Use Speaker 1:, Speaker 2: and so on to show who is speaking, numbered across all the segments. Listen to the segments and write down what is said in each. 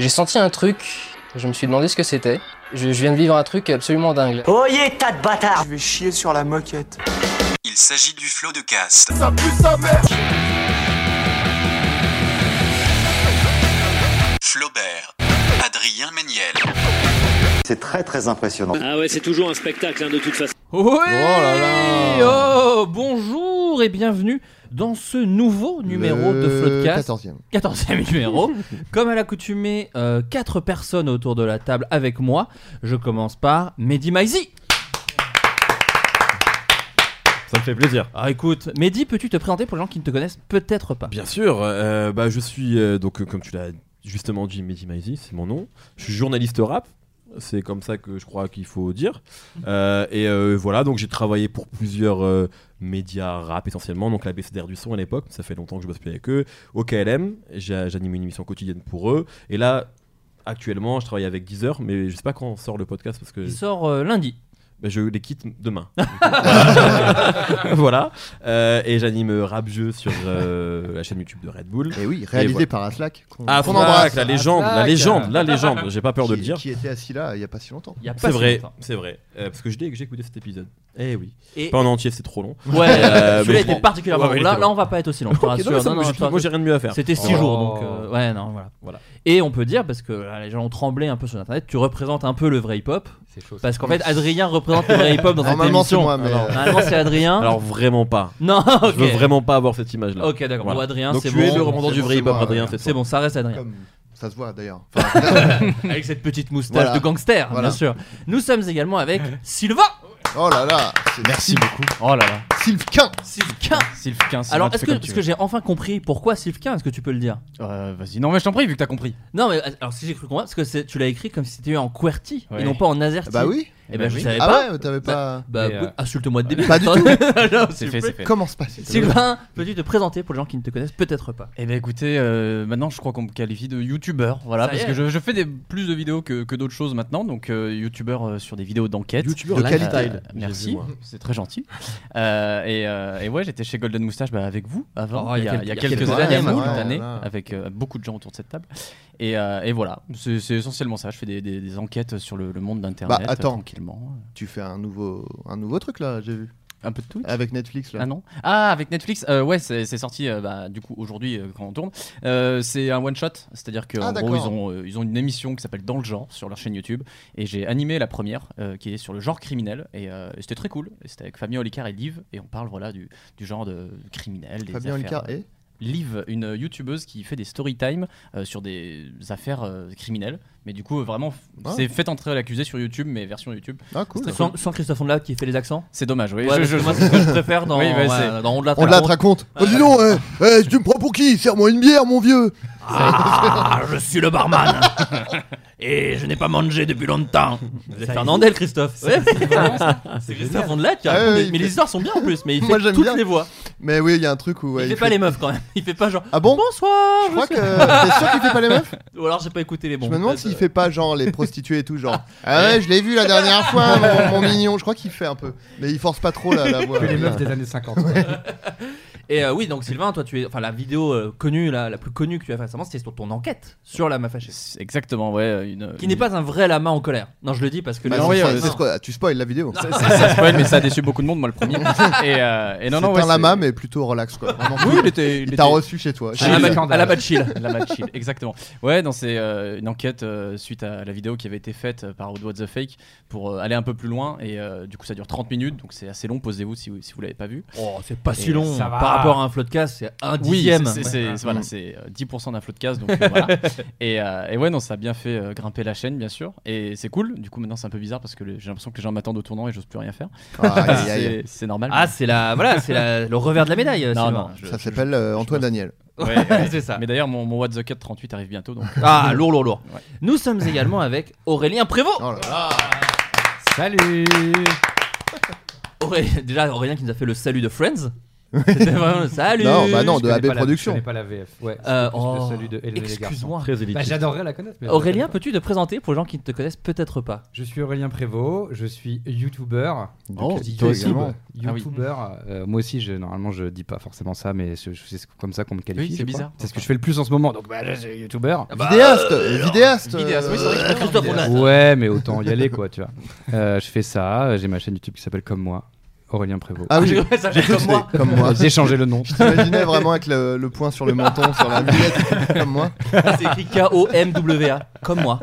Speaker 1: J'ai senti un truc, je me suis demandé ce que c'était. Je, je viens de vivre un truc absolument dingue.
Speaker 2: Oyez, tas de bâtards
Speaker 3: Je vais chier sur la moquette.
Speaker 4: Il s'agit du flot de cast. Flaubert, Adrien Méniel,
Speaker 5: C'est très très impressionnant.
Speaker 6: Ah ouais, c'est toujours un spectacle hein, de toute façon.
Speaker 7: Ouais
Speaker 1: Oh là là.
Speaker 7: Oh, Bonjour et bienvenue dans ce nouveau numéro
Speaker 8: Le
Speaker 7: de Floodcast.
Speaker 8: 14e.
Speaker 7: 14e numéro. Comme à l'accoutumée, euh, quatre personnes autour de la table avec moi. Je commence par Mehdi Maizi.
Speaker 9: Ça me fait plaisir.
Speaker 7: Ah écoute, Mehdi, peux-tu te présenter pour les gens qui ne te connaissent peut-être pas
Speaker 9: Bien sûr, euh, bah, je suis, euh, donc, euh, comme tu l'as justement dit, Mehdi Maizi, c'est mon nom. Je suis journaliste rap. C'est comme ça que je crois qu'il faut dire. Euh, et euh, voilà, donc j'ai travaillé pour plusieurs euh, médias rap essentiellement, donc la BCDR du son à l'époque, ça fait longtemps que je bosse plus avec eux. Au KLM, j'a- j'anime une émission quotidienne pour eux. Et là, actuellement, je travaille avec Deezer, mais je sais pas quand sort le podcast parce que
Speaker 7: Il sort euh, lundi.
Speaker 9: bah, je les quitte demain. Voilà. voilà. Euh, et j'anime euh, Rap Jeu sur euh, la chaîne YouTube de Red Bull.
Speaker 8: Et oui,
Speaker 9: Et
Speaker 8: réalisé
Speaker 9: voilà.
Speaker 8: par Aslak. qu'on-
Speaker 9: Ah, qu'on
Speaker 8: qu'on
Speaker 9: embrasse, la légende, la
Speaker 8: Aslak,
Speaker 9: légende,
Speaker 8: euh,
Speaker 9: la légende. J'ai pas peur de le
Speaker 8: qui-
Speaker 9: dire.
Speaker 8: Qui était assis là il n'y a pas si longtemps.
Speaker 7: Il y a pas
Speaker 9: C'est
Speaker 7: si
Speaker 9: vrai,
Speaker 7: longtemps.
Speaker 9: c'est vrai. Euh, parce que je l'ai- j'ai écouté cet épisode. Eh oui.
Speaker 7: Et...
Speaker 9: Pas en entier, c'est trop long.
Speaker 7: Ouais,
Speaker 9: Euh, mais
Speaker 7: celui-là
Speaker 9: je
Speaker 7: était
Speaker 9: prends-
Speaker 7: particulièrement
Speaker 9: Ouais, ouais,
Speaker 7: long.
Speaker 9: il
Speaker 7: Là,
Speaker 9: était
Speaker 7: là,
Speaker 9: long.
Speaker 7: on va pas être aussi long. je te
Speaker 9: Ok,
Speaker 7: rassure.
Speaker 9: non, mais ça
Speaker 7: Non,
Speaker 9: me-
Speaker 7: non,
Speaker 9: je-
Speaker 7: je te
Speaker 9: Moi, j'ai rien de mieux à faire.
Speaker 7: C'était 6
Speaker 9: Oh.
Speaker 7: jours, donc euh, ouais, non, voilà, voilà. Et on peut dire, parce que là, les gens ont tremblé un peu sur internet, tu représentes un peu le vrai hip-hop.
Speaker 8: C'est chaud.
Speaker 7: Parce qu'en fait, Adrien représente le vrai hip-hop dans cette
Speaker 8: Normalement, c'est
Speaker 7: émission.
Speaker 8: moi, mais.
Speaker 9: Alors,
Speaker 8: euh,
Speaker 7: Normalement, c'est Adrien.
Speaker 9: Alors vraiment pas.
Speaker 7: non, ok.
Speaker 9: Je veux vraiment pas avoir cette image-là.
Speaker 7: Ok, d'accord.
Speaker 9: Voilà.
Speaker 7: Bon, Adrien,
Speaker 9: Donc
Speaker 7: c'est
Speaker 9: tu
Speaker 7: bon.
Speaker 9: es le représentant
Speaker 8: C'est
Speaker 9: du
Speaker 8: bon,
Speaker 9: vrai
Speaker 8: c'est
Speaker 9: hip-hop,
Speaker 8: moi,
Speaker 9: Adrien.
Speaker 8: ouais.
Speaker 9: toi.
Speaker 7: C'est bon, ça reste Adrien.
Speaker 8: Comme ça se voit d'ailleurs.
Speaker 7: Avec cette petite moustache
Speaker 8: Voilà.
Speaker 7: de gangster,
Speaker 8: Voilà.
Speaker 7: bien sûr. Nous sommes également avec Sylvain.
Speaker 8: Oh là là. c'est-
Speaker 10: Merci beaucoup. Oh là là.
Speaker 8: Sylvain.
Speaker 7: Sylvain.
Speaker 10: Sylvain, c'est
Speaker 7: Alors,
Speaker 10: notre
Speaker 7: est-ce que,
Speaker 10: fait comme
Speaker 7: est-ce
Speaker 10: tu
Speaker 7: que
Speaker 10: veux.
Speaker 7: j'ai enfin compris pourquoi Sylvain Est-ce que tu peux le dire
Speaker 10: Euh, Vas-y, non, mais je t'en prie, vu que t'as compris.
Speaker 7: Non, mais euh, alors si j'ai cru comprendre, parce que c'est- tu l'as écrit comme si c'était en QWERTY
Speaker 10: Ouais.
Speaker 7: et non pas en AZERTY.
Speaker 8: Bah oui.
Speaker 7: Et ben,
Speaker 10: Bah
Speaker 7: je
Speaker 10: oui.
Speaker 7: savais
Speaker 8: Ah
Speaker 7: pas.
Speaker 8: ouais, mais t'avais pas.
Speaker 7: Bah,
Speaker 10: Mais, euh,
Speaker 7: oui, insulte-moi de début.
Speaker 8: Pas du tout.
Speaker 7: Alors,
Speaker 10: C'est
Speaker 7: s'il
Speaker 10: fait,
Speaker 7: vous plaît.
Speaker 10: c'est fait.
Speaker 8: Comment se passe
Speaker 7: Sylvain, peux-tu te présenter pour les gens qui ne te connaissent peut-être pas
Speaker 10: Eh ben écoutez, euh, maintenant je crois qu'on me qualifie de youtubeur, voilà,
Speaker 7: Ça y
Speaker 10: parce
Speaker 7: est.
Speaker 10: que je, je fais des, plus de vidéos que, que d'autres choses maintenant, donc euh, youtubeur euh, sur des vidéos d'enquête.
Speaker 9: Youtubeur
Speaker 8: De
Speaker 10: Là,
Speaker 8: qualité.
Speaker 10: euh,
Speaker 9: J'ai vu,
Speaker 10: merci,
Speaker 9: moi.
Speaker 10: c'est très gentil. Euh, et, euh, et ouais, j'étais chez Golden Moustache bah, avec vous avant,
Speaker 7: Oh,
Speaker 10: il y a, il y a quelques,
Speaker 8: quelques
Speaker 10: années,
Speaker 8: années,
Speaker 10: beaucoup
Speaker 8: ouais,
Speaker 10: d'années,
Speaker 8: voilà.
Speaker 10: avec euh, beaucoup de gens autour de cette table. Et, euh, et voilà, c'est c'est essentiellement ça. Je fais des, des- des enquêtes sur le, le monde d'internet
Speaker 8: Bah,
Speaker 10: euh,
Speaker 8: attends.
Speaker 10: tranquillement.
Speaker 8: Tu fais un nouveau, un nouveau truc là, j'ai vu.
Speaker 10: Un peu de tout.
Speaker 8: Avec Netflix là.
Speaker 10: Ah non Ah, avec Netflix, euh, ouais, c'est c'est sorti euh, bah, du coup aujourd'hui euh, quand on tourne. Euh, c'est un one shot, c'est-à-dire que
Speaker 8: Ah,
Speaker 10: en gros, ils
Speaker 8: d'accord.
Speaker 10: ont, euh, ils ont une émission qui s'appelle Dans le genre sur leur chaîne YouTube et j'ai animé la première euh, qui est sur le genre criminel et euh, c'était très cool. Et C'était avec Fabien Olicard et Liv et on parle voilà du, du genre de criminel, des affaires. euh,
Speaker 8: Fabien Olicard et.
Speaker 10: Liv, une euh, youtubeuse qui fait des story time euh, sur des affaires euh, criminelles, mais du coup euh, vraiment f-
Speaker 8: Ah.
Speaker 10: c'est fait entrer l'accusé sur YouTube mais version YouTube.
Speaker 8: Ah cool.
Speaker 7: sans, sans Christophe Ondelat qui fait les accents
Speaker 10: C'est dommage. Oui,
Speaker 7: Ouais, parce que Moi, c'est ce que je préfère dans,
Speaker 10: Oui, bah,
Speaker 7: ouais,
Speaker 10: c'est-
Speaker 7: dans On de la
Speaker 8: On te la te raconte. Oh, dis donc, eh, eh, tu me prends pour qui Serre-moi une bière, mon vieux.
Speaker 7: Ah, je suis le barman Et je n'ai pas mangé depuis longtemps Vous êtes Fernandel, Christophe Ouais, c'est vraiment ça. C'est Christophe Ondelat qui a-
Speaker 8: Ah, ouais,
Speaker 7: mais-
Speaker 8: il
Speaker 7: Mais
Speaker 8: fait-
Speaker 7: les histoires sont bien en plus, mais il
Speaker 8: Moi,
Speaker 7: fait
Speaker 8: j'aime
Speaker 7: toutes
Speaker 8: bien.
Speaker 7: les voix.
Speaker 8: Mais oui, il y a un truc où. ouais,
Speaker 7: Il fait pas les meufs quand même. Il fait pas genre
Speaker 8: Ah bon
Speaker 7: Bonsoir
Speaker 8: Je crois
Speaker 7: suis-
Speaker 8: que. T'es sûr qu'il fait pas les meufs
Speaker 7: Ou alors j'ai pas écouté les bons. Euh,
Speaker 8: Je me demande
Speaker 7: peut-être.
Speaker 8: s'il fait pas genre les prostituées et tout, genre. Ah ouais, je l'ai vu la dernière fois, mon, mon mignon. Je crois qu'il fait un peu. Mais il force pas trop la, la voix.
Speaker 3: Que les meufs des années 50.
Speaker 7: Et euh, oui, donc Sylvain, toi, tu es. Enfin, la vidéo euh, connue, la, la plus connue que tu as fait récemment, c'était sur ton enquête sur la Mafachée.
Speaker 10: Exactement, ouais. Une,
Speaker 7: Qui n'est pas un vrai lama en colère. Non, je le dis parce que.
Speaker 10: Bah
Speaker 7: les
Speaker 10: non, oui,
Speaker 7: enfants-
Speaker 10: euh, c'est
Speaker 7: non.
Speaker 10: ce qu'on- tu
Speaker 8: spoil la vidéo.
Speaker 10: Ça, ça- ça spoil, mais ça a déçu beaucoup de monde, moi le premier. Et, euh, et non, non,
Speaker 8: c'est
Speaker 10: ouais,
Speaker 8: un lama, mais plutôt relax quoi. Vraiment
Speaker 10: Oui,
Speaker 8: cool.
Speaker 10: il était.
Speaker 8: Il t'a reçu chez toi.
Speaker 10: À
Speaker 8: Chill.
Speaker 10: exactement. Ouais, non, c'est euh, une enquête euh, suite à la vidéo qui avait été faite euh, par What the Fake pour euh, aller un peu plus loin. Et euh, du coup, ça dure 30 minutes, donc c'est assez long. Posez-vous si vous, si vous l'avez pas vu.
Speaker 7: Oh, c'est pas
Speaker 10: Et,
Speaker 7: si long.
Speaker 10: Eh, ça va.
Speaker 7: Par rapport à un floodcast, c'est un
Speaker 10: Oui,
Speaker 7: dixième.
Speaker 10: c'est- c'est- c'est-
Speaker 7: Ouais.
Speaker 10: voilà,
Speaker 7: Mm.
Speaker 10: c'est euh, 10% d'un floodcast. Donc, euh, voilà. et, euh, et ouais, non, ça a bien fait euh, grimper la chaîne, bien sûr. Et c'est cool. Du coup, maintenant, c'est un peu bizarre parce que le- j'ai l'impression que les gens m'attendent au tournant et j'ose plus rien faire.
Speaker 8: Ah, aïe,
Speaker 10: C'est-
Speaker 8: aïe.
Speaker 10: c'est normal.
Speaker 7: Ah, c'est la- voilà, c'est la- le revers de la médaille,
Speaker 10: Non,
Speaker 7: Sylvain.
Speaker 10: non, je-
Speaker 8: Ça
Speaker 10: je-
Speaker 8: s'appelle euh, Antoine Daniel.
Speaker 10: Ouais, ouais. Mais d'ailleurs, mon, mon What the Cut 38 arrive bientôt. Donc...
Speaker 7: Ah, lourd, lourd, lourd.
Speaker 10: Ouais.
Speaker 7: Nous sommes également avec Aurélien Prévost.
Speaker 8: Oh
Speaker 7: Salut. Auré- Déjà, Aurélien qui nous a fait le salut de Friends. C'était vraiment le salut.
Speaker 8: Non, bah non, de AB
Speaker 2: Productions.
Speaker 8: Productions.
Speaker 2: Je connais pas la VF. Ouais, c'était
Speaker 7: Euh,
Speaker 2: plus le
Speaker 7: oh,
Speaker 2: salut de Hélène et les garçons.
Speaker 7: Excuse-moi.
Speaker 2: Très élitiste. Bah, j'adorerais la connaître, mais je la
Speaker 7: Aurélien,
Speaker 2: connais pas.
Speaker 7: peux-tu te présenter pour les gens qui ne te connaissent peut-être pas
Speaker 2: Je suis Aurélien Prévost, je suis youtubeur.
Speaker 7: Oh,
Speaker 2: je dis
Speaker 7: toi aussi,
Speaker 2: également,
Speaker 10: Ah
Speaker 7: bah.
Speaker 2: Youtubeur. euh, moi aussi, je, normalement, je dis pas forcément ça, mais je- je- c'est comme ça qu'on me qualifie.
Speaker 10: Oui, c'est
Speaker 2: je crois.
Speaker 10: bizarre.
Speaker 2: C'est ce que je fais le plus en ce moment. Donc, bah, là, je suis youtubeur.
Speaker 8: Ah bah, Vidéaste, euh, vidéaste,
Speaker 10: vidéaste, oui, c'est vrai que je suis
Speaker 8: Christophe vidéaste. Roland.
Speaker 2: Ouais, mais autant y aller, quoi, tu vois. Euh, je fais ça, euh, j'ai ma chaîne YouTube qui s'appelle Comme moi. Aurélien Prévost.
Speaker 8: Ah oui, j'ai cru que
Speaker 2: moi.
Speaker 8: c'était comme moi.
Speaker 2: J'ai changé le nom.
Speaker 8: Je t'imaginais vraiment avec le, le point sur le menton, sur la lunette, comme moi.
Speaker 7: C'est écrit K-O-M-W-A, comme moi.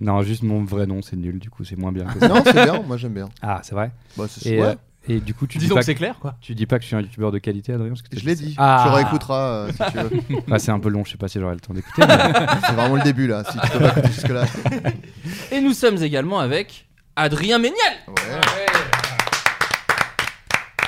Speaker 2: Non, juste mon vrai nom, c'est nul, du coup, c'est moins bien. que ça.
Speaker 8: Non, c'est bien, moi j'aime bien.
Speaker 2: Ah, c'est vrai
Speaker 8: Bah, c'est-
Speaker 2: et,
Speaker 8: ouais.
Speaker 2: euh, et du coup, tu
Speaker 7: Disons
Speaker 2: dis pas
Speaker 7: que c'est clair, quoi.
Speaker 2: Tu dis pas que je suis un youtubeur de qualité, Adrien parce que t'as
Speaker 8: Je l'ai
Speaker 2: ça.
Speaker 8: dit. Tu réécouteras, euh, si tu veux.
Speaker 2: Ah, c'est un peu long, je sais pas si j'aurai le temps d'écouter. mais-
Speaker 8: C'est vraiment le début là, si tu peux pas écouter jusque-là.
Speaker 7: Et nous sommes également avec Adrien Méniel.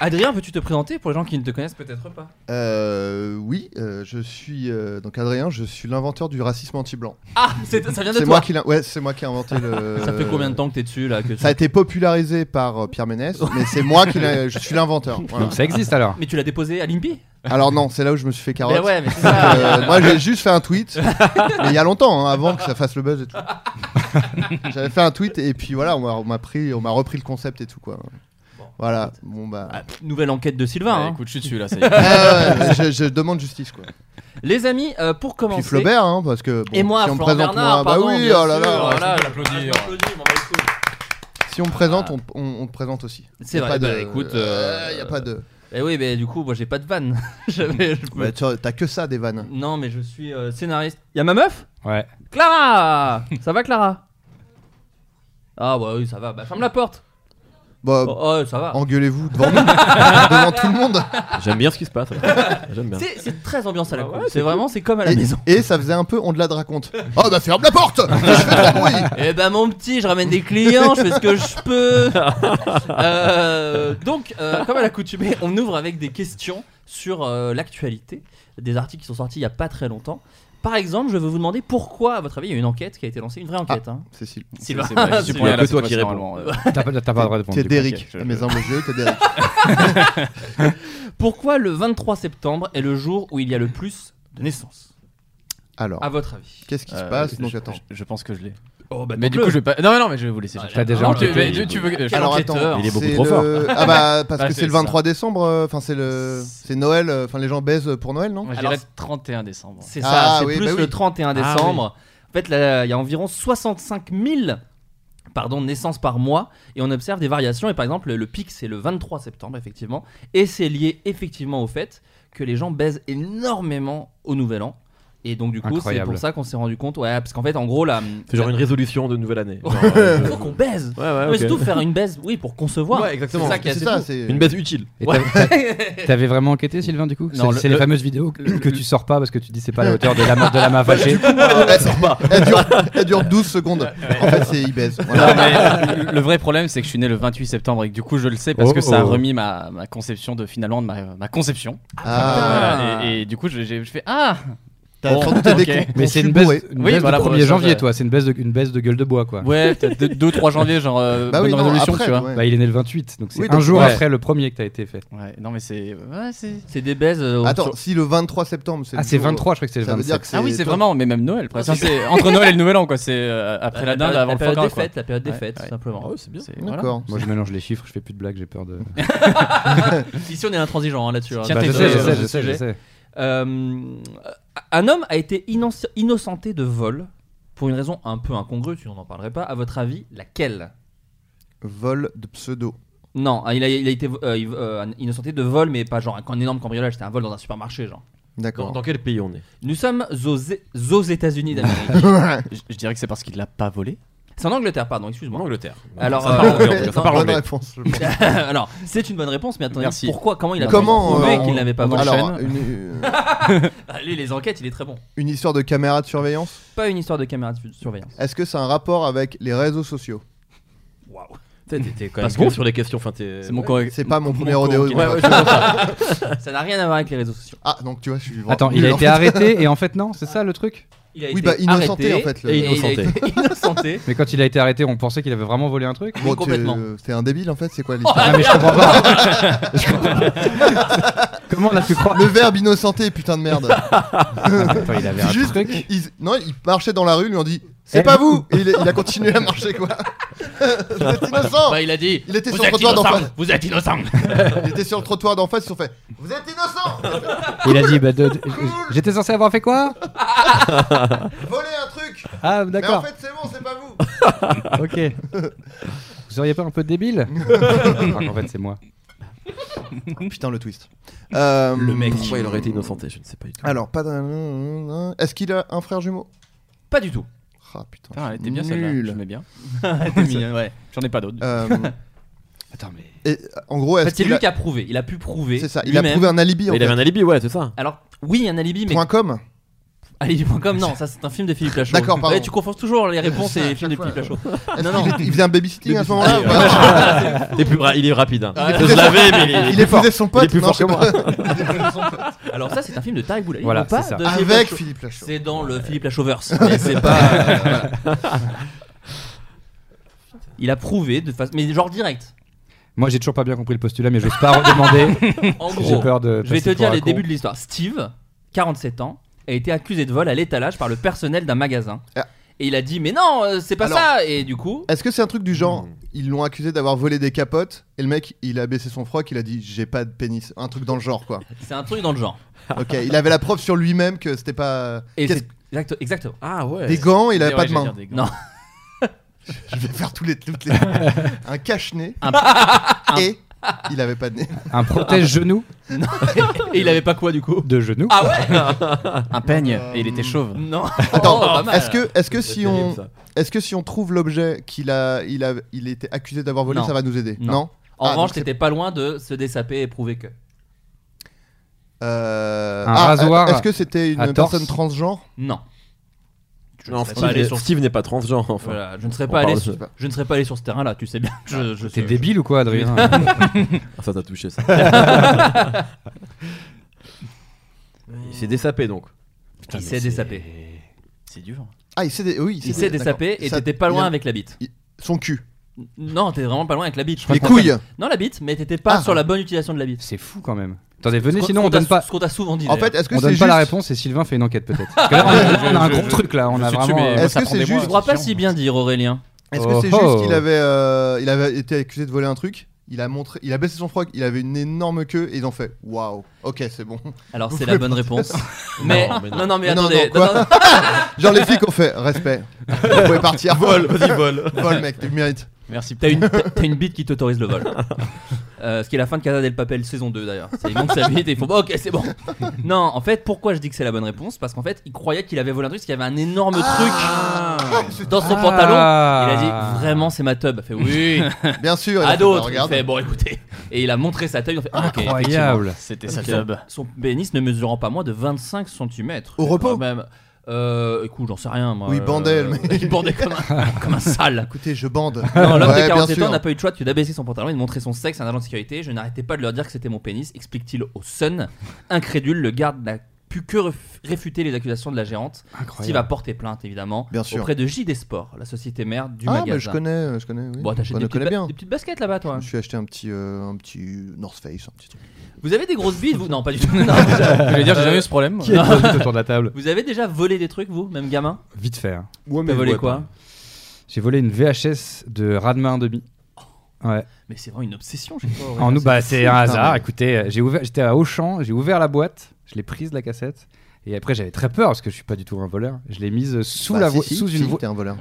Speaker 7: Adrien, peux-tu te présenter pour les gens qui ne te connaissent peut-être pas
Speaker 8: Euh, oui, euh, je suis euh, donc Adrien, je suis l'inventeur du racisme anti-blanc.
Speaker 7: Ah, c'est- ça vient de
Speaker 8: C'est
Speaker 7: toi.
Speaker 8: moi qui l'ai- ouais, c'est moi qui ai inventé le.
Speaker 7: Ça fait combien de temps que t'es dessus là que
Speaker 8: Ça a été popularisé par euh, Pierre Ménès, mais c'est moi qui l'ai- je suis l'inventeur. voilà.
Speaker 7: Mais tu l'as déposé à l'INPI
Speaker 8: Alors non, c'est là où je me suis fait carotte.
Speaker 7: Mais ouais, mais c'est ça.
Speaker 8: Euh, moi, j'ai juste fait un tweet, mais il y a longtemps, hein, avant que ça fasse le buzz et tout. J'avais fait un tweet et puis voilà, on m'a- on m'a pris, on m'a repris le concept et tout quoi. Voilà, bon bah.
Speaker 7: Ah. Nouvelle enquête de
Speaker 10: Bah,
Speaker 7: Sylvain.
Speaker 8: Ouais,
Speaker 7: hein.
Speaker 8: écoute, je suis dessus, là, ça y est. Ah ouais, je- je demande justice, quoi.
Speaker 7: Les amis, euh, pour commencer.
Speaker 8: Puis Flaubert, hein, parce que, bon,
Speaker 7: et moi,
Speaker 8: si on me
Speaker 7: Florent
Speaker 8: présente
Speaker 7: Bernard,
Speaker 8: moi- bah
Speaker 7: pardon,
Speaker 8: oui,
Speaker 7: bien
Speaker 8: oh là là,
Speaker 7: sûr,
Speaker 8: ouais,
Speaker 7: voilà,
Speaker 8: je
Speaker 7: je-
Speaker 8: l'applaudis.
Speaker 7: je l'applaudis, on m'en bat les couilles.
Speaker 8: Si on me présente, on, on- on te présente aussi.
Speaker 7: C'est
Speaker 8: Y a
Speaker 7: vrai,
Speaker 8: pas de-
Speaker 7: bah, écoute.
Speaker 8: Euh, y a pas de.
Speaker 7: Et oui, mais du coup, moi j'ai pas de vanne. J'avais- je
Speaker 8: Bah, tu- T'as que ça des vannes.
Speaker 7: Non, mais je suis euh, scénariste. Y a ma meuf
Speaker 2: Ouais.
Speaker 7: Clara Ça va, Clara Ah, bah oui, ça va. Bah, ferme la porte
Speaker 8: Bah,
Speaker 7: oh, oh, ça va.
Speaker 8: engueulez-vous devant nous, devant tout le monde.
Speaker 9: J'aime bien ce qui se passe. J'aime bien.
Speaker 7: C'est- C'est très ambiance à la con.
Speaker 8: Bah ouais,
Speaker 7: c'est vraiment, c'est comme à la
Speaker 8: et,
Speaker 7: maison.
Speaker 8: Et ça faisait un peu on de la raconte. Oh bah ferme la porte Je fais trop bruit
Speaker 7: Eh ben mon petit, je ramène des clients, je fais ce que je peux. Euh, donc, euh, comme à l'accoutumée, on ouvre avec des questions sur euh, l'actualité, des articles qui sont sortis il y a pas très longtemps. Par exemple, je veux vous demander pourquoi, à votre avis, il y a une enquête qui a été lancée, une vraie
Speaker 10: Ah.
Speaker 7: enquête. hein.
Speaker 8: Cécile.
Speaker 7: Sylvain.
Speaker 8: C'est vrai, Cécile, il y a que toi qui
Speaker 7: Sylvain.
Speaker 8: réponds.
Speaker 7: Euh,
Speaker 8: T'as pas- t'as pas le droit de répondre, T'es du coup. Derrick. Ok, je- je- Mes humbles yeux, t'es Derrick.
Speaker 7: Pourquoi le 23 septembre est le jour où il y a le plus de naissances
Speaker 8: Alors,
Speaker 7: à votre avis,
Speaker 8: qu'est-ce qui se
Speaker 10: Euh,
Speaker 8: passe
Speaker 10: je-
Speaker 8: Donc
Speaker 10: je-
Speaker 8: attends.
Speaker 10: Je, je pense que je l'ai.
Speaker 7: Oh, bah,
Speaker 10: mais du
Speaker 7: tente-le.
Speaker 10: coup, je vais pas. Non, mais non, mais je vais vous laisser.
Speaker 7: Ah,
Speaker 10: chercher.
Speaker 7: t'as déjà
Speaker 10: Non, tu-
Speaker 7: enquêté,
Speaker 10: mais
Speaker 7: du
Speaker 10: tu, tu
Speaker 7: coup.
Speaker 10: veux. que- je
Speaker 8: Alors
Speaker 10: suis
Speaker 8: attends,
Speaker 10: enquêteur.
Speaker 8: c'est le- Ah bah parce que c'est le 23
Speaker 10: ça.
Speaker 8: décembre, euh, enfin c'est le c'est Noël, euh, enfin les gens baisent pour Noël, non
Speaker 10: Moi, je dirais 31 décembre.
Speaker 7: C'est ça, c'est plus
Speaker 8: bah
Speaker 7: le 31
Speaker 8: Ah, oui.
Speaker 7: décembre. En fait, là, il y a environ 65 000 pardon, naissances par mois et on observe des variations. Et par exemple, le pic, c'est le 23 septembre, effectivement. Et c'est lié effectivement au fait que les gens baisent énormément au Nouvel An. Et donc, du coup, c'est
Speaker 9: Incroyable.
Speaker 7: pour ça qu'on s'est rendu compte. Ouais, parce qu'en fait, en gros, là.
Speaker 9: C'est genre une résolution de nouvelle année. Genre,
Speaker 7: Il
Speaker 9: euh,
Speaker 7: faut qu'on baise.
Speaker 9: Ouais, ouais,
Speaker 7: Non, mais
Speaker 9: ok.
Speaker 7: surtout faire une baise, oui, pour concevoir.
Speaker 9: Ouais, exactement.
Speaker 7: C'est ça qui est
Speaker 9: C'est
Speaker 7: assez
Speaker 9: ça,
Speaker 7: fou.
Speaker 9: c'est- Une baise utile.
Speaker 2: Et
Speaker 7: Ouais.
Speaker 2: t'avais- t'avais- T'avais vraiment enquêté, Sylvain, du coup
Speaker 7: Non,
Speaker 2: C'est-
Speaker 7: le-
Speaker 2: C'est les
Speaker 7: le-
Speaker 2: fameuses vidéos que,
Speaker 7: le-
Speaker 2: que tu sors pas parce que tu dis c'est pas à la hauteur de la, ma-
Speaker 10: Ah,
Speaker 2: de la main
Speaker 8: Bah,
Speaker 2: fâchée.
Speaker 8: du coup, euh, elle sort pas. Elle dure, elle dure 12 secondes. En fait, c'est il baise. Voilà.
Speaker 10: Non, mais le- le vrai problème, c'est que je suis né le 28 septembre et que du coup, je le sais parce
Speaker 2: Oh,
Speaker 10: que ça a
Speaker 2: oh.
Speaker 10: remis ma, ma conception de finalement de ma, ma conception.
Speaker 8: Ah.
Speaker 10: Voilà, et, et du coup, je, j'ai- je fais Ah
Speaker 8: T'as
Speaker 10: Bon,
Speaker 8: sans doute été
Speaker 10: ok.
Speaker 8: con-
Speaker 2: Mais c'est
Speaker 8: conçu
Speaker 2: une baisse,
Speaker 8: bourré.
Speaker 2: une baisse du 1er janvier, toi. C'est une baisse, de, une baisse de gueule de bois, quoi.
Speaker 10: Ouais, peut-être de- deux, trois janvier, genre, euh, Bah oui, bonne non, résolution, après, tu vois. ouais.
Speaker 2: Bah, il est né le 28, donc c'est
Speaker 10: Oui,
Speaker 2: un
Speaker 10: donc-
Speaker 2: jour
Speaker 10: ouais.
Speaker 2: après le premier que t'as été fait.
Speaker 10: Ouais, non, mais c'est. ouais, c'est-
Speaker 7: C'est des baises. euh,
Speaker 8: Attends, si le 23 septembre, c'est
Speaker 2: Ah,
Speaker 8: le
Speaker 2: c'est
Speaker 8: jour-
Speaker 2: 23, je crois que c'est le
Speaker 8: ça veut dire
Speaker 2: 27.
Speaker 8: que
Speaker 10: Ah oui, c'est
Speaker 8: toi-
Speaker 10: vraiment, mais même Noël. presque. C'est entre Noël et le Nouvel An, quoi. C'est euh, après
Speaker 7: La
Speaker 10: la dinde,
Speaker 7: période-
Speaker 10: avant
Speaker 7: la
Speaker 10: le foie
Speaker 7: période
Speaker 10: gras,
Speaker 7: des
Speaker 10: quoi.
Speaker 7: fêtes, la période des fêtes, tout simplement.
Speaker 10: Ah ouais, c'est bien.
Speaker 7: Voilà.
Speaker 2: Moi, je mélange les chiffres, je fais plus de blagues, j'ai peur de.
Speaker 7: Ici, on est intransigeant hein, là-dessus. hein.
Speaker 2: Tiens, Bah, t'es je sais,
Speaker 7: Euh,
Speaker 2: je sais,
Speaker 7: euh,
Speaker 2: je sais,
Speaker 7: sujet.
Speaker 2: je sais.
Speaker 7: Euh, un homme a été inno- innocenté de vol pour une raison un peu incongrue, sinon on n'en parlerait pas. À votre avis, laquelle
Speaker 8: Vol de pseudo.
Speaker 7: Non, hein, il a, il a été euh, il- euh, innocenté de vol, mais pas genre un, un énorme cambriolage, c'était un vol dans un supermarché, genre.
Speaker 8: D'accord.
Speaker 9: Dans quel pays on est
Speaker 7: Nous sommes aux, Zé- aux États-Unis d'Amérique.
Speaker 10: je, je dirais que c'est parce qu'il l'a pas volé.
Speaker 7: C'est en Angleterre, pardon, excuse-moi.
Speaker 9: En Angleterre.
Speaker 7: Alors,
Speaker 9: Ça parle anglais, en
Speaker 7: euh,
Speaker 9: tout cas, ça
Speaker 7: non,
Speaker 9: parle
Speaker 7: bonne
Speaker 9: anglais.
Speaker 8: réponse,
Speaker 9: je pense.
Speaker 7: Alors, c'est une bonne réponse, mais attendez,
Speaker 9: Merci.
Speaker 7: pourquoi, comment il a
Speaker 8: Comment,
Speaker 7: prouvé
Speaker 8: euh,
Speaker 7: qu'il n'avait pas
Speaker 8: on
Speaker 7: volé
Speaker 8: Alors, une-
Speaker 7: Ah, Lui, les enquêtes, il est très bon.
Speaker 8: Une histoire de caméra de surveillance
Speaker 7: Pas une histoire de caméra de surveillance.
Speaker 8: Est-ce que c'est un rapport avec les réseaux sociaux
Speaker 9: T'es- T'es quand même
Speaker 8: Parce
Speaker 9: bon
Speaker 8: que-
Speaker 9: sur les questions. Enfin, t'es-
Speaker 8: C'est mon correct- C'est pas mon premier rodéo,
Speaker 9: ok.
Speaker 8: moi.
Speaker 9: Ouais, ouais, je comprends.
Speaker 7: Ça n'a rien à voir avec les réseaux sociaux.
Speaker 8: Ah, donc tu vois, je suis vraiment
Speaker 2: Attends, il a
Speaker 8: nul, en
Speaker 2: été
Speaker 8: fait.
Speaker 2: arrêté et en fait, non, c'est ça le truc
Speaker 7: Il a
Speaker 8: Oui,
Speaker 7: été
Speaker 8: bah, innocenté,
Speaker 7: arrêté
Speaker 8: en fait, le-
Speaker 7: et il a été innocenté.
Speaker 2: Mais quand il a été arrêté, on pensait qu'il avait vraiment volé un truc
Speaker 8: Bon, t'es- euh, T'es un débile en fait, c'est quoi l'histoire
Speaker 2: Ah, mais je comprends pas. Je comprends pas. Comment on a
Speaker 10: Ah,
Speaker 2: pu croire
Speaker 8: Le verbe innocenté, putain de merde.
Speaker 2: Attends, il avait un
Speaker 8: Juste,
Speaker 2: truc.
Speaker 8: il- Non, il marchait dans la rue, ils lui ont dit C'est
Speaker 2: Eh.
Speaker 8: pas vous Et il, il a continué à marcher quoi. vous êtes innocent
Speaker 7: Bah, il a dit
Speaker 8: Il était
Speaker 7: Vous
Speaker 8: sur le
Speaker 7: êtes
Speaker 8: trottoir d'en
Speaker 7: innocent,
Speaker 8: face.
Speaker 7: vous êtes innocent.
Speaker 8: Il était sur le trottoir d'en face, ils se sont fait Vous êtes innocent
Speaker 2: Il a dit, bah, de- de- j'étais censé avoir fait quoi
Speaker 8: Voler un truc
Speaker 2: Ah, d'accord.
Speaker 8: Mais en fait, c'est bon, c'est pas vous
Speaker 2: ok. Vous seriez pas un peu débile Enfin, En fait, c'est moi.
Speaker 8: Putain, le twist. Euh,
Speaker 9: Le mec. Pourquoi il aurait été innocenté Je ne sais pas du tout.
Speaker 8: Alors, pas d'un. Est-ce qu'il a un frère jumeau
Speaker 7: Pas du tout.
Speaker 8: Ah putain.
Speaker 10: Ah, elle
Speaker 8: je suis
Speaker 10: était bien celle-là.
Speaker 8: nul.
Speaker 10: Je l'aimais bien. Elle était mignonne, ouais. J'en ai pas d'autres.
Speaker 8: Euh,
Speaker 2: Attends, mais.
Speaker 8: Et, euh, en gros,
Speaker 7: En
Speaker 8: est-ce
Speaker 7: fait, c'est
Speaker 8: qu'il
Speaker 7: lui
Speaker 8: a-
Speaker 7: qui a prouvé. Il a pu prouver.
Speaker 8: C'est ça, il a
Speaker 7: lui-même.
Speaker 8: prouvé un alibi. en
Speaker 9: Il avait
Speaker 8: fait.
Speaker 9: un alibi, ouais, c'est ça.
Speaker 7: Alors, oui, un alibi, mais.
Speaker 8: Point com
Speaker 7: Alibi.com, non, ça c'est un film de Philippe Lachaud.
Speaker 8: D'accord, pardon.
Speaker 7: Ouais, tu confonds toujours les réponses et les
Speaker 8: Chaque
Speaker 7: films de
Speaker 8: fois.
Speaker 7: Philippe Lachaud.
Speaker 8: Est-ce
Speaker 7: Non, non.
Speaker 8: qu'il est- il faisait un babysitting à ce moment-là ou
Speaker 9: Ah,
Speaker 8: pas
Speaker 9: ouais. Il est plus ra- il est rapide. hein.
Speaker 8: Ah,
Speaker 9: Il peut se laver, mais il est-
Speaker 8: il
Speaker 9: il est fort.
Speaker 8: épousait son pote.
Speaker 9: Il est plus
Speaker 8: non,
Speaker 9: fort
Speaker 8: je sais
Speaker 9: que
Speaker 8: pas.
Speaker 7: Il est plus son pote. Alors, ça, c'est un film de Tarek Boulali.
Speaker 2: Voilà,
Speaker 7: ou pas
Speaker 2: c'est ça.
Speaker 7: de
Speaker 8: Avec Philippe Lachaud.
Speaker 7: C'est dans le Philippe Lachauverse. mais c'est pas. euh, voilà. Il a prouvé de façon. Mais genre direct.
Speaker 2: Moi, j'ai toujours pas bien compris le postulat, mais j'ose pas redemander.
Speaker 7: En
Speaker 2: j'ai
Speaker 7: gros,
Speaker 2: peur de.
Speaker 7: je vais te
Speaker 2: passer pour
Speaker 7: dire
Speaker 2: un
Speaker 7: les
Speaker 2: con.
Speaker 7: débuts de l'histoire. Steve, 47 ans, a été accusé de vol à l'étalage par le personnel d'un magasin.
Speaker 8: Ah.
Speaker 7: Et il a dit, mais non, euh, c'est pas
Speaker 8: Alors-
Speaker 7: ça. Et du coup,
Speaker 8: Est-ce que c'est un truc du genre
Speaker 9: Hmm.
Speaker 8: Ils l'ont accusé d'avoir volé des capotes et le mec il a baissé son froc, il a dit j'ai pas de pénis. Un truc dans le genre quoi.
Speaker 7: c'est un truc dans le genre.
Speaker 8: Ok, il avait la preuve sur lui-même que c'était pas.
Speaker 7: Et
Speaker 8: Qu'est-ce-
Speaker 7: c'est exact- exactement.
Speaker 9: Ah ouais.
Speaker 8: Des gants, il avait
Speaker 10: Ouais,
Speaker 8: pas de
Speaker 10: j'allais
Speaker 8: main.
Speaker 10: dire des gants.
Speaker 7: Non.
Speaker 8: Je vais faire tous les, toutes les... un cache-nez
Speaker 7: Un-
Speaker 8: et il avait pas de nez.
Speaker 2: Un protège genou
Speaker 7: Et il avait pas quoi du coup
Speaker 2: de genou.
Speaker 7: Ah ouais
Speaker 10: Un peigne, et il était
Speaker 2: Euh,
Speaker 10: chauve.
Speaker 7: Non.
Speaker 8: Attends,
Speaker 7: Oh, pas mal.
Speaker 8: est-ce que, est-ce que
Speaker 9: C'est
Speaker 8: si
Speaker 9: terrible,
Speaker 8: on,
Speaker 9: ça.
Speaker 8: est-ce que si on trouve l'objet qu'il a, il a, il était accusé d'avoir volé,
Speaker 7: Non.
Speaker 8: ça va nous aider
Speaker 7: Non.
Speaker 8: Non.
Speaker 7: En
Speaker 8: Ah,
Speaker 7: revanche,
Speaker 8: donc c'est-
Speaker 7: t'étais pas loin de se dessaper et prouver que.
Speaker 8: Euh,
Speaker 2: Un
Speaker 8: ah,
Speaker 2: rasoir
Speaker 8: Est-ce que c'était
Speaker 2: à
Speaker 8: une
Speaker 2: torse.
Speaker 8: personne transgenre
Speaker 7: Non. Je
Speaker 9: Non,
Speaker 7: ne serais pas allé sur.
Speaker 9: Steve, Steve n'est pas transgenre. Enfin.
Speaker 7: Voilà, je ne serais
Speaker 9: On
Speaker 7: pas allé
Speaker 9: parle
Speaker 7: sur-
Speaker 9: de-
Speaker 7: Je ne serais pas allé sur ce terrain-là, tu sais bien. Je, je
Speaker 2: T'es
Speaker 7: je-
Speaker 2: débile ou quoi, Adrien
Speaker 9: Ah, Ça t'a touché ça. il s'est dessapé donc.
Speaker 7: Il s'est dessapé.
Speaker 10: C'est dur.
Speaker 8: Ah, il s'est, dé- oui,
Speaker 7: Il s'est dessapé
Speaker 8: d'accord.
Speaker 7: et
Speaker 8: Ça-
Speaker 7: t'étais pas loin
Speaker 8: il a-
Speaker 7: avec la bite.
Speaker 8: Son cul.
Speaker 7: Non, t'es vraiment pas loin avec la bite. je
Speaker 8: Les
Speaker 7: crois qu'on
Speaker 8: couilles.
Speaker 7: t'aime. Non, la bite, mais t'étais pas
Speaker 8: Ah.
Speaker 7: sur la bonne utilisation de la bite.
Speaker 2: C'est fou quand même. Attendez, venez,
Speaker 7: Ce qu'on-
Speaker 2: sinon on
Speaker 7: ce qu'on t'a-
Speaker 2: donne pas.
Speaker 7: Ce qu'on t'a souvent dit.
Speaker 8: En
Speaker 7: d'ailleurs.
Speaker 8: fait, est-ce que
Speaker 2: On
Speaker 8: c'est
Speaker 2: donne
Speaker 8: juste
Speaker 2: pas la réponse et Sylvain fait une enquête peut-être. Parce que là, on a, on a un gros truc là, on
Speaker 10: je
Speaker 2: a
Speaker 10: suis
Speaker 2: vraiment.
Speaker 10: dessus, mais
Speaker 2: euh,
Speaker 10: moi,
Speaker 8: Est-ce
Speaker 10: ça
Speaker 8: que
Speaker 10: prend
Speaker 8: c'est
Speaker 10: des mois,
Speaker 7: je
Speaker 8: juste-
Speaker 10: hein,
Speaker 7: crois pas
Speaker 10: chiant.
Speaker 7: si bien dire Aurélien.
Speaker 8: Est-ce que c'est
Speaker 2: Oh,
Speaker 8: juste
Speaker 2: oh.
Speaker 8: qu'il avait, euh, il avait été accusé de voler un truc Il a montré, il a baissé son froc, il avait une énorme queue et ils ont fait waouh. Ok, c'est bon.
Speaker 7: Alors c'est la bonne réponse. Mais
Speaker 9: Non, mais non.
Speaker 7: non, non, mais
Speaker 8: Non, non,
Speaker 7: attendez.
Speaker 8: non, quoi
Speaker 7: non, non.
Speaker 8: Genre les flics ont fait respect. Vous pouvez partir.
Speaker 9: Vol, vas-y, vol.
Speaker 8: Vol, mec, tu le mérites.
Speaker 10: Merci.
Speaker 7: T'as une, t'as- t'as une bite qui t'autorise le vol. Euh, ce qui est la fin de Casa del Papel saison 2 d'ailleurs. C'est- Il monte sa bite et il faut. Bon, ok, c'est bon. Non, en fait, pourquoi je dis que c'est la bonne réponse Parce qu'en fait, il croyait qu'il avait volé un truc, parce qu'il y avait un énorme truc dans son
Speaker 2: Ah.
Speaker 7: pantalon. Il a dit vraiment, c'est ma tub. Il fait oui.
Speaker 8: Bien sûr. il
Speaker 7: à
Speaker 8: a fait,
Speaker 7: Ah, d'autres. Il
Speaker 8: regarde.
Speaker 7: fait bon, écoutez. Et il a montré sa tub. Ils ont fait ah, ok.
Speaker 2: Incroyable.
Speaker 10: C'était sa tub.
Speaker 7: Son pénis ne mesurant pas moins de 25 cm.
Speaker 8: Au repos
Speaker 7: même. Euh, écoute, j'en sais rien moi.
Speaker 8: Oui,
Speaker 7: Euh,
Speaker 8: bandait, le mec.
Speaker 7: Il bandait comme un, comme un sale.
Speaker 8: Écoutez, je bande.
Speaker 7: Non, l'homme de
Speaker 8: Ouais, bien
Speaker 7: 47
Speaker 8: sûr.
Speaker 7: ans n'a pas eu le choix que d'abaisser son pantalon et de montrer son sexe à un agent de sécurité. Je n'arrêtais pas de leur dire que c'était mon pénis, explique-t-il au Sun. Incrédule, le garde n'a pu que ref- réfuter les accusations de la gérante,
Speaker 8: Incroyable.
Speaker 7: qui va porter plainte évidemment
Speaker 8: Bien sûr.
Speaker 7: auprès de JD Sport, la société mère du
Speaker 8: ah,
Speaker 7: magasin.
Speaker 8: mais je connais, je connais. Oui.
Speaker 7: Bon, t'achètes
Speaker 8: Je
Speaker 7: des, petites
Speaker 8: connais
Speaker 7: ba-
Speaker 8: bien.
Speaker 7: des petites baskets là-bas, toi. hein.
Speaker 8: Je me suis acheté un petit, euh, un petit North Face, un petit truc.
Speaker 7: Vous avez des grosses bites, vous Non, pas du tout. Non,
Speaker 8: Je voulais dire, j'ai jamais eu ce problème. Qui a des grosses bites
Speaker 2: autour de la table
Speaker 7: Vous avez déjà volé des trucs, vous, même gamin
Speaker 2: Vite fait. hein.
Speaker 7: Ouais, mais T'as volé ouais, quoi pardon.
Speaker 2: J'ai volé une VHS de Rademain 1,5. Ouais.
Speaker 7: Mais c'est vraiment une obsession, je sais pas.
Speaker 2: En
Speaker 7: ouais,
Speaker 2: nous, bah, c'est un
Speaker 7: putain,
Speaker 2: hasard.
Speaker 7: mais-
Speaker 2: Écoutez, euh, j'ai ouvert, j'étais à Auchan, j'ai ouvert la boîte, je l'ai prise la cassette. Et après, j'avais très peur parce que je suis pas du tout un voleur. Je l'ai mise sous
Speaker 8: Bah,
Speaker 2: la
Speaker 8: si,
Speaker 2: vo-
Speaker 8: si,
Speaker 2: sous
Speaker 8: si,
Speaker 2: une vo-
Speaker 8: t'es un voleur.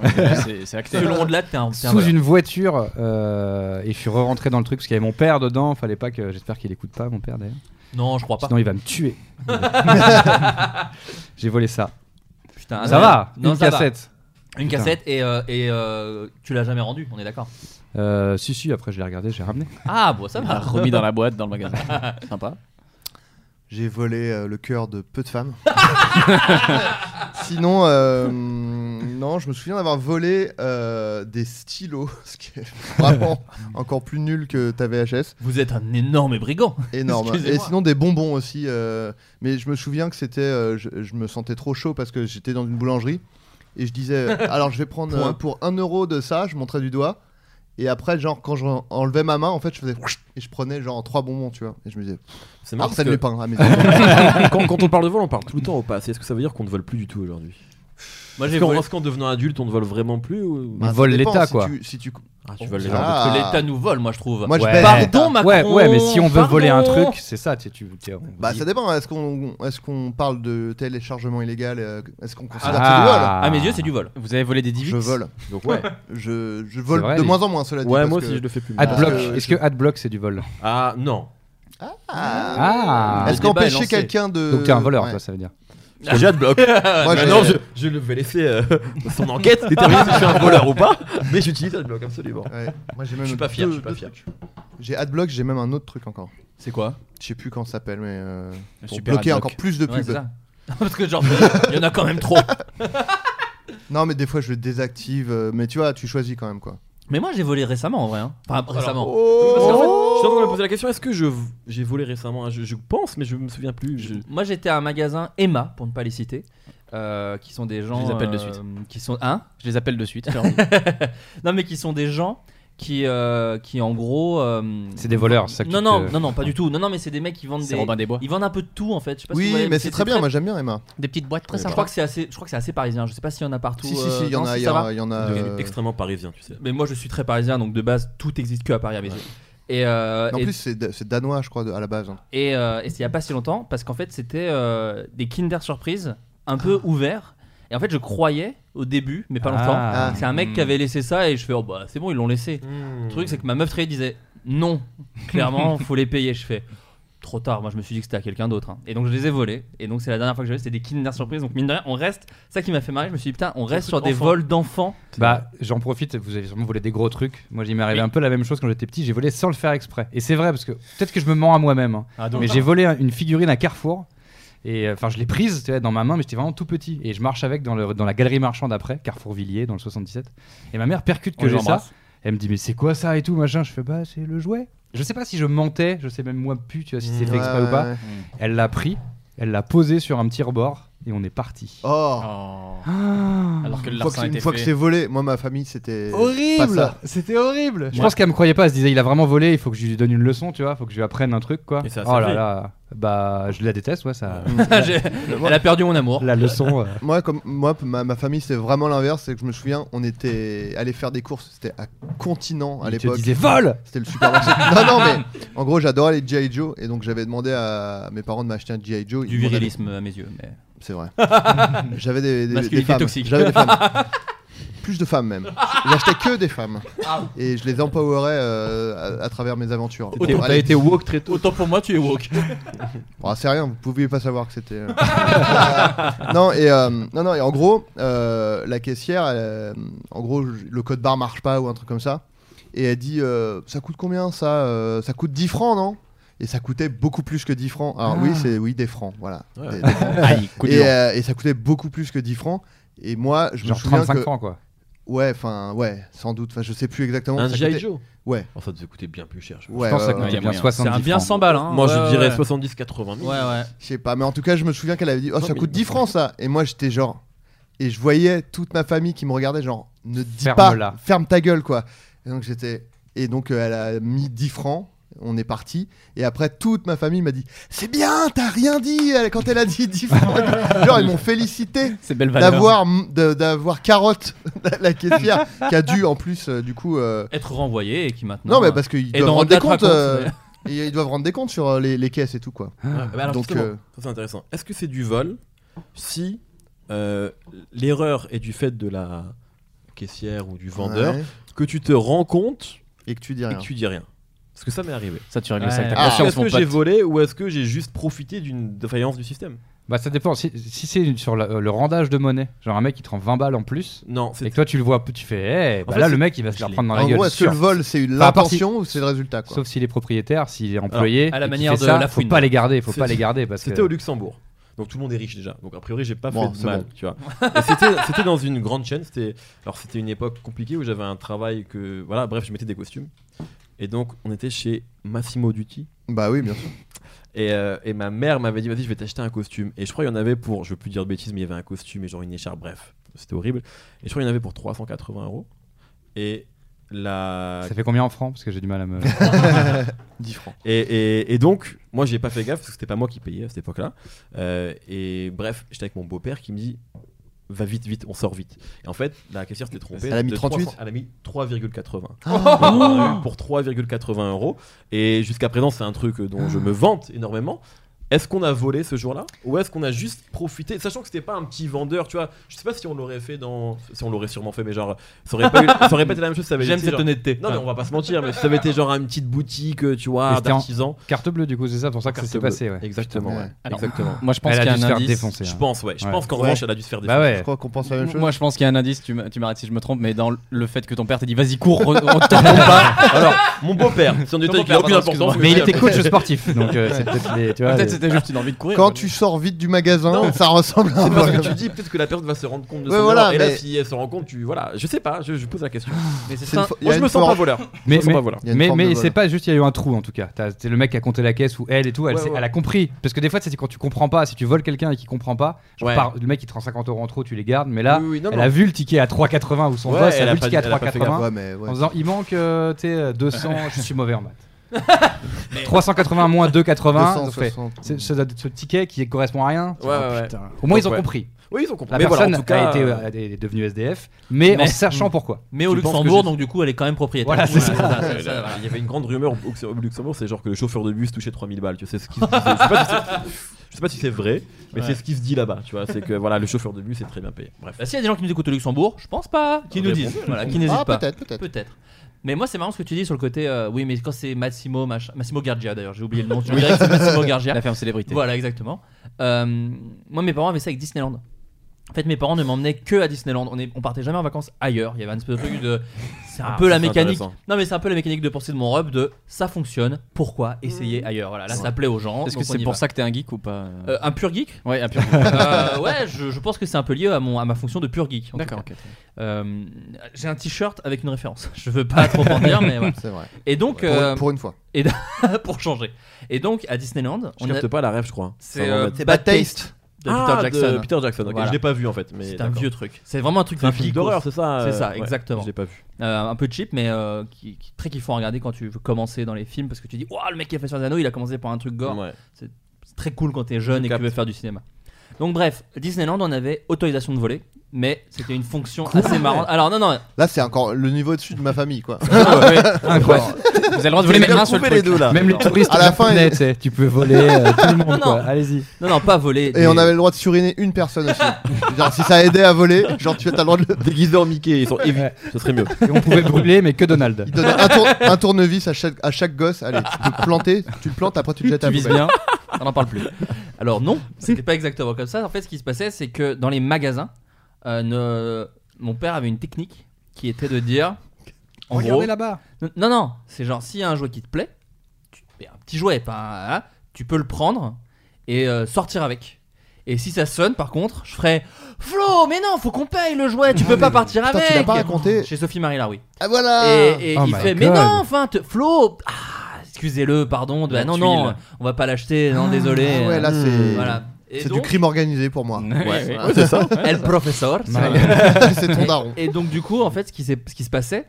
Speaker 7: C'est- c'est acté. Tout le long de là, t'es un- t'es un
Speaker 2: sous
Speaker 7: voleur.
Speaker 2: une voiture euh, et je suis re-rentré dans le truc parce qu'il y avait mon père dedans. Fallait pas que j'espère qu'il écoute pas mon père d'ailleurs.
Speaker 7: Non, je crois pas.
Speaker 2: Sinon, il va me tuer. j'ai volé ça.
Speaker 7: Putain,
Speaker 2: ça
Speaker 7: un-
Speaker 2: va.
Speaker 7: Non,
Speaker 2: une
Speaker 7: ça va.
Speaker 2: cassette.
Speaker 7: Une
Speaker 2: Putain.
Speaker 7: cassette et, euh, et euh, tu l'as jamais rendue, on est d'accord.
Speaker 2: Euh, si, si, après je l'ai regardé, j'ai ramené.
Speaker 7: Ah, bon, ça va.
Speaker 10: remis dans la boîte, dans le magasin. Sympa.
Speaker 8: J'ai volé euh, le cœur de peu de femmes. Sinon, euh, non, je me souviens d'avoir volé euh, des stylos, ce qui est vraiment encore plus nul que ta VHS.
Speaker 7: Vous êtes un énorme brigand.
Speaker 8: Énorme. Et
Speaker 7: Excusez-moi.
Speaker 8: sinon des bonbons aussi. euh, mais je me souviens que c'était, euh, je, je me sentais trop chaud parce que j'étais dans une boulangerie et je disais, euh, alors je vais prendre
Speaker 7: Point.
Speaker 8: euh, pour 1 euro de ça, je montrais du doigt. Et après, genre, quand je enlevais ma main, en fait, je faisais et je prenais genre trois bonbons, tu vois. Et je me disais,
Speaker 9: C'est marrant
Speaker 8: Arsène
Speaker 9: parce que-
Speaker 8: Lupin, à mes yeux.
Speaker 9: quand, quand on parle de vol, on parle tout le temps au passé. Est-ce que ça veut dire qu'on ne vole plus du tout aujourd'hui
Speaker 7: Moi, j'ai
Speaker 9: Est-ce qu'en-
Speaker 7: volé-
Speaker 9: est-ce qu'en devenant adulte, on ne vole vraiment plus ou...
Speaker 2: On Bah, ça vole dépend, l'État, si quoi.
Speaker 8: tu- si tu-
Speaker 9: Ah, tu voles
Speaker 7: Ah.
Speaker 9: les
Speaker 7: Parce que
Speaker 9: gens.
Speaker 7: l'État nous vole, moi je trouve.
Speaker 8: Moi, je
Speaker 2: Ouais.
Speaker 8: baise.
Speaker 7: Pardon, Macron.
Speaker 2: Ouais, ouais, mais si on veut
Speaker 7: pardon.
Speaker 2: voler un truc, c'est ça. Tu, tu, tu- on-
Speaker 8: Bah, ça dépend. Est-ce qu'on est qu'on parle de téléchargement illégal euh, Est-ce qu'on considère que c'est du
Speaker 2: Ah.
Speaker 8: vol
Speaker 2: Ah, mes yeux,
Speaker 7: c'est du vol.
Speaker 10: Vous avez volé des divix
Speaker 8: Je vole.
Speaker 9: Donc, ouais.
Speaker 8: je, je
Speaker 2: C'est
Speaker 8: vole
Speaker 2: vrai,
Speaker 8: de
Speaker 2: les-
Speaker 8: moins en moins, cela dit.
Speaker 9: Ouais,
Speaker 8: parce
Speaker 9: moi
Speaker 8: que-
Speaker 9: aussi, je le fais plus.
Speaker 8: parce
Speaker 2: Adblock,
Speaker 8: que
Speaker 2: est-ce
Speaker 8: je-
Speaker 2: que Adblock c'est du vol
Speaker 9: Ah non.
Speaker 2: Ah.
Speaker 8: Est-ce
Speaker 2: Le débat
Speaker 8: qu'empêcher
Speaker 2: est lancé.
Speaker 8: quelqu'un de.
Speaker 2: Donc t'es un voleur,
Speaker 8: Ouais.
Speaker 2: toi, ça veut dire.
Speaker 9: Parce que j'ai Adblock.
Speaker 8: Moi, j'ai-
Speaker 9: Maintenant, je, je le vais laisser euh, son enquête déterminer si je suis un voleur ou pas. Mais j'utilise Adblock, absolument.
Speaker 8: Ouais. Moi, j'ai même
Speaker 9: je suis pas
Speaker 8: deux-
Speaker 9: fier, je suis pas
Speaker 8: deux
Speaker 9: fier.
Speaker 8: trucs. J'ai Adblock, j'ai même un autre truc encore.
Speaker 7: C'est quoi
Speaker 8: Je sais plus quand ça s'appelle, mais. euh,
Speaker 7: Le
Speaker 8: pour
Speaker 7: super
Speaker 8: bloquer
Speaker 7: Adblock.
Speaker 8: encore plus de
Speaker 7: Ouais, c'est
Speaker 8: pubs.
Speaker 7: ça. Parce que genre, il y en a quand même trop.
Speaker 8: non, mais des fois, je le désactive. euh, Mais tu vois, tu choisis quand même, quoi.
Speaker 7: Mais moi j'ai volé récemment en vrai. hein. Enfin, récemment.
Speaker 9: Parce qu'en fait, je suis en train
Speaker 8: Oh
Speaker 9: de me poser la question est-ce que je v- j'ai volé récemment hein, je, je pense, mais je me souviens plus. Je-
Speaker 7: Moi j'étais à un magasin Emma, pour ne pas les citer, euh, qui sont des gens.
Speaker 10: les appelle de suite.
Speaker 7: Qui sont. Hein
Speaker 10: Je les appelle de suite.
Speaker 7: non, mais qui sont des gens qui, euh, qui en gros. euh,
Speaker 2: C'est des voleurs, c'est ça que
Speaker 7: Non,
Speaker 2: tu
Speaker 7: non,
Speaker 2: te-
Speaker 7: non, non, pas du tout. Non, non, mais c'est des mecs qui vendent
Speaker 10: C'est
Speaker 7: des.
Speaker 10: Robin des Bois.
Speaker 7: Ils vendent un peu de tout en fait. Je sais pas si
Speaker 8: Oui,
Speaker 7: vous voyez,
Speaker 8: mais c'est très bien, moi, j'aime bien, Emma.
Speaker 10: Des petites boîtes très
Speaker 7: Je crois que c'est assez, je crois que c'est assez parisien. Je sais pas s'il y en a partout.
Speaker 8: Si, si,
Speaker 7: euh,
Speaker 8: si, il y en
Speaker 7: non,
Speaker 8: a- il y
Speaker 7: ça
Speaker 8: en a-
Speaker 7: va
Speaker 8: il y en a,
Speaker 9: Je suis
Speaker 8: euh,
Speaker 9: extrêmement parisien, tu sais.
Speaker 7: Mais moi, je suis très parisien, donc de base, tout existe que à Paris à mes yeux. Et, euh,
Speaker 8: Mais En
Speaker 7: et-
Speaker 8: plus, c'est c'est danois, je crois, de- à la base. hein.
Speaker 7: Et, euh, et c'est il y a pas si longtemps, parce qu'en fait, c'était euh, des Kinder Surprise un peu
Speaker 8: Ah.
Speaker 7: ouverts. Et en fait, je croyais au début, mais pas longtemps.
Speaker 2: Ah.
Speaker 7: que C'est un mec
Speaker 10: Hmm.
Speaker 7: qui avait laissé ça et je fais, oh bah c'est bon, ils l'ont laissé. Le truc, c'est que ma meuf très disait, non, clairement, faut les payer. Je fais, trop tard, moi je me suis dit que c'était à quelqu'un d'autre. hein. Et donc, je les ai volés. Et donc, c'est la dernière fois que j'avais, c'était des Kinder Surprise. Donc, mine de rien, on reste, ça qui m'a fait marrer, je me suis dit, putain, on reste sur des vols d'enfants.
Speaker 2: Bah, j'en profite, vous avez sûrement volé des gros trucs. Moi, il m'est arrivé un peu la même chose quand j'étais petit, j'ai volé sans le faire exprès. Et c'est vrai, parce que peut-être que je me mens à moi-même. hein.
Speaker 10: Ah, donc.
Speaker 2: mais j'ai volé un- une figurine à Carrefour. Et euh, enfin, je l'ai prise tu vois, dans ma main, mais j'étais vraiment tout petit. Et je marche avec dans, le- dans la galerie marchande après, Carrefour Villiers, dans le 77. Et ma mère percute
Speaker 10: On
Speaker 2: que j'ai ça.
Speaker 10: l'embrasse.
Speaker 2: Elle me dit, mais c'est quoi ça et tout, machin. Je fais, bah, c'est le jouet. Je sais pas si je mentais, je sais même moi plus, tu vois, si
Speaker 8: Mm.
Speaker 2: c'était fait
Speaker 8: Ouais,
Speaker 2: exprès
Speaker 8: ouais,
Speaker 2: ou pas.
Speaker 8: ouais.
Speaker 2: Elle l'a pris, elle l'a posé sur un petit rebord, et on est parti. Ah.
Speaker 8: Oh.
Speaker 10: Alors que le
Speaker 8: Une fois
Speaker 10: larcin
Speaker 8: que-
Speaker 10: était
Speaker 8: Une fois que
Speaker 10: fait.
Speaker 8: c'est volé, moi ma famille c'était pas
Speaker 2: Horrible
Speaker 8: ça.
Speaker 2: C'était horrible Je
Speaker 8: Ouais.
Speaker 2: pense qu'elle me croyait pas, elle se disait il a vraiment volé, il faut que je lui donne une leçon, tu vois, faut que je lui apprenne un truc quoi.
Speaker 9: Et ça a
Speaker 2: oh là
Speaker 9: servi.
Speaker 2: là, bah je la déteste, ouais ça.
Speaker 7: J'ai- Elle a perdu mon amour.
Speaker 2: La leçon. euh.
Speaker 8: Moi, comme moi, ma, ma famille c'était vraiment l'inverse, c'est que je me souviens, on était allé faire des courses, c'était à Continent à
Speaker 2: Il te
Speaker 8: l'époque.
Speaker 2: disait, Vole
Speaker 8: C'était le supermarché. non non mais en gros j'adorais les GI Joe et donc j'avais demandé à mes parents de m'acheter un GI Joe. Ils
Speaker 7: Du
Speaker 8: m'ont donné-
Speaker 7: virilisme à mes yeux. Mais...
Speaker 8: C'est vrai. J'avais des, des- des,
Speaker 7: Masculinité
Speaker 8: femmes.
Speaker 7: toxique.
Speaker 8: J'avais des femmes. Plus de femmes même. J'achetais que des femmes.
Speaker 2: Ah.
Speaker 8: Et je les empowerais euh, à, à travers mes aventures.
Speaker 7: Autant-
Speaker 8: Allez.
Speaker 2: woke très tôt.
Speaker 7: Autant pour moi, tu es woke.
Speaker 8: Bon, c'est rien, vous pouviez pas savoir que c'était. euh. non, et, euh, non, non, et en gros, euh, la caissière, elle, euh, en gros, j- le code barre marche pas ou un truc comme ça. Et elle dit euh, Ça coûte combien ça Euh, Ça coûte 10 francs, non Et ça coûtait beaucoup plus que 10 francs. Alors, oui,
Speaker 2: Ah.
Speaker 8: c'est oui, des francs, voilà.
Speaker 9: Ouais.
Speaker 8: Des- des francs.
Speaker 2: Aïe, coup
Speaker 8: et,
Speaker 2: dur.
Speaker 8: euh, et ça coûtait beaucoup plus que 10 francs. Et moi, je me
Speaker 2: Genre
Speaker 8: souviens.
Speaker 2: 35
Speaker 8: que...
Speaker 2: francs, quoi.
Speaker 8: Ouais, enfin, ouais, sans doute. Enfin, je sais plus exactement.
Speaker 7: Un
Speaker 8: ça
Speaker 7: G.I.
Speaker 8: coûtait-
Speaker 7: Joe
Speaker 8: Ouais.
Speaker 7: Enfin, Oh, ça devait coûter bien plus cher.
Speaker 8: Ouais,
Speaker 7: pense
Speaker 8: ouais, ouais.
Speaker 7: coûtait
Speaker 8: C'est un bien
Speaker 7: 100
Speaker 8: 100 balles, hein.
Speaker 7: Moi,
Speaker 8: Ouais,
Speaker 7: je dirais
Speaker 8: ouais.
Speaker 7: 70-80 000.
Speaker 8: Je sais pas, mais en tout cas, je me souviens qu'elle avait dit Oh,
Speaker 7: Non,
Speaker 8: ça
Speaker 7: mais-
Speaker 8: coûte 10 francs ça Et moi, j'étais genre. Et je voyais toute ma famille qui me regardait, genre, ne dis pas,
Speaker 10: Ferme-la.
Speaker 8: ferme ta gueule, quoi. Et donc, j'étais. Et donc, euh, elle a mis 10 francs, on est parti. Et après, toute ma famille m'a dit C'est bien, t'as rien dit elle- quand elle a dit 10 francs. genre, ils m'ont félicité
Speaker 11: C'est belle valeur.
Speaker 8: d'avoir de- d'avoir Carotte, la caissière, qui a dû, en plus, euh, du coup. euh,
Speaker 12: Être renvoyé et qui maintenant.
Speaker 8: non, mais parce qu'ils
Speaker 12: Et
Speaker 8: doivent
Speaker 12: dans
Speaker 8: rendre des
Speaker 12: Date
Speaker 8: comptes.
Speaker 12: Raconte,
Speaker 8: euh,
Speaker 12: mais-
Speaker 8: Ils doivent rendre des comptes sur euh, les, les caisses et tout quoi.
Speaker 7: Ah, bah alors
Speaker 8: Donc,
Speaker 7: justement,
Speaker 8: euh,
Speaker 7: ça, c'est intéressant. Est-ce que c'est du vol si euh, l'erreur est du fait de la caissière ou du vendeur
Speaker 8: Ouais.
Speaker 7: que tu te rends compte
Speaker 8: et que tu dis rien.
Speaker 7: Parce que ça m'est arrivé.
Speaker 11: Ça, tu règles
Speaker 7: Ouais.
Speaker 11: ça avec ta
Speaker 7: Ah,
Speaker 11: conscience,
Speaker 7: Est-ce
Speaker 11: mon
Speaker 7: que j'ai
Speaker 11: pote.
Speaker 7: volé ou est-ce que j'ai juste profité d'une défaillance du système
Speaker 10: Bah ça dépend. Si, si c'est sur la- euh, le rendage de monnaie, genre un mec qui te rend 20 balles en plus.
Speaker 7: Non.
Speaker 10: Et que toi tu le vois, tu fais, eh, bah
Speaker 8: En fait,
Speaker 10: là
Speaker 8: c'est-
Speaker 10: le mec il va se
Speaker 8: je
Speaker 10: la
Speaker 8: l'ai.
Speaker 10: prendre dans la
Speaker 8: En
Speaker 10: gueule.
Speaker 8: gros, est-ce que
Speaker 10: sûr.
Speaker 8: le vol, c'est
Speaker 10: Enfin, à part
Speaker 8: l'intention
Speaker 10: si-
Speaker 8: ou c'est le résultat, quoi
Speaker 10: Sauf s'il est propriétaire, s'il est employé.
Speaker 7: Alors,
Speaker 10: et qu'il fait ça, faut
Speaker 7: Fouine.
Speaker 10: pas les garder, faut pas
Speaker 7: C'était-
Speaker 10: les garder parce que.
Speaker 7: C'était au Luxembourg. Donc tout le monde est riche déjà. Donc a priori, j'ai pas
Speaker 8: Bon,
Speaker 7: fait de
Speaker 8: c'est
Speaker 7: mal,
Speaker 8: bon.
Speaker 7: tu vois. Et c'était c'était dans une grande chaîne, c'était alors c'était une époque compliquée où j'avais un travail que voilà, bref, je mettais des costumes. Et donc on était chez Massimo Dutti.
Speaker 8: Bah oui, bien sûr.
Speaker 7: Et, euh, et ma mère m'avait dit vas-y je vais t'acheter un costume et je crois il y en avait pour je veux plus dire de bêtises mais il y avait un costume et genre une écharpe bref c'était horrible et je crois il y en avait pour 380 euros et la
Speaker 10: Ça fait combien en francs Parce que j'ai du mal à me.
Speaker 7: 10 francs. Et, et- et donc, moi, j'ai pas fait gaffe parce que c'était pas moi qui payais à cette époque-là. Euh, et bref, j'étais avec mon beau-père qui me dit Va vite, vite, on sort vite. Et en fait, la caissière s'était trompée.
Speaker 8: Elle a mis
Speaker 7: de
Speaker 8: 38?
Speaker 7: 300 Elle a mis 3,80.
Speaker 8: Oh.
Speaker 7: Donc, on en a eu pour 3,80 euros. Et jusqu'à présent, c'est un truc dont je me vante énormément. Est-ce qu'on a volé ce jour-là ou est-ce qu'on a juste profité, sachant que c'était pas un petit vendeur, tu vois Je sais pas si on l'aurait fait dans, si on l'aurait sûrement fait, mais genre ça aurait pas, eu- ça aurait pas été la même chose. si ça avait
Speaker 12: J'aime
Speaker 7: été
Speaker 12: cette
Speaker 7: genre-
Speaker 12: honnêteté.
Speaker 7: Non mais on va pas se mentir, mais si ça avait été genre une petite boutique, euh, tu
Speaker 10: Et
Speaker 7: vois,
Speaker 10: c'était en
Speaker 7: d'artisan.
Speaker 10: Carte bleue du coup, c'est ça pour ça que ça
Speaker 7: Carte
Speaker 10: s'est
Speaker 7: bleue.
Speaker 10: passé. Ouais.
Speaker 7: Exactement, ouais.
Speaker 11: Alors,
Speaker 7: Exactement.
Speaker 11: Moi, je pense
Speaker 10: Elle a
Speaker 11: qu'il y a
Speaker 10: dû
Speaker 11: un
Speaker 10: se faire
Speaker 11: indice.
Speaker 10: défoncer,
Speaker 7: Je hein. pense, ouais. Je pense qu'en revanche, elle a dû se faire défoncer.
Speaker 10: Bah ouais.
Speaker 8: Je crois qu'on pense la même chose.
Speaker 11: Moi, je pense qu'il y a un indice. Tu m- tu m'arrêtes si je me trompe, mais dans le fait que ton père t'a dit vas-y cours, re- on te trompe pas.
Speaker 7: Alors, mon beau-père, si on
Speaker 11: Ton
Speaker 7: était avec
Speaker 11: beau-père,
Speaker 7: aucune
Speaker 11: pardon, excuse-moi.
Speaker 7: importance,
Speaker 10: Mais il était coach sportif, donc euh, c'est peut-être les. Tu vois,
Speaker 11: Peut-être
Speaker 10: les-
Speaker 11: c'était juste une envie de courir.
Speaker 8: Quand tu sors vite du magasin, ça ressemble à un
Speaker 7: C'est parce
Speaker 8: vol.
Speaker 7: que tu dis peut-être que la personne va se rendre compte de
Speaker 8: Ouais,
Speaker 7: son
Speaker 8: voilà,
Speaker 7: erreur. Et là,
Speaker 8: mais-
Speaker 7: si elle se rend compte, tu voilà, je sais pas, je, je pose la question.
Speaker 12: Mais c'est
Speaker 8: C'est une
Speaker 12: ça.
Speaker 8: fo- il y
Speaker 7: Moi,
Speaker 8: a
Speaker 7: je
Speaker 8: une
Speaker 7: me sens
Speaker 8: forme-
Speaker 7: pas voleur.
Speaker 10: Mais,
Speaker 7: je me sens
Speaker 10: mais,
Speaker 7: pas voleur.
Speaker 8: Il y a une
Speaker 10: mais,
Speaker 8: forme
Speaker 10: mais
Speaker 8: de vol.
Speaker 10: c'est pas juste, il y a eu un trou en tout cas. T'as- C'est le mec qui a compté la caisse ou elle et tout, elle,
Speaker 7: Ouais,
Speaker 10: sait-
Speaker 7: ouais.
Speaker 10: elle a compris. Parce que des fois, c'est quand tu comprends pas, si tu voles quelqu'un et qu'il comprend pas, genre,
Speaker 7: Ouais.
Speaker 10: par- le mec il te rend 50 euros en trop, tu les gardes. Mais là,
Speaker 7: Oui, oui, non,
Speaker 10: elle
Speaker 7: non.
Speaker 10: a vu le ticket à 3,80 ou son
Speaker 7: Ouais,
Speaker 10: boss, elle
Speaker 7: elle
Speaker 10: a
Speaker 7: a
Speaker 10: vu le
Speaker 7: pas
Speaker 10: ticket à
Speaker 7: dit- elle a pas fait
Speaker 10: 3,80
Speaker 8: Ouais, mais ouais.
Speaker 10: en disant il manque euh, tu sais, euh, 200, je suis mauvais en maths. 380 moins 280, donc fait,
Speaker 8: 260.
Speaker 10: c'est- ça doit être ce ticket qui correspond à rien.
Speaker 7: Ouais, ouais, ouais.
Speaker 10: Putain. Au moins ils ont
Speaker 7: Donc, ouais.
Speaker 10: compris.
Speaker 7: Oui, ils ont compris.
Speaker 10: La
Speaker 7: mais
Speaker 10: personne
Speaker 7: voilà, en tout cas,
Speaker 10: a été,
Speaker 7: euh,
Speaker 10: euh, est devenue SDF, mais, en
Speaker 12: Mais-
Speaker 10: sachant pourquoi.
Speaker 12: Mais au
Speaker 7: Je pense que
Speaker 12: Luxembourg,
Speaker 7: j'ai-
Speaker 12: donc du coup, elle est quand même propriétaire.
Speaker 10: Voilà, c'est ça.
Speaker 12: Voilà, c'est
Speaker 7: Euh,
Speaker 12: ça, voilà.
Speaker 7: Il y avait une grande rumeur au au Luxembourg, c'est genre que le chauffeur de bus touchait 3000 balles, tu sais ce qui se disait. Je
Speaker 12: Bah,
Speaker 7: sais pas si c'est- je sais pas si c'est vrai, mais
Speaker 12: Ouais.
Speaker 7: c'est ce qui se dit là-bas, tu vois, c'est que voilà, le chauffeur de bus est très bien payé. Bref.
Speaker 12: Bah, S'il y a des gens qui nous écoutent au Luxembourg, je pense pas, qui nous
Speaker 7: Répondez,
Speaker 12: disent, voilà, qui
Speaker 7: répondez.
Speaker 12: n'hésitent
Speaker 8: Ah,
Speaker 12: pas.
Speaker 8: peut-être, peut-être.
Speaker 12: Peut-être. Mais moi, c'est marrant ce que tu dis sur le côté. euh, oui, mais quand c'est Massimo, machin- Massimo Gargia d'ailleurs, j'ai oublié le nom. Je dirais que c'est Massimo Gargia.
Speaker 11: La ferme célébrité.
Speaker 12: Voilà, exactement. Euh, moi, mes parents avaient ça avec Disneyland. En fait, mes parents ne m'emmenaient que à Disneyland. On, est, on partait jamais en vacances ailleurs. Il y avait un petit peu de truc de. C'est un
Speaker 7: Ah,
Speaker 12: peu la
Speaker 7: ça, c'est
Speaker 12: mécanique.
Speaker 7: intéressant.
Speaker 12: Non, mais c'est un peu la mécanique de pensée de mon robe de ça fonctionne. Pourquoi essayer ailleurs Voilà, là, ça plaît aux gens.
Speaker 11: Est-ce que
Speaker 12: donc on
Speaker 11: c'est
Speaker 12: y
Speaker 11: pour
Speaker 12: va.
Speaker 11: ça que t'es un geek ou pas
Speaker 12: Euh, un pur geek
Speaker 11: Ouais, un pur geek.
Speaker 12: Euh, Ouais, je, je pense que c'est un peu lié à, mon, à ma fonction de pur geek. en tout
Speaker 11: D'accord,
Speaker 12: cas.
Speaker 11: ok. très bien.
Speaker 12: Euh, j'ai un t-shirt avec une référence. Je veux pas trop en dire, mais voilà.
Speaker 8: C'est vrai.
Speaker 12: Et donc,
Speaker 8: Pour,
Speaker 12: euh,
Speaker 8: pour une fois.
Speaker 12: et pour changer. Et donc à Disneyland,
Speaker 7: Je capte pas la rêve, je crois.
Speaker 12: c'est
Speaker 7: un
Speaker 12: euh,
Speaker 7: mode-
Speaker 12: c'est
Speaker 8: Bad
Speaker 12: Bad
Speaker 8: Taste.
Speaker 12: Taste de
Speaker 7: Ah,
Speaker 12: Peter Jackson.
Speaker 7: Peter Jackson, ok,
Speaker 12: Voilà.
Speaker 7: Je l'ai pas vu en fait. mais
Speaker 12: C'est un
Speaker 7: d'accord.
Speaker 12: vieux truc. C'est vraiment un truc
Speaker 7: C'est un
Speaker 12: de
Speaker 7: film
Speaker 12: geekos.
Speaker 7: d'horreur, c'est ça euh,
Speaker 12: C'est ça,
Speaker 7: ouais,
Speaker 12: exactement.
Speaker 7: Je l'ai pas vu.
Speaker 12: Euh, un peu cheap, mais euh, qui, qui- très qu'il faut regarder quand tu veux commencer dans les films parce que tu dis, waouh, le mec qui a fait sur les anneaux, il a commencé par un truc gore.
Speaker 7: Ouais.
Speaker 12: C'est très cool quand t'es jeune
Speaker 7: Je
Speaker 12: et que tu
Speaker 7: capte.
Speaker 12: veux faire du cinéma. Donc bref, Disneyland, on avait autorisation de voler, mais c'était une fonction assez marrante. Alors non, non,
Speaker 8: Là, c'est encore le niveau dessus de ma famille, quoi.
Speaker 10: Incroyable.
Speaker 11: Vous avez le droit de voler
Speaker 8: J'ai
Speaker 11: mettre main
Speaker 8: bien
Speaker 11: sur le
Speaker 8: coupé les
Speaker 11: truc.
Speaker 8: deux là.
Speaker 10: Même les touristes
Speaker 8: À la fin,
Speaker 10: japonais,
Speaker 8: ils-
Speaker 10: tu sais, tu peux voler euh, tout le monde.
Speaker 12: Non,
Speaker 10: quoi.
Speaker 12: non.
Speaker 10: Allez-y.
Speaker 12: non, non, pas voler.
Speaker 8: Et on avait le droit de suriner une personne aussi. genre, si ça aidait à voler, genre, tu as le droit de le.
Speaker 7: Déguisé en Mickey, ils sont évi- Ce serait mieux.
Speaker 10: Et on pouvait brûler, mais que Donald.
Speaker 8: Il donnait un, tour- un tournevis à chaque, à chaque gosse. Allez, tu peux le planter, tu le plantes, après tu le jettes à
Speaker 11: Tu
Speaker 8: la
Speaker 11: vises
Speaker 8: poubelle.
Speaker 11: bien. On n'en parle plus.
Speaker 12: Alors non, c'était pas exactement comme ça. En fait, ce qui se passait, c'est que dans les magasins, euh, ne- mon père avait une technique qui était de dire, en gros,
Speaker 10: là-bas.
Speaker 12: non non, c'est genre s'il y a un jouet qui te plaît, tu, mais un petit jouet, pas, un- hein, tu peux le prendre et euh, sortir avec.
Speaker 7: Et si ça sonne, par contre, je ferai Flo, mais non, faut qu'on paye le jouet, tu peux pas partir
Speaker 8: Putain,
Speaker 7: avec.
Speaker 8: tu l'as pas raconté.
Speaker 7: Chez Sophie Marie Laroui.
Speaker 8: Ah voilà
Speaker 7: Et, et
Speaker 8: Oh
Speaker 7: il
Speaker 8: my
Speaker 7: fait Mais
Speaker 8: God.
Speaker 7: non, enfin, te- Flo ah, Excusez-le, pardon. de-
Speaker 8: La
Speaker 7: ah, non, non,
Speaker 8: tuile.
Speaker 7: on va pas l'acheter, non,
Speaker 8: Ah,
Speaker 7: désolé.
Speaker 8: ouais, là, c'est-
Speaker 7: Voilà. Et
Speaker 8: c'est du
Speaker 7: donc-
Speaker 8: crime organisé pour moi. Ouais, ouais. Ouais, c'est ça.
Speaker 7: El professeur.
Speaker 8: Ouais. Ouais. C'est ton daron.
Speaker 7: Et, et donc, du coup, en fait, ce qui, s'est- ce qui se passait.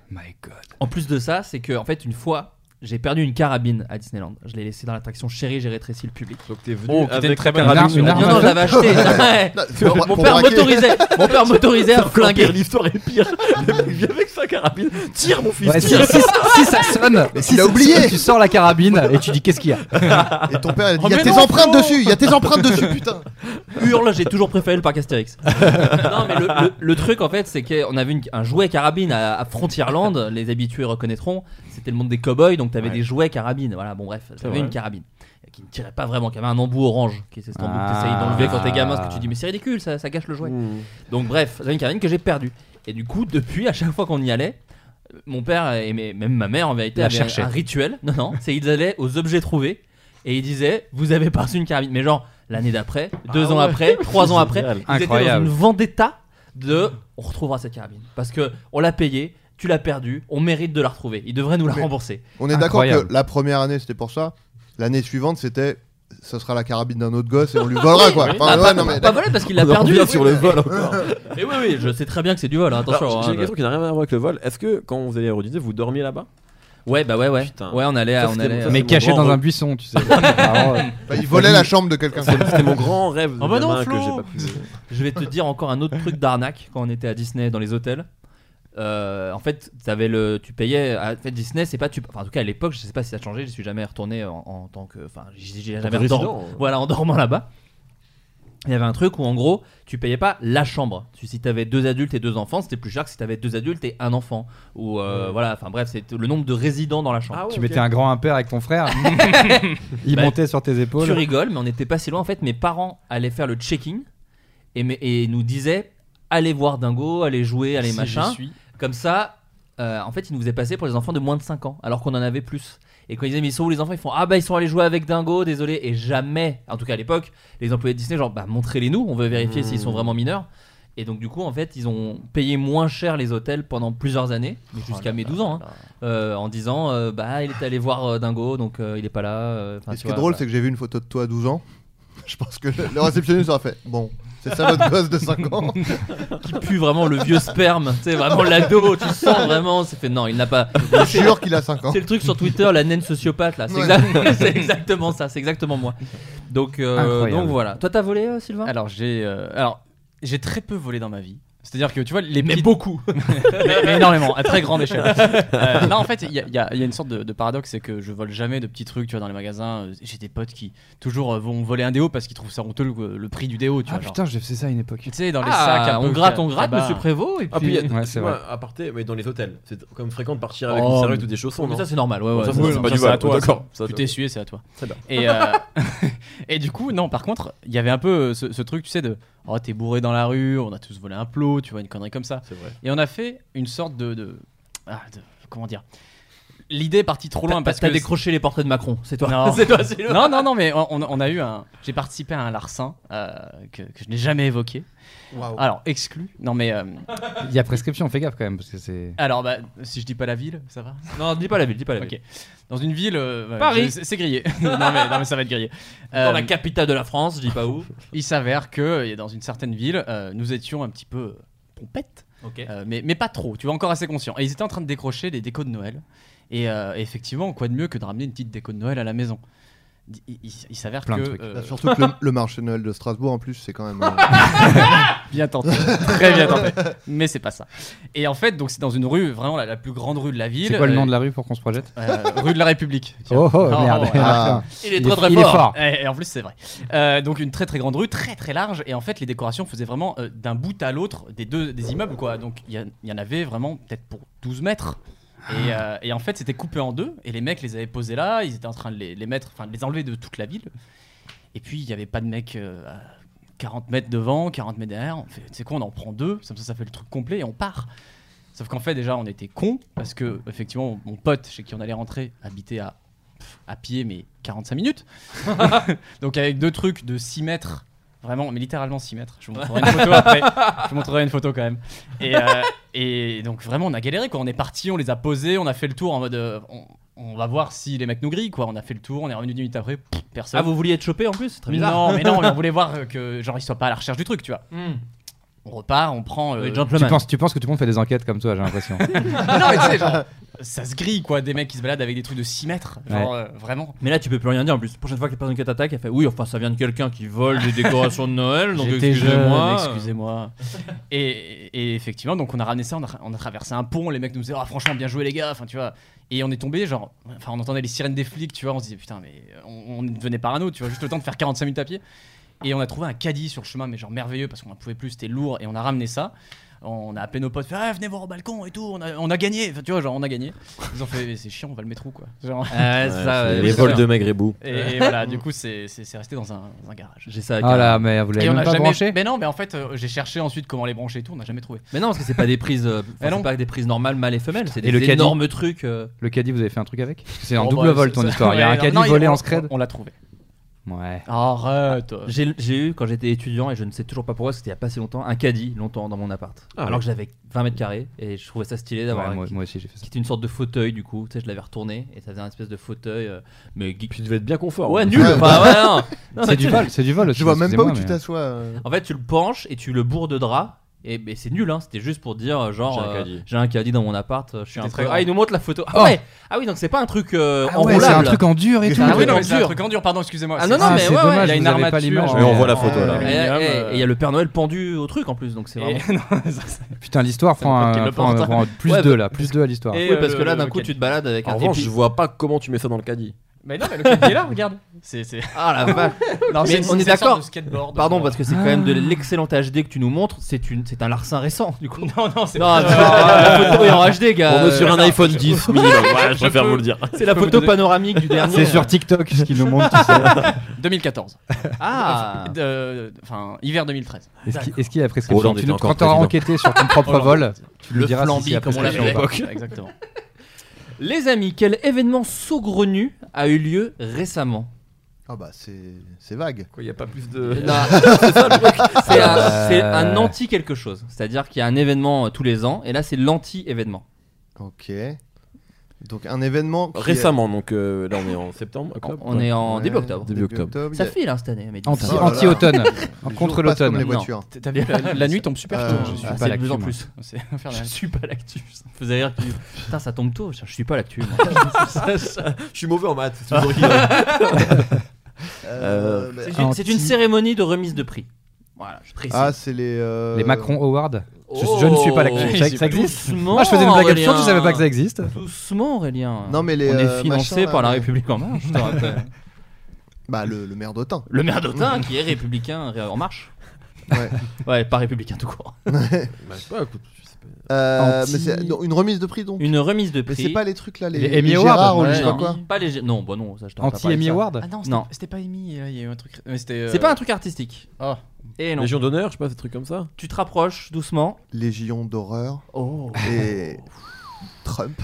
Speaker 7: En plus de ça, c'est que, en fait, une fois. J'ai perdu une carabine à Disneyland. Je l'ai laissée dans l'attraction Chérie, j'ai rétréci le public. Donc t'es
Speaker 10: venu Oh, qui était avec une très ta bonne carabine.
Speaker 7: Non,
Speaker 10: arme.
Speaker 7: non, je l'avais acheté. Ouais.
Speaker 10: Non, pour-
Speaker 7: mon
Speaker 10: pour
Speaker 7: père
Speaker 10: braquer.
Speaker 7: m'autorisait. Mon père m'autorisait à
Speaker 10: C'est encore
Speaker 7: flinguer.
Speaker 10: pire, L'histoire est pire. Le mec vient avec sa carabine. Tire mon fils.
Speaker 2: Ouais, si,
Speaker 10: tire.
Speaker 2: si- si ça sonne,
Speaker 8: Mais
Speaker 2: si
Speaker 8: il a
Speaker 2: ça
Speaker 8: oublié.
Speaker 2: sonne, tu sors la carabine et tu dis qu'est-ce qu'il y a.
Speaker 8: Et ton père, il a dit,
Speaker 7: Oh,
Speaker 8: il y a
Speaker 7: mais
Speaker 8: tes
Speaker 7: non,
Speaker 8: empreintes
Speaker 7: Flo
Speaker 8: dessus, il y a tes empreintes dessus, putain.
Speaker 7: Hurle, j'ai toujours préféré le parc Astérix. non, mais le, le- le truc en fait, c'est qu'on avait une- un jouet carabine à, à Frontierland, les habitués reconnaîtront. C'était le monde des cowboys, donc t'avais
Speaker 10: Ouais.
Speaker 7: des jouets carabines. Voilà, bon, bref, t'avais
Speaker 10: vrai.
Speaker 7: une carabine qui ne tirait pas vraiment, qui avait un embout orange, qui c'est cet embout que t'essayes
Speaker 10: Ah. Mmh.
Speaker 7: d'enlever quand t'es gamin, parce que tu dis, mais c'est ridicule, ça, ça gâche le jouet. Donc, bref, j'avais une carabine que j'ai perdue. Et du coup, depuis, à chaque fois qu'on y allait, euh, mon père et mes- même ma mère en vérité
Speaker 10: La
Speaker 7: avaient
Speaker 10: cherchaient.
Speaker 7: un, un rituel. Non, non, c'est ils allaient aux objets trouvés et ils disaient Vous avez pas reçu une carabine. Mais genre, l'année d'après, deux
Speaker 10: Ah
Speaker 7: ans
Speaker 10: ouais.
Speaker 7: après, trois ans
Speaker 10: C'est
Speaker 7: après,
Speaker 10: génial.
Speaker 7: ils étaient
Speaker 10: Incroyable.
Speaker 7: dans une vendetta de On retrouvera cette carabine. Parce que on l'a payée, tu l'as perdue, on mérite de la retrouver. Ils devraient nous la
Speaker 8: Mais
Speaker 7: rembourser.
Speaker 8: On est d'accord que la première année c'était pour ça. L'année suivante c'était ça sera la carabine d'un autre gosse et on lui volera
Speaker 7: Oui,
Speaker 8: quoi.
Speaker 7: oui.
Speaker 8: Enfin,
Speaker 7: Ah,
Speaker 8: ouais,
Speaker 7: pas-
Speaker 8: non, mais
Speaker 7: pas
Speaker 8: d'accord.
Speaker 7: volé parce qu'il l'a perdu.
Speaker 9: revient sur le vol encore.
Speaker 7: Mais oui, oui, je sais très bien que c'est du vol, hein, attention.
Speaker 9: Alors, J'ai
Speaker 7: hein,
Speaker 9: une question qui n'a rien à voir avec le vol. Est-ce que quand vous allez à Disney, vous dormiez là-bas
Speaker 7: Ouais, bah ouais, ouais. Ouais, on allait à- on allait à- Mais
Speaker 2: caché dans un buisson, tu sais. Vraiment, euh. Bah, il volait la chambre de quelqu'un.
Speaker 9: C'était c'était mon grand rêve. de
Speaker 7: Ah bah non,
Speaker 9: gamin que
Speaker 7: Flo.
Speaker 9: j'ai pas pu.
Speaker 7: Je vais te dire encore un autre truc d'arnaque quand on était à Disney dans les hôtels. Euh, en fait, avais le, tu payais. À, en fait, Disney, c'est pas. Tu, enfin, en tout cas, à l'époque, je sais pas si ça a changé. Je suis jamais retourné en, en tant que. Enfin, j'y j'y ai
Speaker 10: En
Speaker 7: jamais
Speaker 10: tant que
Speaker 7: redormi.
Speaker 10: résident.
Speaker 7: Voilà, en dormant là-bas. Il y avait un truc où en gros, tu payais pas la chambre. Si- Si t'avais deux adultes et deux enfants, c'était plus cher que si t'avais deux adultes et un enfant. Ou euh, voilà, enfin bref, c'est le nombre de résidents dans la
Speaker 10: Ah
Speaker 7: chambre.
Speaker 2: Tu mettais un grand impair avec ton frère. Il
Speaker 7: Bah,
Speaker 2: montait sur tes
Speaker 8: Oh
Speaker 2: épaules.
Speaker 7: Tu rigoles, mais on n'était pas si loin. En fait, mes parents allaient faire le checking et, me- et nous disaient allez voir Dingo, allez jouer, allez
Speaker 10: Si
Speaker 7: machin.
Speaker 10: j'y suis.
Speaker 7: Comme ça, euh, en fait, ils nous faisaient passer pour les enfants de moins de 5 ans, alors qu'on en avait plus. Et quand ils disaient mais ils sont où les enfants Ils font ah bah ils sont allés jouer avec Dingo, désolé. Et jamais, en tout cas à l'époque, les employés de Disney genre bah montrez-les nous, on veut vérifier
Speaker 10: Mmh.
Speaker 7: s'ils sont vraiment mineurs. Et donc du coup en fait ils ont payé moins cher les hôtels pendant plusieurs années, mais
Speaker 8: Oh
Speaker 7: jusqu'à mes 12 ans, hein, euh, en disant euh, bah il est allé voir euh, Dingo donc euh, il est pas là. euh, enfin,
Speaker 8: Et
Speaker 7: tu
Speaker 8: ce qui est
Speaker 7: vois,
Speaker 8: drôle
Speaker 7: voilà.
Speaker 8: c'est que j'ai vu une photo de toi à 12 ans. Je pense que le le réceptionniste aura fait bon. C'est ça votre gosse de 5 ans
Speaker 7: qui pue vraiment le vieux sperme, tu sais, vraiment l'ado, tu sens vraiment, c'est fait non, il n'a pas.
Speaker 8: Je jure qu'il a 5 ans.
Speaker 7: C'est le truc sur Twitter, la naine sociopathe là, c'est
Speaker 8: Ouais.
Speaker 7: exact- c'est exactement ça, c'est exactement moi. Donc, euh,
Speaker 10: Incroyable.
Speaker 7: donc voilà. Toi, t'as volé, euh, Sylvain
Speaker 10: Alors j'ai euh, alors j'ai très peu volé dans ma vie. C'est-à-dire que tu vois les
Speaker 7: Mais
Speaker 10: petites-
Speaker 7: beaucoup.
Speaker 10: mais, mais énormément à très grande échelle. Euh, non en fait il y, a- il y a il y a une sorte de, de paradoxe c'est que je vole jamais de petits trucs tu vois dans les magasins. Euh, J'ai des potes qui toujours euh, vont voler un déo parce qu'ils trouvent ça honteux le, le prix du déo tu
Speaker 2: Ah
Speaker 10: vois. genre.
Speaker 2: putain, je faisais ça à une époque.
Speaker 10: Tu sais dans les
Speaker 7: Ah,
Speaker 10: sacs un
Speaker 7: on
Speaker 10: peu
Speaker 7: gratte,
Speaker 10: ca-
Speaker 7: on gratte,
Speaker 10: tabac.
Speaker 7: monsieur Prévost, et
Speaker 9: Ah, puis il y a
Speaker 7: puis-
Speaker 2: Ouais, c'est
Speaker 9: moi,
Speaker 2: vrai.
Speaker 9: à part, mais dans les hôtels, c'est comme fréquent de partir avec
Speaker 10: Oh,
Speaker 9: une serviette
Speaker 10: mais-
Speaker 9: ou des chaussons.
Speaker 10: mais
Speaker 9: non
Speaker 10: ça, c'est normal, ouais, ouais,
Speaker 9: Bon, ça,
Speaker 10: non,
Speaker 9: c'est
Speaker 10: non,
Speaker 9: pas
Speaker 10: ça,
Speaker 9: du
Speaker 10: c'est à
Speaker 9: vol,
Speaker 10: toi,
Speaker 9: d'accord.
Speaker 10: ça. Tu t'es essuyé, c'est à toi.
Speaker 9: Très bien.
Speaker 10: Et, euh, et du coup, non, par contre, il y avait un peu euh, ce, ce truc, tu sais, de Oh, t'es bourré dans la rue, on a tous volé un plot, tu vois, une connerie comme ça.
Speaker 9: vrai.
Speaker 10: Et on a fait une sorte de. de- ah, de- comment dire L'idée est partie trop loin
Speaker 7: T'as-
Speaker 10: parce que.
Speaker 7: t'as décroché les portraits de Macron, c'est toi.
Speaker 10: Non.
Speaker 7: C'est toi, Sylvain.
Speaker 10: non, non, non, mais on, on- on a eu un. J'ai participé à un larcin euh, que, que je n'ai jamais évoqué.
Speaker 7: Waouh.
Speaker 10: Alors, exclu. Non, mais. euh,
Speaker 2: Il y a prescription, fais gaffe quand même parce que c'est.
Speaker 10: alors, bah, si je dis pas la ville, ça va
Speaker 7: Non, dis pas la ville, dis pas la ville.
Speaker 10: Ok. Dans une ville. euh, ouais,
Speaker 7: Paris.
Speaker 10: je- C'est c'est grillé. non, mais, non, mais ça va être grillé. Euh,
Speaker 7: Dans la capitale de la France, je dis pas où.
Speaker 10: Il s'avère que euh, dans une certaine ville, euh, nous étions un petit peu euh, pompettes.
Speaker 7: Ok.
Speaker 10: Euh, mais, mais pas trop, tu vois, encore assez conscient. Et ils étaient en train de décrocher des décos de Noël. Et euh, effectivement, quoi de mieux que de ramener une petite déco de Noël à la maison Il, il- il- il s'avère
Speaker 2: Plein de
Speaker 10: que.
Speaker 2: trucs.
Speaker 10: euh,
Speaker 8: Bah, Surtout que le, le marché de Noël de Strasbourg en plus c'est quand même. euh,
Speaker 10: bien tenté, très bien tenté. Mais c'est pas ça. Et en fait, donc c'est dans une rue, vraiment la, la plus grande rue de la ville.
Speaker 2: C'est quoi le nom
Speaker 10: Euh,
Speaker 2: de la rue pour qu'on se projette
Speaker 10: Euh, rue de la République. Tiens.
Speaker 2: Oh, oh, merde. Ah.
Speaker 7: Il est très, très
Speaker 2: il est
Speaker 7: fort.
Speaker 2: fort.
Speaker 10: Eh, Et, et en plus, c'est vrai. Euh, donc une très très grande rue, très très large, et en fait les décorations faisaient vraiment euh, d'un bout à l'autre des deux des immeubles quoi. Donc il y, a- il y en avait vraiment peut-être pour 12 mètres. Et,
Speaker 2: Ah.
Speaker 10: euh, et en fait c'était coupé en deux, et les mecs les avaient posés là, ils étaient en train de les, les mettre, enfin de les enlever de toute la ville. Et puis il n'y avait pas de mec euh, à 40 mètres devant, 40 mètres derrière. On fait, tu sais quoi, on en prend deux, comme ça ça fait le truc complet et on part. Sauf qu'en fait déjà on était cons parce que effectivement mon pote chez qui on allait rentrer habitait à pff, à pied mais 45 minutes. Donc avec deux trucs de 6 mètres Vraiment, mais littéralement 6 mètres. Je vous montrerai une photo après. Je vous montrerai une photo quand même. Et, euh, et donc vraiment, on a galéré quoi. On est parti, on les a posés, on a fait le tour en mode. euh, on... on va voir si les mecs nous grillent quoi. On a fait le tour, on est revenu 10 minutes après, pff, personne.
Speaker 7: Ah, vous vouliez être chopé en plus C'est très bizarre.
Speaker 10: Non, mais non, mais on voulait voir euh, que genre ils soient pas à la recherche du truc, tu vois.
Speaker 7: Euh,
Speaker 10: On repart, on prend. euh,
Speaker 2: tu, penses, tu penses que tout le monde fait des enquêtes comme toi, j'ai l'impression.
Speaker 10: Ah non, mais tu sais, genre, ça se grille quoi, des mecs qui se baladent avec des trucs de 6 mètres. Genre,
Speaker 7: Ouais.
Speaker 10: euh, vraiment.
Speaker 7: Mais là, tu peux plus rien dire en plus. Prochaine fois que la personne qui t'attaque, elle fait Oui, enfin, ça vient de quelqu'un qui vole des décorations de Noël, donc
Speaker 10: J'étais
Speaker 7: excusez-moi.
Speaker 10: jeune, excusez-moi. et, et effectivement, donc on a ramené ça, on a, on a traversé un pont, les mecs nous disaient Ah, franchement, bien joué les gars, enfin tu vois. Et on est tombé, genre, enfin on entendait les sirènes des flics, tu vois, on se disait putain, mais on, on devenait parano, tu vois, juste le temps de faire 45 minutes à pied. Et on a trouvé un caddie sur le chemin, mais genre merveilleux parce qu'on n'en pouvait plus, c'était lourd, et on a ramené ça. On a appelé nos potes, fait Ah, venez voir au balcon et tout, on a, on a gagné, Enfin, tu vois, genre on a gagné. Ils ont fait Mais c'est chiant, on va le mettre où quoi Genre-
Speaker 7: Ah ouais, c'est Ouais, ça, c'est ouais.
Speaker 9: les vols de Magrébou.
Speaker 10: Et, et voilà, du coup, c'est c'est- c'est resté dans un, dans un garage.
Speaker 7: J'ai ça à
Speaker 2: Ah
Speaker 7: Karine.
Speaker 2: la merde, vous l'avez
Speaker 10: Et on
Speaker 2: même
Speaker 10: a
Speaker 2: pas
Speaker 10: jamais-
Speaker 2: branché
Speaker 10: Mais non, mais en fait, euh, j'ai cherché ensuite comment les brancher et tout, on n'a jamais trouvé.
Speaker 7: Mais non, parce que c'est pas des prises, euh,
Speaker 10: Mais
Speaker 7: enfin,
Speaker 10: non.
Speaker 7: c'est pas des prises normales mâles et femelles, c'est
Speaker 2: Et
Speaker 7: des
Speaker 2: le caddie
Speaker 7: énormes trucs. euh.
Speaker 2: Le caddie, vous avez fait un truc avec Parce que C'est un
Speaker 10: Oh,
Speaker 2: double
Speaker 10: bah,
Speaker 2: vol
Speaker 10: c'est-
Speaker 2: ton
Speaker 10: c'est-
Speaker 2: histoire. Il y a
Speaker 10: ouais,
Speaker 2: un
Speaker 10: non,
Speaker 2: caddie
Speaker 10: non, il-
Speaker 2: volé
Speaker 10: on-
Speaker 2: en scred.
Speaker 10: On l'a trouvé.
Speaker 2: Ouais.
Speaker 10: Arrête.
Speaker 7: J'ai j'ai eu quand j'étais étudiant et je ne sais toujours pas pourquoi, c'était il y a pas si longtemps, un caddie longtemps dans mon appart.
Speaker 2: Ah ouais.
Speaker 7: alors que j'avais 20 mètres carrés et je trouvais ça stylé d'avoir.
Speaker 2: Ouais,
Speaker 7: un-
Speaker 2: moi- moi aussi, j'ai fait ça.
Speaker 7: Qui était une sorte de fauteuil du coup, tu sais, je l'avais retourné et ça faisait un espèce de fauteuil. euh, mais geek.
Speaker 9: Tu devais être bien confort.
Speaker 7: Ouais,
Speaker 9: hein.
Speaker 7: nul. enfin, ouais, non. Non,
Speaker 2: C'est
Speaker 7: mais
Speaker 2: du
Speaker 7: tu-
Speaker 2: vol, c'est du vol.
Speaker 8: Je vois même pas où tu t'assois. euh.
Speaker 7: En fait, tu le penches et tu le bourres de drap. Et mais c'est nul, hein. C'était juste pour dire, euh, genre,
Speaker 9: J'ai un
Speaker 7: euh,
Speaker 9: caddie.
Speaker 7: j'ai un caddie dans mon appart. euh, Je suis un
Speaker 10: C'était
Speaker 7: peu-
Speaker 10: très
Speaker 7: Ah,
Speaker 10: grand.
Speaker 7: il nous montre la photo. Ah
Speaker 10: Oh.
Speaker 7: ouais. Ah oui, donc c'est pas un truc euh,
Speaker 2: Ah ouais, c'est un
Speaker 7: enroulable.
Speaker 2: truc en dur et tout.
Speaker 7: Ah
Speaker 10: Ah
Speaker 7: oui,
Speaker 10: oui,
Speaker 7: non, mais
Speaker 10: c'est un
Speaker 7: dur.
Speaker 10: truc en dur, pardon, excusez-moi.
Speaker 7: Ah
Speaker 10: C'est-
Speaker 7: non, non,
Speaker 2: Ah,
Speaker 7: mais
Speaker 2: c'est
Speaker 7: ouais, ouais,
Speaker 2: dommage,
Speaker 7: il a une
Speaker 2: vous avez pas
Speaker 7: armature.
Speaker 2: l'image,
Speaker 9: Mais on voit la
Speaker 10: en-
Speaker 9: photo,
Speaker 10: en
Speaker 9: là.
Speaker 7: Et-
Speaker 10: aluminium,
Speaker 7: et-
Speaker 10: euh,
Speaker 7: et il y a le Père Noël pendu au truc en plus, donc c'est
Speaker 10: et-
Speaker 7: vraiment.
Speaker 10: non, ça, ça-
Speaker 2: Putain, l'histoire prend
Speaker 10: me
Speaker 2: un
Speaker 10: fait
Speaker 2: prend-
Speaker 10: le
Speaker 2: prend un plus
Speaker 7: Ouais,
Speaker 2: 2 là, plus 2 à l'histoire.
Speaker 10: Et,
Speaker 7: oui,
Speaker 10: euh,
Speaker 7: parce que
Speaker 10: le-
Speaker 7: là, d'un
Speaker 10: le
Speaker 7: coup,
Speaker 10: caddie.
Speaker 7: tu te balades avec
Speaker 9: En
Speaker 7: un
Speaker 9: revanche,
Speaker 7: épi-
Speaker 9: je vois pas comment tu mets ça dans le caddie.
Speaker 10: Mais non, mais le caddie est là, regarde. C'est. c'est-
Speaker 7: Ah la vache.
Speaker 10: Non,
Speaker 7: Mais
Speaker 10: c'est une-
Speaker 7: on est
Speaker 10: c'est une sorte
Speaker 7: d'accord.
Speaker 10: de skateboard.
Speaker 7: Pardon, parce que c'est quand même de l'excellente HD que tu nous montres. C'est une, c'est un larcin récent, du coup.
Speaker 10: Non, non, c'est
Speaker 7: Non, tu vois, la photo est en HD, gars. Euh,
Speaker 9: on est sur un iPhone 10 minimum. Voilà, je
Speaker 10: Je
Speaker 9: préfère
Speaker 10: peux-
Speaker 9: vous le dire.
Speaker 7: C'est la
Speaker 10: Je peux vous
Speaker 7: photo
Speaker 10: donner-
Speaker 7: panoramique du dernier.
Speaker 2: C'est sur TikTok ce qu'ils nous montrent. tu sais.
Speaker 10: 2014.
Speaker 7: Ah.
Speaker 10: De- Enfin, hiver 2013.
Speaker 2: Est-ce qu'il- est-ce qu'il y a prescription
Speaker 9: Hollande
Speaker 2: Tu
Speaker 9: était
Speaker 2: nous-
Speaker 9: encore
Speaker 2: Quand t'auras
Speaker 9: président.
Speaker 2: enquêté sur ton propre
Speaker 10: Hollande.
Speaker 2: vol, tu nous
Speaker 7: Le
Speaker 2: diras
Speaker 7: flambi,
Speaker 2: si c'est
Speaker 7: comme on l'appelait à l'époque.
Speaker 10: Exactement.
Speaker 7: Les amis, quel événement saugrenu a eu lieu récemment
Speaker 8: Ah bah c'est c'est vague.
Speaker 9: Il n'y a pas plus de.
Speaker 7: Non, c'est ça, le truc. C'est un,
Speaker 2: Euh.
Speaker 7: c'est un anti quelque chose. C'est-à-dire qu'il y a un événement euh, tous les ans, et là c'est l'anti événement.
Speaker 8: Ok. Donc un événement qui est-
Speaker 9: Récemment, donc euh, là on est en septembre, octobre.
Speaker 7: On est en
Speaker 8: Ouais,
Speaker 7: début octobre.
Speaker 9: Début octobre.
Speaker 8: il y a-
Speaker 7: Ça file hein, cette année, mais
Speaker 2: Anti-
Speaker 7: d'ici-
Speaker 8: Oh là là.
Speaker 2: Anti-automne,
Speaker 8: les
Speaker 2: contre
Speaker 8: jours passent
Speaker 2: l'automne.
Speaker 8: comme Les
Speaker 7: Non.
Speaker 8: voitures.
Speaker 10: T'as vu, la, la nuit tombe super
Speaker 8: Euh,
Speaker 10: tôt.
Speaker 8: je suis
Speaker 7: Ah,
Speaker 2: pas
Speaker 7: c'est de
Speaker 2: l'actu,
Speaker 7: plus en
Speaker 2: moi.
Speaker 7: plus.
Speaker 10: C'est infernal.
Speaker 7: Je suis pas l'actu. Ça me faisait rire que tu- Putain, ça tombe tôt. Je suis pas l'actu. moi.
Speaker 9: Je suis mauvais en maths.
Speaker 8: Euh, bah,
Speaker 7: C'est une- C'est une
Speaker 2: Anti-
Speaker 7: cérémonie de remise de prix. Voilà, je précise.
Speaker 8: Ah c'est les euh,
Speaker 2: Les Macron Awards. Je, je ne suis pas
Speaker 7: Oh,
Speaker 2: l'actu. Ça, ça existe
Speaker 7: Doucement,
Speaker 2: Moi je faisais une blague absurde,
Speaker 7: Aurélien.
Speaker 2: je savais pas que ça existe.
Speaker 7: Doucement, Aurélien.
Speaker 8: Non, mais les,
Speaker 7: On
Speaker 8: euh,
Speaker 7: est financé
Speaker 8: machins, là,
Speaker 7: par la
Speaker 8: mais-
Speaker 7: République en marche. je te rappelle.
Speaker 8: Bah le, le maire d'Autun.
Speaker 7: Le maire d'Autun qui est républicain ré- en marche.
Speaker 8: Ouais.
Speaker 7: Ouais, pas républicain tout court.
Speaker 8: Euh,
Speaker 2: Anti-
Speaker 8: mais c'est non, une remise de prix donc.
Speaker 7: Une remise de
Speaker 8: Mais
Speaker 7: prix.
Speaker 8: c'est pas les trucs là les,
Speaker 2: Les Emmy Awards,
Speaker 8: Gérard ou
Speaker 2: ouais,
Speaker 8: les je sais pas
Speaker 7: non,
Speaker 8: quoi.
Speaker 7: pas les gé- Non, bah non, ça je te rappelle pas
Speaker 2: Anti-Emmy
Speaker 7: ça.
Speaker 2: Award
Speaker 10: Ah non,
Speaker 7: Non.
Speaker 10: c'était- c'était pas émis, euh, il y a eu un truc. mais c'était, euh,
Speaker 7: C'est pas un truc artistique.
Speaker 10: Ah.
Speaker 7: Et non.
Speaker 9: Légion d'honneur, je sais pas, des trucs comme ça.
Speaker 7: Tu te rapproches doucement.
Speaker 8: Les Légion d'horreur
Speaker 7: Oh.
Speaker 8: et Trump.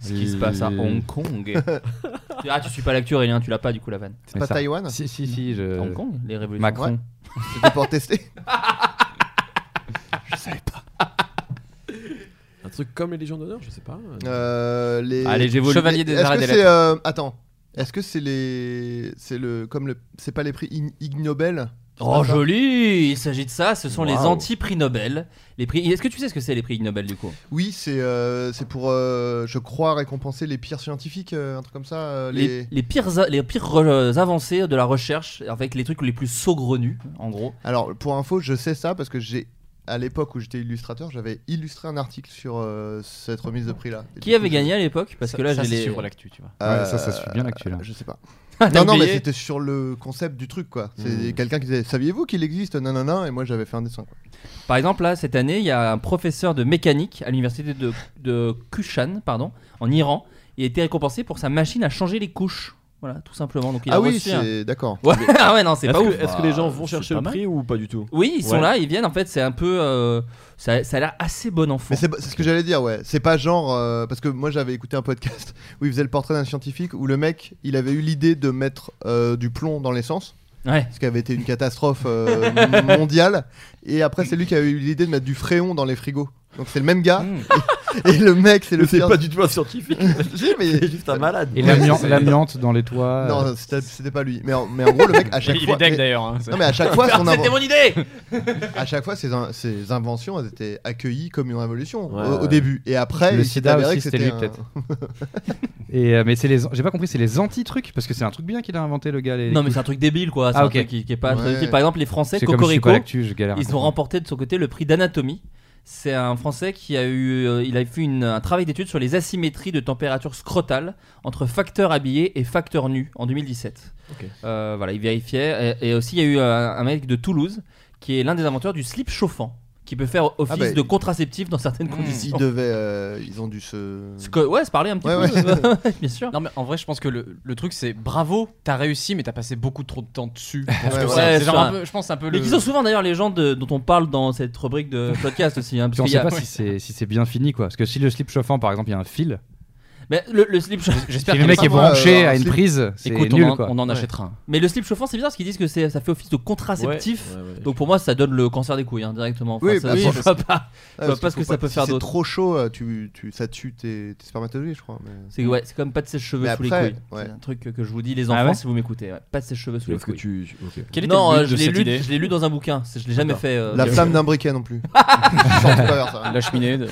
Speaker 7: Ce qui se passe à Hong Kong. ah, tu suis pas l'actu, Aurélien, tu l'as pas du coup la vanne.
Speaker 8: C'est pas Taïwan
Speaker 2: Si, si, si. je-
Speaker 7: Hong Kong, les révolutions.
Speaker 2: Euh. Macron.
Speaker 7: Ouais.
Speaker 8: C'était pour tester.
Speaker 9: Un truc comme les Légions d'honneur, je sais pas.
Speaker 8: Euh, les
Speaker 7: Allez, j'évolue.
Speaker 10: Chevalier des
Speaker 8: Est-ce
Speaker 10: arts et
Speaker 8: que
Speaker 10: des
Speaker 8: c'est
Speaker 10: lettres.
Speaker 8: euh, attends Est-ce que c'est les c'est le comme le c'est pas les prix Ig, Ig Nobel
Speaker 7: Oh
Speaker 8: C'est pas ça
Speaker 7: joli, il s'agit de ça, ce sont les
Speaker 9: Waouh.
Speaker 7: anti-prix Nobel. Les prix... Est-ce que tu sais ce que c'est les prix Nobel du coup
Speaker 8: Oui, c'est euh, c'est pour euh, je crois récompenser les pires scientifiques, euh, un truc comme ça. euh, les...
Speaker 7: les... les pires, a- les pires re- euh, avancées de la recherche avec les trucs les plus saugrenus en gros.
Speaker 8: Alors pour info, je sais ça parce que j'ai à l'époque où j'étais illustrateur, j'avais illustré un article sur euh, cette remise de prix là.
Speaker 7: Qui avait gagné à l'époque Parce
Speaker 10: ça-
Speaker 7: que là
Speaker 10: ça,
Speaker 7: j'ai
Speaker 10: c'est
Speaker 7: les.
Speaker 10: suivre l'actu, tu vois.
Speaker 2: Ouais, ça, ça suit bien l'actu, là.
Speaker 8: Je sais pas.
Speaker 7: Ah, t'as
Speaker 8: non, non, mais
Speaker 7: oublié Hmm.
Speaker 8: c'était sur le concept du truc quoi. C'est
Speaker 9: Mm.
Speaker 8: quelqu'un qui disait Saviez-vous qu'il existe Non, non, non. Et moi j'avais fait un dessin quoi.
Speaker 7: Par exemple, là, cette année, il y a un professeur de mécanique à l'université de, de Kushan, pardon, en Iran. Il a été récompensé pour sa machine à changer les couches. Voilà, tout simplement. Donc, il
Speaker 8: Ah
Speaker 7: a
Speaker 8: oui,
Speaker 7: reçu un-
Speaker 8: c'est- d'accord.
Speaker 7: Ouais,
Speaker 8: Mais-
Speaker 7: ah ouais, non, c'est
Speaker 9: Est-ce
Speaker 7: pas
Speaker 9: que-
Speaker 7: ouf. Bah,
Speaker 9: est-ce que les gens vont chercher
Speaker 7: c'est pas
Speaker 9: le
Speaker 7: mal.
Speaker 9: prix ou pas du tout
Speaker 7: Oui, ils sont
Speaker 9: Ouais.
Speaker 7: là, ils viennent. En fait, c'est un peu. euh, ça, ça a l'air assez bon enfant.
Speaker 8: Mais c'est c'est ce que j'allais dire, ouais. C'est pas genre. euh, parce que moi j'avais écouté un podcast où il faisait le portrait d'un scientifique où le mec il avait eu l'idée de mettre euh, du plomb dans l'essence.
Speaker 7: Ouais.
Speaker 8: Ce qui avait été une catastrophe euh, m- mondiale. Et après, c'est lui qui avait eu l'idée de mettre du fréon dans les frigos. Donc c'est le même gars.
Speaker 10: Hmm.
Speaker 8: Et, et le mec, c'est le.
Speaker 9: Mais c'est
Speaker 8: pire-
Speaker 9: pas du tout un scientifique.
Speaker 8: Si, mais-
Speaker 9: C'est juste un malade.
Speaker 2: Et
Speaker 8: Ouais,
Speaker 2: l'amian-
Speaker 8: c'est-
Speaker 2: l'amiante dans les toits. euh,
Speaker 8: Non, c'était c'était pas lui. Mais en, mais en gros, le mec, à chaque
Speaker 10: Il est
Speaker 8: fois.
Speaker 10: deg,
Speaker 8: mais-
Speaker 10: d'ailleurs, hein.
Speaker 8: Non, mais à chaque fois, son
Speaker 7: C'était
Speaker 8: inven-
Speaker 7: mon idée
Speaker 8: à chaque fois, ces, in- ces inventions, elles étaient accueillies comme une révolution
Speaker 9: Ouais,
Speaker 8: au, au
Speaker 9: ouais.
Speaker 8: début. Et après,
Speaker 2: le
Speaker 8: il s'est
Speaker 2: sida
Speaker 8: avéré
Speaker 2: aussi,
Speaker 8: que
Speaker 2: c'était lui
Speaker 8: un-
Speaker 2: peut-être.
Speaker 10: Hmm.
Speaker 2: Et euh, mais c'est les, j'ai pas compris, c'est les anti-trucs parce que c'est un truc bien qu'il a inventé le gars. les-
Speaker 7: Non, mais c'est un truc débile quoi. C'est
Speaker 2: Ah,
Speaker 7: un
Speaker 2: ok.
Speaker 7: truc qui, qui est pas.
Speaker 2: Ouais.
Speaker 7: très utile. Par exemple, les Français,
Speaker 2: C'est comme je suis
Speaker 7: Cocorico,
Speaker 2: pas l'actu, je galère à
Speaker 7: ils ont
Speaker 2: comprendre.
Speaker 7: remporté de son côté le prix d'anatomie. C'est un Français qui a eu, euh, il a fait une- un travail d'étude sur les asymétries de température scrotale entre facteurs habillés et facteurs nus en 2017.
Speaker 9: Ok.
Speaker 7: Euh, voilà, il vérifiait. Et, et aussi, il y a eu euh, un, un mec de Toulouse qui est l'un des inventeurs du slip chauffant, qui peut faire office
Speaker 8: bah, hmm.
Speaker 7: de contraceptif dans certaines
Speaker 8: Ils
Speaker 7: conditions.
Speaker 8: devaient, euh, ils ont dû se.
Speaker 7: Parce que- ouais, se parler un petit
Speaker 8: Ouais,
Speaker 7: peu.
Speaker 8: ouais.
Speaker 7: bien sûr.
Speaker 10: Non, mais en vrai, je pense que le, le truc, c'est bravo, t'as réussi, mais t'as passé beaucoup trop de temps dessus. Je pense que
Speaker 7: Ouais,
Speaker 10: c'est-
Speaker 7: ouais,
Speaker 10: c'est genre
Speaker 7: ça.
Speaker 10: un peu- je pense que c'est un peu
Speaker 7: Mais
Speaker 10: le.
Speaker 7: qui sont souvent d'ailleurs les gens de- dont on parle dans cette rubrique de podcast aussi. hein, parce
Speaker 2: Puis on
Speaker 7: qu'il
Speaker 2: sait
Speaker 7: y a-
Speaker 2: pas si c'est si c'est bien fini quoi. Parce que si le slip chauffant par exemple, il y a un fil.
Speaker 7: Mais le, le slip chauffant.
Speaker 2: Si le mec est branché à une prise, c'est
Speaker 10: euh, Écoute, on
Speaker 2: nul
Speaker 10: en-
Speaker 2: quoi.
Speaker 10: on en achètera un.
Speaker 7: Mais le slip chauffant, c'est bizarre parce qu'ils disent que c'est- ça fait office de contraceptif.
Speaker 10: Ouais, ouais, ouais.
Speaker 7: Donc pour moi, ça donne le cancer des couilles hein, directement. Enfin,
Speaker 8: Oui,
Speaker 7: ça-
Speaker 8: bah,
Speaker 7: je
Speaker 8: oui,
Speaker 7: vois
Speaker 8: parce
Speaker 7: pas, je
Speaker 8: que- Ouais,
Speaker 7: vois
Speaker 8: euh, parce
Speaker 7: pas ce
Speaker 8: qu'il
Speaker 7: que
Speaker 8: faut
Speaker 7: ça peut
Speaker 8: si
Speaker 7: faire
Speaker 8: C'est
Speaker 7: d'autre.
Speaker 8: trop chaud, euh, tu, tu, ça tue tes, tes spermatozoïdes, je crois. mais-
Speaker 7: C'est ouais, c'est comme pas de sèche-cheveux
Speaker 8: Mais
Speaker 7: sous les
Speaker 8: après,
Speaker 7: couilles.
Speaker 8: ouais.
Speaker 7: C'est un truc que, que je vous dis, les
Speaker 10: Ah
Speaker 7: enfants,
Speaker 10: ouais
Speaker 7: si vous m'écoutez. ouais, Pas de sèche-cheveux sous les
Speaker 9: Est-ce que
Speaker 7: couilles.
Speaker 9: tu. ok.
Speaker 10: Quel était
Speaker 7: non,
Speaker 10: le
Speaker 7: euh,
Speaker 10: but
Speaker 7: je
Speaker 10: de
Speaker 7: l'ai
Speaker 10: cette
Speaker 7: lu,
Speaker 10: idée
Speaker 7: je l'ai lu dans un bouquin. c'est- Je l'ai jamais fait. euh,
Speaker 8: La
Speaker 7: bien
Speaker 8: flamme
Speaker 7: sûr.
Speaker 8: d'un briquet non plus. Surtout pas vers ça.
Speaker 10: La cheminée. de-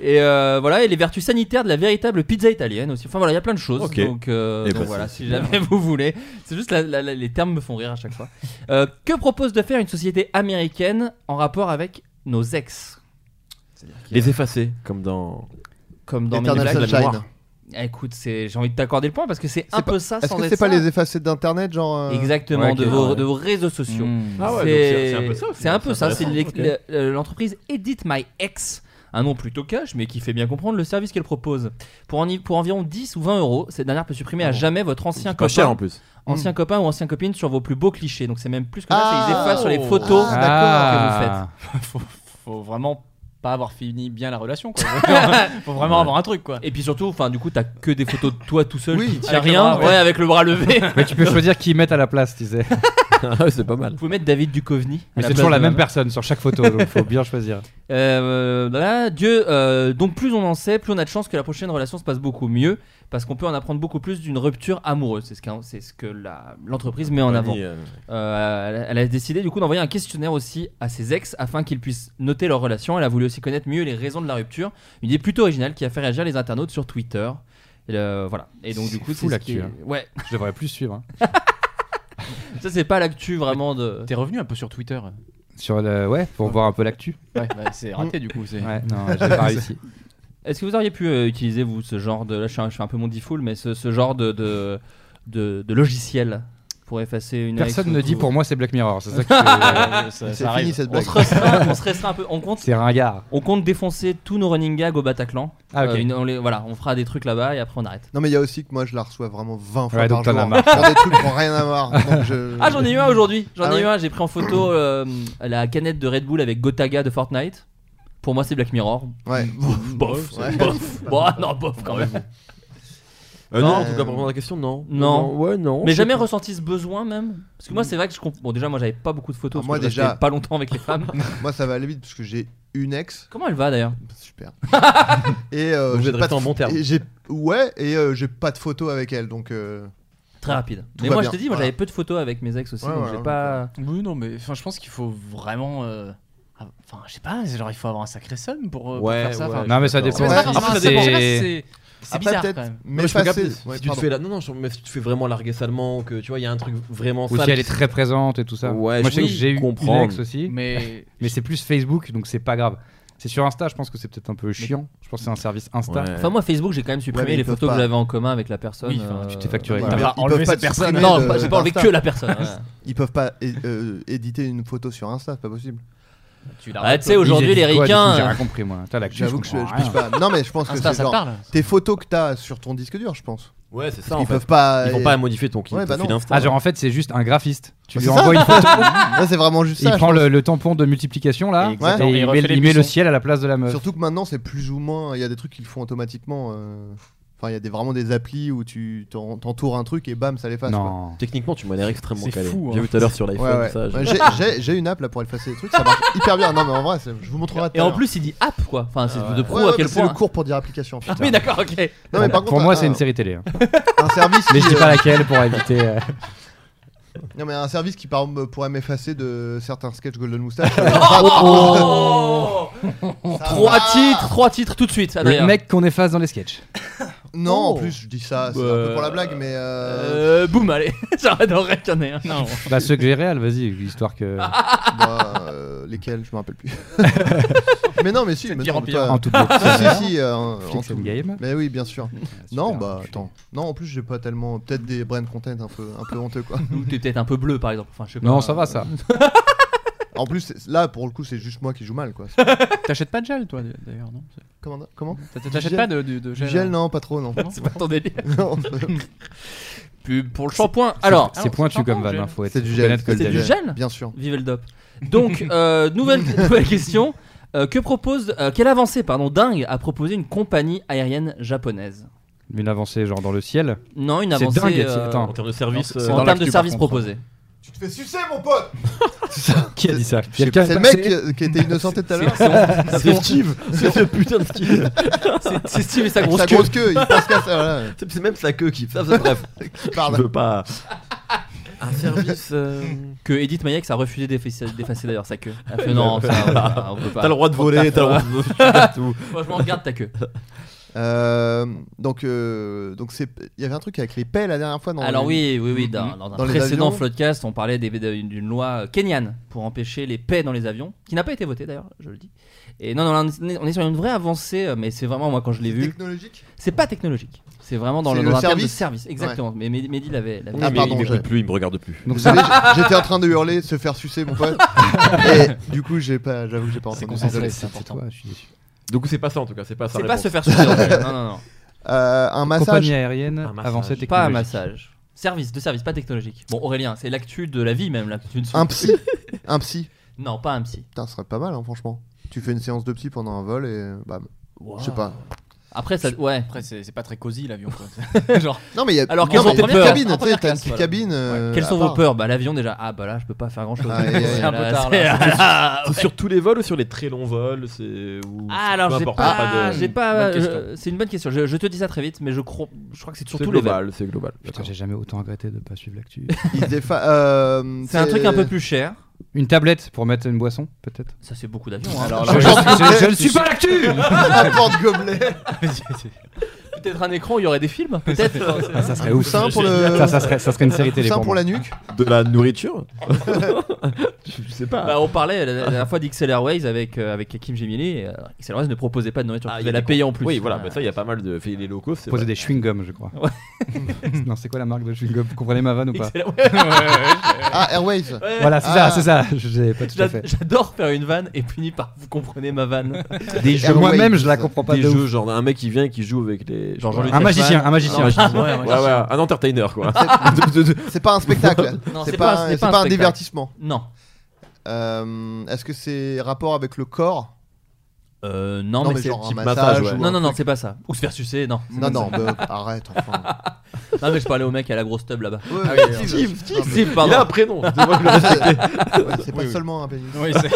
Speaker 7: Et euh, voilà, et les vertus sanitaires de la véritable pizza italienne aussi. Enfin voilà, il y a plein de choses.
Speaker 9: Ok.
Speaker 7: Donc, euh,
Speaker 9: Eh
Speaker 7: donc
Speaker 9: ben,
Speaker 7: voilà,
Speaker 9: c'est
Speaker 7: si
Speaker 9: super.
Speaker 7: jamais vous voulez. C'est juste la- la- la- les termes me font rire à chaque fois. Euh, que propose de faire une société américaine en rapport avec nos ex
Speaker 9: Les effacer, comme dans.
Speaker 7: Comme dans Men in
Speaker 8: Eternal
Speaker 7: Black.
Speaker 8: Sunshine.
Speaker 9: Noir.
Speaker 7: Ah, Écoute, c'est- j'ai envie de t'accorder le point parce que c'est un
Speaker 8: C'est
Speaker 7: peu
Speaker 8: pas-
Speaker 7: ça
Speaker 8: Est-ce
Speaker 7: sans
Speaker 8: que
Speaker 7: être
Speaker 8: c'est pas
Speaker 7: ça.
Speaker 8: les effacés d'internet, genre. euh,
Speaker 7: Exactement,
Speaker 9: Ouais,
Speaker 7: de,
Speaker 9: ok,
Speaker 7: vos,
Speaker 9: ouais.
Speaker 7: de vos réseaux sociaux.
Speaker 10: Mmh.
Speaker 9: Ah ouais, donc c'est-
Speaker 7: c'est
Speaker 9: c'est un peu ça, au
Speaker 7: c'est un peu ça.
Speaker 9: final,
Speaker 7: C'est
Speaker 9: c'est
Speaker 7: l'e-
Speaker 9: intéressant,
Speaker 7: le- le- l'entreprise Edit My Ex, un nom plutôt cash, mais qui fait bien comprendre le service qu'elle propose. Pour, en- pour environ 10 ou 20 euros, cette dernière peut supprimer à jamais votre ancien
Speaker 9: Pas
Speaker 7: copain,
Speaker 10: Ah
Speaker 9: cher en plus.
Speaker 7: ancien copain ou ancienne copine sur vos plus beaux clichés. Donc c'est même plus que ça,
Speaker 8: Ah,
Speaker 7: c'est ils effacent sur les
Speaker 10: oh.
Speaker 7: photos
Speaker 2: Ah.
Speaker 7: que vous faites.
Speaker 10: faut, faut vraiment pas avoir fini bien la relation, quoi. Faut vraiment- faut vraiment avoir un truc, quoi.
Speaker 7: Et puis surtout, enfin du coup, t'as que des photos de toi tout seul
Speaker 8: Oui,
Speaker 7: qui tient
Speaker 10: avec le
Speaker 7: rien,
Speaker 10: bras, ouais.
Speaker 7: ouais, avec le bras levé.
Speaker 2: Mais tu peux choisir qui ils mettent à la place, tu sais.
Speaker 9: Ah c'est pas mal.
Speaker 7: Vous pouvez mettre David Duchovny.
Speaker 2: Mais
Speaker 7: à
Speaker 2: c'est
Speaker 7: place
Speaker 2: toujours la
Speaker 7: de-
Speaker 2: même personne sur chaque photo, donc faut bien choisir.
Speaker 7: Euh, voilà, Dieu, euh, donc plus on en sait, plus on a de chances que la prochaine relation se passe beaucoup mieux, parce qu'on peut en apprendre beaucoup plus d'une rupture amoureuse. C'est ce, qu'a- c'est ce que la- l'entreprise met en avant.
Speaker 9: Ni, euh,
Speaker 7: Euh, elle a- elle a décidé du coup d'envoyer un questionnaire aussi à ses ex afin qu'ils puissent noter leur relation. Elle a voulu aussi connaître mieux les raisons de la rupture. Une idée plutôt originale qui a fait réagir les internautes sur Twitter. Et, euh, voilà. Et donc du
Speaker 2: C'est
Speaker 7: coup,
Speaker 2: fou,
Speaker 7: c'est ce
Speaker 2: l'actu,
Speaker 7: qui est-
Speaker 2: hein.
Speaker 7: Ouais,
Speaker 2: Je devrais plus suivre. hein.
Speaker 7: ça c'est pas l'actu vraiment de.
Speaker 10: T'es revenu un peu sur Twitter.
Speaker 2: Sur le, ouais, pour voir un peu l'actu.
Speaker 10: Ouais, bah, c'est raté du coup. c'est-
Speaker 2: Ouais, non, j'ai pas réussi.
Speaker 7: Est-ce que vous auriez pu euh, utiliser vous ce genre de là je suis un, je suis un peu mon difool mais ce, ce genre de, de, de, de logiciel pour effacer une
Speaker 2: Personne
Speaker 7: ex
Speaker 2: ne
Speaker 7: ou-
Speaker 2: dit pour moi c'est Black Mirror, c'est ça qui
Speaker 10: Euh, ça-
Speaker 8: C'est
Speaker 10: ça
Speaker 8: fini
Speaker 10: arrive.
Speaker 8: cette
Speaker 7: on
Speaker 8: blague.
Speaker 7: se, restreint, on se restreint un peu on compte
Speaker 2: c'est ringard.
Speaker 7: on compte défoncer tous nos running gags au Bataclan
Speaker 2: Ah ok.
Speaker 7: Euh, une- on les- voilà on fera des trucs là-bas et après on arrête
Speaker 8: Non, mais il y a aussi que moi je la reçois vraiment 20 fois
Speaker 2: Ouais,
Speaker 8: par
Speaker 2: donc
Speaker 8: jour.
Speaker 2: t'en as marre.
Speaker 8: Sur des trucs qui ont rien à voir. donc je-
Speaker 7: ah j'en ai eu un aujourd'hui j'en
Speaker 8: Ah
Speaker 7: ai eu
Speaker 8: ouais
Speaker 7: un j'ai pris en photo euh, la canette de Red Bull avec Gotaga de Fortnite pour moi c'est Black Mirror
Speaker 8: Ouais.
Speaker 7: bof
Speaker 8: Ouais.
Speaker 7: bof bon ah non bof quand même
Speaker 9: euh, non,
Speaker 7: Non.
Speaker 9: en tout cas, pour répondre à la question, non.
Speaker 7: Non.
Speaker 9: Ouais, non. je
Speaker 7: Mais
Speaker 9: sais
Speaker 7: jamais
Speaker 9: pas.
Speaker 7: ressenti ce besoin même Parce que moi c'est vrai que je comprends. Bon déjà moi j'avais pas beaucoup de photos.
Speaker 8: Ah,
Speaker 7: parce
Speaker 8: moi,
Speaker 7: que je
Speaker 8: déjà-
Speaker 7: restais pas longtemps avec les femmes.
Speaker 8: Moi ça va aller vite parce que j'ai une ex.
Speaker 7: Comment elle va d'ailleurs
Speaker 8: Super. et euh,
Speaker 9: Donc, vous
Speaker 8: j'ai
Speaker 9: êtes
Speaker 8: pas de-
Speaker 9: restés en bon terme.
Speaker 8: et j'ai- Ouais, et euh, j'ai pas de photo avec elle donc. euh,
Speaker 7: Très rapide.
Speaker 8: Tout
Speaker 7: mais
Speaker 8: va
Speaker 7: moi
Speaker 8: bien,
Speaker 7: je te dis moi
Speaker 8: voilà.
Speaker 7: j'avais peu de photos avec mes ex aussi
Speaker 8: Ouais,
Speaker 7: donc
Speaker 8: voilà,
Speaker 7: j'ai pas.
Speaker 10: Oui, non, mais enfin, je pense qu'il faut vraiment. euh, av- Enfin, je sais pas, c'est genre il faut avoir un sacré somme pour, euh, pour
Speaker 9: Ouais,
Speaker 10: faire ça.
Speaker 9: ouais.
Speaker 10: enfin,
Speaker 2: Non mais ça
Speaker 9: Ouais,
Speaker 2: dépend.
Speaker 10: c'est pas
Speaker 8: ouais.
Speaker 10: forcément
Speaker 2: si
Speaker 10: un somme, je sais pas si
Speaker 2: c'est-
Speaker 10: c'est- C'est
Speaker 8: après,
Speaker 10: bizarre quand
Speaker 8: peut-être-
Speaker 10: même.
Speaker 9: Non,
Speaker 8: Mais
Speaker 9: mais je peux
Speaker 8: effacer.
Speaker 9: capter.
Speaker 8: Ouais,
Speaker 9: si tu te
Speaker 8: pardon.
Speaker 9: fais là, non, non, je- mais si tu te fais vraiment larguer salement, que tu vois, il y a un truc vraiment
Speaker 2: Ou
Speaker 9: sale
Speaker 2: si elle
Speaker 9: qui
Speaker 2: est très présente et tout ça.
Speaker 9: Ouais,
Speaker 2: Moi
Speaker 9: je
Speaker 2: je sais que
Speaker 9: peux
Speaker 2: j'ai eu une
Speaker 9: comprendre.
Speaker 2: ex aussi, mais,
Speaker 10: Mais
Speaker 2: c'est plus Facebook donc c'est pas grave. C'est sur Insta, je pense que c'est peut-être un peu chiant. Je pense que c'est un service Insta.
Speaker 9: Ouais.
Speaker 7: Enfin moi Facebook j'ai quand même supprimé
Speaker 8: Ouais, mais
Speaker 7: les
Speaker 8: ils peuvent
Speaker 7: photos que
Speaker 8: pas.
Speaker 7: j'avais en commun avec la personne. euh,
Speaker 10: Oui, enfin, tu
Speaker 2: t'es facturé.
Speaker 7: voilà.
Speaker 8: Ils
Speaker 10: va
Speaker 8: peuvent
Speaker 10: enlever
Speaker 8: pas
Speaker 10: cette
Speaker 8: te
Speaker 10: personne.
Speaker 8: streamer
Speaker 7: Non,
Speaker 8: de-
Speaker 7: pas- j'ai euh, pas enlevé
Speaker 8: d'Insta.
Speaker 7: que la personne. hein. ouais.
Speaker 8: Ils peuvent pas é- euh, éditer une photo sur Insta, c'est pas possible.
Speaker 10: tu
Speaker 7: Ah,
Speaker 10: l'as
Speaker 7: tu sais aujourd'hui les
Speaker 2: J'ai rien
Speaker 7: ricains.
Speaker 2: compris moi. T'as l'actu,
Speaker 8: J'avoue que je,
Speaker 2: comprends
Speaker 8: je pige
Speaker 2: rien.
Speaker 8: pas. Non mais je pense que
Speaker 10: Insta,
Speaker 8: c'est
Speaker 10: ça te
Speaker 8: genre
Speaker 10: parle
Speaker 8: tes photos que t'as sur ton disque dur, je pense.
Speaker 9: Ouais, c'est ça.
Speaker 8: Ils
Speaker 9: en fait.
Speaker 8: peuvent pas-
Speaker 9: Ils vont pas modifier ton,
Speaker 8: Ouais,
Speaker 9: ton
Speaker 8: bah
Speaker 9: fil
Speaker 8: non.
Speaker 9: Insta.
Speaker 2: Ah, genre en fait, c'est juste un graphiste. Tu
Speaker 8: Ouais,
Speaker 2: lui
Speaker 8: c'est ça.
Speaker 2: envoies une photo.
Speaker 8: Ouais, c'est vraiment juste
Speaker 2: il
Speaker 8: ça, je
Speaker 2: prend le,
Speaker 8: pense.
Speaker 2: le tampon de multiplication là,
Speaker 8: Exactement.
Speaker 2: et
Speaker 8: Et
Speaker 2: il,
Speaker 8: il
Speaker 2: met,
Speaker 8: refait les
Speaker 2: il met le
Speaker 8: buissons.
Speaker 2: ciel à la place de la meuf.
Speaker 8: Surtout que maintenant, c'est plus ou moins. Il y a des trucs qu'ils font automatiquement. euh, Enfin, il y a des, vraiment des applis où tu t'en- t'entoures un truc et bam, ça l'efface.
Speaker 9: Non.
Speaker 8: quoi.
Speaker 9: Techniquement, tu m'as l'air extrêmement
Speaker 8: C'est
Speaker 9: calé.
Speaker 8: fou,
Speaker 9: J'ai
Speaker 8: hein.
Speaker 9: vu tout à l'heure sur l'iPhone,
Speaker 8: Ouais, ouais.
Speaker 9: ça, je-
Speaker 8: Ouais, j'ai- j'ai- J'ai une app là pour effacer des trucs, ça marche hyper bien. Non, mais en vrai, c'est- je vous montrerai. tout
Speaker 7: Et
Speaker 8: à
Speaker 7: en
Speaker 8: l'heure.
Speaker 7: plus, il dit app quoi. Enfin, c'est
Speaker 8: Ah
Speaker 7: de
Speaker 8: ouais.
Speaker 7: pro
Speaker 8: Ouais,
Speaker 7: à
Speaker 8: ouais,
Speaker 7: quel
Speaker 8: c'est
Speaker 7: point.
Speaker 8: le cours pour dire application.
Speaker 7: Ah oui, d'accord, ok.
Speaker 8: Non, mais par
Speaker 2: pour
Speaker 8: contre,
Speaker 2: moi,
Speaker 8: un-
Speaker 2: c'est une série télé. hein.
Speaker 8: un service
Speaker 2: Mais je
Speaker 8: qui,
Speaker 2: dis pas
Speaker 8: euh,
Speaker 2: laquelle pour éviter. euh,
Speaker 8: Non, mais un service qui par exemple, pourrait m'effacer de certains sketchs Golden Moustache.
Speaker 7: Oh Trois titres, trois titres tout de suite.
Speaker 2: Le
Speaker 7: Adrien.
Speaker 2: mec qu'on efface dans les sketchs.
Speaker 8: Non, en
Speaker 7: Oh.
Speaker 8: plus, je dis ça, c'est un peu pour la blague, mais. euh,
Speaker 7: Euh, boum, allez, j'adorerais qu'il y en ait un. Non.
Speaker 2: Bah ceux que j'ai réel, vas-y, histoire que.
Speaker 9: Ah,
Speaker 8: bah, euh, lesquels Je me rappelle plus. mais non, mais si,
Speaker 7: C'est de
Speaker 8: mais
Speaker 7: pire
Speaker 8: non,
Speaker 7: en
Speaker 8: mais
Speaker 7: pire.
Speaker 8: toi-
Speaker 7: En tout bloc,
Speaker 8: Si,
Speaker 7: c'est
Speaker 8: si, si, euh, en-
Speaker 2: Flics
Speaker 8: en
Speaker 2: and
Speaker 8: tout
Speaker 2: Game. Ah, hein,
Speaker 8: Mais oui, bien sûr. non, bah attends. Non, en plus, j'ai pas tellement. Peut-être des brain content un peu, un peu honteux, quoi.
Speaker 7: Ou t'es peut-être un peu bleu par exemple. Enfin, je sais pas.
Speaker 2: Non, ça va, ça.
Speaker 8: en plus, c'est- là, pour le coup, c'est juste moi qui joue mal, quoi.
Speaker 10: T'achètes pas de gel, toi, d'ailleurs, non
Speaker 8: Comment Comment
Speaker 10: T'achètes
Speaker 8: Du
Speaker 10: t'achètes
Speaker 8: gel
Speaker 10: pas de, de- de
Speaker 8: Du
Speaker 10: gel
Speaker 8: gel,
Speaker 10: hein
Speaker 8: non, pas trop, non.
Speaker 7: C'est pas ton délire.
Speaker 8: Non.
Speaker 7: Pub pour le shampoing. Alors,
Speaker 2: c'est pointu comme vanne, hein, faut être.
Speaker 8: C'est du
Speaker 2: faut
Speaker 8: gel.
Speaker 2: connaître que le
Speaker 7: c'est du
Speaker 2: gel.
Speaker 7: gel
Speaker 8: Bien sûr.
Speaker 7: Vive le dop. Donc, euh, nouvelle, nouvelle question. Euh, que propose, euh, quelle avancée pardon, dingue a proposé une compagnie aérienne japonaise
Speaker 2: Une avancée genre dans le ciel.
Speaker 7: Non, une
Speaker 2: C'est
Speaker 7: avancée.
Speaker 2: dingue,
Speaker 7: euh,
Speaker 2: attends.
Speaker 9: En termes de service,
Speaker 7: en
Speaker 9: euh,
Speaker 7: termes
Speaker 9: dans
Speaker 7: de
Speaker 9: l'actu, par
Speaker 7: service
Speaker 9: contre.
Speaker 7: proposé.
Speaker 8: Tu te fais sucer, mon pote
Speaker 2: Qui a dit ça
Speaker 8: C'est
Speaker 2: Quelqu'un
Speaker 8: le
Speaker 2: est
Speaker 8: mec
Speaker 2: passé
Speaker 8: qui, qui était innocenté tout à l'heure.
Speaker 9: C'est- C'est Steve.
Speaker 8: C'est ce putain de Steve.
Speaker 7: C'est- C'est Steve et sa grosse
Speaker 8: Sa
Speaker 7: queue.
Speaker 8: grosse queue, il pense qu'à ça. voilà.
Speaker 9: C'est c'est même sa queue qui. ça, ça, Bref,
Speaker 8: Qui
Speaker 9: Ah, je
Speaker 8: parle.
Speaker 9: veux pas. Un service. euh,
Speaker 7: Que Edith Mayex a refusé d'effacer d'effacer d'ailleurs sa queue. Elle a fait, non, ça, on peut pas.
Speaker 9: T'as le droit de voler, t'as le droit de. tu fais tout.
Speaker 7: Franchement, regarde ta queue.
Speaker 8: Euh, donc, euh, donc c'est, il y avait un truc avec les pelles la dernière fois. Dans
Speaker 7: Alors
Speaker 8: les-
Speaker 7: oui, oui, oui, dans, dans un
Speaker 8: Dans les
Speaker 7: précédent
Speaker 8: avions.
Speaker 7: Floodcast, on parlait des- d'une d'une loi kenyane pour empêcher les paix dans les avions, qui n'a pas été votée d'ailleurs, je le dis. Et non, non, là, on est- on est sur une vraie avancée, euh, mais c'est vraiment moi quand je l'ai vu,
Speaker 8: Technologique.
Speaker 7: c'est pas technologique, c'est vraiment dans,
Speaker 8: C'est
Speaker 7: le,
Speaker 8: le
Speaker 7: dans un terme de
Speaker 8: service
Speaker 7: service,
Speaker 8: Ouais.
Speaker 7: exactement. Mais Mehdi Mehdi l'avait. l'avait
Speaker 8: Ah,
Speaker 9: Il
Speaker 7: dit.
Speaker 8: pardon,
Speaker 9: m'é- il
Speaker 8: j'avais-
Speaker 9: m'écoute plus, il me regarde plus.
Speaker 2: Donc ça,
Speaker 8: Désolé, j'- j'étais en train de hurler, se faire sucer, mon pote. Et du coup, j'ai pas, j'avoue, que j'ai pas entendu. désolé.
Speaker 2: c'est toi, je suis déçu.
Speaker 9: Du coup, c'est pas ça en tout cas, c'est pas ça.
Speaker 7: C'est pas se faire sucer. en fait. non, non, non,
Speaker 8: Euh, un massage.
Speaker 2: Compagnie aérienne,
Speaker 9: Un massage.
Speaker 2: avancée technologique.
Speaker 7: pas un massage. Service, de service, pas technologique. Bon, Aurélien, c'est l'actu de la vie même, l'actu de
Speaker 8: Un psy. un psy.
Speaker 7: Non, pas un psy.
Speaker 8: Putain, ce serait pas mal, hein, franchement. Tu fais une séance de psy pendant un vol et euh, bam. Je sais pas.
Speaker 7: Après, ça, ouais.
Speaker 10: Après, c'est c'est pas très cosy l'avion, quoi.
Speaker 7: Genre,
Speaker 8: Non, mais il y a,
Speaker 7: Alors,
Speaker 8: non,
Speaker 7: quelles
Speaker 8: mais
Speaker 7: sont
Speaker 8: il y a
Speaker 7: tes
Speaker 8: une
Speaker 7: peurs
Speaker 8: cabine,
Speaker 7: En
Speaker 8: tu sais,
Speaker 7: première
Speaker 8: t'as une
Speaker 7: classe,
Speaker 8: petite
Speaker 7: voilà.
Speaker 8: cabine. euh,
Speaker 7: Quelles
Speaker 8: à
Speaker 7: sont vos
Speaker 8: part.
Speaker 7: peurs Bah l'avion déjà. Ah bah là je peux pas faire grand chose.
Speaker 8: Ah, ouais, ouais,
Speaker 10: ouais.
Speaker 9: C'est sur tous les vols ou sur les très longs vols c'est- ou-
Speaker 7: Ah alors
Speaker 9: peu
Speaker 7: j'ai
Speaker 9: importe,
Speaker 7: pas,
Speaker 9: de-
Speaker 7: j'ai pas.
Speaker 9: Bonne question.
Speaker 7: euh, C'est une bonne question. Je, je te dis ça très vite, mais je crois, je crois que c'est
Speaker 9: C'est
Speaker 7: surtout les vols.
Speaker 9: global, c'est global.
Speaker 2: Putain, j'ai jamais autant regretté de pas suivre l'actu.
Speaker 8: Ils se défa- euh,
Speaker 7: C'est un truc un peu plus cher.
Speaker 2: Une tablette pour mettre une boisson, peut-être.
Speaker 7: Ça c'est beaucoup d'avions. hein.
Speaker 2: Je, je- je- je ne suis pas l'actu.
Speaker 8: Un porte-gobelet.
Speaker 7: Peut-être un écran où il y aurait des films. Peut-être. euh,
Speaker 2: Ça serait ouf.
Speaker 8: Coussin pour le-
Speaker 2: Ça, ça serait, ça serait une série télé
Speaker 8: Coussin
Speaker 2: pour,
Speaker 8: pour
Speaker 2: moi.
Speaker 8: la nuque.
Speaker 9: De la nourriture Je sais pas.
Speaker 7: Bah, on parlait la, la dernière fois d'XL Airways avec euh, avec Kim Gemini. et, euh, XL Airways ne proposait pas de nourriture.
Speaker 9: Ah,
Speaker 7: Vous
Speaker 9: il y
Speaker 7: devez
Speaker 9: a
Speaker 7: la
Speaker 9: des
Speaker 7: payer
Speaker 9: cons-
Speaker 7: en plus.
Speaker 9: Oui, voilà,
Speaker 7: Ah.
Speaker 9: bah ça, il y a pas mal de. fait, Les locaux, c'est.
Speaker 2: Poser des chewing-gums, je crois. non, c'est quoi la marque de chewing-gum Vous Comprenez ma vanne ou pas
Speaker 7: XL Airways.
Speaker 8: Ah, Airways.
Speaker 2: Voilà, c'est ça,
Speaker 8: Ah.
Speaker 2: c'est ça. Je sais pas tout à
Speaker 7: J'a-
Speaker 2: fait.
Speaker 7: J'adore faire une vanne et finir par vous comprenez ma vanne.
Speaker 9: Des
Speaker 8: Airways.
Speaker 2: Moi-même, je la comprends pas
Speaker 9: des
Speaker 2: de ouf.
Speaker 9: jeux, genre un mec qui vient et qui joue avec les.
Speaker 7: Genre Jean-Luc
Speaker 2: Un magicien, un
Speaker 9: Un
Speaker 2: magicien.
Speaker 9: magicien. Ouais, ouais, un entertainer quoi. De- de- de-
Speaker 8: C'est pas un spectacle.
Speaker 7: Non,
Speaker 8: C'est pas, un- c'est pas un
Speaker 7: spectacle.
Speaker 8: divertissement.
Speaker 7: Non.
Speaker 8: Euh, Est-ce que c'est rapport avec le corps
Speaker 7: Euh, non,
Speaker 8: Non,
Speaker 7: mais,
Speaker 8: mais
Speaker 7: c'est
Speaker 8: genre un
Speaker 7: type-
Speaker 8: massage
Speaker 9: massage,
Speaker 8: ou
Speaker 7: Non,
Speaker 8: un
Speaker 7: non, non,
Speaker 8: truc.
Speaker 7: c'est pas ça. Ou se faire sucer, non.
Speaker 8: Non, non, bah, arrête, enfin.
Speaker 7: Non, mais je parlais au mec à la grosse tub là-bas.
Speaker 8: Ouais,
Speaker 9: Steve,
Speaker 8: Steve,
Speaker 9: Steve,
Speaker 8: non, mais-
Speaker 7: Steve,
Speaker 9: Il a
Speaker 7: pardon.
Speaker 9: un prénom.
Speaker 8: Ouais, C'est pas
Speaker 10: Oui, oui.
Speaker 8: seulement un pénis.
Speaker 10: Oui, c'est-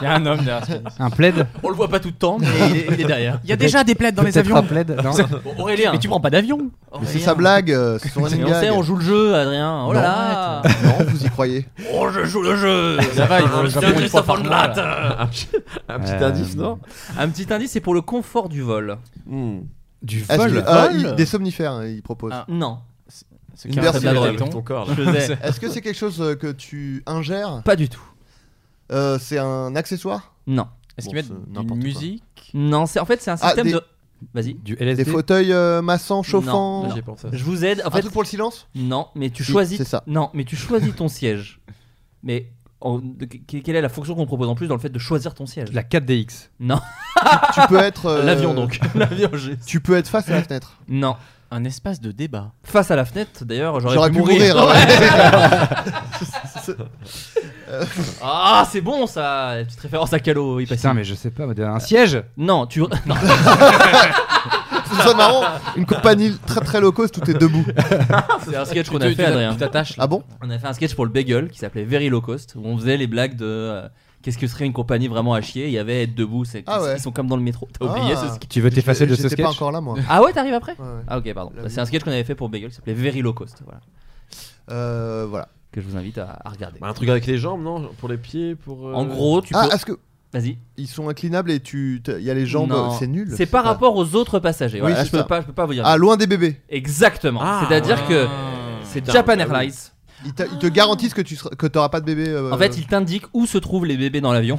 Speaker 10: il y a un homme derrière ce pénis.
Speaker 2: Un plaid
Speaker 7: On le voit pas tout le temps, mais il est, il est derrière.
Speaker 10: Il y a déjà des plaides dans les
Speaker 2: Peut-être
Speaker 10: avions.
Speaker 2: un plaid non
Speaker 7: Bon, Aurélien.
Speaker 10: Mais tu prends pas d'avion.
Speaker 8: Mais C'est sa blague, euh, c'est son
Speaker 7: Mais
Speaker 8: running
Speaker 7: on sait,
Speaker 8: gag.
Speaker 7: on joue le jeu, Adrien. Oh là là.
Speaker 8: Non, vous y croyez
Speaker 7: Oh, je joue le jeu.
Speaker 10: Ça va, ils vont au
Speaker 7: Je
Speaker 10: Japon
Speaker 7: suis
Speaker 10: une fois par
Speaker 7: Christophe
Speaker 10: mois,
Speaker 7: Ondelat.
Speaker 10: là.
Speaker 9: Un petit un petit
Speaker 2: Euh,
Speaker 9: indice, non
Speaker 7: Un petit indice, c'est pour le confort du vol.
Speaker 9: Hmm.
Speaker 2: Du
Speaker 8: Est-ce
Speaker 2: vol.
Speaker 8: que- euh,
Speaker 10: vol.
Speaker 8: il- Des somnifères, hein, il propose.
Speaker 10: Ah.
Speaker 7: Non,
Speaker 10: C'est
Speaker 8: Une
Speaker 10: qui a
Speaker 8: version
Speaker 10: un
Speaker 7: de la
Speaker 10: téton.
Speaker 9: Avec ton corps. là.
Speaker 7: je sais.
Speaker 8: Est-ce que c'est quelque chose euh, que tu ingères
Speaker 7: Pas du tout.
Speaker 8: Euh, C'est un accessoire
Speaker 7: Non.
Speaker 10: Est-ce
Speaker 8: Bon,
Speaker 10: qu'ils mettent
Speaker 8: c'est n'importe
Speaker 10: une
Speaker 8: quoi.
Speaker 10: musique
Speaker 7: Non, c'est en fait, c'est un
Speaker 8: Ah,
Speaker 7: système
Speaker 8: des-
Speaker 7: de. Vas-y.
Speaker 2: Du
Speaker 8: Des
Speaker 2: LSD.
Speaker 8: fauteuils euh, massants,
Speaker 7: Non,
Speaker 8: chauffants
Speaker 7: non.
Speaker 9: J'ai pensé à ça.
Speaker 7: Je vous aide. En
Speaker 8: Un
Speaker 7: fait,
Speaker 8: truc pour le silence
Speaker 7: non, mais tu
Speaker 8: Si,
Speaker 7: choisis.
Speaker 8: c'est ça.
Speaker 7: Non, mais tu choisis ton siège. Mais en- de- que- quelle est la fonction qu'on propose en plus dans le fait de choisir ton siège
Speaker 2: La 4DX.
Speaker 7: Non.
Speaker 8: Tu peux être. euh,
Speaker 7: Ah. L'avion donc. L'avion, j'ai-
Speaker 8: Tu peux être face à la fenêtre.
Speaker 7: Non. un espace de débat. Face à la fenêtre, d'ailleurs, j'aurais,
Speaker 8: J'aurais
Speaker 7: pu
Speaker 8: pu
Speaker 7: mourir.
Speaker 8: mourir,
Speaker 7: Ouais.
Speaker 8: Euh.
Speaker 7: ah, c'est bon ça, la petite référence à Calo.
Speaker 2: Putain, Ah, mais je sais pas, un siège
Speaker 7: Non, tu. non.
Speaker 8: C'est ça marrant, une compagnie très très low cost, tout est debout.
Speaker 7: C'est un sketch
Speaker 8: Tu
Speaker 7: qu'on
Speaker 8: te-
Speaker 7: a
Speaker 8: tu
Speaker 7: fait,
Speaker 8: t'a-
Speaker 7: Adrien.
Speaker 8: tu t'attaches, là. Ah bon
Speaker 7: On a fait un sketch pour le bagel qui s'appelait Very Low Cost où on faisait les blagues de euh, qu'est-ce que serait une compagnie vraiment à chier. Il y avait être debout, c'est
Speaker 8: Ah ouais.
Speaker 7: ils sont comme dans le métro. T'as oublié
Speaker 8: Ah.
Speaker 7: ce sketch
Speaker 2: Tu veux t'effacer de ce
Speaker 8: J'étais
Speaker 2: sketch
Speaker 8: pas encore là, moi.
Speaker 7: Ah ouais, t'arrives après
Speaker 8: Ouais, ouais.
Speaker 7: Ah ok, pardon.
Speaker 8: La
Speaker 7: Bah, c'est
Speaker 8: vie.
Speaker 7: un sketch qu'on avait fait pour bagel qui s'appelait Very Low Cost. Voilà.
Speaker 8: Euh, voilà.
Speaker 7: Que je vous invite à, à regarder.
Speaker 9: Bah, un truc avec les jambes, non Pour les pieds, pour. euh,
Speaker 7: En gros, tu
Speaker 8: Ah,
Speaker 7: peux.
Speaker 8: est-ce que.
Speaker 7: Vas-y.
Speaker 8: Ils sont inclinables et tu. t'as- Il y a les jambes,
Speaker 7: Non.
Speaker 8: c'est nul.
Speaker 7: C'est par
Speaker 8: Ça.
Speaker 7: rapport aux autres passagers.
Speaker 8: Oui,
Speaker 7: Voilà,
Speaker 8: c'est
Speaker 7: je peux
Speaker 8: ça.
Speaker 7: pas, je peux pas vous dire.
Speaker 8: Ah,
Speaker 7: mieux.
Speaker 8: loin des bébés.
Speaker 7: Exactement.
Speaker 8: Ah.
Speaker 7: C'est-à-dire que c'est
Speaker 8: Putain,
Speaker 7: Japan
Speaker 8: bah oui.
Speaker 7: Airlines.
Speaker 8: Ils, t'a- ils te garantissent que tu seras- que t'auras pas de bébé. euh,
Speaker 7: En fait, ils t'indiquent où se trouvent les bébés dans l'avion.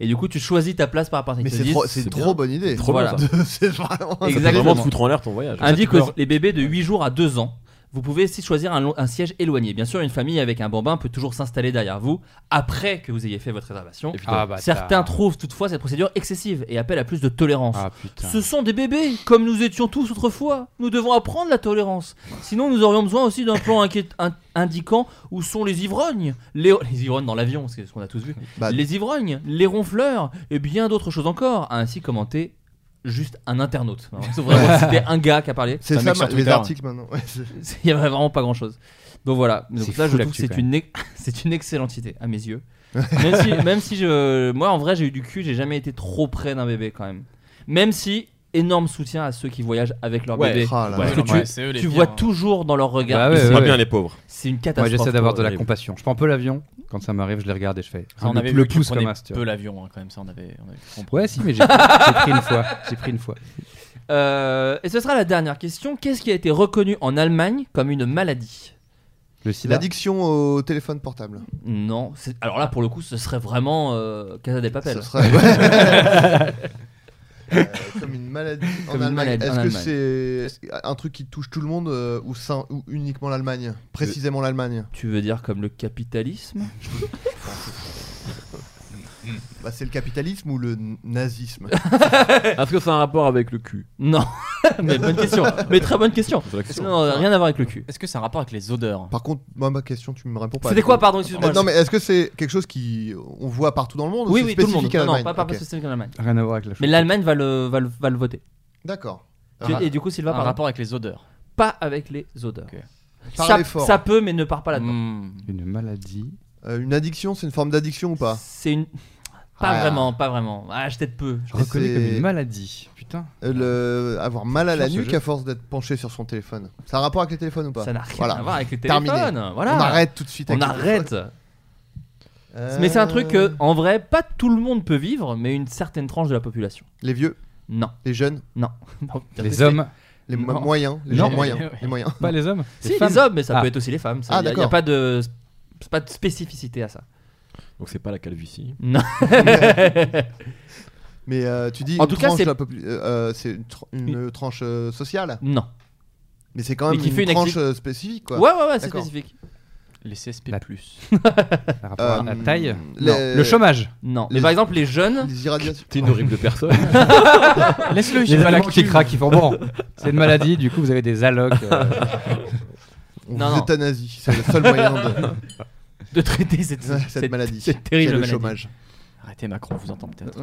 Speaker 7: Et du coup, tu choisis ta place par rapport à
Speaker 8: Mais c'est trop- c'est C'est trop bien. bonne idée. C'est trop
Speaker 7: Voilà.
Speaker 8: bien, ça. C'est vraiment- Ça
Speaker 7: Exactement.
Speaker 8: peut vraiment te foutre en l'air ton voyage.
Speaker 7: Indique
Speaker 8: Ça te
Speaker 7: aux-
Speaker 8: meurt.
Speaker 7: les bébés de 8 jours à 2 ans. Vous pouvez aussi choisir un, long- un siège éloigné. Bien sûr, une famille avec un bambin peut toujours s'installer derrière vous après que vous ayez fait votre réservation.
Speaker 2: putain. Ah, bâtard.
Speaker 7: Certains trouvent toutefois cette procédure excessive et appellent à plus de tolérance.
Speaker 2: Ah, putain.
Speaker 7: Ce sont des bébés, comme nous étions tous autrefois. Nous devons apprendre la tolérance. Sinon, nous aurions besoin aussi d'un plan inquiét- in- indiquant où sont les ivrognes. Les, les ivrognes dans l'avion, c'est ce qu'on a tous vu.
Speaker 8: Bah-
Speaker 7: les ivrognes, les ronfleurs, et bien d'autres choses encore, a ainsi commenté juste un internaute. Alors, c'est vraiment- C'était un gars qui a parlé.
Speaker 8: C'est ça, ma- les articles maintenant. Ouais, c'est-
Speaker 7: Il y avait vraiment pas grand chose. Donc voilà.
Speaker 8: C'est
Speaker 7: Donc là, je
Speaker 8: fou,
Speaker 7: trouve que
Speaker 8: l'actu,
Speaker 7: c'est
Speaker 8: quand
Speaker 7: une, ex- c'est une excellente idée à mes yeux. même si, même si je, moi en vrai, j'ai eu du cul, j'ai jamais été trop près d'un bébé quand même. Même si énorme soutien à ceux qui voyagent avec leur
Speaker 9: Ouais.
Speaker 7: bébé.
Speaker 8: Oh
Speaker 9: Ah là
Speaker 7: Parce
Speaker 9: là.
Speaker 7: que tu,
Speaker 9: Ouais, c'est eux les
Speaker 7: tu
Speaker 9: pires,
Speaker 7: vois
Speaker 9: hein.
Speaker 7: toujours dans leur regard.
Speaker 2: Bah ouais,
Speaker 7: Et c'est-
Speaker 2: ouais, ouais.
Speaker 7: C'est une catastrophe.
Speaker 2: Moi, j'essaie d'avoir de la
Speaker 7: Horrible.
Speaker 2: compassion. Je prends un peu l'avion. Quand ça m'arrive, je les regarde et je fais.
Speaker 10: Ça, on
Speaker 2: le,
Speaker 10: avait
Speaker 2: le
Speaker 10: vu qu'il
Speaker 2: pouce comme
Speaker 10: prenait
Speaker 2: as, tu vois.
Speaker 10: peu l'avion hein, quand même ça on avait, on avait compris.
Speaker 2: Ouais, si, mais j'ai j'ai pris une fois. J'ai pris une fois.
Speaker 7: Euh, et ce sera la dernière question. Qu'est-ce qui a été reconnu en Allemagne comme une maladie
Speaker 2: Le sida.
Speaker 8: L'addiction au téléphone portable.
Speaker 7: Non. c'est- Alors là, pour le coup, ce serait vraiment euh, Casa des Papel.
Speaker 8: Ce serait- ouais. Euh, comme une maladie
Speaker 7: Comme
Speaker 8: en
Speaker 7: une
Speaker 8: Allemagne.
Speaker 7: maladie en Allemagne.
Speaker 8: Est-ce que c'est un truc qui touche tout le monde euh, ou, ça- ou uniquement l'Allemagne
Speaker 7: Euh,
Speaker 8: Précisément l'Allemagne.
Speaker 7: Tu veux dire comme le capitalisme
Speaker 8: Bah, c'est le capitalisme ou le n- nazisme
Speaker 9: Est-ce que ça a un rapport avec le cul
Speaker 7: Non. Mais bonne question. Mais très bonne question.
Speaker 9: C'est la question.
Speaker 7: Non, rien à voir avec le cul.
Speaker 10: Est-ce que c'est un rapport avec les odeurs
Speaker 8: Par contre, moi, ma question, tu me réponds pas.
Speaker 7: C'était quoi, pardon, excuse-moi,
Speaker 8: Euh, Non,
Speaker 7: je-
Speaker 8: mais est-ce que c'est quelque chose qui on voit partout dans le monde
Speaker 7: Oui,
Speaker 8: ou c'est
Speaker 7: oui, tout le
Speaker 8: spécifique
Speaker 7: monde.
Speaker 8: à
Speaker 7: Non, non,
Speaker 8: l'Allemagne
Speaker 7: pas, pas, pas
Speaker 8: Ok.
Speaker 7: spécifique à l'Allemagne.
Speaker 2: Rien à voir avec la
Speaker 7: Mais l'Allemagne va le, va, le, va le voter.
Speaker 8: D'accord. Ah,
Speaker 7: Tu- Et du coup, Sylvain,
Speaker 10: un
Speaker 7: pardon.
Speaker 10: rapport avec les odeurs.
Speaker 7: Pas avec les odeurs.
Speaker 8: Par
Speaker 7: Ça,
Speaker 8: l'effort. Hmm.
Speaker 7: ça peut, mais ne part pas là-dedans.
Speaker 2: Une maladie.
Speaker 8: Euh, une addiction, c'est une forme d'addiction ou pas
Speaker 7: C'est une. Pas
Speaker 8: Ah.
Speaker 7: vraiment, pas vraiment. Ah, je t'aide peu.
Speaker 2: Je reconnais
Speaker 8: C'est-
Speaker 2: comme une maladie. Putain.
Speaker 8: Euh, le- avoir mal à la
Speaker 2: Sur ce
Speaker 8: nuque
Speaker 2: jeu.
Speaker 8: à force d'être penché sur son téléphone. Ça a un rapport avec les téléphones ou pas
Speaker 7: Ça n'a rien
Speaker 8: Voilà.
Speaker 7: à voir avec les téléphones.
Speaker 8: Terminé.
Speaker 7: Voilà.
Speaker 8: On arrête Euh. tout de suite.
Speaker 7: On
Speaker 8: avec les
Speaker 7: arrête.
Speaker 8: téléphones.
Speaker 7: Mais c'est un
Speaker 8: Euh,
Speaker 7: truc que, en vrai, pas tout le monde peut vivre, mais une certaine tranche de la population.
Speaker 8: Les vieux
Speaker 7: Non.
Speaker 8: Les jeunes
Speaker 7: Non. Non.
Speaker 2: Les hommes
Speaker 8: Les mo-
Speaker 7: Non.
Speaker 8: moyens Les gens moyens Les moyens
Speaker 2: Pas les hommes
Speaker 7: Si,
Speaker 2: Les
Speaker 7: les,
Speaker 2: femmes
Speaker 7: hommes, mais ça
Speaker 2: Ah.
Speaker 7: peut être aussi les femmes.
Speaker 8: Ah,
Speaker 7: Il n'y a,
Speaker 8: d'accord.
Speaker 7: pas de c'est pas de spécificité à ça.
Speaker 9: Donc c'est pas la calvitie.
Speaker 7: Non.
Speaker 8: Mais euh, tu dis
Speaker 7: En
Speaker 8: une
Speaker 7: tout cas,
Speaker 8: tranche
Speaker 7: c'est-
Speaker 8: de la popu- euh, euh, c'est une, tr- une, euh, tranche euh, sociale
Speaker 7: Non.
Speaker 8: Mais c'est quand même
Speaker 7: Mais qui
Speaker 8: une,
Speaker 7: fait une
Speaker 8: tranche
Speaker 7: activi-
Speaker 8: euh, spécifique quoi.
Speaker 7: Ouais, ouais, ouais, c'est
Speaker 8: D'accord.
Speaker 7: spécifique.
Speaker 10: Les CSP+.
Speaker 2: Par rapport à la
Speaker 8: Euh,
Speaker 2: taille.
Speaker 8: les-
Speaker 2: Non. Le chômage.
Speaker 7: Non. Mais par exemple, les jeunes.
Speaker 8: Les irradiations.
Speaker 9: T'es une horrible personne.
Speaker 7: Laisse-le,
Speaker 2: Les allocs qui craquent, ils font bon. C'est une maladie, du coup, vous avez des allocs. euh,
Speaker 8: On
Speaker 7: Non,
Speaker 8: vous
Speaker 7: non.
Speaker 8: euthanasie, c'est le seul moyen de,
Speaker 7: De traiter cette,
Speaker 8: Ouais, cette maladie.
Speaker 7: cette terrible
Speaker 8: C'est le
Speaker 7: maladie.
Speaker 8: chômage.
Speaker 10: Arrêtez Macron, vous entend peut-être.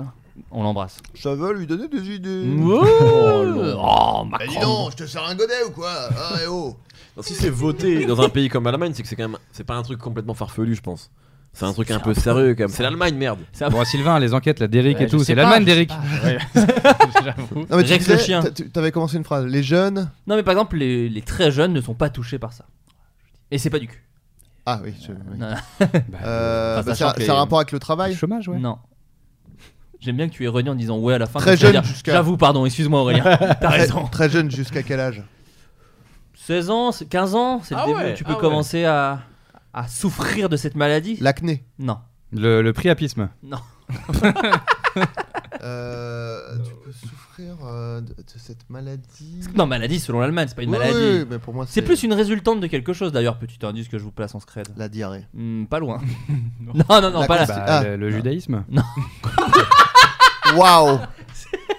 Speaker 7: On l'embrasse.
Speaker 8: Ça veut lui donner des idées.
Speaker 7: Ouh. Oh,
Speaker 8: Bah dis
Speaker 7: Macron.
Speaker 8: donc, je te sers un godet ou quoi Ah, eh oh
Speaker 9: Non, si c'est voté dans un pays comme l'Allemagne, c'est que c'est quand même c'est pas un truc complètement farfelu, je pense. C'est un truc un peu sérieux quand même. C'est l'Allemagne, merde.
Speaker 7: Ça-
Speaker 2: Bon, Sylvain, les enquêtes, la Derrick
Speaker 9: Ouais,
Speaker 2: et tout,
Speaker 9: je sais
Speaker 2: c'est
Speaker 9: pas,
Speaker 2: l'Allemagne,
Speaker 9: je
Speaker 2: Derrick.
Speaker 9: sais
Speaker 10: J'avoue.
Speaker 8: Non, mais tu
Speaker 7: Rex
Speaker 8: disais-
Speaker 7: le chien.
Speaker 8: t'a- tu- T'avais commencé une phrase. Les jeunes.
Speaker 7: Non, mais par exemple, les, les très jeunes ne sont pas touchés par ça. Et c'est pas du cul.
Speaker 8: Ah oui. je- oui.
Speaker 7: Non. Bah,
Speaker 8: Euh,
Speaker 7: Enfin,
Speaker 8: bah, c'est
Speaker 7: sachant
Speaker 8: un-
Speaker 7: que
Speaker 8: c'est
Speaker 7: les-
Speaker 8: un rapport avec le travail.
Speaker 9: Ah,
Speaker 2: Chômage, ouais.
Speaker 7: Non. J'aime bien que tu aies renié en disant ouais à la fin.
Speaker 8: Très
Speaker 7: comme ça,
Speaker 8: jeune
Speaker 7: dire,
Speaker 8: jusqu'à-
Speaker 7: J'avoue, pardon, excuse-moi Aurélien. T'as
Speaker 8: Très-
Speaker 7: raison.
Speaker 8: Très jeune jusqu'à quel âge
Speaker 7: 16 ans, c'est- 15 ans, c'est le
Speaker 9: Ah
Speaker 7: début.
Speaker 9: ouais,
Speaker 7: tu peux
Speaker 9: ah ouais.
Speaker 7: commencer à, à souffrir de cette maladie.
Speaker 8: L'acné.
Speaker 7: Non.
Speaker 2: Le, le priapisme.
Speaker 7: Non.
Speaker 8: Euh, tu peux souffrir euh, de, de cette maladie.
Speaker 7: Non, maladie selon l'Allemagne, c'est pas une
Speaker 8: Oui,
Speaker 7: maladie.
Speaker 8: oui, mais pour moi,
Speaker 7: c'est
Speaker 8: c'est-
Speaker 7: plus une résultante de quelque chose d'ailleurs, petit indice que je vous place en scred.
Speaker 8: La diarrhée.
Speaker 7: Hmm, pas loin. non, non, non,
Speaker 8: La
Speaker 7: pas là.
Speaker 9: Ah.
Speaker 8: consti-
Speaker 2: Bah,
Speaker 8: Ah.
Speaker 2: le, le judaïsme.
Speaker 7: Non.
Speaker 8: Waouh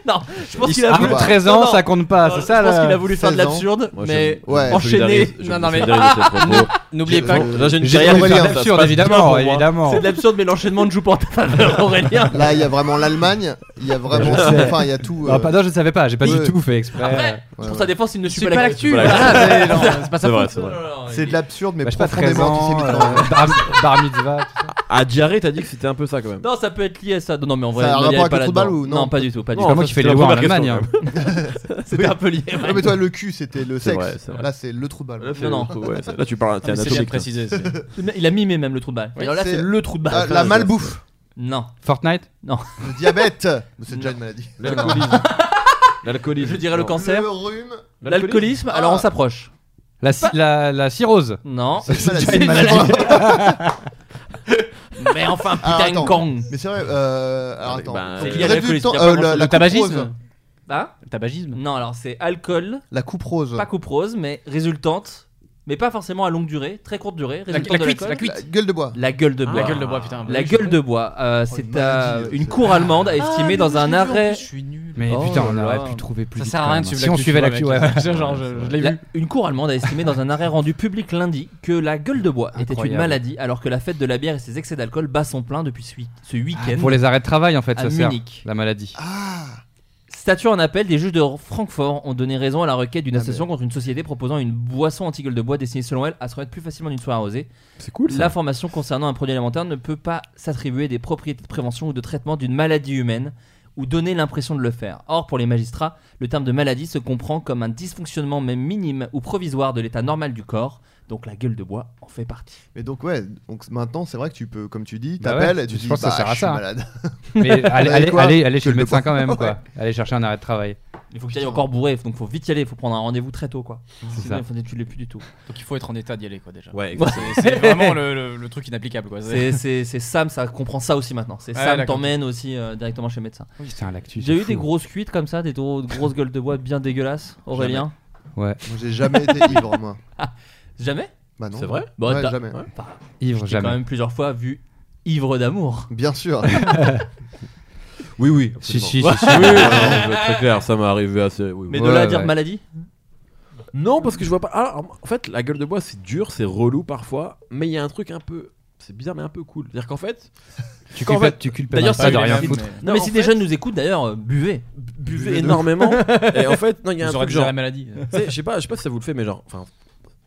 Speaker 7: non, je pense
Speaker 2: Il
Speaker 7: qu'il a
Speaker 2: se-
Speaker 7: voulu.
Speaker 2: Ah, 13 ans,
Speaker 7: non, non,
Speaker 2: ça compte pas,
Speaker 7: non,
Speaker 2: Ah, c'est ça,
Speaker 7: Je pense
Speaker 2: là
Speaker 7: qu'il a voulu faire de
Speaker 2: 16 ans.
Speaker 7: l'absurde,
Speaker 2: Moi, je-
Speaker 7: mais
Speaker 2: ouais, je me
Speaker 7: enchaîner.
Speaker 2: solidarise- je
Speaker 7: Non,
Speaker 2: me
Speaker 7: non, mais ah
Speaker 2: solidarise de ses propos.
Speaker 7: n'oubliez
Speaker 2: Je-
Speaker 7: pas.
Speaker 2: là, j'ai une J'ai carrière envie de faire de différente, l'absurde, ça se passe évidemment, bien pour moi. évidemment.
Speaker 7: C'est de l'absurde, mais l'enchaînement ne joue pas en ta faveur, Aurélien.
Speaker 8: Là, il y a vraiment l'Allemagne, il y a vraiment.
Speaker 2: Je sais.
Speaker 8: Enfin, il y a tout. euh,
Speaker 2: Ah, pardon, je ne savais pas, j'ai pas du tout fait exprès.
Speaker 7: Après,
Speaker 2: Ouais,
Speaker 7: pour
Speaker 2: ouais.
Speaker 7: sa défense, il ne
Speaker 2: Je
Speaker 7: suit
Speaker 2: suis
Speaker 7: pas
Speaker 2: pas
Speaker 7: l'actu.
Speaker 2: l'actu,
Speaker 7: Voilà,
Speaker 2: voilà.
Speaker 7: c'est- non, c'est pas sa
Speaker 9: C'est vrai,
Speaker 7: faute.
Speaker 9: c'est vrai.
Speaker 7: Non, non, non,
Speaker 8: C'est de l'absurde, mais
Speaker 2: Bah, je sais pas,
Speaker 8: profondément
Speaker 2: 13 ans,
Speaker 8: antisémite.
Speaker 2: euh, bar- bar mitzvah, tout ça.
Speaker 9: À Diarrhée, t'as dit que c'était un peu ça quand même.
Speaker 7: Non, ça peut être lié à ça. Non, non, mais en
Speaker 9: Ça
Speaker 7: vrai,
Speaker 9: a un
Speaker 7: Molière
Speaker 9: rapport
Speaker 7: est
Speaker 9: avec
Speaker 7: pas
Speaker 9: le
Speaker 7: là-dedans.
Speaker 9: football ou non
Speaker 7: Non, pas du tout. Pas du
Speaker 9: Non,
Speaker 7: tout.
Speaker 9: en fait,
Speaker 2: fais les lois en Allemagne, hein.
Speaker 7: C'était un peu lié.
Speaker 2: euh.
Speaker 7: ouais.
Speaker 8: Non, Ah, mais toi, le cul, c'était le
Speaker 9: C'est
Speaker 8: sexe.
Speaker 9: vrai, c'est vrai.
Speaker 8: Là, c'est le trou de balle.
Speaker 9: Là, c'est
Speaker 2: hein.
Speaker 7: Non, non.
Speaker 9: le trou, ouais, c'est- là, tu parles- t'es Ah, mais c'est bien anatomique, précisé, toi.
Speaker 7: Il a mimé même le trou de balle.
Speaker 8: Oui,
Speaker 7: Alors là,
Speaker 8: c'est-
Speaker 7: c'est le trou de balle.
Speaker 8: Ah, la malbouffe.
Speaker 7: Non.
Speaker 2: Fortnite
Speaker 7: Non.
Speaker 8: Le diabète. C'est déjà une maladie.
Speaker 7: L'alcoolisme.
Speaker 9: L'alcoolisme.
Speaker 7: Je dirais le
Speaker 9: Non.
Speaker 7: cancer.
Speaker 8: Le rhume.
Speaker 7: L'alcoolisme. Alors on s'approche.
Speaker 2: La, ci- la, la cirrhose
Speaker 7: Non.
Speaker 8: C'est
Speaker 7: C'est une maladie. Mais enfin,
Speaker 8: Ah,
Speaker 7: putain,
Speaker 8: attends.
Speaker 7: Kong.
Speaker 8: Mais c'est vrai, euh, alors
Speaker 7: Allez,
Speaker 8: attends.
Speaker 7: ben,
Speaker 8: Faut
Speaker 7: c'est
Speaker 8: qu'il
Speaker 7: lié à
Speaker 8: réduise le
Speaker 7: l'alcoolisme,
Speaker 8: temps-
Speaker 7: il y a
Speaker 8: euh,
Speaker 7: pas
Speaker 8: la,
Speaker 7: grand-chose.
Speaker 8: la
Speaker 7: Le
Speaker 8: coupe
Speaker 7: tabagisme.
Speaker 8: rose.
Speaker 7: Ah Le tabagisme Non, alors c'est alcool,
Speaker 8: La coupe rose.
Speaker 7: pas coupe rose, mais résultante. Mais pas forcément à longue durée, très courte durée. résultante
Speaker 1: la
Speaker 7: de
Speaker 1: cuite,
Speaker 7: l'alcool.
Speaker 1: la cuite.
Speaker 8: La gueule de bois.
Speaker 7: La gueule de
Speaker 1: Ah,
Speaker 7: bois.
Speaker 1: la gueule de bois, putain.
Speaker 7: La gueule de bois. euh, c'est euh, une cour allemande estimée dans un arrêt.
Speaker 2: Mais
Speaker 7: Oh
Speaker 2: putain, on
Speaker 7: là
Speaker 2: aurait
Speaker 7: là.
Speaker 2: pu trouver plus
Speaker 1: Ça
Speaker 2: vite,
Speaker 1: sert à
Speaker 2: quand
Speaker 1: rien
Speaker 2: même.
Speaker 1: de suivre
Speaker 2: Si on
Speaker 1: l'actu,
Speaker 2: suivait
Speaker 1: tu vois,
Speaker 2: l'actu, ouais.
Speaker 1: mec. Genre, je- je l'ai
Speaker 7: La-
Speaker 1: vu.
Speaker 7: Une cour allemande a estimé dans un arrêt rendu public lundi que la gueule de bois était une
Speaker 2: Incroyable.
Speaker 7: maladie, alors que la fête de la bière et ses excès d'alcool bat son plein depuis ce week- ce week-end.
Speaker 2: Pour les arrêts de travail, en fait,
Speaker 7: À
Speaker 2: ça sert.
Speaker 7: Munich.
Speaker 2: La maladie.
Speaker 7: Statut en appel, des juges de Francfort ont donné raison à la requête
Speaker 9: Ah,
Speaker 7: d'une association contre une société proposant une boisson anti-gueule de bois destinée selon elle à se remettre plus facilement d'une soirée arrosée.
Speaker 9: C'est cool ça.
Speaker 7: L'information concernant un produit alimentaire ne peut pas s'attribuer des propriétés de prévention ou de traitement d'une maladie humaine ou donner l'impression de le faire. Or, pour les magistrats, le terme de maladie se comprend comme un dysfonctionnement même minime ou provisoire de l'état normal du corps, donc la gueule de bois en fait partie.
Speaker 8: Mais donc, ouais, donc maintenant, c'est vrai que tu peux, comme tu dis,
Speaker 2: Bah
Speaker 8: t'appelles
Speaker 2: ouais,
Speaker 8: et tu
Speaker 2: je
Speaker 8: dis,
Speaker 2: pense que ça
Speaker 8: bah,
Speaker 2: sert à
Speaker 8: je suis
Speaker 2: ça.
Speaker 8: malade.
Speaker 2: Mais allez,
Speaker 8: Bah,
Speaker 2: allez,
Speaker 8: quoi
Speaker 2: allez, allez chez
Speaker 8: Gueule
Speaker 2: le
Speaker 8: de
Speaker 2: médecin
Speaker 8: bois.
Speaker 2: quand même,
Speaker 8: Ouais.
Speaker 2: quoi. Allez chercher un arrêt de travail.
Speaker 7: Il faut que tu ailles encore bourré, donc faut vite y aller, faut prendre un rendez-vous très tôt quoi.
Speaker 2: C'est
Speaker 7: Sinon,
Speaker 2: ça.
Speaker 7: il faut- tu l'es plus du tout.
Speaker 10: Donc il faut être en état d'y aller, quoi, déjà.
Speaker 9: Ouais,
Speaker 10: C'est- C'est vraiment le, le- le truc inapplicable, quoi.
Speaker 7: C'est- C'est c'est Sam, ça comprend ça aussi maintenant. C'est
Speaker 10: Ouais,
Speaker 7: Sam
Speaker 10: d'accord.
Speaker 7: t'emmène aussi euh, directement chez le médecin.
Speaker 2: Putain, l'actu.
Speaker 7: J'ai
Speaker 2: c'est
Speaker 7: eu
Speaker 2: fou.
Speaker 7: des grosses cuites comme ça, des gros- grosses gueules de bois bien dégueulasses, Aurélien.
Speaker 2: Ouais.
Speaker 8: Moi, j'ai jamais été ivre, moi.
Speaker 7: Jamais
Speaker 8: Bah non.
Speaker 9: C'est vrai
Speaker 7: Bon,
Speaker 8: Ouais,
Speaker 7: t'as-
Speaker 8: jamais.
Speaker 7: Bah,
Speaker 2: Ivre,
Speaker 7: je t'ai quand
Speaker 2: jamais.
Speaker 7: même plusieurs fois vu ivre d'amour.
Speaker 8: Bien sûr.
Speaker 9: Oui, oui.
Speaker 2: Si,
Speaker 9: absolument.
Speaker 2: si, si,
Speaker 9: Ouais.
Speaker 2: si.
Speaker 9: Oui, oui, non, je vais être très clair, ça m'est arrivé assez. oui,
Speaker 7: Mais
Speaker 9: oui.
Speaker 7: de là à
Speaker 2: Ouais,
Speaker 7: dire
Speaker 2: ouais.
Speaker 7: maladie
Speaker 9: Non, parce que je vois pas. Ah, en fait, la gueule de bois, c'est dur, c'est relou parfois, mais il y a un truc un peu. C'est bizarre, mais un peu cool. C'est-à-dire qu'en fait.
Speaker 2: Tu
Speaker 9: qu'en
Speaker 2: culpa-
Speaker 9: fait-
Speaker 2: tu culpabilises
Speaker 7: D'ailleurs,
Speaker 2: pas
Speaker 7: ça
Speaker 2: de
Speaker 7: eu
Speaker 2: rien
Speaker 7: les-
Speaker 2: foutre.
Speaker 7: Non, mais
Speaker 9: en
Speaker 7: si des
Speaker 9: fait-
Speaker 7: jeunes nous écoutent d'ailleurs, euh, buvez.
Speaker 9: buvez énormément. et en fait, non, il y a un
Speaker 10: Vous aurez
Speaker 9: truc
Speaker 10: déjà
Speaker 9: genre.
Speaker 10: la maladie.
Speaker 9: Tu sais, Je sais pas, je sais pas si ça vous le fait, mais genre, enfin,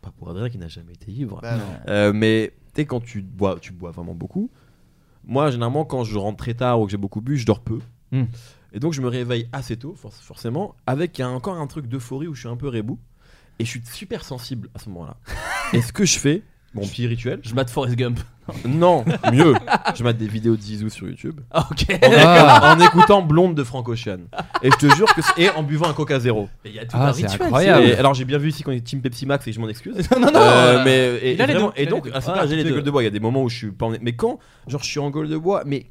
Speaker 9: pas pour Adrien qui n'a jamais été ivre.
Speaker 8: Bah non.
Speaker 9: Euh, mais tu sais, quand tu bois, tu bois vraiment beaucoup. Moi, généralement, quand je rentre très tard ou que j'ai beaucoup bu, je dors peu.
Speaker 2: Mm.
Speaker 9: Et donc, je me réveille assez tôt, for- forcément, avec un- encore un truc d'euphorie où je suis un peu rebou. Et je suis super sensible à ce moment-là. et ce que je fais, mon petit rituel,
Speaker 7: Je mate Forrest Gump.
Speaker 9: non, mieux, je mate des vidéos de Zizou sur YouTube.
Speaker 7: Ah, ok.
Speaker 9: En,
Speaker 2: Ah.
Speaker 9: en écoutant Blonde de Frank Ocean. Et je te jure que. c'est- Et en buvant un Coca Zéro.
Speaker 7: Mais il y a tout
Speaker 2: Ah,
Speaker 7: un
Speaker 2: c'est
Speaker 7: rituel.
Speaker 2: incroyable.
Speaker 9: Et alors j'ai bien vu ici qu'on est Team Pepsi Max et je m'en excuse.
Speaker 7: c'est- Non, non,
Speaker 9: Euh,
Speaker 7: euh,
Speaker 9: mais et,
Speaker 10: il a les
Speaker 9: vraiment-
Speaker 10: deux,
Speaker 9: et
Speaker 10: il a
Speaker 9: donc
Speaker 10: les deux.
Speaker 9: à ce
Speaker 7: Ah,
Speaker 9: moment-là,
Speaker 7: j'ai
Speaker 9: j'ai
Speaker 7: les
Speaker 9: les
Speaker 7: deux.
Speaker 9: gueules de bois. Il y a des moments où je suis pas en... mais quand genre je suis en gueule de bois, mais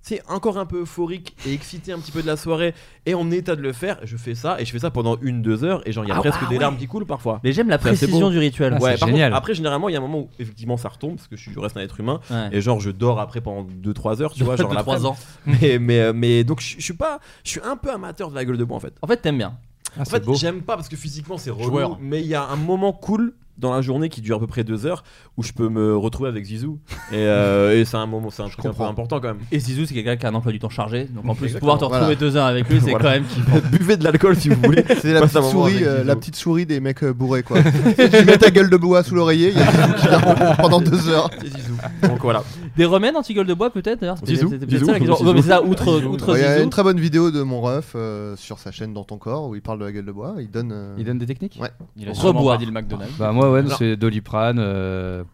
Speaker 9: c'est encore un peu euphorique et excité un petit peu de la soirée et en état de le faire, je fais ça et je fais ça pendant une deux heures et genre il y a
Speaker 7: Ah,
Speaker 9: presque
Speaker 7: ah,
Speaker 9: des
Speaker 7: ouais.
Speaker 9: larmes qui coulent parfois.
Speaker 7: Mais j'aime la
Speaker 9: Ça, c'est
Speaker 7: précision
Speaker 9: beau.
Speaker 7: du rituel.
Speaker 2: Ah,
Speaker 9: ouais,
Speaker 2: c'est
Speaker 9: par
Speaker 2: génial.
Speaker 9: contre, après généralement il y a un moment où effectivement ça retombe parce que je, suis- je reste un être humain
Speaker 7: Ouais.
Speaker 9: et genre je dors après pendant 2-3 heures, euh, tu vois, genre
Speaker 7: de
Speaker 9: la
Speaker 7: 3 ans.
Speaker 9: Mais mais euh, mais donc je, je suis pas, je suis un peu amateur de la gueule de bois en fait.
Speaker 7: En fait, t'aimes bien.
Speaker 2: Ah,
Speaker 9: En
Speaker 2: c'est
Speaker 9: fait,
Speaker 2: beau.
Speaker 9: j'aime pas parce que physiquement c'est relou,
Speaker 10: Joueur.
Speaker 9: mais il y a un moment cool dans la journée qui dure à peu près deux heures où je peux me retrouver avec Zizou et, euh, et c'est un moment, c'est un truc un peu
Speaker 8: comprends.
Speaker 9: important quand même.
Speaker 7: Et Zizou, c'est quelqu'un qui a un emploi du temps chargé. Donc en plus,
Speaker 9: Exactement.
Speaker 7: pouvoir te retrouver
Speaker 8: Voilà.
Speaker 7: deux heures avec lui, c'est
Speaker 9: Voilà.
Speaker 7: quand même kiffant.
Speaker 9: Buvez de l'alcool si vous voulez.
Speaker 8: C'est la
Speaker 9: Passe un
Speaker 8: petite,
Speaker 9: moment
Speaker 8: souris,
Speaker 9: avec
Speaker 8: euh,
Speaker 9: Zizou.
Speaker 8: la petite souris des mecs euh, bourrés quoi. tu mets ta gueule de bois sous l'oreiller, il y a Zizou qui vient pendant deux heures.
Speaker 9: C'est Zizou. Donc voilà.
Speaker 7: Des remèdes anti-gueule de bois, peut-être d'ailleurs c'était-
Speaker 9: Zizou,
Speaker 7: c'était peut-être
Speaker 9: Zizou,
Speaker 7: ça la question.
Speaker 9: Zizou.
Speaker 7: Ouais, mais c'est ça, outre, outre
Speaker 8: Ouais, Il y a
Speaker 7: Zizou.
Speaker 8: une très bonne vidéo de mon ref euh, sur sa chaîne Dans ton corps où il parle de la gueule de bois. Il donne. euh,
Speaker 2: Il donne des techniques
Speaker 10: Il a sûrement
Speaker 7: Reboire.
Speaker 10: pas dit le McDonald's.
Speaker 2: Bah, moi, ouais,
Speaker 9: Alors-
Speaker 2: c'est Doliprane. euh,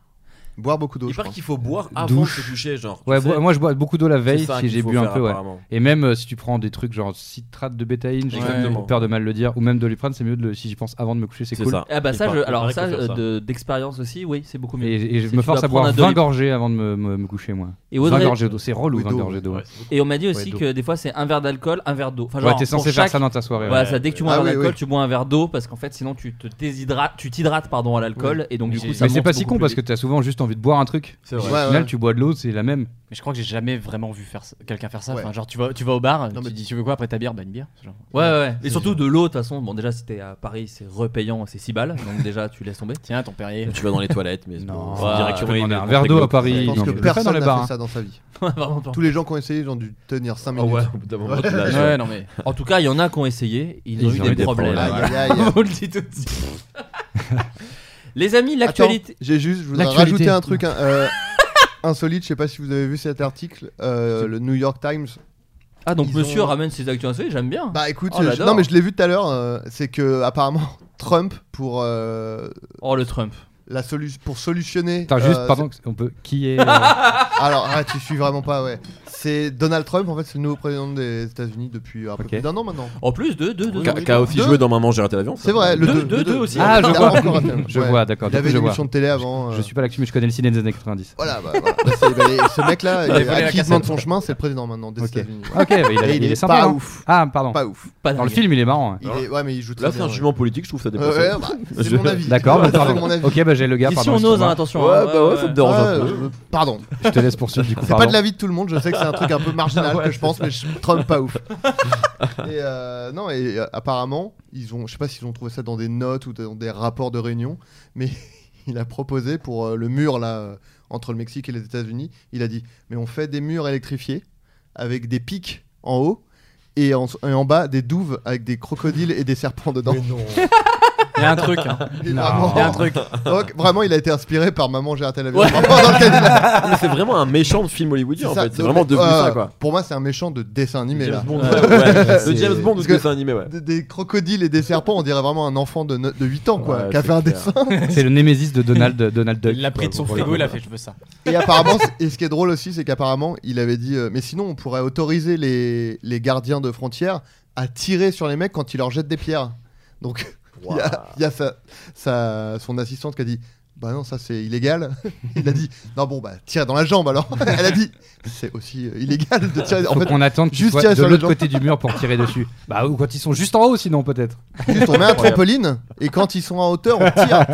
Speaker 8: Boire beaucoup d'eau.
Speaker 9: Il
Speaker 8: je
Speaker 9: paraît
Speaker 8: pense.
Speaker 9: qu'il faut boire avant
Speaker 2: Douche.
Speaker 9: de se coucher, genre. tu
Speaker 2: Ouais,
Speaker 9: sais,
Speaker 2: bo- moi, je bois beaucoup d'eau la
Speaker 9: c'est
Speaker 2: veille
Speaker 9: ça
Speaker 2: si
Speaker 9: qu'il
Speaker 2: j'ai
Speaker 9: faut
Speaker 2: bu un
Speaker 9: faire,
Speaker 2: peu, ouais.
Speaker 9: apparemment.
Speaker 2: Et même euh, si tu prends des trucs genre citrate de bétaïne, j'ai
Speaker 9: Exactement.
Speaker 2: peur de mal le dire, ou même Doliprane, c'est mieux de le- si j'y pense avant de me coucher, c'est
Speaker 9: C'est
Speaker 2: cool.
Speaker 9: ça.
Speaker 7: Ah bah
Speaker 9: Il
Speaker 7: ça,
Speaker 9: paraît-
Speaker 7: je-
Speaker 9: il
Speaker 7: alors
Speaker 9: paraît
Speaker 7: ça,
Speaker 9: qu'il faut faire
Speaker 7: euh, de- d'expérience aussi, oui, c'est beaucoup mieux.
Speaker 2: Et, et je
Speaker 7: Si
Speaker 2: me
Speaker 7: tu
Speaker 2: force
Speaker 7: dois
Speaker 2: à boire
Speaker 7: prendre un
Speaker 2: 20
Speaker 7: Dolip-
Speaker 2: gorgées avant de me, me- me coucher, moi.
Speaker 7: Et
Speaker 2: 20
Speaker 7: Audrey,
Speaker 2: gorgées d'eau, c'est relou,
Speaker 8: Oui,
Speaker 2: 20
Speaker 8: d'eau,
Speaker 2: gorgées
Speaker 8: oui.
Speaker 2: d'eau. Ouais,
Speaker 7: et on m'a dit
Speaker 8: Ouais,
Speaker 7: aussi
Speaker 8: d'eau.
Speaker 7: que des fois c'est un verre d'alcool, un verre d'eau. Enfin,
Speaker 2: Ouais,
Speaker 7: genre,
Speaker 2: t'es censé
Speaker 7: pour
Speaker 2: faire
Speaker 7: chaque-
Speaker 2: ça dans ta soirée. ouais.
Speaker 7: Voilà, ça, dès que tu bois
Speaker 8: Ah
Speaker 7: un
Speaker 8: oui,
Speaker 7: alcool,
Speaker 8: oui.
Speaker 7: tu bois un verre d'eau parce qu'en fait, sinon tu te déshydrates, tu t'hydrates pardon à l'alcool et donc du
Speaker 10: Mais
Speaker 7: coup
Speaker 10: j'ai-
Speaker 7: ça
Speaker 2: Mais c'est
Speaker 7: monte
Speaker 2: pas si
Speaker 7: beaucoup
Speaker 2: con
Speaker 7: plus
Speaker 2: parce que
Speaker 7: vite.
Speaker 2: t'as souvent juste t'as envie de boire un truc.
Speaker 10: C'est vrai.
Speaker 2: Puis Au
Speaker 10: Ouais,
Speaker 2: final,
Speaker 10: ouais.
Speaker 2: tu bois de l'eau, c'est la même.
Speaker 10: Mais je crois que j'ai jamais vraiment vu faire ça- quelqu'un faire ça.
Speaker 7: Ouais.
Speaker 10: Enfin, genre, tu vas, tu vas au bar, tu dis tu veux quoi après ta bière Bah, une bière. Genre,
Speaker 7: Ouais, ouais, ouais.
Speaker 10: C'est
Speaker 7: Et surtout de l'eau, de toute façon. Bon, déjà, si t'es à Paris, c'est repayant, c'est 6 balles. Donc, déjà, tu laisses tomber.
Speaker 10: Tiens, ton Perrier.
Speaker 9: Tu vas dans les toilettes, mais c'est
Speaker 7: non.
Speaker 9: bon. Faut direct
Speaker 7: tu
Speaker 9: tu peux demander
Speaker 8: un
Speaker 9: verre d'eau à Paris.
Speaker 8: Je pense
Speaker 9: Non,
Speaker 8: que
Speaker 9: mais-
Speaker 8: personne
Speaker 9: Pas dans les
Speaker 8: n'a
Speaker 9: bars,
Speaker 8: fait
Speaker 9: hein.
Speaker 8: ça dans sa vie.
Speaker 7: Vraiment pas.
Speaker 8: Tous les gens qui ont essayé, ils ont dû tenir 5 minutes.
Speaker 7: Ah ouais, au bout d'un moment, tu lâches.
Speaker 8: Ouais.
Speaker 7: Ouais, non, mais- En tout cas, il y en a qui ont essayé, ils, ont, eu des, problèmes.
Speaker 8: Aïe, aïe, aïe.
Speaker 7: On vous le dit tout de suite. Les amis, l'actualité.
Speaker 8: Attends, J'ai juste, je voudrais
Speaker 7: L'actualité.
Speaker 8: rajouter un truc hein, euh, insolite. Je sais pas si vous avez vu cet article, euh, le New York Times.
Speaker 7: Ah, donc
Speaker 8: Ils
Speaker 7: monsieur
Speaker 8: ont-
Speaker 7: ramène ses actus insolites, j'aime bien.
Speaker 8: Bah écoute,
Speaker 7: Oh,
Speaker 8: euh, je-
Speaker 7: j'adore.
Speaker 8: non mais je l'ai vu tout à l'heure. euh, c'est que apparemment Trump pour. euh,
Speaker 7: Oh, le Trump.
Speaker 8: La solution pour solutionner.
Speaker 2: Attends, juste,
Speaker 8: euh,
Speaker 2: pardon, on peut. Qui est. euh,
Speaker 8: Alors, ah, tu suis vraiment pas, ouais. C'est Donald Trump, en fait, c'est le nouveau président des États-Unis depuis un peu plus d'un an maintenant.
Speaker 7: En plus, deux, deux, deux.
Speaker 9: Qu'a- qu'a aussi joué dans Maman, j'ai raté l'avion, ça.
Speaker 8: C'est vrai, le
Speaker 9: Deux,
Speaker 8: 2.
Speaker 9: deux, deux aussi. hein.
Speaker 2: Ah, je
Speaker 9: Il a
Speaker 2: vois.
Speaker 9: encore raté l'avion.
Speaker 2: je
Speaker 9: Ouais.
Speaker 2: vois, d'accord.
Speaker 9: Il avait
Speaker 2: du coup, je
Speaker 9: une
Speaker 2: vois.
Speaker 9: émission de télé avant,
Speaker 2: Je,
Speaker 9: euh.
Speaker 2: suis pas l'actu, mais je connais le ciné des années 90.
Speaker 8: Voilà, bah, voilà. Bah, c'est- bah, les- ce mec-là,
Speaker 2: Il
Speaker 8: euh,
Speaker 2: est volé
Speaker 8: à
Speaker 2: la
Speaker 8: qui il
Speaker 2: cassette.
Speaker 8: demande son chemin, c'est le président maintenant des
Speaker 2: Ok.
Speaker 8: États-Unis.
Speaker 2: Ok, bah, il a-
Speaker 8: Et
Speaker 2: il est sympa,
Speaker 8: Pas
Speaker 2: non
Speaker 8: ouf.
Speaker 2: Ah, pardon.
Speaker 8: Pas ouf.
Speaker 2: Pas Dans dingue. le film, il est marrant, ouais.
Speaker 8: est- ouais, mais il joue très
Speaker 9: Là, c'est
Speaker 8: bien.
Speaker 9: un
Speaker 8: ouais.
Speaker 9: jugement politique, je
Speaker 7: Euh,
Speaker 9: trouve ça dépasse.
Speaker 8: Ouais, ouais, bah, c'est mon avis.
Speaker 2: D'accord, bah,
Speaker 8: C'est
Speaker 2: pardon.
Speaker 8: mon avis.
Speaker 2: Ok, bah, j'ai le gars,
Speaker 8: Ici,
Speaker 2: pardon,
Speaker 8: on
Speaker 2: excuse-moi.
Speaker 8: ose, hein, attention,
Speaker 9: Ouais, hein, bah ouais, ouais, ça me dérange un
Speaker 8: Ouais,
Speaker 9: peu.
Speaker 8: je- Pardon.
Speaker 2: Je te laisse poursuivre, du coup,
Speaker 8: C'est
Speaker 2: pardon.
Speaker 8: pas de l'avis de tout le monde, je sais que c'est un truc un peu marginal
Speaker 2: Ouais,
Speaker 8: que je
Speaker 2: c'est
Speaker 8: pense,
Speaker 2: ça.
Speaker 8: mais je trompe pas ouf. et euh, non, et euh, apparemment, ils ont, je sais pas s'ils ont trouvé ça dans des notes ou dans des rapports de réunion, mais il a proposé pour euh, le mur là euh, entre le Mexique et les États-Unis, il a dit mais on fait des murs électrifiés avec des pics en haut. Et en, et en bas, des douves avec des crocodiles et des serpents dedans.
Speaker 10: Il y a un truc, hein.
Speaker 8: Et
Speaker 10: Non.
Speaker 8: vraiment-
Speaker 10: Il y a un truc.
Speaker 8: Donc, vraiment, il a été inspiré par Maman, j'ai raté l'avion.
Speaker 9: Ouais.
Speaker 8: Dans lequel il a-
Speaker 9: Mais c'est vraiment un méchant de film hollywoodien en
Speaker 8: ça,
Speaker 9: fait. C'est
Speaker 8: donc,
Speaker 9: vraiment devenu
Speaker 8: euh,
Speaker 9: ça ah, quoi.
Speaker 8: Pour moi, c'est un méchant de dessin animé
Speaker 9: James
Speaker 8: là.
Speaker 9: Bond, ouais, ouais. De James Bond ou de
Speaker 8: Parce que
Speaker 9: dessin animé, ouais.
Speaker 8: Des, des crocodiles et des serpents, on dirait vraiment un enfant de, ne- de 8 ans quoi,
Speaker 9: Ouais,
Speaker 8: qui a
Speaker 9: c'est
Speaker 8: fait un
Speaker 9: clair.
Speaker 8: dessin.
Speaker 2: C'est le némésis de Donald, Donald Duck.
Speaker 10: Il l'a pris de son
Speaker 2: Voilà.
Speaker 10: frigo, il a fait je veux ça.
Speaker 8: Et apparemment, c- et ce qui est drôle aussi, c'est qu'apparemment, il avait dit euh, Mais sinon, on pourrait autoriser les, les gardiens de frontières à tirer sur les mecs quand ils leur jettent des pierres. Donc, il y a, il y a sa- sa- son assistante qui a dit Bah non, ça c'est illégal. il a dit Non, bon, bah tire dans la jambe alors. Elle a dit C'est aussi euh, illégal de tirer. En
Speaker 2: Faut
Speaker 8: fait,
Speaker 2: qu'on attende qu'ils
Speaker 8: juste
Speaker 2: soient
Speaker 8: tirer
Speaker 2: de
Speaker 8: sur la
Speaker 2: l'autre
Speaker 8: jambe.
Speaker 2: côté du mur pour tirer dessus. Bah, ou quand ils sont juste en haut, sinon, peut-être.
Speaker 8: Juste, on met un
Speaker 2: Incroyable.
Speaker 8: trampoline et quand ils sont en hauteur, on tire.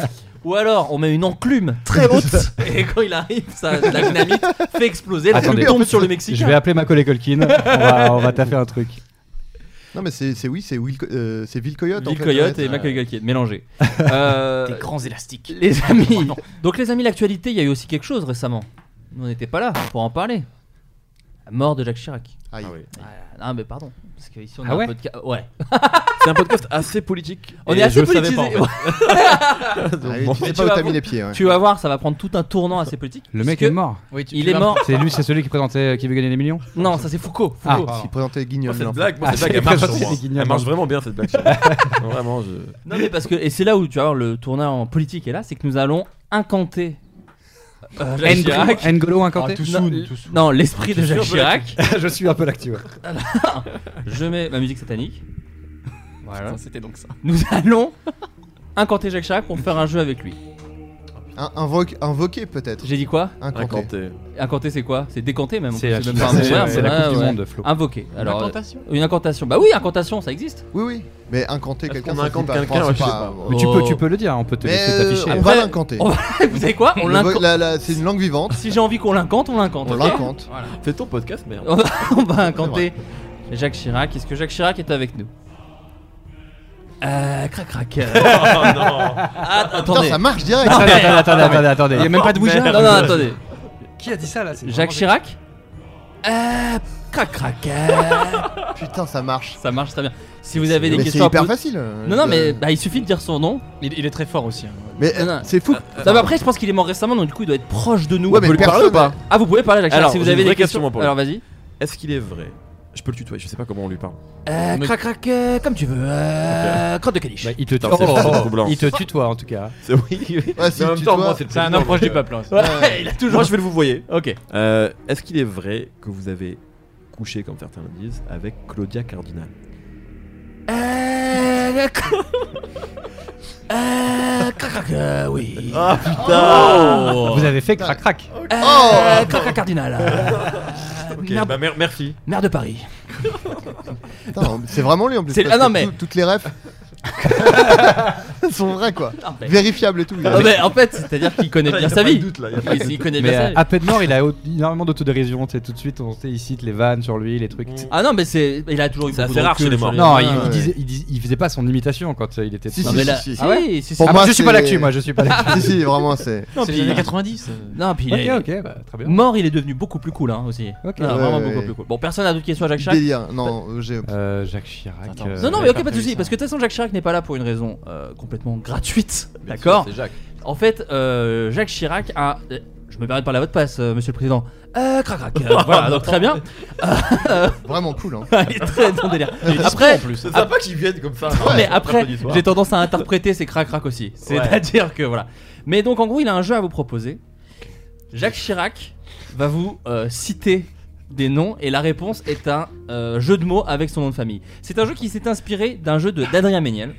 Speaker 7: Ou alors, on met une enclume très haute et quand il arrive, ça, la dynamite fait exploser, la
Speaker 2: Attendez.
Speaker 7: tombe sur le Mexique.
Speaker 2: Je vais appeler Macaulay Culkin. on, va, on va taffer un truc.
Speaker 8: Non, mais c'est c'est- oui, c'est Will, Co- euh, c'est Will Coyote. en
Speaker 7: Bill
Speaker 8: fait,
Speaker 7: Coyote
Speaker 8: ouais.
Speaker 7: et Macaulay Culkin mélangés. Euh,
Speaker 10: Des grands élastiques.
Speaker 7: Les
Speaker 10: Oh
Speaker 7: amis.
Speaker 10: non.
Speaker 7: Donc les amis, l'actualité, il y a eu aussi quelque chose récemment. Nous on n'était pas là pour en parler. La mort de Jacques Chirac.
Speaker 8: Aïe.
Speaker 7: Ah, non mais pardon, parce que ici on
Speaker 10: Ah
Speaker 7: a
Speaker 10: ouais
Speaker 7: un podcast. Ouais.
Speaker 9: C'est un podcast assez politique.
Speaker 7: On
Speaker 9: Et
Speaker 7: est assez
Speaker 9: je le savais
Speaker 7: politisé.
Speaker 9: pas, en fait.
Speaker 7: Ah oui,
Speaker 9: bon.
Speaker 7: tu sais
Speaker 9: Mais
Speaker 7: pas
Speaker 9: tu
Speaker 7: où
Speaker 9: vas
Speaker 7: t'as
Speaker 9: voir.
Speaker 7: mis les pieds, ouais. Tu vas voir, ça va prendre tout un tournant assez politique.
Speaker 2: Le mec
Speaker 7: Parce
Speaker 2: est
Speaker 7: que-
Speaker 2: mort.
Speaker 7: Oui, tu- Il tu est vas- mort.
Speaker 2: C'est lui, c'est celui qui présentait, euh, qui veut gagner les millions.
Speaker 7: Non, ça c'est Foucault.
Speaker 2: Ah,
Speaker 7: Foucault.
Speaker 2: pardon.
Speaker 8: Il présentait Guignol.
Speaker 9: Oh, cette
Speaker 8: l'enfant.
Speaker 9: blague, moi,
Speaker 2: Ah,
Speaker 9: cette blague, elle
Speaker 2: c'est
Speaker 9: marche sur
Speaker 2: présenté
Speaker 9: moi.
Speaker 2: des guignols,
Speaker 9: Elle marche
Speaker 2: non.
Speaker 9: vraiment bien cette blague. sur moi. Vraiment, je.
Speaker 7: Non mais parce que et c'est là où tu vas voir le tournant en politique est là, c'est que nous allons incanter. euh, Jacques
Speaker 2: N'Golo-
Speaker 7: Chirac.
Speaker 2: N'Golo incanté
Speaker 7: Ah, tout soon, tout soon. Non, l'esprit de
Speaker 2: Je suis un
Speaker 7: Jacques
Speaker 2: peu l'actu.
Speaker 7: Chirac.
Speaker 2: Je suis un peu l'actu. ouais.
Speaker 7: Je mets ma musique satanique. Voilà.
Speaker 10: Putain, C'était donc ça.
Speaker 7: Nous allons incanter Jacques Chirac pour faire un jeu avec lui.
Speaker 8: Un- invoque- invoqué peut-être.
Speaker 7: J'ai dit quoi
Speaker 8: Incanté.
Speaker 7: Incanter, c'est quoi C'est décanter même. en
Speaker 2: C'est
Speaker 7: plus,
Speaker 2: la-
Speaker 7: même pas un
Speaker 2: c'est-
Speaker 7: mot,
Speaker 2: c'est-
Speaker 7: ouais,
Speaker 2: Ah, c'est la
Speaker 7: ouais,
Speaker 2: Coupe du
Speaker 7: ouais.
Speaker 2: Monde, Flo.
Speaker 7: Invoquer.
Speaker 10: Une
Speaker 7: Alors, euh,
Speaker 10: incantation
Speaker 7: une incantation. Bah oui, incantation, ça existe.
Speaker 8: Oui, oui. Mais incanter quelqu'un,
Speaker 9: qu'on
Speaker 8: ça se dit
Speaker 9: incante
Speaker 8: pas.
Speaker 2: Ah,
Speaker 9: quelqu'un,
Speaker 8: Enfin,
Speaker 9: ouais, je
Speaker 8: c'est
Speaker 9: sais
Speaker 8: pas-
Speaker 9: pas. Oh.
Speaker 2: Mais tu peux, tu peux le dire. On peut te
Speaker 8: Mais
Speaker 2: laisser
Speaker 8: euh,
Speaker 2: t'afficher.
Speaker 8: on va l'incanter.
Speaker 7: on va- Vous savez quoi On
Speaker 8: Le-
Speaker 7: l'incante.
Speaker 8: la- la- C'est une langue vivante.
Speaker 7: Si j'ai envie qu'on l'incante, on l'incante.
Speaker 8: On
Speaker 7: ok
Speaker 8: l'incante.
Speaker 7: Voilà.
Speaker 9: Fais ton podcast, merde.
Speaker 7: On va, on va incanter Jacques Chirac. Est-ce que Jacques Chirac est avec nous Euh, crac crac.
Speaker 2: Oh,
Speaker 7: Euh, Ah,
Speaker 8: Putain,
Speaker 7: attendez.
Speaker 8: ça marche direct.
Speaker 7: Ah.
Speaker 2: Attendez, Eh, attendez, attendez, attendez.
Speaker 10: Il y a même pas de Ouija
Speaker 7: Non, non, attendez.
Speaker 2: Qui a dit ça là c'est
Speaker 7: Jacques
Speaker 2: vraiment-
Speaker 7: Chirac Euh, crac crac. Euh,
Speaker 8: Putain, ça marche.
Speaker 7: Ça marche très bien. Si vous avez des
Speaker 8: Mais c'est
Speaker 7: questions à
Speaker 8: hyper
Speaker 7: poser-
Speaker 8: facile. euh,
Speaker 7: Non, non, mais
Speaker 8: euh,
Speaker 7: bah, il suffit de dire son nom.
Speaker 10: Il, il est très fort aussi. hein.
Speaker 8: Mais
Speaker 7: Non, non.
Speaker 8: euh, c'est fou.
Speaker 7: Non, mais après, je pense qu'il est mort récemment, donc du coup, il doit être proche de nous.
Speaker 8: Ouais, mais
Speaker 7: On peut lui parler
Speaker 8: personne-
Speaker 7: ou pas Ah, vous pouvez parler, Jacques Chirac,
Speaker 9: Alors,
Speaker 7: si vous
Speaker 9: j'ai une
Speaker 7: avez des
Speaker 9: vraie
Speaker 7: questions.
Speaker 9: question, moi, pour lui.
Speaker 7: Alors, vas-y.
Speaker 9: Est-ce qu'il est vrai Je peux le tutoyer, je sais pas comment on lui parle.
Speaker 7: Euh,
Speaker 10: Mais-
Speaker 7: crac crac, euh, comme tu veux. Euh, crotte de caniche.
Speaker 2: Bah, il te
Speaker 9: Putain, c'est-
Speaker 2: Oh,
Speaker 9: c'est
Speaker 2: oh, oh.
Speaker 9: troublant.
Speaker 2: Il te tutoie en tout cas.
Speaker 9: C'est oui.
Speaker 8: Ouais, Ah, si
Speaker 9: Mais en
Speaker 8: tu
Speaker 9: même temps,
Speaker 8: dois-
Speaker 9: moi, c'est le
Speaker 10: C'est un
Speaker 9: président,
Speaker 10: homme proche
Speaker 9: donc,
Speaker 10: du peuple. hein.
Speaker 7: Ouais, il a toujours.
Speaker 9: Moi, je vais le vous voyer.
Speaker 7: Ok.
Speaker 9: Euh, Est-ce qu'il est vrai que vous avez couché, comme certains le disent, avec Claudia Cardinal
Speaker 7: Euh, cr- Euh, crac crac, euh, oui.
Speaker 9: Ah putain
Speaker 2: Vous avez fait crac crac.
Speaker 7: Euh, crac crac cardinal. Euh,
Speaker 9: Ok,
Speaker 7: maire-
Speaker 9: bah mer- merci.
Speaker 7: Maire de Paris.
Speaker 8: Putain, C'est vraiment lui en plus.
Speaker 7: C'est-
Speaker 8: parce
Speaker 7: ah, non,
Speaker 8: que
Speaker 7: mais-
Speaker 8: tout- Toutes les refs. Ils sont vrais quoi.
Speaker 7: Non, mais-
Speaker 8: Vérifiables et tout.
Speaker 7: Non, mais en fait, c'est-à-dire qu'il connaît
Speaker 8: Il y a
Speaker 7: bien
Speaker 8: pas
Speaker 7: sa
Speaker 8: de
Speaker 7: vie.
Speaker 8: doute, là, il y a pas de
Speaker 7: Il- Il
Speaker 8: doute.
Speaker 7: connaît
Speaker 2: Mais
Speaker 7: bien sa
Speaker 2: euh,
Speaker 7: vie.
Speaker 2: à peine mort, il a au- énormément d'autodérision. Tu sais, tout de suite, on sait ici les vannes sur lui, les trucs.
Speaker 9: Mmh.
Speaker 2: tu sais.
Speaker 7: Ah non, mais c'est. Il a toujours eu
Speaker 2: Ça
Speaker 7: beaucoup
Speaker 2: fait
Speaker 7: de
Speaker 2: rare
Speaker 7: recul
Speaker 2: chez les morts.
Speaker 7: sur les-
Speaker 2: Non, il,
Speaker 7: Ouais,
Speaker 2: il
Speaker 7: ouais.
Speaker 2: disait- il dis- il faisait pas son imitation quand euh, il était.
Speaker 7: Si,
Speaker 2: petit.
Speaker 7: si, si, si, si. Pour
Speaker 2: Ah,
Speaker 7: moi,
Speaker 2: moi, Ah, je suis pas
Speaker 7: c'est-
Speaker 2: là-dessus, moi, je suis pas là-dessus.
Speaker 8: si, si, vraiment, c'est.
Speaker 7: Non,
Speaker 10: C'est
Speaker 7: puis
Speaker 10: les années
Speaker 7: il-
Speaker 10: 90, euh.
Speaker 7: Non, puis il
Speaker 10: Ok,
Speaker 7: est-
Speaker 10: ok, bah, très bien.
Speaker 7: Mort, il est devenu beaucoup plus cool hein, aussi.
Speaker 2: Ok.
Speaker 7: Non,
Speaker 8: Ouais,
Speaker 7: vraiment
Speaker 8: ouais,
Speaker 7: beaucoup
Speaker 8: ouais.
Speaker 7: plus cool. Bon, personne n'a d'autres questions à Jacques Chirac
Speaker 8: Délire.
Speaker 7: Bah
Speaker 8: Non, euh, j'ai.
Speaker 2: Euh, Jacques Chirac. euh,
Speaker 7: Non, non, mais
Speaker 2: j'avais
Speaker 7: ok, pas de
Speaker 2: prévu
Speaker 7: soucis,
Speaker 2: ça.
Speaker 7: parce que de toute façon, Jacques Chirac n'est pas là pour une raison euh, complètement gratuite.
Speaker 2: Bien sûr,
Speaker 7: D'accord
Speaker 2: c'est Jacques.
Speaker 7: En fait, euh, Jacques Chirac a. euh, Je me permets de parler à votre passe, euh, monsieur le président. Euh, crac crac. euh, voilà, donc très bien.
Speaker 8: Vraiment cool, hein.
Speaker 7: Il est très dans le délire.
Speaker 8: Il est dispo,
Speaker 7: Après,
Speaker 8: en plus. C'est
Speaker 7: ap-
Speaker 2: Ah.
Speaker 8: sympa qu'il vienne comme ça.
Speaker 7: Non,
Speaker 8: Ouais,
Speaker 7: mais
Speaker 8: c'est
Speaker 7: après,
Speaker 8: mercredi soir.
Speaker 7: j'ai tendance à interpréter ces crac crac aussi. C'est-à-dire que voilà. Mais donc, en gros, il a un jeu à vous proposer. Jacques Chirac va vous euh, citer des noms et la réponse est un euh, jeu de mots avec son nom de famille. C'est un jeu qui s'est inspiré d'un jeu de- d'Adrien Méniel.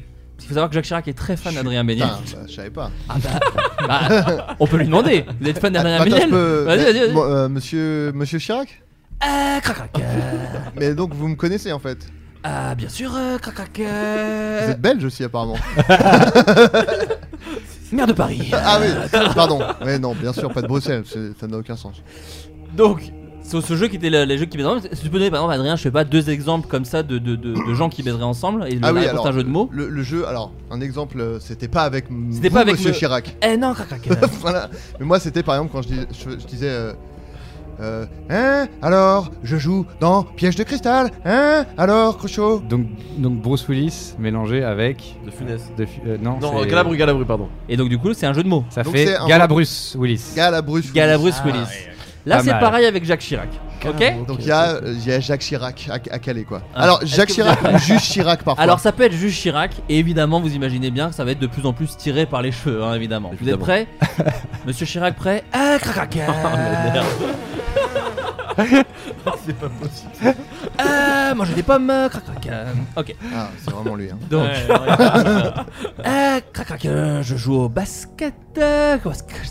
Speaker 7: Il faut savoir que Jacques Chirac est très fan d'Adrien Méniel.
Speaker 8: Putain, bah, je savais pas.
Speaker 7: Ah bah, bah, on peut lui demander. Vous êtes fan d'Adrien
Speaker 8: Attends, je
Speaker 7: Méniel
Speaker 8: peux-
Speaker 7: Vas-y, vas-y, vas-y.
Speaker 8: Bon, euh, monsieur, monsieur Chirac
Speaker 7: Ah, crac, crac, euh.
Speaker 8: Mais donc vous me connaissez en fait.
Speaker 7: Ah, bien sûr, euh, crac, crac,
Speaker 8: Vous
Speaker 7: euh.
Speaker 8: êtes belge aussi apparemment.
Speaker 7: Maire de Paris.
Speaker 8: Ah oui, pardon. Mais non, bien sûr, pas de Bruxelles, c'est- ça n'a aucun sens.
Speaker 7: Donc, sur ce jeu qui était le- les jeux qui baiseraient ensemble, si tu peux donner par exemple, Adrien, je sais pas, deux exemples comme ça de, de, de, de gens qui baiseraient ensemble et
Speaker 8: ah oui,
Speaker 7: alors,
Speaker 8: alors
Speaker 7: un jeu de mots.
Speaker 8: Le, le jeu, alors un exemple, euh, c'était pas avec
Speaker 7: C'était
Speaker 8: vous,
Speaker 7: pas avec
Speaker 8: Monsieur
Speaker 7: le-
Speaker 8: Chirac.
Speaker 7: Eh non, crac, crac, euh.
Speaker 8: voilà. Mais moi, c'était par exemple quand je, dis- je- je disais. euh, euh, hein Alors, je joue dans Piège de cristal. Hein Alors, Cruchot.
Speaker 2: Donc, donc Bruce Willis mélangé avec.
Speaker 9: De Funès.
Speaker 2: De Fu- euh, non,
Speaker 9: Non,
Speaker 2: c'est-
Speaker 9: Galabru, Galabru, pardon.
Speaker 7: Et donc, du coup, c'est un jeu de mots.
Speaker 2: Ça
Speaker 7: Donc,
Speaker 2: fait
Speaker 7: c'est un-
Speaker 2: Galabruce Willis.
Speaker 8: Galabruce Willis.
Speaker 7: Galabruce Willis. Là,
Speaker 2: Pas
Speaker 7: c'est
Speaker 2: mal.
Speaker 7: pareil avec Jacques Chirac. Ok
Speaker 8: Donc il y, a, euh, il y a Jacques Chirac à, à Calais quoi.
Speaker 7: Ah.
Speaker 8: Alors
Speaker 7: Est-ce
Speaker 8: Jacques
Speaker 7: que vous
Speaker 8: Chirac
Speaker 7: avez-
Speaker 8: ou juste Chirac parfois.
Speaker 7: Alors ça peut être juste Chirac et évidemment vous imaginez bien que ça va être de plus en plus tiré par les cheveux hein, évidemment. Vous êtes prêts Monsieur Chirac prêt Ah crac crac euh.
Speaker 9: C'est pas possible.
Speaker 7: Ah manger des pommes euh, crac crac euh. Ok.
Speaker 8: Ah, c'est vraiment lui. Hein.
Speaker 7: Donc
Speaker 8: Ouais,
Speaker 7: Ah crac crac euh, je joue au basket euh,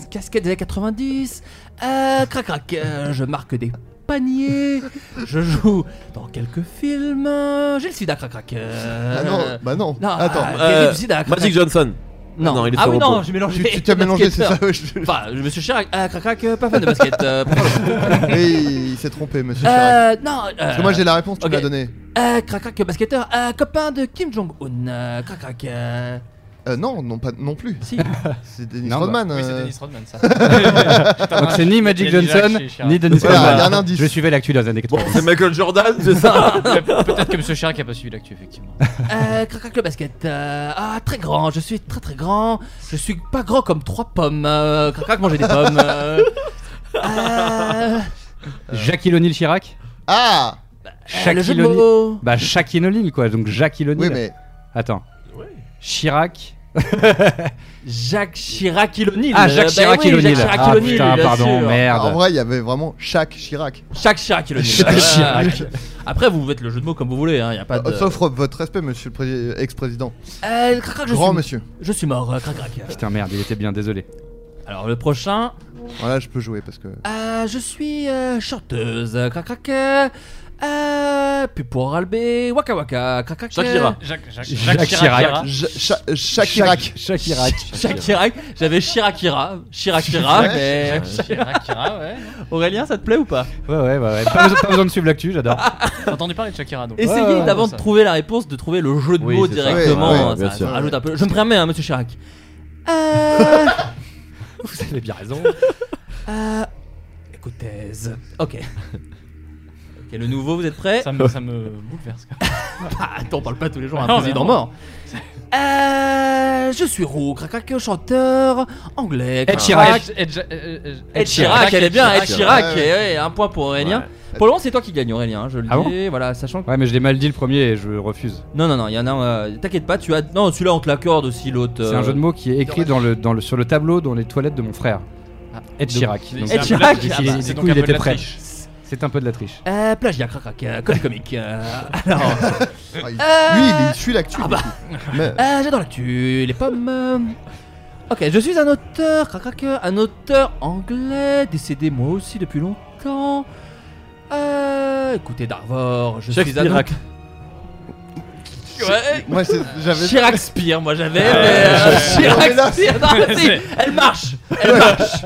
Speaker 7: casquette des années 90 Ah crac crac euh, je marque des paniers je joue dans quelques films euh, j'ai le sida crac crac euh.
Speaker 8: Ah non, bah non. Attends. euh,
Speaker 7: ah, guéri du sida, crac,
Speaker 9: Magic
Speaker 7: crac.
Speaker 9: Johnson.
Speaker 7: Non.
Speaker 9: il est
Speaker 7: ah
Speaker 9: sur
Speaker 7: oui,
Speaker 9: repos.
Speaker 7: non, j'ai mélangé.
Speaker 8: Tu- tu t'as
Speaker 7: les
Speaker 8: mélangé, c'est ça,
Speaker 7: basketteurs.
Speaker 8: ouais, je-
Speaker 7: Enfin, je me suis Chirac, ah, crac, crac, euh, pas fan de basket. euh, pardon.
Speaker 8: Mais il, il s'est trompé monsieur
Speaker 7: Euh,
Speaker 8: Chirac.
Speaker 7: non, euh,
Speaker 8: Parce que moi j'ai la réponse, tu
Speaker 7: ok.
Speaker 8: m'as donnée.
Speaker 7: Euh, crac, crac, basketteur, euh, copain de Kim Jong-un. euh, crac, crac. euh.
Speaker 8: Euh, non, non, pas, non plus.
Speaker 7: Si.
Speaker 8: C'est Dennis
Speaker 2: Non, bah.
Speaker 8: Rodman.
Speaker 2: Oui, c'est
Speaker 8: euh.
Speaker 2: Dennis Rodman, ça. Donc c'est ni Magic Johnson, ni Dennis
Speaker 8: Voilà, il y a un
Speaker 2: Rodman.
Speaker 8: indice.
Speaker 2: Je suivais l'actu dans les années 80.
Speaker 9: C'est Michael Jordan, c'est ça
Speaker 10: Peut-être que Monsieur Chirac a pas suivi l'actu, effectivement.
Speaker 7: Euh, crac, crac, le basket. euh, ah, très grand, je suis très très grand. Je suis pas grand comme trois pommes. euh, crac, crac, manger des pommes. euh. Euh,
Speaker 2: Shaquille O'Neal Chirac
Speaker 8: Ah
Speaker 7: euh, le jeu de
Speaker 2: Shaquille O'Neal-
Speaker 7: mots.
Speaker 2: Bah, Shaquille O'Neal, quoi. Donc, Shaquille O'Neal.
Speaker 8: Oui, mais-
Speaker 2: Attends. Chirac.
Speaker 7: Jacques Chirac O'Neal.
Speaker 2: Ah, Jacques
Speaker 7: Bah
Speaker 8: Ben
Speaker 2: Chirac
Speaker 7: oui,
Speaker 2: O'Neal.
Speaker 7: Jacques Chirac
Speaker 2: Ah,
Speaker 7: O'Neal,
Speaker 2: putain,
Speaker 7: bien
Speaker 2: pardon,
Speaker 7: sûr.
Speaker 2: merde.
Speaker 8: En vrai, il y avait vraiment Jacques Chirac.
Speaker 7: Chaque Chirac, le
Speaker 8: Chaque Chirac.
Speaker 7: Après, vous faites le jeu de mots comme vous voulez, hein, y a pas de.
Speaker 8: Euh, Sauf votre respect, monsieur le pré- ex-président.
Speaker 7: Euh, crac, crac, je
Speaker 8: Grand
Speaker 7: suis...
Speaker 8: monsieur.
Speaker 7: Je suis mort, euh, crac crac.
Speaker 2: Putain, merde, il était bien, désolé.
Speaker 7: Alors le prochain.
Speaker 8: Voilà, je peux jouer parce que.
Speaker 7: Euh, je suis euh, chanteuse, euh, crac crac. euh, euh, puis pour Albé, waka waka, crac crac. euh,
Speaker 10: Jacques, Jacques,
Speaker 2: Jacques
Speaker 7: Ah.
Speaker 2: Chirac.
Speaker 8: Ja- Cha- Jacques Chirac.
Speaker 2: Jacques Chirac.
Speaker 7: Jacques Chirac, j'avais Chirakira, Chirakira,
Speaker 2: Jacques
Speaker 7: mais.
Speaker 10: Chirac, Chirac, ouais.
Speaker 7: Aurélien, ça te plaît ou pas
Speaker 2: Ouais, ouais, ouais. ouais. Pas, besoin, pas besoin de suivre l'actu, j'adore.
Speaker 10: J'ai entendu parler de Chakira donc.
Speaker 7: Essayez
Speaker 2: ouais, ouais,
Speaker 7: d'avant
Speaker 10: ça.
Speaker 7: de trouver la réponse, de trouver le jeu de
Speaker 9: Oui,
Speaker 7: mots
Speaker 9: c'est ça.
Speaker 7: directement.
Speaker 9: Ouais, ouais,
Speaker 7: hein,
Speaker 9: bien
Speaker 7: ça,
Speaker 9: sûr.
Speaker 7: ça rajoute un peu. Je me permets, hein, monsieur Chirac. Euh,
Speaker 2: Vous avez bien raison.
Speaker 7: euh, Écoutez. Ok. Ok, le nouveau, vous êtes prêts
Speaker 10: Ça me, ça me bouleverse. quoi.
Speaker 7: Ah, attends, on parle pas tous les jours à un
Speaker 10: Non, mais
Speaker 7: président
Speaker 10: non.
Speaker 7: mort. Euh, je suis roux, crac crac, chanteur anglais. crac, crac.
Speaker 10: Ed- Ed- Ed- Ed-
Speaker 7: Ed Chirac, elle est bien, Ed Chirac.
Speaker 8: Chirac.
Speaker 7: et ouais, un point pour Aurélien. Pour le moment, c'est toi qui gagne, Aurélien, je le
Speaker 2: Ah
Speaker 7: dis. voilà, sachant que.
Speaker 2: Ouais, mais je l'ai mal dit le premier et je refuse.
Speaker 7: Non, non, non, il y en a. euh, T'inquiète pas, tu as. Non, celui-là, on te l'accorde aussi, l'autre.
Speaker 2: C'est un jeu de mots qui est écrit dans le, dans le, sur le tableau dans les toilettes de mon frère.
Speaker 7: Ah.
Speaker 2: Ed Chirac.
Speaker 10: C'est-
Speaker 2: Donc,
Speaker 10: c'est
Speaker 7: Ed
Speaker 10: un
Speaker 7: Chirac.
Speaker 10: peu de la-
Speaker 7: Ah bah,
Speaker 2: du
Speaker 10: c'est donc
Speaker 2: coup,
Speaker 10: un
Speaker 2: il
Speaker 10: peu de
Speaker 2: était
Speaker 10: la
Speaker 2: prêt.
Speaker 10: triche.
Speaker 2: C'est un peu de la triche.
Speaker 7: Euh, plagiat, crac crac, euh, code comique. euh, alors.
Speaker 8: Ah, il-
Speaker 7: Euh,
Speaker 8: Lui, il, il suit l'actu.
Speaker 7: ah
Speaker 8: du
Speaker 7: bah.
Speaker 8: coup. Mais-
Speaker 7: Euh, J'adore l'actu, les pommes. euh. Ok, je suis un auteur, crac, crac, euh, un auteur anglais, décédé moi aussi depuis longtemps. Euh, écoutez Darvor, je suis un
Speaker 9: Shakespeare.
Speaker 7: auteur. ouais.
Speaker 8: Moi, c'est- j'avais-
Speaker 7: Chirac Spire, moi j'avais.
Speaker 8: Euh,
Speaker 7: mais, euh,
Speaker 8: ouais. Non, mais là,
Speaker 7: Chirac Spire, non,
Speaker 8: c'est-
Speaker 7: si, elle marche, elle
Speaker 8: Ouais.
Speaker 7: marche,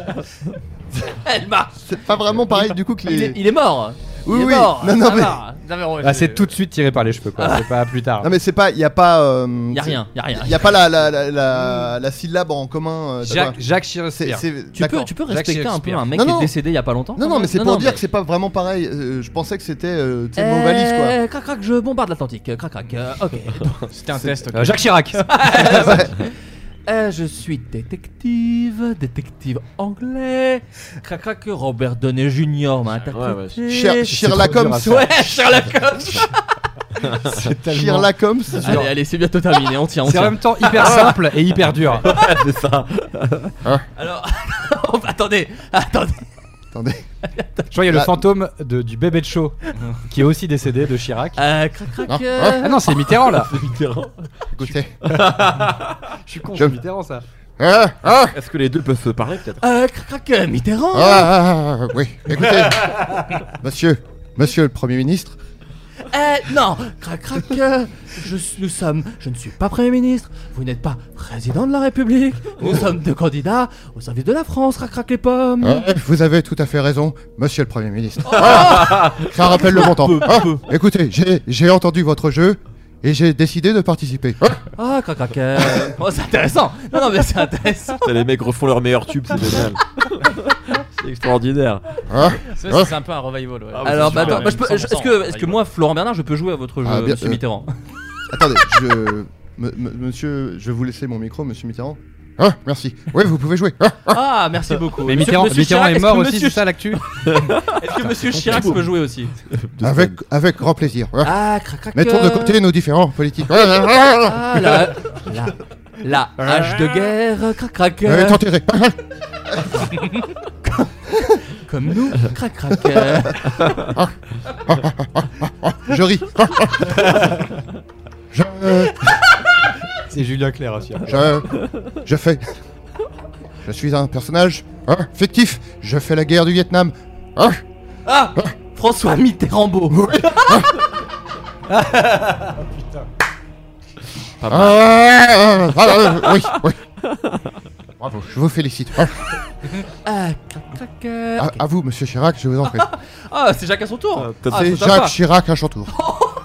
Speaker 7: elle marche.
Speaker 8: C'est pas vraiment pareil du coup que les.
Speaker 7: Il est, il est mort.
Speaker 8: Oui,
Speaker 7: il est
Speaker 8: oui.
Speaker 7: Mort.
Speaker 8: Non, non,
Speaker 7: Ça
Speaker 8: mais-
Speaker 7: va. Non, mais on-
Speaker 2: Ah, c'est tout de suite tiré par les cheveux, quoi. C'est pas plus tard.
Speaker 8: Non mais c'est pas, il y a pas, euh,
Speaker 7: Y a
Speaker 8: c'est-
Speaker 7: rien, y a rien.
Speaker 8: y a pas la la, la, la, la syllabe en commun. euh,
Speaker 2: Jacques-
Speaker 8: d'accord.
Speaker 2: Jacques Chirac-Spire.
Speaker 8: C'est- c'est-
Speaker 7: Tu
Speaker 8: d'accord.
Speaker 7: peux- tu peux respecter
Speaker 8: Jacques
Speaker 7: un peu un mec
Speaker 8: Chirac-Spire.
Speaker 7: qui est
Speaker 8: Non, non.
Speaker 7: décédé il y a pas longtemps,
Speaker 8: Non
Speaker 7: quand
Speaker 8: non,
Speaker 7: même.
Speaker 8: mais c'est
Speaker 7: Non,
Speaker 8: pour
Speaker 7: non,
Speaker 8: dire
Speaker 7: mais-
Speaker 8: que c'est pas vraiment pareil. Euh, je pensais que c'était euh, tu sais,
Speaker 7: Euh,
Speaker 8: mon valise quoi.
Speaker 7: Crac crac, je bombarde l'Atlantique. Crac crac. euh, ok.
Speaker 10: C'était un test. ok.
Speaker 2: Euh, Jacques Chirac.
Speaker 7: Euh, je suis détective, détective anglais. Crac crac, Robert Downey Jr. m'a interprété.
Speaker 8: ouais. Cher- Sherlock Holmes.
Speaker 7: Ouais, Sherlock Holmes.
Speaker 8: C'est tellement- Sherlock Holmes.
Speaker 7: Allez, allez, c'est bientôt terminé. On tient, on
Speaker 2: C'est en
Speaker 7: tient.
Speaker 2: même temps hyper simple et hyper dur.
Speaker 9: c'est ça.
Speaker 7: Alors, oh, bah, attendez, attendez.
Speaker 8: Attendez.
Speaker 2: Je crois qu'il y a le fantôme de- du bébé de show qui est aussi décédé de Chirac.
Speaker 7: Euh, crac crac.
Speaker 2: Non.
Speaker 7: euh,
Speaker 2: Ah non, c'est Mitterrand là.
Speaker 8: Écoutez.
Speaker 2: Je suis con,
Speaker 9: Je-
Speaker 2: c'est Mitterrand ça.
Speaker 8: Ah,
Speaker 9: Est-ce que les deux peuvent se parler peut-être
Speaker 7: Euh, crac crac, euh, Mitterrand.
Speaker 8: Ah, ah, ah, oui. Écoutez, monsieur, monsieur le premier ministre.
Speaker 7: Euh, non, crac crac, euh, je, suis- nous sommes, je ne suis pas Premier ministre, vous n'êtes pas président de la République, nous sommes deux candidats au service de la France, crac crac les pommes.
Speaker 8: Ah, vous avez tout à fait raison, monsieur le Premier ministre.
Speaker 7: Oh.
Speaker 8: Ah, ça rappelle le bon temps. Ah, écoutez, j'ai- j'ai entendu votre jeu et j'ai décidé de participer. Ah,
Speaker 7: Ah, crac crac, euh, oh, c'est intéressant, non, non, mais c'est intéressant.
Speaker 9: Putain, Les mecs refont leur meilleur tube, c'est génial. c'est extraordinaire.
Speaker 8: Ah,
Speaker 10: Ça, c'est- C'est un peu un revival.
Speaker 2: Ah,
Speaker 10: ouais.
Speaker 7: Alors, bah,
Speaker 10: C'est sûr,
Speaker 7: attends, bah, je
Speaker 10: ouais,
Speaker 7: peux- je-
Speaker 10: 100%,
Speaker 7: est-ce que, est-ce que
Speaker 10: revival.
Speaker 7: moi, Florent Bernard, je peux jouer à votre jeu,
Speaker 8: Ah, bien-
Speaker 7: monsieur
Speaker 8: euh,
Speaker 7: Mitterrand
Speaker 8: Attendez, je. me- me- monsieur, je vais vous laisser mon micro, monsieur Mitterrand. Ah, merci. Oui, vous pouvez jouer. Ah,
Speaker 7: Ah, merci beaucoup.
Speaker 2: Mais
Speaker 7: Monsieur-
Speaker 2: Mitterrand,
Speaker 7: monsieur
Speaker 2: Mitterrand
Speaker 7: Chirac,
Speaker 2: est mort
Speaker 7: que
Speaker 2: aussi,
Speaker 7: monsieur-
Speaker 2: c'est ça l'actu
Speaker 7: Est-ce que monsieur Chirac peut jouer aussi
Speaker 8: avec, avec grand plaisir.
Speaker 7: Ah, crac crac.
Speaker 8: Mettons
Speaker 7: euh,
Speaker 8: de côté nos différents politiques.
Speaker 7: Ah, la, la, la hache de guerre, crac crac.
Speaker 8: Euh,
Speaker 7: euh,
Speaker 8: t'enterrer.
Speaker 7: Comme nous, crac crac. euh.
Speaker 8: Je ris. Ah, Je. euh,
Speaker 2: C'est Julien Clerc aussi. après.
Speaker 8: Je, je fais. Je suis un personnage hein, fictif. Je fais la guerre du Vietnam. Hein,
Speaker 7: Ah François Mitterrand beau.
Speaker 8: ah, ah, ah, ah, oui, oui. Bravo, je vous félicite. Hein.
Speaker 7: Ah, crac crac. euh,
Speaker 8: À,
Speaker 7: ok.
Speaker 8: à vous, monsieur Chirac, je vous en prie.
Speaker 7: Ah, c'est Jacques à son tour. Ah,
Speaker 8: C'est
Speaker 7: c'est sympa.
Speaker 8: Jacques Chirac à Chantour.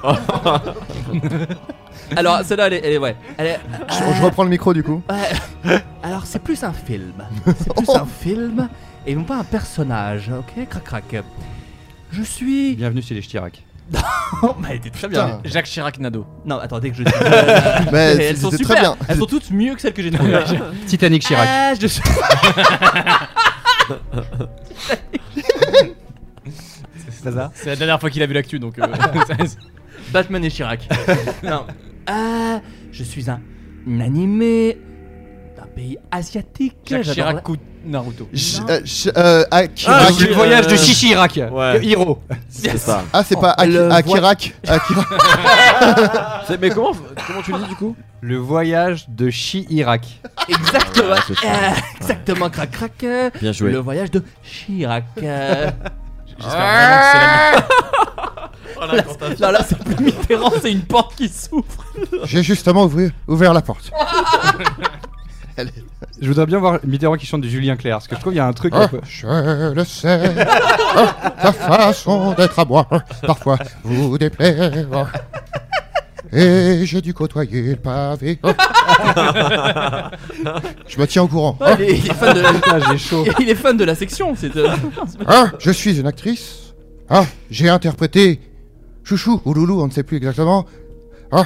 Speaker 7: Alors, celle-là, elle est, elle est- ouais. Elle est- ah,
Speaker 8: Je, je reprends le micro du coup.
Speaker 7: ouais. Alors, c'est plus un film. C'est plus un film et non pas un personnage, ok Crac crac. Je suis.
Speaker 2: Bienvenue chez les Chirac.
Speaker 7: Oh, bah, elle était très bien.
Speaker 8: Putain.
Speaker 10: Jacques Chirac Nado.
Speaker 7: Non, attendez que je.
Speaker 8: Mais
Speaker 7: elles sont
Speaker 8: c'était
Speaker 7: super.
Speaker 8: très bien.
Speaker 7: Elles sont toutes mieux que celles que j'ai trouvées.
Speaker 2: Titanic Chirac.
Speaker 7: Ah, je suis.
Speaker 2: C'est ça
Speaker 10: C'est la dernière fois qu'il a vu l'actu donc. euh,
Speaker 7: Batman et Chirac. non. Ah, je suis un animé d'un pays asiatique.
Speaker 10: Jacques
Speaker 7: J'adore la-
Speaker 10: Chirac ou Naruto.
Speaker 8: Ch- euh, ch- euh, Akira-
Speaker 7: Ah,
Speaker 2: Le
Speaker 7: euh,
Speaker 2: voyage de Chichirac.
Speaker 9: Ouais.
Speaker 2: Hiro.
Speaker 9: C'est ça.
Speaker 8: Ah, c'est pas Aki-
Speaker 7: Oh, Le
Speaker 8: Akirak. Akira-
Speaker 9: C'est- Mais comment, comment tu le dis du coup
Speaker 2: Le voyage de Chirac.
Speaker 7: Exactement.
Speaker 9: Ouais, Ah, c'est ça.
Speaker 7: Euh, exactement, crac crac. euh,
Speaker 9: Bien joué.
Speaker 7: Le voyage de Chirac. euh.
Speaker 10: Ah. Oh,
Speaker 7: là, c'est- non, là, c'est plus Mitterrand, c'est une porte qui s'ouvre.
Speaker 8: J'ai justement ouvri- ouvert la porte.
Speaker 2: Je voudrais bien voir Mitterrand qui chante du Julien Clerc parce que je trouve qu'il y a un truc. un
Speaker 8: Ah,
Speaker 2: peu-
Speaker 8: je le sais, Ah, ta façon d'être à moi hein, parfois vous déplaire. Et j'ai dû côtoyer le pavé. Ah. Je me tiens au courant.
Speaker 9: Oh.
Speaker 8: Ah,
Speaker 7: il, est, il est fan de la...
Speaker 2: Putain, j'ai chaud.
Speaker 7: il est fan de la section. C'est euh. de-
Speaker 8: ah, je suis une actrice. Ah, j'ai interprété Chouchou ou Loulou, on ne sait plus exactement. Ah,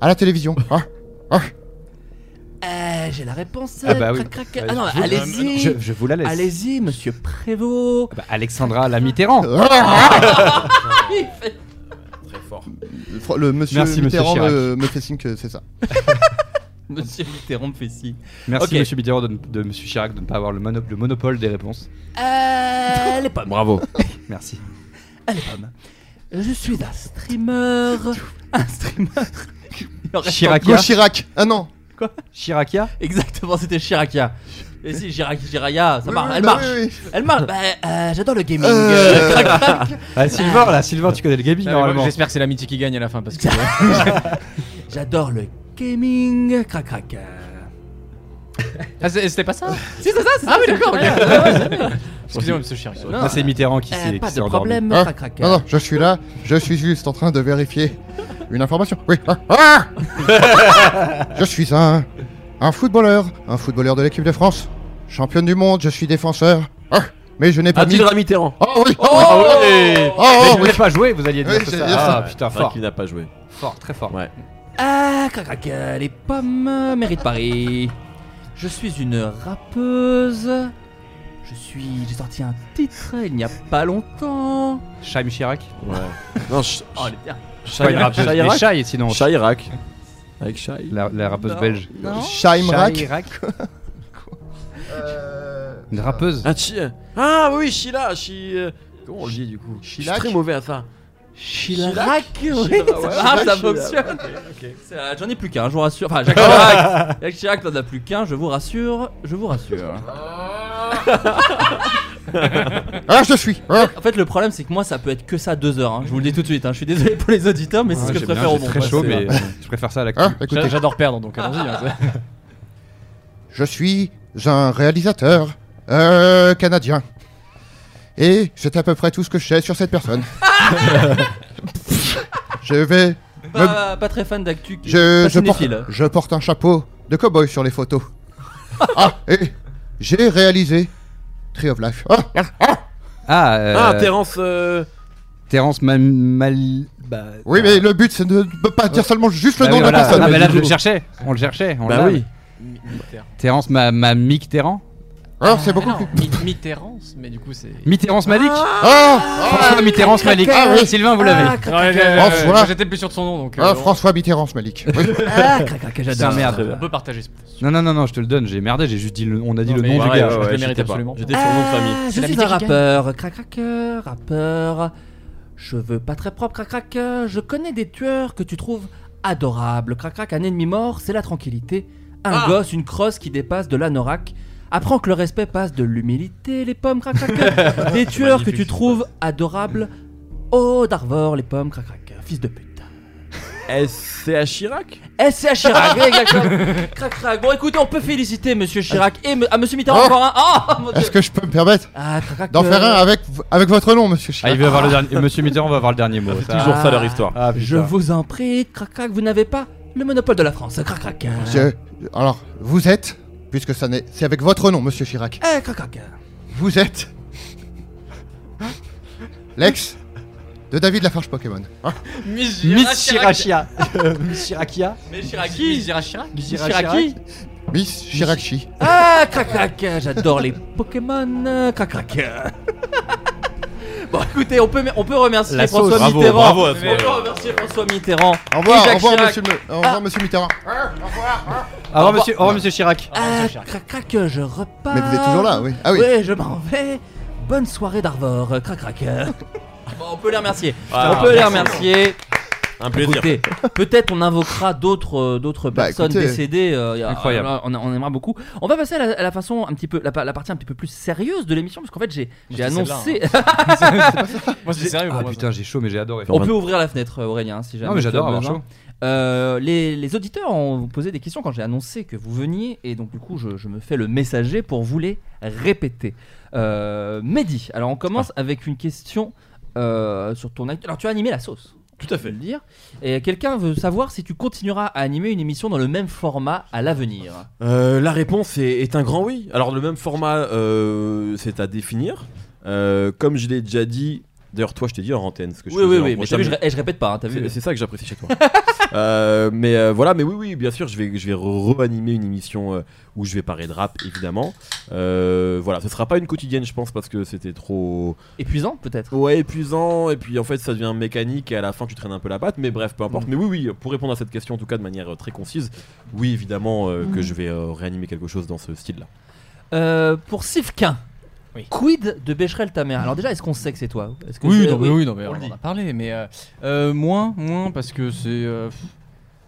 Speaker 8: à la télévision. Ah, ah.
Speaker 7: Euh, J'ai la réponse.
Speaker 2: Ah bah oui.
Speaker 7: crac, crac,
Speaker 2: Bah,
Speaker 7: euh, Ah non,
Speaker 2: je-
Speaker 7: allez-y.
Speaker 2: Je, je vous la laisse.
Speaker 7: Allez-y, monsieur Prévost.
Speaker 2: Bah, Alexandra la Mitterrand.
Speaker 9: Très fort.
Speaker 8: Fr- Le monsieur
Speaker 2: Merci, monsieur
Speaker 8: Mitterrand
Speaker 2: Chirac.
Speaker 8: me, me fait signe que c'est ça.
Speaker 7: Monsieur Mitterrand me fait si.
Speaker 2: Merci
Speaker 7: Ok.
Speaker 2: Monsieur Mitterrand de, de Monsieur Chirac de ne pas avoir le, mono- le monopole des réponses.
Speaker 7: Euh, les pommes.
Speaker 9: Bravo.
Speaker 2: Merci.
Speaker 7: Les pommes. Je suis un streamer. Un streamer. Il en reste
Speaker 2: Chirac.
Speaker 8: Go Chirac. Ah non.
Speaker 2: Chiracia
Speaker 7: Exactement, c'était Chiracia. Et si, Chirac, Chiraya, ça
Speaker 8: Oui,
Speaker 7: marche,
Speaker 8: oui,
Speaker 7: elle
Speaker 8: bah
Speaker 7: marche.
Speaker 8: oui,
Speaker 7: Elle marche. Bah, euh, j'adore le gaming.
Speaker 8: Euh.
Speaker 7: Crac, crac.
Speaker 2: Ah Sylvain là, Sylvain tu connais le gaming
Speaker 10: Ah, mais moi,
Speaker 2: normalement.
Speaker 10: J'espère que c'est l'amitié qui gagne à la fin parce que.
Speaker 7: J'adore le gaming. Crac crac.
Speaker 10: Ah, c'est- c'était pas ça
Speaker 7: Si, c'est ça, c'est
Speaker 10: Ah
Speaker 7: ça,
Speaker 10: oui,
Speaker 7: c'est
Speaker 10: d'accord,
Speaker 7: le
Speaker 10: ok.
Speaker 7: cas.
Speaker 10: Ouais, ouais, j'avais- Excusez-moi, monsieur Chirac.
Speaker 7: Non. Ça, c'est Mitterrand qui s'est- Eh, qui Euh, pas s'est de endormi. problème,
Speaker 8: Hein
Speaker 7: crac, crac.
Speaker 8: Non, non, je suis là, je suis juste en train de vérifier une information. Oui. Ah, ah je suis un, un footballeur, un footballeur de l'équipe de France, championne du monde, je suis défenseur. Ah, mais je n'ai pas
Speaker 9: Un
Speaker 8: mis...
Speaker 9: titre à Mitterrand.
Speaker 8: Oh oui
Speaker 9: Oh, Ah ouais.
Speaker 8: Oh,
Speaker 9: Mais je
Speaker 8: oui.
Speaker 9: voulais pas jouer, vous alliez dire,
Speaker 8: Oui,
Speaker 9: c'est
Speaker 8: j'allais
Speaker 9: ça.
Speaker 8: dire
Speaker 9: Ah,
Speaker 8: ça.
Speaker 9: putain,
Speaker 8: Ouais,
Speaker 9: fort.
Speaker 8: qu'il
Speaker 9: n'a pas joué.
Speaker 2: Fort, très fort.
Speaker 9: Ouais.
Speaker 7: Ah, crac, crac, euh, les pommes euh, méritent Paris. Je suis une rappeuse. Je suis. J'ai sorti un titre il n'y a pas longtemps.
Speaker 2: Chaim Chirac
Speaker 9: Ouais. Non, Ch-
Speaker 7: Oh, elle est bien.
Speaker 2: Chaim
Speaker 9: Chirac.
Speaker 2: rappeuse.
Speaker 9: Chirac.
Speaker 2: Mais Chai, sinon.
Speaker 9: Chirac. Avec Chai.
Speaker 2: La, la rappeuse
Speaker 9: Non.
Speaker 2: belge.
Speaker 9: Non.
Speaker 8: Chaimrak.
Speaker 2: Chaimrak.
Speaker 8: Euh,
Speaker 2: Une rappeuse.
Speaker 9: Ah, chi- ah oui, Sheila. Chi... euh, Comment on le dit du coup Je suis
Speaker 7: Chilac.
Speaker 9: très mauvais à ça.
Speaker 7: Chirac, oui,
Speaker 9: Chirac,
Speaker 7: ça
Speaker 9: ouais.
Speaker 7: marche,
Speaker 9: Chirac,
Speaker 7: ça fonctionne.
Speaker 9: Chirac, ok, ok.
Speaker 7: C'est, euh, J'en ai plus qu'un, je vous rassure. Enfin, Jacques Chirac, Jacques Chirac n'en a plus qu'un, je vous rassure, je vous rassure.
Speaker 8: Ah, je suis.
Speaker 7: En fait, le problème, c'est que moi, ça peut être que ça deux heures. hein. Je vous le dis tout de suite. hein. Je suis désolé pour les auditeurs, mais c'est
Speaker 2: Ouais,
Speaker 7: ce que je
Speaker 2: j'aime bien,
Speaker 7: préfère au
Speaker 2: c'est
Speaker 7: monde.
Speaker 2: très
Speaker 7: Ouais,
Speaker 2: chaud,
Speaker 7: c'est
Speaker 2: mais
Speaker 7: vrai.
Speaker 2: je préfère ça à la
Speaker 9: Ah,
Speaker 8: Hein, écoutez.
Speaker 10: J'a- J'adore perdre, donc allons-y. hein.
Speaker 8: Je suis un réalisateur euh, canadien. Et c'est à peu près tout ce que je sais sur cette personne. je vais. me-
Speaker 7: Pas, pas très fan d'actu.
Speaker 8: Je,
Speaker 7: pas
Speaker 8: je, porte,
Speaker 2: hein.
Speaker 7: cinéphile.
Speaker 8: je porte un chapeau de cow-boy sur les photos. ah, et j'ai réalisé Tree of Life. Ah, ah, ah.
Speaker 2: Ah, euh,
Speaker 9: Ah, Terence. euh,
Speaker 2: Terence Mam- Mal. Bah,
Speaker 8: oui, mais le but c'est de ne pas dire seulement juste le
Speaker 2: Ah
Speaker 8: nom
Speaker 2: oui,
Speaker 8: de la
Speaker 2: voilà.
Speaker 8: personne.
Speaker 2: Ah, bah là, je le cherchais. On le cherchait. On
Speaker 9: Bah
Speaker 2: l'a.
Speaker 9: oui.
Speaker 2: Terence Ma- Ma- Mitterrand.
Speaker 8: Alors, c'est beaucoup
Speaker 10: Ah non, Mi- Mitterrand, mais du coup, c'est.
Speaker 2: Mitterrand Malik.
Speaker 8: Ah,
Speaker 2: François Mitterrand Malik.
Speaker 8: Ah, oui.
Speaker 2: Sylvain, vous l'avez.
Speaker 10: Ouais, ouais, ouais, ouais,
Speaker 8: François.
Speaker 10: euh, moi, J'étais plus sûr de son nom, donc. euh,
Speaker 8: Ah,
Speaker 10: on-
Speaker 8: François Mitterrand, ce Malik. Oui.
Speaker 7: Ah, crac, crac, j'adore.
Speaker 2: Putain, merde.
Speaker 10: On peut partager ce
Speaker 2: Non, non, non, non, je te le donne. J'ai merdé. J'ai juste dit le. On a dit
Speaker 10: Non,
Speaker 2: le
Speaker 10: mais
Speaker 2: nom
Speaker 10: ouais,
Speaker 2: du gars.
Speaker 10: ouais, ouais,
Speaker 2: l'ai
Speaker 10: je
Speaker 2: mérité
Speaker 10: t'ai pas.
Speaker 2: absolument.
Speaker 9: J'étais sur le nom de famille.
Speaker 7: Ah, je
Speaker 10: la
Speaker 7: suis un
Speaker 10: musique qui gagne.
Speaker 7: rappeur, crac crac euh, rappeur, cheveux pas très propres, crac crac, euh, je connais des tueurs que tu trouves adorables, crac crac, un ennemi mort, c'est la tranquillité, un
Speaker 9: Ah.
Speaker 7: gosse, une crosse qui dépasse de l'anorak, apprends que le respect passe de l'humilité, les pommes, crac crac, euh, des tueurs que tu trouves adorables, oh d'Arvor, les pommes, crac crac, euh, fils de pute.
Speaker 9: eh, C'est à Chirac
Speaker 7: Eh, c'est à Chirac, exactement. Crac crac. Bon, écoutez, on peut féliciter Monsieur Chirac et me- ah, Monsieur Mitterrand
Speaker 8: Oh.
Speaker 7: encore un. Oh, mon Dieu.
Speaker 8: Est-ce que je peux me permettre
Speaker 7: Ah, crac, crac,
Speaker 8: d'en
Speaker 7: euh,
Speaker 8: faire un avec, avec votre nom, monsieur
Speaker 2: Ah,
Speaker 8: Chirac
Speaker 2: il veut avoir le dernier. Monsieur Mitterrand va avoir le dernier mot.
Speaker 9: C'est toujours ça leur histoire.
Speaker 2: Ah,
Speaker 7: Je
Speaker 2: putain.
Speaker 7: vous en prie, crac crac, vous n'avez pas le monopole de la France, crac crac.
Speaker 8: Je- alors, vous êtes, puisque ça n'est, c'est avec votre nom, Monsieur Chirac.
Speaker 7: Eh, crac crac.
Speaker 8: Vous êtes l'ex de David Lafarge Pokémon. Hein
Speaker 10: Miss
Speaker 2: Miss Chirachia. Miss Chiracia.
Speaker 10: Mais Chiraki Miss Chirac
Speaker 2: Miss
Speaker 7: Chiraki
Speaker 8: Miss Chiracchi.
Speaker 7: Ah, crac crac, j'adore les Pokémon, crac crac. Bon, écoutez, on peut, on peut remercier
Speaker 2: La sauce.
Speaker 7: François
Speaker 2: Bravo,
Speaker 7: Mitterrand.
Speaker 9: bravo à
Speaker 7: on peut
Speaker 9: François.
Speaker 7: remercier François Mitterrand.
Speaker 8: Au revoir,
Speaker 7: et
Speaker 8: au
Speaker 7: Jacques
Speaker 8: revoir,
Speaker 7: Chirac.
Speaker 8: monsieur, Me- au revoir, monsieur Mitterrand.
Speaker 2: Au revoir, monsieur. Au revoir, monsieur Chirac.
Speaker 7: Ah, crac crac, je repars.
Speaker 8: Mais vous êtes toujours là, oui. Ah oui.
Speaker 7: Oui, je m'en vais. Bonne soirée d'Arvor, crac crac. Bon, on peut les remercier.
Speaker 9: Ah,
Speaker 7: on peut les
Speaker 9: merci.
Speaker 7: remercier.
Speaker 9: Un plaisir.
Speaker 7: Écoutez, peut-être on invoquera d'autres euh, d'autres
Speaker 8: Bah,
Speaker 7: personnes
Speaker 8: écoutez.
Speaker 7: décédées. euh, y a-
Speaker 2: Incroyable.
Speaker 7: euh, On, on aimera beaucoup. On va passer à la, à la façon un petit peu la, pa- la partie un petit peu plus sérieuse de l'émission parce qu'en fait j'ai j'ai
Speaker 10: c'est
Speaker 7: annoncé.
Speaker 10: Moi, c'est sérieux.
Speaker 2: Ah
Speaker 10: pour moi, ça.
Speaker 2: putain, j'ai chaud, mais j'ai adoré.
Speaker 7: on peut ouvrir la fenêtre euh, Aurélien si jamais.
Speaker 2: Non, mais
Speaker 7: tu as
Speaker 2: j'adore avoir
Speaker 7: besoin.
Speaker 2: chaud.
Speaker 7: Euh, les, les auditeurs ont posé des questions quand j'ai annoncé que vous veniez et donc du coup je, je me fais le messager pour vous les répéter. Euh, Mehdi, alors on commence avec une question euh, sur ton act- Alors tu as animé la sauce. Tout à fait. Le dire. Et quelqu'un veut savoir si tu continueras à animer une émission dans le même format à l'avenir.
Speaker 9: Euh, la réponse est, est un grand oui. Alors le même format, euh, c'est à définir. Euh, comme je l'ai déjà dit, d'ailleurs toi je t'ai dit en antenne ce que je
Speaker 7: Oui,
Speaker 9: faisais
Speaker 7: oui,
Speaker 9: en-
Speaker 7: oui.
Speaker 9: moi,
Speaker 7: Mais t'as vu, je,
Speaker 9: j'aime-
Speaker 7: ré- eh, je répète pas, hein, t'as vu.
Speaker 9: C'est c'est ça que j'apprécie chez toi. Euh, mais euh, voilà, mais oui, oui, bien sûr, je vais, je vais re-animer une émission euh, où je vais parler de rap, évidemment. Euh, voilà, ce sera pas une quotidienne, je pense, parce que c'était trop
Speaker 7: Épuisant peut-être.
Speaker 9: ouais épuisant. Et puis en fait, ça devient mécanique et à la fin, tu traînes un peu la patte. Mais bref, peu
Speaker 7: Mm.
Speaker 9: importe. Mais oui, oui, pour répondre à cette question, en tout cas de manière euh, très concise, oui, évidemment euh, que je vais euh, réanimer quelque chose dans ce style-là.
Speaker 7: Mm. Euh, pour Sifkin.
Speaker 10: Oui.
Speaker 7: Quid de Becherel ta mère Alors déjà, est-ce qu'on sait que c'est toi Est-ce que
Speaker 10: Oui,
Speaker 7: c'est-
Speaker 10: non, mais oui, non, mais
Speaker 7: on
Speaker 10: on,
Speaker 7: le dit.
Speaker 10: en a parlé, mais euh, euh, moins, moins, parce que c'est. euh, pff,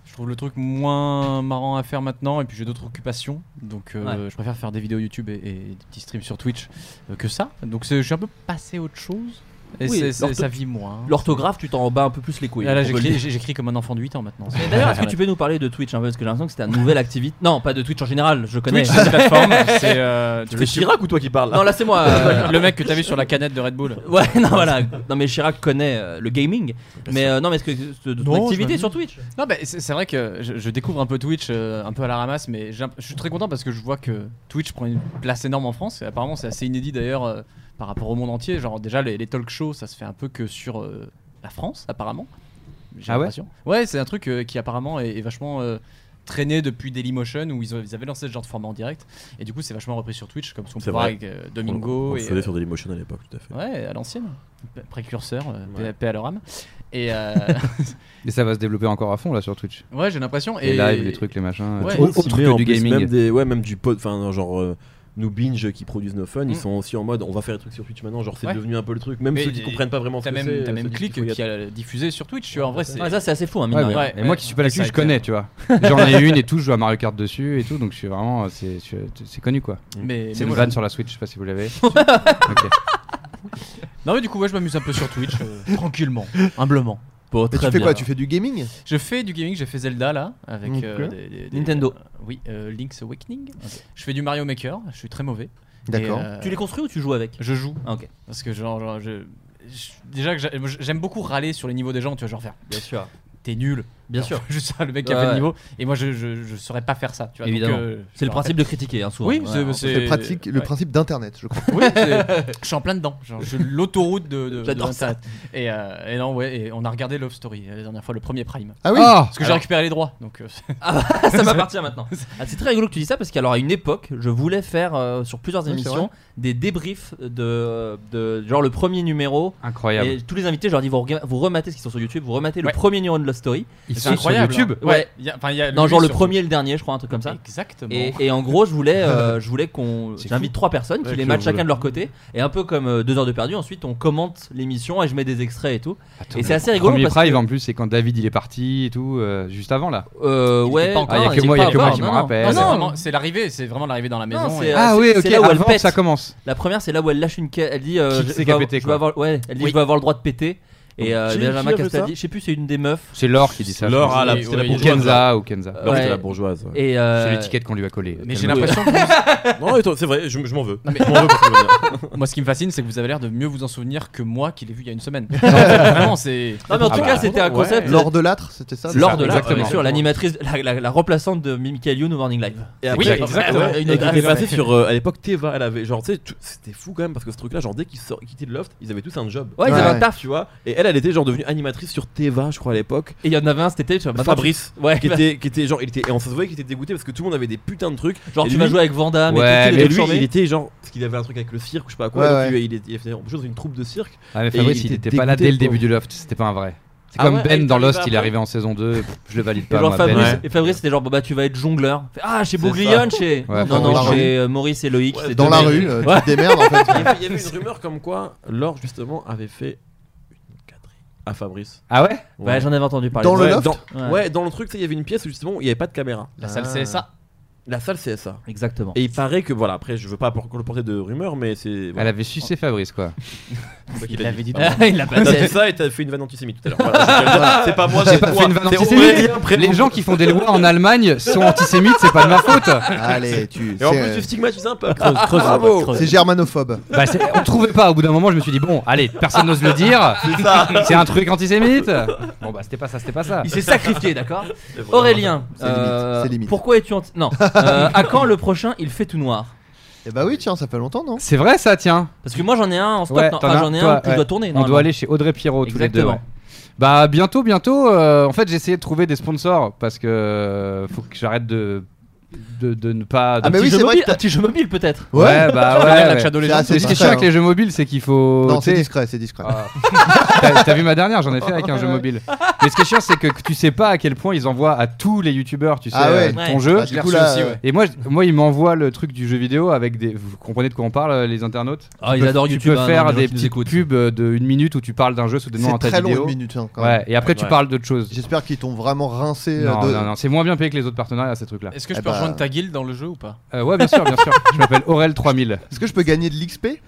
Speaker 10: je trouve le truc moins marrant à faire maintenant, et puis j'ai d'autres occupations, donc euh, je préfère faire des vidéos YouTube et, et des petits streams sur Twitch euh, que ça. Donc c'est- je suis un peu passé à autre chose. Et
Speaker 7: Oui,
Speaker 10: c'est- c'est-
Speaker 7: l'ortho-
Speaker 10: ça vit moins.
Speaker 7: L'orthographe, tu t'en bats un peu plus les couilles.
Speaker 10: Ah là,
Speaker 7: on peut le
Speaker 10: j'écris
Speaker 7: dire.
Speaker 10: j'ai- j'écris comme un enfant de 8 ans maintenant.
Speaker 7: Mais D'ailleurs, est-ce que tu peux nous parler de Twitch un peu Parce que j'ai l'impression que c'était un nouvel activité. Non, pas de Twitch en général, je connais.
Speaker 10: Twitch, c'est une plateforme, c'est, euh, du
Speaker 7: C'est
Speaker 10: YouTube. euh,
Speaker 7: Non, là c'est moi. euh,
Speaker 10: Le mec que t'as vu sur la canette de Red Bull.
Speaker 7: Ouais, non, voilà. Non, mais Chirac connaît euh, le gaming. Mais euh, non, mais est-ce que de ton activité sur Twitch
Speaker 10: Non, mais c'est c'est vrai que je, je découvre un peu Twitch euh, un peu à la ramasse, mais j'ai un- je suis très content parce que je vois que Twitch prend une place énorme en France. Et apparemment, c'est assez inédit d'ailleurs euh, par rapport au monde entier. Genre, déjà, les, les talk shows, ça se fait un peu que sur euh, la France, apparemment. J'ai
Speaker 2: Ah ouais
Speaker 10: l'impression. Ouais, c'est un truc euh, qui apparemment est, est vachement. euh, traîné depuis Dailymotion où ils, ont- ils avaient lancé ce genre de format en direct et du coup c'est vachement repris sur Twitch comme ce qu'on
Speaker 9: C'est
Speaker 10: peut voir
Speaker 9: vrai.
Speaker 10: avec euh, Domingo
Speaker 9: On- on le
Speaker 10: et,
Speaker 9: faisait sur
Speaker 10: euh,
Speaker 9: Dailymotion à l'époque, tout à fait.
Speaker 10: Ouais, à l'ancienne. P- Précurseur, euh,
Speaker 9: Ouais.
Speaker 10: PAP à leur âme. Et euh,
Speaker 2: Et ça va se développer encore à fond là sur Twitch.
Speaker 10: Ouais, j'ai l'impression,
Speaker 2: Les
Speaker 10: et-
Speaker 2: lives, les trucs, les machins.
Speaker 10: Ouais.
Speaker 2: Autre-
Speaker 10: Aussi,
Speaker 2: Autre
Speaker 9: Mais en
Speaker 2: que du
Speaker 9: plus,
Speaker 2: gaming.
Speaker 9: Même des, ouais, même du pod, enfin genre. euh, nous binge qui produisent nos
Speaker 7: Mm.
Speaker 9: fun, ils sont aussi en mode on va faire des trucs sur Twitch maintenant, genre c'est
Speaker 10: Ouais.
Speaker 9: devenu un peu le truc, même
Speaker 10: Mais
Speaker 9: ceux qui
Speaker 10: et-
Speaker 9: comprennent pas vraiment ce
Speaker 10: T'as
Speaker 9: que
Speaker 10: même,
Speaker 9: c'est.
Speaker 10: t'as
Speaker 9: euh,
Speaker 10: même
Speaker 9: se disent
Speaker 10: Click
Speaker 9: qu'il faut y
Speaker 10: qui a diffusé sur Twitch, tu vois. En vrai, c'est.
Speaker 7: Ah, ça, c'est assez fou, hein, mine
Speaker 2: Ouais,
Speaker 7: de
Speaker 2: mais-
Speaker 7: rien.
Speaker 2: et moi qui suis pas la
Speaker 10: Ça a
Speaker 2: Twitch, je
Speaker 10: été-
Speaker 2: connais, tu vois. J'en ai une et tout, je joue à Mario Kart dessus et tout, donc je suis vraiment. euh, C'est je- c'est connu quoi.
Speaker 10: Mais- mais
Speaker 2: C'est une
Speaker 10: voilà.
Speaker 2: vanne sur la Switch, je sais pas si vous l'avez. Ok.
Speaker 10: Non, mais du coup, ouais, je m'amuse un peu sur Twitch, euh, tranquillement, humblement. Bon,
Speaker 8: Mais tu
Speaker 10: très
Speaker 8: fais quoi
Speaker 10: bien.
Speaker 8: Tu fais du gaming
Speaker 10: Je fais du gaming, j'ai fait Zelda là, avec
Speaker 8: Ok.
Speaker 10: euh, des- des- des-
Speaker 7: Nintendo.
Speaker 10: euh, oui, euh, Link's Awakening. Je fais du Mario Maker, je suis très mauvais.
Speaker 7: D'accord.
Speaker 10: Et, euh,
Speaker 7: Tu les construis ou tu joues avec
Speaker 10: Je joue.
Speaker 7: Ah, ok.
Speaker 10: Parce que genre, genre, je, je- déjà que j'a- moi, j'aime beaucoup râler sur les niveaux des gens, tu vois, genre faire.
Speaker 7: Bien sûr.
Speaker 10: T'es nul.
Speaker 7: Bien
Speaker 10: Alors,
Speaker 7: sûr.
Speaker 10: Juste ça, le mec qui a
Speaker 7: Ouais,
Speaker 10: fait le
Speaker 7: ouais.
Speaker 10: niveau. Et moi, je, je, je saurais pas faire ça. Tu vois, donc,
Speaker 7: Évidemment.
Speaker 10: euh,
Speaker 7: C'est le
Speaker 10: je
Speaker 7: principe
Speaker 10: rappelle.
Speaker 7: de critiquer, hein, souvent.
Speaker 10: Oui,
Speaker 7: Ouais,
Speaker 10: c'est-
Speaker 7: on-
Speaker 10: c'est
Speaker 8: C'est le, pratique- le
Speaker 10: ouais.
Speaker 8: principe d'Internet, je crois.
Speaker 10: Oui, c'est- je suis en plein dedans. Genre, je suis l'autoroute de, de,
Speaker 7: J'adore
Speaker 10: de
Speaker 7: ça.
Speaker 10: l'Internet. Et, euh, et non, ouais, et on a regardé Love Story euh, la dernière fois, le premier Prime.
Speaker 8: Ah oui
Speaker 10: Parce que j'ai
Speaker 7: Alors-
Speaker 10: récupéré les droits. Donc, euh,
Speaker 7: Ah bah, ça m'appartient maintenant. Ah, c'est très rigolo que tu dis ça parce qu'alors à une époque, je voulais faire euh, sur plusieurs
Speaker 8: Ouais, c'est
Speaker 7: émissions
Speaker 8: vrai.
Speaker 7: des débriefs de, de genre le premier numéro.
Speaker 2: Incroyable.
Speaker 7: Et tous les invités, je leur dis vous, rega- vous rematez ce qu'ils sont sur YouTube, vous rematez le premier numéro de Lost Story.
Speaker 2: Ils
Speaker 7: Et-
Speaker 2: sont sur YouTube
Speaker 7: Ouais.
Speaker 10: Ouais, il y a- enfin, il y a
Speaker 7: non,
Speaker 10: lui
Speaker 7: genre le
Speaker 10: surtout.
Speaker 7: premier et le dernier, je crois, un truc comme ça.
Speaker 10: Exactement.
Speaker 7: Et, et en gros, je voulais, euh, je voulais qu'on.
Speaker 10: C'est
Speaker 7: J'invite
Speaker 10: fou.
Speaker 7: trois personnes qui
Speaker 10: Ouais,
Speaker 7: les
Speaker 10: que
Speaker 7: matchent
Speaker 10: vous
Speaker 7: chacun de leur côté. Et un peu comme euh, deux heures de perdu, ensuite on commente l'émission et je mets des extraits et tout. et c'est assez rigolo
Speaker 2: Premier
Speaker 7: parce
Speaker 2: Prime
Speaker 7: que.
Speaker 2: en plus, c'est quand David il est parti et tout, euh, juste avant là.
Speaker 7: Euh, ouais,
Speaker 2: pas encore, Ah, y a que
Speaker 7: il était
Speaker 2: moi- y a
Speaker 7: pas
Speaker 2: que moi
Speaker 7: encore,
Speaker 2: qui
Speaker 7: non,
Speaker 2: m'en
Speaker 7: non.
Speaker 2: rappelle.
Speaker 7: Ah,
Speaker 10: C'est
Speaker 7: non,
Speaker 10: vraiment- C'est l'arrivée, c'est vraiment l'arrivée dans la maison.
Speaker 7: Non,
Speaker 10: et-
Speaker 7: c'est,
Speaker 2: Ah
Speaker 7: euh,
Speaker 2: oui,
Speaker 7: c'est-
Speaker 2: ok,
Speaker 7: c'est là où elle
Speaker 2: avant que
Speaker 7: pète.
Speaker 2: ça commence.
Speaker 7: La première, c'est là où elle lâche une caisse. Elle dit euh,
Speaker 2: Qui
Speaker 7: je,
Speaker 2: s'est
Speaker 7: je vais
Speaker 2: capté,
Speaker 7: avoir- je vais
Speaker 2: quoi.
Speaker 7: avoir, ouais, elle dit
Speaker 2: Oui.
Speaker 7: je vais avoir le droit de péter. Et euh,
Speaker 9: Qui-
Speaker 7: Benjamin
Speaker 9: qui a fait
Speaker 7: Castaldi,
Speaker 9: ça
Speaker 7: je sais plus, c'est une des meufs.
Speaker 2: C'est Laure qui dit ça. je
Speaker 9: Laure,
Speaker 2: pense.
Speaker 9: ah, la-
Speaker 2: Oui,
Speaker 9: c'était la
Speaker 2: oui,
Speaker 9: bourgeoise,
Speaker 2: Kenza
Speaker 9: là.
Speaker 2: ou Kenza.
Speaker 9: Laure, c'était
Speaker 7: Ouais.
Speaker 9: la bourgeoise. ouais.
Speaker 7: Et euh,
Speaker 2: C'est l'étiquette qu'on lui a collée.
Speaker 10: Mais j'ai
Speaker 2: Tellement-
Speaker 10: l'impression que
Speaker 9: Non, et toi, c'est vrai, je, je m'en veux.
Speaker 10: Non, mais-
Speaker 9: Je m'en veux pour ce souvenir.
Speaker 10: Moi, ce qui me fascine, c'est que vous avez l'air de mieux vous en souvenir que moi qui l'ai vu il y a une semaine. Genre, Vraiment, c'est.
Speaker 7: Non, mais en tout
Speaker 9: Ah
Speaker 7: cas,
Speaker 9: bah,
Speaker 7: c'était un
Speaker 9: ouais.
Speaker 7: concept.
Speaker 8: L'or de l'âtre, c'était ça
Speaker 7: Lors de là,
Speaker 2: exactement.
Speaker 7: bien sûr, l'animatrice, la, la- la remplaçante de Michael Youn au Morning Live.
Speaker 9: Et
Speaker 10: Oui,
Speaker 9: après-
Speaker 10: exactement.
Speaker 9: ouais,
Speaker 7: Une
Speaker 9: et
Speaker 7: autre-
Speaker 9: qui était
Speaker 7: ah,
Speaker 9: passé sur euh, à l'époque Teva, elle avait genre tu sais tout- c'était fou quand même parce que ce truc là genre dès qu'ils sortent- ils quittaient le loft, ils avaient tous un job.
Speaker 7: Ouais, ils
Speaker 8: Ouais.
Speaker 7: avaient un taf,
Speaker 9: Tu vois, et elle elle était genre devenue animatrice sur Teva, je crois à l'époque.
Speaker 7: Et il y en avait un cet été, tu vois, maintenant,
Speaker 9: Fabrice
Speaker 7: tu- Ouais,
Speaker 9: qui était qui était genre il était et on se voyait qu'il était dégoûté parce que tout le monde avait des putains de trucs.
Speaker 7: genre
Speaker 9: Et
Speaker 7: tu
Speaker 9: lui-
Speaker 7: vas jouer avec Vanda, mais
Speaker 2: Ouais,
Speaker 7: tout,
Speaker 9: et
Speaker 7: il est
Speaker 9: lui,
Speaker 7: charmé.
Speaker 9: il était genre parce qu'il avait un truc avec le cirque, ou je sais pas quoi.
Speaker 8: Ouais,
Speaker 9: donc
Speaker 8: ouais.
Speaker 9: Il, est- il est- il est dans une troupe de cirque.
Speaker 2: Ah, mais
Speaker 9: Et
Speaker 2: Fabrice,
Speaker 9: il
Speaker 2: il
Speaker 9: était
Speaker 2: était pas là
Speaker 9: dégoûté,
Speaker 2: dès le
Speaker 9: pauvre.
Speaker 2: début du loft, c'était pas un vrai. C'est
Speaker 9: Ah
Speaker 2: comme
Speaker 9: ouais, ah, il
Speaker 2: Ben
Speaker 9: est
Speaker 2: dans
Speaker 9: arrivé
Speaker 2: Lost, il
Speaker 9: après.
Speaker 2: est arrivé en saison 2, je le valide
Speaker 7: Et
Speaker 2: pas.
Speaker 7: genre
Speaker 2: moi,
Speaker 7: Fabrice,
Speaker 2: Ben.
Speaker 7: et Fabrice, c'était genre bon bah tu vas être jongleur. Fait, Ah chez Bouglione, chez
Speaker 2: Ouais,
Speaker 7: non
Speaker 8: dans
Speaker 7: non
Speaker 8: la
Speaker 7: chez euh, Maurice et Loïc. c'est
Speaker 8: Dans
Speaker 7: deux
Speaker 8: la
Speaker 7: mecs.
Speaker 8: rue, euh, tu te démerdes en fait.
Speaker 9: Il y avait- il y avait une rumeur comme quoi Laure justement avait fait une quadrille à Fabrice.
Speaker 2: Ah ouais
Speaker 7: Ouais, j'en avais entendu parler.
Speaker 8: Dans le
Speaker 9: ouais,
Speaker 8: loft
Speaker 9: dans, ouais. dans le truc, tu sais, il y avait une pièce où justement il n'y avait pas de caméra.
Speaker 10: La salle CSA.
Speaker 9: La salle CSA.
Speaker 10: Ah,
Speaker 7: Exactement.
Speaker 9: Et il paraît que voilà, après je veux pas por- porter de rumeurs, mais c'est.
Speaker 2: Elle
Speaker 9: Voilà.
Speaker 2: avait sucé Fabrice quoi.
Speaker 9: C'est
Speaker 10: Il
Speaker 9: qu'il a
Speaker 10: l'avait dit.
Speaker 9: Pardon.
Speaker 10: il l'a pas
Speaker 9: T'as
Speaker 10: dit.
Speaker 9: dit ça et t'as fait une vanne antisémite tout à l'heure. Voilà, je tiens à le dire. c'est pas moi,
Speaker 2: J'ai
Speaker 9: c'est
Speaker 2: pas
Speaker 9: toi.
Speaker 2: fait une vanne
Speaker 9: C'est
Speaker 2: antisémite.
Speaker 9: Aurélien, prénom.
Speaker 2: Les gens qui font des lois en Allemagne sont antisémites, c'est pas de ma faute.
Speaker 8: Allez, tu.
Speaker 9: Et en
Speaker 8: c'est-
Speaker 9: plus, tu stigmatises un peu. Ah, Creuse, creuse,
Speaker 8: Bravo.
Speaker 9: creuse.
Speaker 8: C'est germanophobe.
Speaker 2: Bah, c'est- on trouvait pas. Au bout d'un moment, je me suis dit bon, allez, personne n'ose le dire. C'est un truc antisémite. Bon bah c'était pas ça, c'était pas ça.
Speaker 7: Il s'est sacrifié, d'accord
Speaker 9: C'est vraiment-
Speaker 7: Aurélien,
Speaker 8: C'est limite,
Speaker 7: euh,
Speaker 8: c'est limite.
Speaker 7: pourquoi es-tu en... Non, Euh, à quand le prochain Il fait tout noir
Speaker 8: Et bah oui, tiens, ça fait longtemps, non
Speaker 2: C'est vrai ça, tiens.
Speaker 7: Parce que moi j'en ai un en stock,
Speaker 2: Ouais,
Speaker 7: non,
Speaker 2: t'en
Speaker 7: enfin,
Speaker 2: as un,
Speaker 7: j'en ai
Speaker 2: toi,
Speaker 7: un qui
Speaker 2: ouais.
Speaker 7: doit
Speaker 2: On
Speaker 7: tourner. normalement.
Speaker 2: doit aller chez Audrey Pierrot tous les deux.
Speaker 7: Exactement.
Speaker 2: ouais. Bah bientôt, bientôt. euh, en fait, j'ai essayé de trouver des sponsors parce que euh, faut que j'arrête de, de de ne pas. de-
Speaker 8: Ah, mais
Speaker 7: Petit
Speaker 8: oui,
Speaker 7: jeu
Speaker 8: c'est vrai
Speaker 7: mobile-
Speaker 8: que t'as-
Speaker 7: Un petit jeu mobile peut-être
Speaker 8: Ah
Speaker 2: ouais, bah ouais.
Speaker 10: Regarde
Speaker 2: ouais.
Speaker 10: la Shadow
Speaker 8: C'est
Speaker 10: Legends.
Speaker 8: assez
Speaker 2: Mais ce qui est
Speaker 8: discret,
Speaker 2: chiant avec
Speaker 8: hein.
Speaker 2: les jeux mobiles, c'est qu'il faut.
Speaker 8: Non,
Speaker 2: tu
Speaker 8: c'est
Speaker 2: sais,
Speaker 8: discret, c'est discret.
Speaker 2: Ah. T'as t'as vu ma dernière, j'en ai fait avec un jeu mobile. Mais ce qui est chiant, c'est que tu sais pas à quel point ils envoient à tous les youtubeurs, tu sais,
Speaker 8: Ah ouais.
Speaker 2: euh, ton
Speaker 7: Ouais.
Speaker 2: jeu.
Speaker 8: Ah,
Speaker 10: Je
Speaker 8: du
Speaker 10: l'ai
Speaker 8: coup,
Speaker 10: reçu
Speaker 8: là,
Speaker 10: aussi,
Speaker 8: euh,
Speaker 10: ouais.
Speaker 2: Et moi, je- moi, ils m'envoient le truc du jeu vidéo avec des. Vous comprenez de quoi on parle, euh, les internautes
Speaker 7: Ah,
Speaker 2: Tu
Speaker 7: ils
Speaker 2: peux-
Speaker 7: adorent
Speaker 2: Tu
Speaker 7: YouTube,
Speaker 2: peux
Speaker 7: hein,
Speaker 2: faire
Speaker 7: les gens
Speaker 2: des
Speaker 7: qui nous
Speaker 2: petites
Speaker 7: écoutent.
Speaker 2: pubs euh, de une minute où tu parles d'un jeu sous des noms en
Speaker 8: c'est
Speaker 2: tas
Speaker 8: très long,
Speaker 2: vidéo.
Speaker 8: une minute, hein, quand même.
Speaker 2: Ouais, et après tu
Speaker 9: Ouais.
Speaker 2: parles d'autres choses.
Speaker 8: J'espère qu'ils t'ont vraiment rincé. euh,
Speaker 2: Non,
Speaker 8: de-
Speaker 2: non, non, c'est moins bien payé que les autres partenariats, ces trucs-là.
Speaker 10: Est-ce que je
Speaker 8: Eh
Speaker 10: peux
Speaker 8: bah-
Speaker 10: rejoindre ta guilde dans le jeu ou pas
Speaker 2: Euh, ouais, bien sûr, bien sûr. Je m'appelle Aurel 3000.
Speaker 8: Est-ce que je peux gagner de l'XP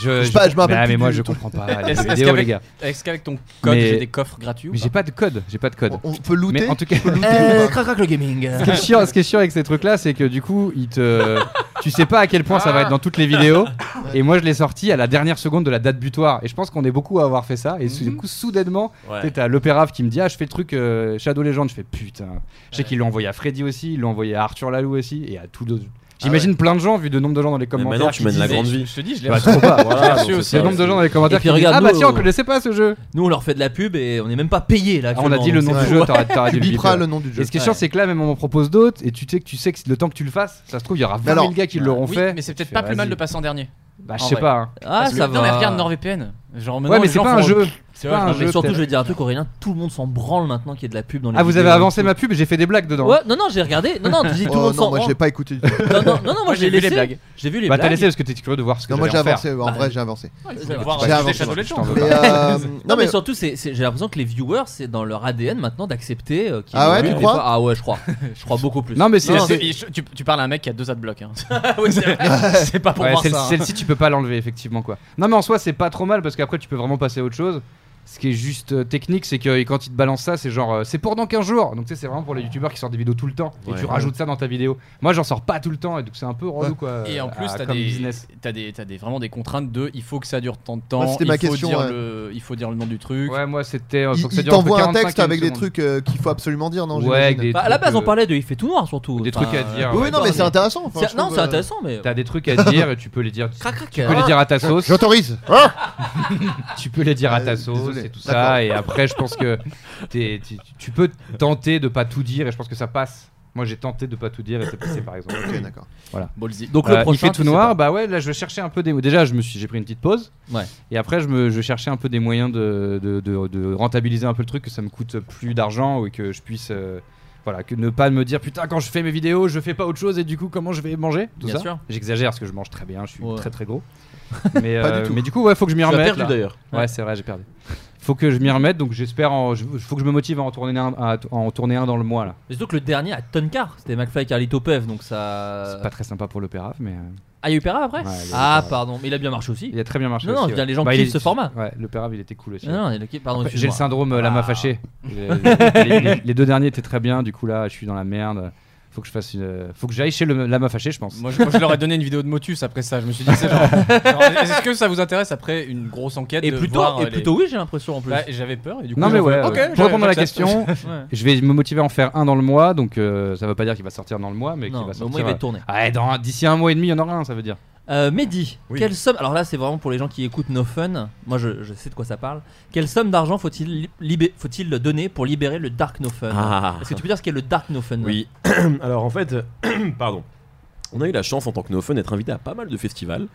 Speaker 2: Je,
Speaker 8: Je sais pas, je me rappelle
Speaker 2: Bah,
Speaker 8: plus
Speaker 2: mais moi,
Speaker 8: du
Speaker 2: je
Speaker 8: tout.
Speaker 2: comprends pas les
Speaker 8: Est-ce-
Speaker 2: jeux
Speaker 8: est-ce
Speaker 2: vidéo,
Speaker 8: qu'avec-
Speaker 2: les gars.
Speaker 13: est-ce qu'avec ton code,
Speaker 2: Mais-
Speaker 13: j'ai des coffres gratuits ou
Speaker 2: Mais j'ai pas de code, j'ai pas de code.
Speaker 13: On- on peut looter
Speaker 2: Mais en tout cas,
Speaker 13: On peut looter Euh, ou pas crac, crac, le gaming.
Speaker 2: Ce qui est chiant, ce qui est chiant avec ces trucs-là, c'est que du coup, ils te, tu sais pas à quel point ça va être dans toutes les vidéos. Et moi, je l'ai sorti à la dernière seconde de la date butoir. Et je pense qu'on est beaucoup à avoir fait ça. Et
Speaker 13: Mhm.
Speaker 2: du coup, soudainement,
Speaker 13: Ouais.
Speaker 2: t'es à l'opérave qui me dit Ah, je fais le truc euh, Shadow Legend. Je fais putain. Je sais qu'ils l'ont envoyé à Freddy aussi, ils l'ont envoyé à Arthur Lalou aussi, et à tous d'autres. J'imagine plein de gens, vu le nombre de gens dans les commentaires.
Speaker 7: maintenant, tu
Speaker 2: qui
Speaker 7: mènes la
Speaker 2: disaient-
Speaker 10: eh,
Speaker 7: grande vie. Je te dis, je l'ai
Speaker 2: Bah,
Speaker 7: reçu.
Speaker 2: trop pas.
Speaker 7: Je l'ai
Speaker 2: Voilà,
Speaker 7: reçu
Speaker 2: donc
Speaker 7: aussi,
Speaker 2: c'est Le
Speaker 7: ouais.
Speaker 2: nombre de gens dans les
Speaker 10: Et
Speaker 2: commentaires
Speaker 10: puis
Speaker 2: qui disent
Speaker 10: regarde,
Speaker 2: Ah, bah
Speaker 10: nous,
Speaker 2: tiens, on
Speaker 10: on-
Speaker 2: connaissait pas ce jeu.
Speaker 10: Nous, on leur fait de la pub et on n'est même pas payé là.
Speaker 2: Ah, on a
Speaker 10: actuellement,
Speaker 2: dit le
Speaker 10: donc
Speaker 2: nom
Speaker 10: c'est
Speaker 2: du
Speaker 10: cool.
Speaker 2: jeu, t'aurais t'aurais dû le
Speaker 8: biperas
Speaker 2: biper.
Speaker 8: le nom du jeu.
Speaker 2: Et ce qui est chiant,
Speaker 8: Ouais.
Speaker 2: c'est que là, même on m'en propose d'autres, et tu sais que tu sais que le temps que tu le fasses, ça se trouve, il y aura 20 000
Speaker 13: alors- bah
Speaker 2: gars qui l'auront
Speaker 13: Oui,
Speaker 2: fait.
Speaker 13: mais c'est peut-être
Speaker 2: Tu
Speaker 13: pas
Speaker 2: fais,
Speaker 13: plus mal
Speaker 2: vas-y.
Speaker 13: de passer en dernier.
Speaker 2: Bah, je
Speaker 13: En
Speaker 2: sais
Speaker 13: vrai.
Speaker 2: pas. hein.
Speaker 10: Ah,
Speaker 13: Parce que
Speaker 10: ça
Speaker 13: maintenant,
Speaker 10: va.
Speaker 13: mais regarde NordVPN. Genre, maintenant,
Speaker 2: Ouais, mais
Speaker 13: les
Speaker 2: c'est
Speaker 13: gens
Speaker 2: pas
Speaker 13: font-
Speaker 2: un jeu.
Speaker 13: C'est
Speaker 2: C'est
Speaker 13: vrai,
Speaker 2: pas un
Speaker 13: non,
Speaker 10: Mais
Speaker 2: jeu,
Speaker 10: surtout,
Speaker 2: peut-être.
Speaker 10: je vais dire un truc, Aurélien, tout le monde s'en branle maintenant qu'il y ait de la pub dans les
Speaker 2: Ah, vous avez
Speaker 10: vidéos et
Speaker 2: avancé
Speaker 10: tout.
Speaker 2: ma pub, j'ai fait des blagues dedans.
Speaker 10: Ouais, non, non, j'ai regardé. Non, non, tu dis tout le
Speaker 8: Oh,
Speaker 10: monde
Speaker 8: non,
Speaker 10: s'en
Speaker 8: moi
Speaker 10: branle.
Speaker 8: j'ai pas écouté du tout.
Speaker 10: Non, non, non, non, moi j'ai
Speaker 13: vu les
Speaker 10: laissé.
Speaker 13: blagues.
Speaker 10: J'ai vu les
Speaker 2: Bah, t'as
Speaker 10: blagues.
Speaker 2: laissé parce que t'étais curieux de voir ce que
Speaker 8: Non, moi j'ai
Speaker 2: j'allais en faire.
Speaker 8: avancé, en vrai j'ai avancé.
Speaker 13: Ouais,
Speaker 10: Ouais,
Speaker 13: ils veulent
Speaker 10: ouais,
Speaker 13: voir
Speaker 8: j'ai
Speaker 13: euh,
Speaker 8: avancé,
Speaker 13: des Shadow
Speaker 8: je t'en
Speaker 13: Legends.
Speaker 8: veux pas. Mais, euh,
Speaker 10: Non, mais
Speaker 8: mais-
Speaker 10: surtout, c'est- c'est- j'ai l'impression que les viewers, c'est dans leur ADN maintenant d'accepter euh, qu'ils
Speaker 8: Ah
Speaker 10: ont
Speaker 8: ouais,
Speaker 10: vu
Speaker 8: tu
Speaker 10: des
Speaker 8: crois
Speaker 10: fois- Ah ouais, je crois. Je crois beaucoup plus.
Speaker 2: Non, mais c'est-
Speaker 10: Non,
Speaker 13: Non,
Speaker 10: c'est-
Speaker 13: c'est- tu, tu parles à un mec qui a deux adblocks. Hein.
Speaker 10: Ah
Speaker 13: Oui, c'est vrai. c'est pas pour
Speaker 2: Ouais,
Speaker 13: voir
Speaker 2: celle-
Speaker 13: ça. hein.
Speaker 2: Celle-ci, tu peux pas l'enlever, effectivement. quoi. Non, mais en soi, c'est pas trop mal parce qu'après, tu peux vraiment passer à autre chose. Ce qui est juste euh, technique, c'est que euh, quand ils te balancent ça, c'est genre euh, c'est pour dans 15 jours. Donc, tu sais, c'est vraiment pour les youtubeurs qui sortent des vidéos tout le temps et
Speaker 7: Ouais.
Speaker 2: tu rajoutes ça dans ta vidéo. Moi, j'en sors pas tout le temps et donc c'est un peu relou quoi. euh,
Speaker 13: Et en plus,
Speaker 2: à-
Speaker 13: t'as
Speaker 2: Ah, comme
Speaker 13: des,
Speaker 2: business.
Speaker 13: t'as des, t'as des, vraiment des contraintes de il faut que ça dure tant de temps,
Speaker 8: Ouais, c'était
Speaker 13: il,
Speaker 8: ma
Speaker 13: faut
Speaker 8: question,
Speaker 13: dire
Speaker 8: ouais.
Speaker 13: le, il faut dire le nom du truc.
Speaker 2: Ouais, moi, c'était. euh, faut
Speaker 8: Il,
Speaker 2: que ça
Speaker 8: il
Speaker 2: dure entre
Speaker 8: t'envoie un
Speaker 2: 45 et
Speaker 8: texte avec
Speaker 2: une
Speaker 8: des
Speaker 2: seconde.
Speaker 8: trucs euh, qu'il faut absolument dire, non
Speaker 2: Ouais,
Speaker 8: j'imagine.
Speaker 2: avec des
Speaker 10: Bah, à la
Speaker 2: trucs,
Speaker 10: base, on
Speaker 2: euh,
Speaker 10: parlait de il fait tout noir surtout.
Speaker 2: Des
Speaker 10: Enfin,
Speaker 2: trucs à dire.
Speaker 8: Oui,
Speaker 2: ouais.
Speaker 8: non, mais c'est intéressant. enfin,
Speaker 10: C'est-
Speaker 8: je
Speaker 10: non,
Speaker 8: trouve,
Speaker 10: c'est
Speaker 8: euh,
Speaker 10: intéressant, mais.
Speaker 2: T'as des trucs à dire et tu peux les dire.
Speaker 10: Crac, crac,
Speaker 2: Tu peux les dire à ta sauce.
Speaker 8: J'autorise.
Speaker 2: Tu peux les dire à
Speaker 8: Euh,
Speaker 2: ta sauce
Speaker 8: désolé.
Speaker 2: et tout
Speaker 8: D'accord.
Speaker 2: ça. Et après, je pense que t'es- tu, tu peux tenter de pas tout dire et je pense que ça passe. Moi, j'ai tenté de pas tout dire et c'est passé par exemple.
Speaker 8: Ok, d'accord.
Speaker 2: Voilà.
Speaker 13: Ballsy.
Speaker 10: Donc le
Speaker 2: Euh,
Speaker 10: prochain.
Speaker 2: il fait
Speaker 10: tu
Speaker 2: tout
Speaker 10: sais
Speaker 2: noir.
Speaker 10: pas.
Speaker 2: Bah ouais, là, je cherchais un peu des. Déjà, je me suis, j'ai pris une petite pause.
Speaker 10: Ouais.
Speaker 2: Et après, je me, je cherchais un peu des moyens de, de, de- de rentabiliser un peu le truc, que ça me coûte plus d'argent et que je puisse. euh, voilà, que ne pas me dire putain quand je fais mes vidéos, je fais pas autre chose et du coup comment je vais manger tout
Speaker 13: Bien
Speaker 2: ça.
Speaker 13: sûr.
Speaker 2: J'exagère parce que je mange très bien, je suis
Speaker 10: Ouais.
Speaker 2: très très gros. Mais,
Speaker 8: Pas du
Speaker 2: euh,
Speaker 8: tout.
Speaker 2: mais du coup ouais, faut que je m'y
Speaker 7: Tu as
Speaker 2: remette.
Speaker 7: perdu,
Speaker 2: là.
Speaker 7: d'ailleurs.
Speaker 2: Ouais, c'est vrai, j'ai perdu. Faut que je m'y remette, donc j'espère. en- je- Faut que je me motive à en tourner un, à en tourner un dans le mois là.
Speaker 10: Mais surtout que le dernier à Toncar, c'était McFly et Carlito Pev, donc ça.
Speaker 2: C'est pas très sympa pour l'opéra, mais euh,
Speaker 10: Ah, il y a eu Pera après
Speaker 2: Ouais, il y a eu
Speaker 10: Ah,
Speaker 2: Pera.
Speaker 10: pardon, mais il a bien marché aussi.
Speaker 2: il a très bien marché.
Speaker 10: Non, non,
Speaker 2: aussi,
Speaker 10: je veux dire,
Speaker 2: ouais. Bah,
Speaker 10: les gens
Speaker 2: il
Speaker 10: kiffent
Speaker 2: est-
Speaker 10: ce format.
Speaker 2: Ouais, l'opéra, il était cool aussi.
Speaker 10: Non, non, il a- pardon,
Speaker 2: Après, J'ai le
Speaker 10: excuse-moi.
Speaker 2: syndrome euh, la main
Speaker 10: Ah.
Speaker 2: fâchée. J'ai- j'ai- les, les- les deux derniers étaient très bien, du coup là, je suis dans la merde. Faut que je fasse une. Faut que j'aille chez le, la main fâchée, je pense.
Speaker 13: Moi, je, moi, je leur ai donné une vidéo de Motus après ça. Je me suis dit, c'est genre. genre, Est-ce que ça vous intéresse après une grosse enquête
Speaker 10: Et
Speaker 13: de
Speaker 10: plutôt,
Speaker 13: voir, euh,
Speaker 10: et
Speaker 13: les-
Speaker 10: plutôt oui, j'ai l'impression en plus.
Speaker 13: Bah, J'avais peur et du coup.
Speaker 2: non mais
Speaker 13: j'en
Speaker 2: ouais,
Speaker 13: fais-
Speaker 2: ouais.
Speaker 13: Ok,
Speaker 2: pour
Speaker 13: j'avais
Speaker 2: répondre à la
Speaker 13: pas que ça.
Speaker 2: question,
Speaker 10: Ouais.
Speaker 2: je vais me motiver à en faire un dans le mois, donc euh, ça veut pas dire qu'il va sortir dans le mois, mais qu'il
Speaker 10: Non,
Speaker 2: va
Speaker 10: mais au
Speaker 2: sortir.
Speaker 10: moins, il va
Speaker 2: euh,
Speaker 10: être tourné.
Speaker 2: Ah, et dans- d'ici un mois et demi, il y en aura un, ça veut dire.
Speaker 10: Euh, Mehdi,
Speaker 13: Oui.
Speaker 10: quelle somme Alors là, c'est vraiment pour les gens qui écoutent No Fun. Moi, je, je sais de quoi ça parle. Quelle somme d'argent faut-il libé- faut-il donner pour libérer le Dark No Fun
Speaker 7: Ah.
Speaker 10: Est-ce que tu peux dire ce qu'est le Dark No Fun
Speaker 7: Oui. Alors en fait, pardon. On a eu la chance en tant que NoFun d'être invité à pas mal de festivals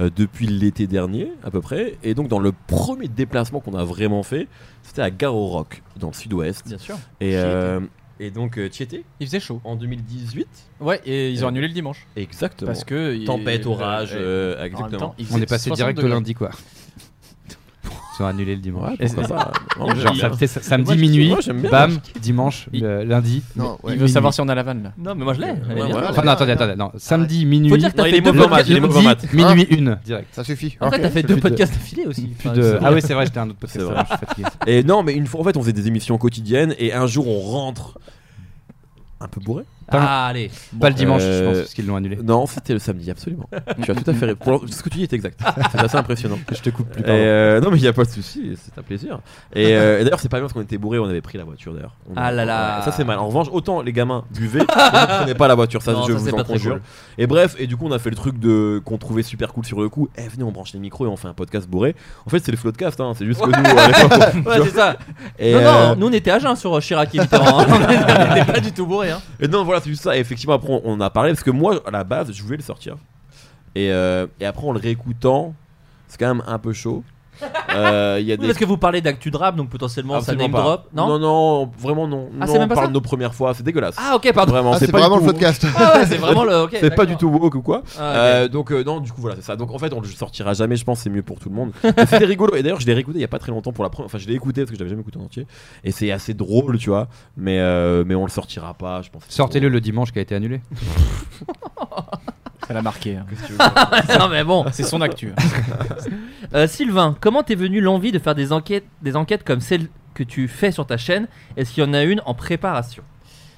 Speaker 7: euh, depuis l'été dernier à peu près. Et donc dans le premier déplacement qu'on a vraiment fait, c'était à Garo Rock dans le sud-ouest.
Speaker 10: Bien sûr.
Speaker 7: Et, euh, et donc euh, tu y étais
Speaker 13: Il faisait chaud.
Speaker 7: en 2018
Speaker 13: Ouais, et
Speaker 10: Euh,
Speaker 13: ils ont annulé le dimanche.
Speaker 7: Exactement.
Speaker 13: Parce que. il-
Speaker 7: Tempête, orage,
Speaker 13: Ouais.
Speaker 7: euh,
Speaker 13: En même
Speaker 7: exactement.
Speaker 13: temps, il
Speaker 2: On
Speaker 13: faisait
Speaker 2: est passé
Speaker 13: 60
Speaker 2: direct au
Speaker 13: degrés.
Speaker 2: lundi, quoi. Ils ont annulé le dimanche.
Speaker 7: Ouais, pourquoi pas. Non, mais
Speaker 2: Genre,
Speaker 7: j'aime
Speaker 2: ça
Speaker 7: bien.
Speaker 2: fait sa- samedi
Speaker 7: Moi, je-
Speaker 2: minuit,
Speaker 7: moi, j'aime bien.
Speaker 2: bam, dimanche,
Speaker 13: Il-
Speaker 2: euh, lundi.
Speaker 8: Non, ouais.
Speaker 13: Il veut savoir si on a la vanne là.
Speaker 10: Non, mais moi, je l'ai. elle est
Speaker 7: Ouais,
Speaker 10: bien.
Speaker 7: voilà.
Speaker 2: Enfin, non, attendez, attendez, non. Samedi, minuit.
Speaker 10: Faut dire que t'as
Speaker 7: Non, il
Speaker 10: fait
Speaker 7: est
Speaker 10: deux
Speaker 7: mauvais en
Speaker 10: podcasts.
Speaker 7: maths, il est mauvais en maths.
Speaker 2: lundi, minuit, une, direct.
Speaker 8: Ça suffit.
Speaker 10: En fait, t'as fait
Speaker 2: Plus
Speaker 10: deux
Speaker 2: de-
Speaker 10: podcasts d'affilée aussi.
Speaker 2: Plus
Speaker 10: Enfin,
Speaker 2: de-
Speaker 10: c'est-
Speaker 2: Ah oui, c'est vrai, j'étais un autre podcast. ça
Speaker 7: C'est vrai.
Speaker 2: va, je suis fatigué.
Speaker 7: Et non, mais une fois en fait, on faisait des émissions quotidiennes et un jour on rentre un peu bourré.
Speaker 10: Ah, allez.
Speaker 2: Pas le dimanche, je pense,
Speaker 7: Euh,
Speaker 2: parce qu'ils l'ont annulé.
Speaker 7: Non, c'était le samedi, absolument. tu as tout à fait raison. Pour- Ce que tu dis est exact. C'est assez impressionnant.
Speaker 2: Je te coupe plus
Speaker 7: Et,
Speaker 2: tard.
Speaker 7: euh, non, mais il n'y a pas de souci, c'est un plaisir. Et, euh, et d'ailleurs, c'est pas bien parce qu'on était bourré, on avait pris la voiture d'ailleurs. On-
Speaker 10: Ah là là.
Speaker 7: ouais, Ça c'est mal. En revanche, autant les gamins buvaient, vous ne prenez pas la voiture, ça
Speaker 10: Non,
Speaker 7: je
Speaker 10: ça,
Speaker 7: vous
Speaker 10: c'est
Speaker 7: en
Speaker 10: pas très
Speaker 7: conjure.
Speaker 10: cool.
Speaker 7: Et bref, et du coup, on a fait le truc de qu'on trouvait super cool sur le coup. Eh, venez, on branche les micros et on fait un podcast bourré. En fait, c'est le floodcast, hein. c'est juste que nous. à l'époque, on-
Speaker 10: Ouais, c'est ça.
Speaker 7: et,
Speaker 10: non,
Speaker 7: euh,
Speaker 10: non, nous on était à jeun sur euh, Chirac et Mitterrand. hein. on était pas du tout bourrés. Hein.
Speaker 7: Et non, voilà, c'est juste ça. Et effectivement, après, on a parlé parce que moi, à la base, je voulais le sortir. Et, euh, et après, en le réécoutant, c'est quand même un peu chaud. Euh, Il y a
Speaker 10: Oui,
Speaker 7: des.
Speaker 10: parce que vous parlez d'actu drap, donc potentiellement
Speaker 7: Absolument
Speaker 10: ça name
Speaker 7: pas.
Speaker 10: drop. Non,
Speaker 7: non, non, vraiment non.
Speaker 10: Ah,
Speaker 7: Non,
Speaker 10: c'est même
Speaker 7: on
Speaker 10: pas
Speaker 7: parle
Speaker 10: ça
Speaker 7: de nos premières fois, c'est dégueulasse.
Speaker 10: Ah, ok, pardon.
Speaker 7: vraiment,
Speaker 8: Ah,
Speaker 7: c'est
Speaker 8: c'est
Speaker 7: pas du
Speaker 8: vraiment le
Speaker 7: tout-
Speaker 8: podcast.
Speaker 10: Ah ouais, c'est vraiment le. ok,
Speaker 7: C'est pas
Speaker 10: d'accord.
Speaker 7: du tout woke ou quoi.
Speaker 10: Ah, ok.
Speaker 7: Euh, donc euh, non, du coup voilà, c'est ça. Donc en fait, on le sortira jamais. Je pense c'est mieux pour tout le monde. Mais C'était rigolo. Et d'ailleurs, je l'ai réécouté il y a pas très longtemps pour la première. Enfin, je l'ai écouté parce que j'avais jamais écouté en entier. Et c'est assez drôle, tu vois. Mais euh, mais on le sortira pas. Je pense.
Speaker 2: Sortez-le le dimanche qui a été annulé.
Speaker 10: Ça l'a marqué. hein.
Speaker 7: non mais bon,
Speaker 10: Ah, C'est son actu. hein.
Speaker 7: Euh, Sylvain, comment t'es venu l'envie de faire des enquêtes, des enquêtes comme celle que tu fais sur ta chaîne Est-ce qu'il y en a une en préparation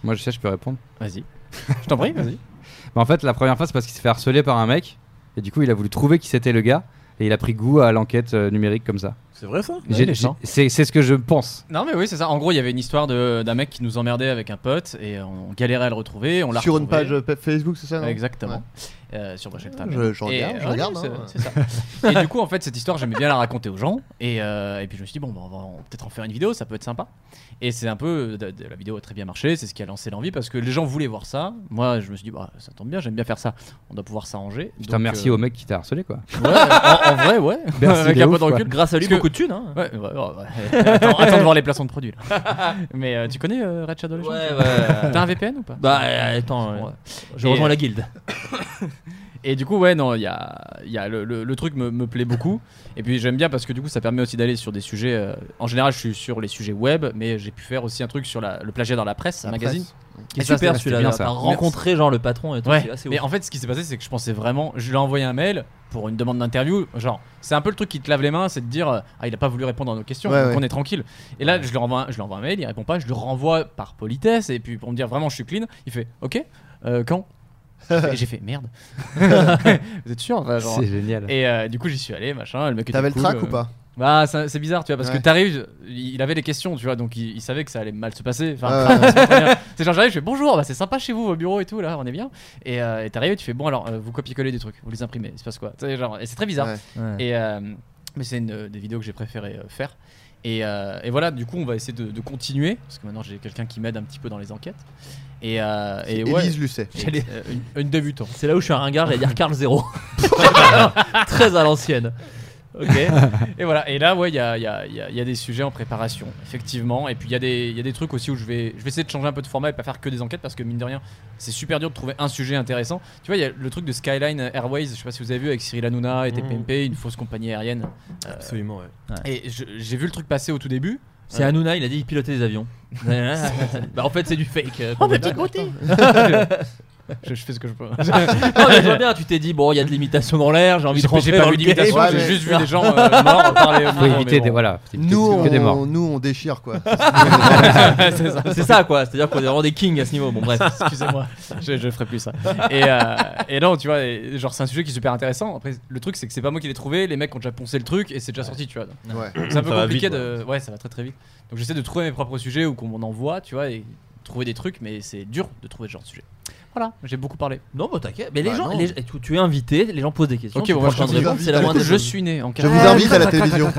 Speaker 2: Moi, je sais, je peux répondre.
Speaker 7: Vas-y.
Speaker 10: Je t'en prie, vas-y.
Speaker 2: Bah, en fait, la première fois, c'est parce qu'il s'est fait harceler par un mec. Et du coup, il a voulu trouver qui c'était le gars. Et il a pris goût à l'enquête euh, numérique comme ça.
Speaker 9: C'est vrai, ça
Speaker 2: J'ai-
Speaker 10: Ouais, les
Speaker 2: j'ai-
Speaker 10: gens.
Speaker 2: C'est c'est ce que je pense.
Speaker 10: Non mais oui c'est ça. En gros il y avait une histoire de- d'un mec qui nous emmerdait avec un pote et on galérait à le retrouver. On l'a
Speaker 8: Sur une
Speaker 10: retrouvé.
Speaker 8: page euh, pa- Facebook, c'est ça non
Speaker 10: Ah, Exactement. Euh, sur Project Tag.
Speaker 8: Je- je regarde,
Speaker 10: Et,
Speaker 8: je
Speaker 10: ouais,
Speaker 8: regarde,
Speaker 10: c'est-
Speaker 8: hein.
Speaker 10: c'est ça. et du coup, en fait, cette histoire, j'aimais bien la raconter aux gens. Et, euh, et puis, je me suis dit, bon, bah, on va en- peut-être en faire une vidéo, ça peut être sympa. Et c'est un peu. de- de- la vidéo a très bien marché, c'est ce qui a lancé l'envie parce que les gens voulaient voir ça. Moi, je me suis dit, bah, ça tombe bien, j'aime bien faire ça. On doit pouvoir s'arranger.
Speaker 2: Putain,
Speaker 10: Donc,
Speaker 2: merci
Speaker 10: euh,
Speaker 2: au mec qui t'a harcelé, quoi.
Speaker 10: Ouais, en, en vrai, ouais.
Speaker 2: Merci,
Speaker 10: Avec
Speaker 2: il est
Speaker 10: un peu
Speaker 2: ouf,
Speaker 10: de recul.
Speaker 2: quoi.
Speaker 7: Grâce à lui,
Speaker 10: Parce que-
Speaker 7: beaucoup de thunes. Hein.
Speaker 10: Ouais, ouais, ouais, ouais. Attends, attends de voir les placements de produits. là. Mais euh, tu connais euh, Red Shadow Legends
Speaker 7: Ouais, ouais.
Speaker 10: T'as un VPN ou pas
Speaker 7: Bah, euh, attends, euh, je
Speaker 10: Et-
Speaker 7: rejoins la guilde.
Speaker 10: Et du coup, ouais, non, il y a, il y a le, le- le truc me, me plaît beaucoup. Et puis j'aime bien parce que du coup, ça permet aussi d'aller sur des sujets. euh, en général, je suis sur les sujets web, mais j'ai pu faire aussi un truc sur la- le plagiat dans la presse, un
Speaker 7: La
Speaker 10: magazine.
Speaker 7: presse. Qui est
Speaker 10: Et ça,
Speaker 7: super
Speaker 10: c'était-
Speaker 7: celui-là,
Speaker 10: c'était bien,
Speaker 7: t'as
Speaker 10: ça.
Speaker 7: rencontré genre le patron et tout,
Speaker 10: Ouais.
Speaker 7: c'est assez
Speaker 10: Mais
Speaker 7: ouf.
Speaker 10: en fait, ce qui s'est passé, c'est que je pensais vraiment. Je lui ai envoyé un mail pour une demande d'interview. Genre, c'est un peu le truc qui te lave les mains, c'est de dire euh, Ah, il a pas voulu répondre à nos questions,
Speaker 8: Ouais,
Speaker 10: donc
Speaker 8: ouais.
Speaker 10: on est tranquille. Et là, je lui, renvoie, un- je lui envoie un mail, il répond pas, je le renvoie par politesse, et puis pour me dire vraiment je suis clean, il fait Ok, euh, quand J'ai fait- J'ai fait merde. Vous êtes sûr Enfin, genre-
Speaker 2: C'est génial.
Speaker 10: Et euh, du coup, j'y suis allé, machin. Le mec était
Speaker 8: T'avais le
Speaker 10: cool,
Speaker 8: track
Speaker 10: euh.
Speaker 8: ou pas
Speaker 10: bah ça- c'est bizarre tu vois parce
Speaker 8: Ouais.
Speaker 10: que t'arrives il il avait des questions tu vois donc il, il savait que ça allait mal se passer enfin
Speaker 8: Ouais, ouais.
Speaker 10: ça se passe très bien. c'est genre j'arrive je fais bonjour bah, c'est sympa chez vous vos bureaux et tout là on est bien et euh, et t'arrives tu fais bon alors euh, vous copiez coller des trucs vous les imprimez il se passe quoi Tu sais, genre, et c'est très bizarre
Speaker 8: Ouais.
Speaker 7: Ouais.
Speaker 10: et euh, mais c'est une euh, des vidéos que j'ai préféré euh, faire et, euh, et voilà du coup on va essayer de, de continuer parce que maintenant j'ai quelqu'un qui m'aide un petit peu dans les enquêtes et, euh,
Speaker 8: C'est
Speaker 10: et ouais
Speaker 8: Élise Lucet.
Speaker 10: J'allais- euh, une, une débutante
Speaker 7: C'est là où je suis un ringard, j'allais dire Carl Zéro. Très à l'ancienne.
Speaker 10: Ok. et voilà. Et là, ouais, il y a, il y a- il y a- il y a des sujets en préparation, effectivement. Et puis il y, a des- il y a des trucs aussi où je vais, je vais essayer de changer un peu de format et pas faire que des enquêtes parce que mine de rien, c'est super dur de trouver un sujet intéressant. Tu vois, il y a le truc de Skyline Airways. Je sais pas si vous avez vu avec Cyril Hanouna et
Speaker 7: Mmh.
Speaker 9: Mhm.
Speaker 10: TPMP, une fausse compagnie aérienne. Euh,
Speaker 9: Absolument, ouais.
Speaker 10: et je- j'ai vu le truc passer au tout début.
Speaker 7: C'est Hanouna, il a dit il pilotait des avions. bah en fait c'est du fake. euh,
Speaker 10: Oh, ma
Speaker 7: complètement.
Speaker 10: petite beauté je, je fais ce que je peux.
Speaker 7: non mais je vois bien, tu t'es dit bon il y a de l'imitation dans l'air, j'ai envie de
Speaker 10: J'ai
Speaker 7: rentrer
Speaker 10: j'ai pas
Speaker 7: dans
Speaker 10: vu
Speaker 7: le game.
Speaker 10: l'imitation,
Speaker 8: Ouais,
Speaker 10: j'ai
Speaker 8: mais-
Speaker 10: juste vu des gens euh, morts parler. au
Speaker 2: Faut
Speaker 10: micro, mais
Speaker 2: éviter
Speaker 10: bon.
Speaker 2: des. Voilà. faut éviter
Speaker 8: Nous,
Speaker 2: que des morts.
Speaker 8: on, nous, on déchire quoi.
Speaker 10: C'est ça.
Speaker 7: C'est ça quoi, c'est-à-dire qu'on est vraiment des kings à ce niveau. Bon bref.
Speaker 10: Excusez-moi, je, je ferai plus ça. Et, euh, et non, tu vois, et- genre c'est un sujet qui est super intéressant. Après, le truc c'est que c'est pas moi qui l'ai trouvé, les mecs ont déjà poncé le truc et c'est déjà sorti, tu vois. Donc,
Speaker 8: Ouais.
Speaker 10: C'est un peu
Speaker 9: Ça va
Speaker 10: compliqué
Speaker 9: vite,
Speaker 10: de. Ouais, ça va très très vite. Donc j'essaie de trouver mes propres sujets ou qu'on m'en envoie, tu vois, et trouver des trucs, mais c'est dur de trouver ce genre de sujet. Voilà, j'ai beaucoup parlé.
Speaker 7: Non bah t'inquiète, mais les
Speaker 8: Bah,
Speaker 7: gens,
Speaker 8: non.
Speaker 7: les- tu, tu es invité, les gens posent des questions.
Speaker 10: Ok,
Speaker 7: tu
Speaker 10: bon,
Speaker 7: prends le
Speaker 10: moi je
Speaker 7: temps de
Speaker 8: continue.
Speaker 7: répondre, c'est la
Speaker 8: Je
Speaker 7: moindre
Speaker 8: vous
Speaker 10: Je
Speaker 7: chose.
Speaker 10: suis né en
Speaker 8: Je vous invite à la télévision.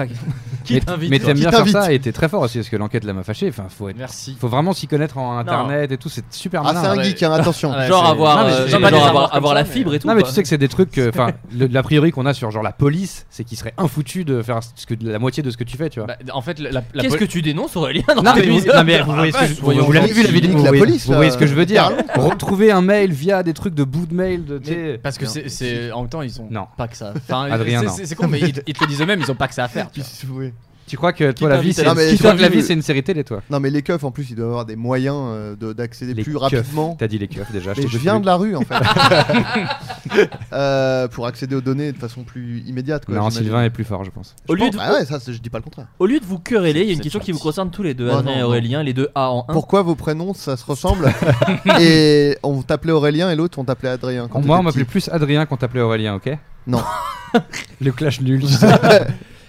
Speaker 10: Qui
Speaker 2: Mais-
Speaker 10: t'invite
Speaker 2: Mais
Speaker 10: toi
Speaker 2: t'aimes bien
Speaker 8: Qui
Speaker 2: faire
Speaker 8: t'invite
Speaker 2: ça et t'es très fort aussi parce que l'enquête là m'a fâché. Enfin, faut être-
Speaker 10: Merci.
Speaker 2: Faut vraiment s'y connaître en internet et tout, c'est super
Speaker 8: Ah,
Speaker 2: malin.
Speaker 8: c'est un
Speaker 10: ouais.
Speaker 8: geek, hein, attention.
Speaker 10: Ah, ouais,
Speaker 7: Genre
Speaker 10: c'est-
Speaker 7: avoir,
Speaker 2: Non, mais
Speaker 7: euh,
Speaker 2: j'ai- j'ai
Speaker 7: genre
Speaker 2: des
Speaker 7: avoir,
Speaker 10: remarques
Speaker 7: avoir
Speaker 10: comme
Speaker 7: la
Speaker 10: ça,
Speaker 7: fibre
Speaker 10: mais-
Speaker 7: et tout.
Speaker 2: Non mais
Speaker 7: quoi.
Speaker 2: tu sais que c'est des trucs, euh, enfin, le- la priori qu'on a sur genre la police, c'est qu'il serait infoutu de faire ce que, la moitié de ce que tu fais, tu vois.
Speaker 10: Bah, en fait, la, la- la
Speaker 7: Qu'est-ce
Speaker 10: pol-
Speaker 7: que Ah, tu dénonces Aurélien
Speaker 8: Bah
Speaker 7: dans
Speaker 2: non,
Speaker 7: tes
Speaker 2: mais vous,
Speaker 7: vidéos
Speaker 2: non, mais vous voyez ce que je, vous,
Speaker 8: voyons,
Speaker 2: vous l'avez vu la
Speaker 8: qui
Speaker 2: vidéo,
Speaker 8: nique
Speaker 2: vous,
Speaker 8: la
Speaker 2: voyez-
Speaker 8: police,
Speaker 2: vous voyez
Speaker 8: là,
Speaker 2: ce que je veux dire.
Speaker 8: littéralement,
Speaker 2: Retrouver un mail via des trucs de bout de mail, de. tu sais-
Speaker 10: Parce que c'est- c'est. En même temps, ils ont
Speaker 2: Non.
Speaker 10: pas que ça. Enfin,
Speaker 2: Adrien,
Speaker 10: c'est-
Speaker 2: non.
Speaker 10: c'est c'est con, mais ils, ils te le disent eux-mêmes, ils ont pas que ça à faire. tu
Speaker 8: Puis,
Speaker 10: vois.
Speaker 8: oui.
Speaker 2: Tu crois que toi la
Speaker 7: t'a
Speaker 2: vie,
Speaker 7: invité
Speaker 2: c'est
Speaker 8: Non, mais
Speaker 2: tu crois que la
Speaker 8: surtout-
Speaker 2: vie, c'est une série télé, toi.
Speaker 8: Non mais les keufs en plus ils doivent avoir des moyens euh, de- d'accéder
Speaker 2: Les
Speaker 8: plus
Speaker 2: keufs.
Speaker 8: rapidement.
Speaker 2: T'as dit les keufs déjà.
Speaker 8: Mais
Speaker 2: t'ai
Speaker 8: je
Speaker 2: fait
Speaker 8: viens
Speaker 2: plus.
Speaker 8: de la rue en fait. Euh, pour accéder aux données de façon plus immédiate. Quoi,
Speaker 2: Non,
Speaker 8: j'imagine.
Speaker 2: Sylvain est plus fort, je pense.
Speaker 8: Je
Speaker 7: Au lieu
Speaker 8: pense-
Speaker 7: de-
Speaker 8: bah ouais, ça, c'est- je dis pas le contraire.
Speaker 9: Hein
Speaker 7: Au lieu de vous quereller, il y a une
Speaker 10: C'est
Speaker 7: question qui vous
Speaker 10: gentil.
Speaker 7: concerne tous les deux,
Speaker 8: Oh,
Speaker 7: Adrien
Speaker 8: non,
Speaker 7: et
Speaker 8: non.
Speaker 7: Aurélien, les deux A en 1.
Speaker 8: Pourquoi vos prénoms ça se ressemble et on t'appelait Aurélien et l'autre on t'appelait Adrien quand
Speaker 2: Moi, on
Speaker 8: t'étais
Speaker 2: m'appelait
Speaker 8: petit.
Speaker 2: plus Adrien qu'on t'appelait Aurélien, ok
Speaker 8: Non.
Speaker 2: Le clash nul.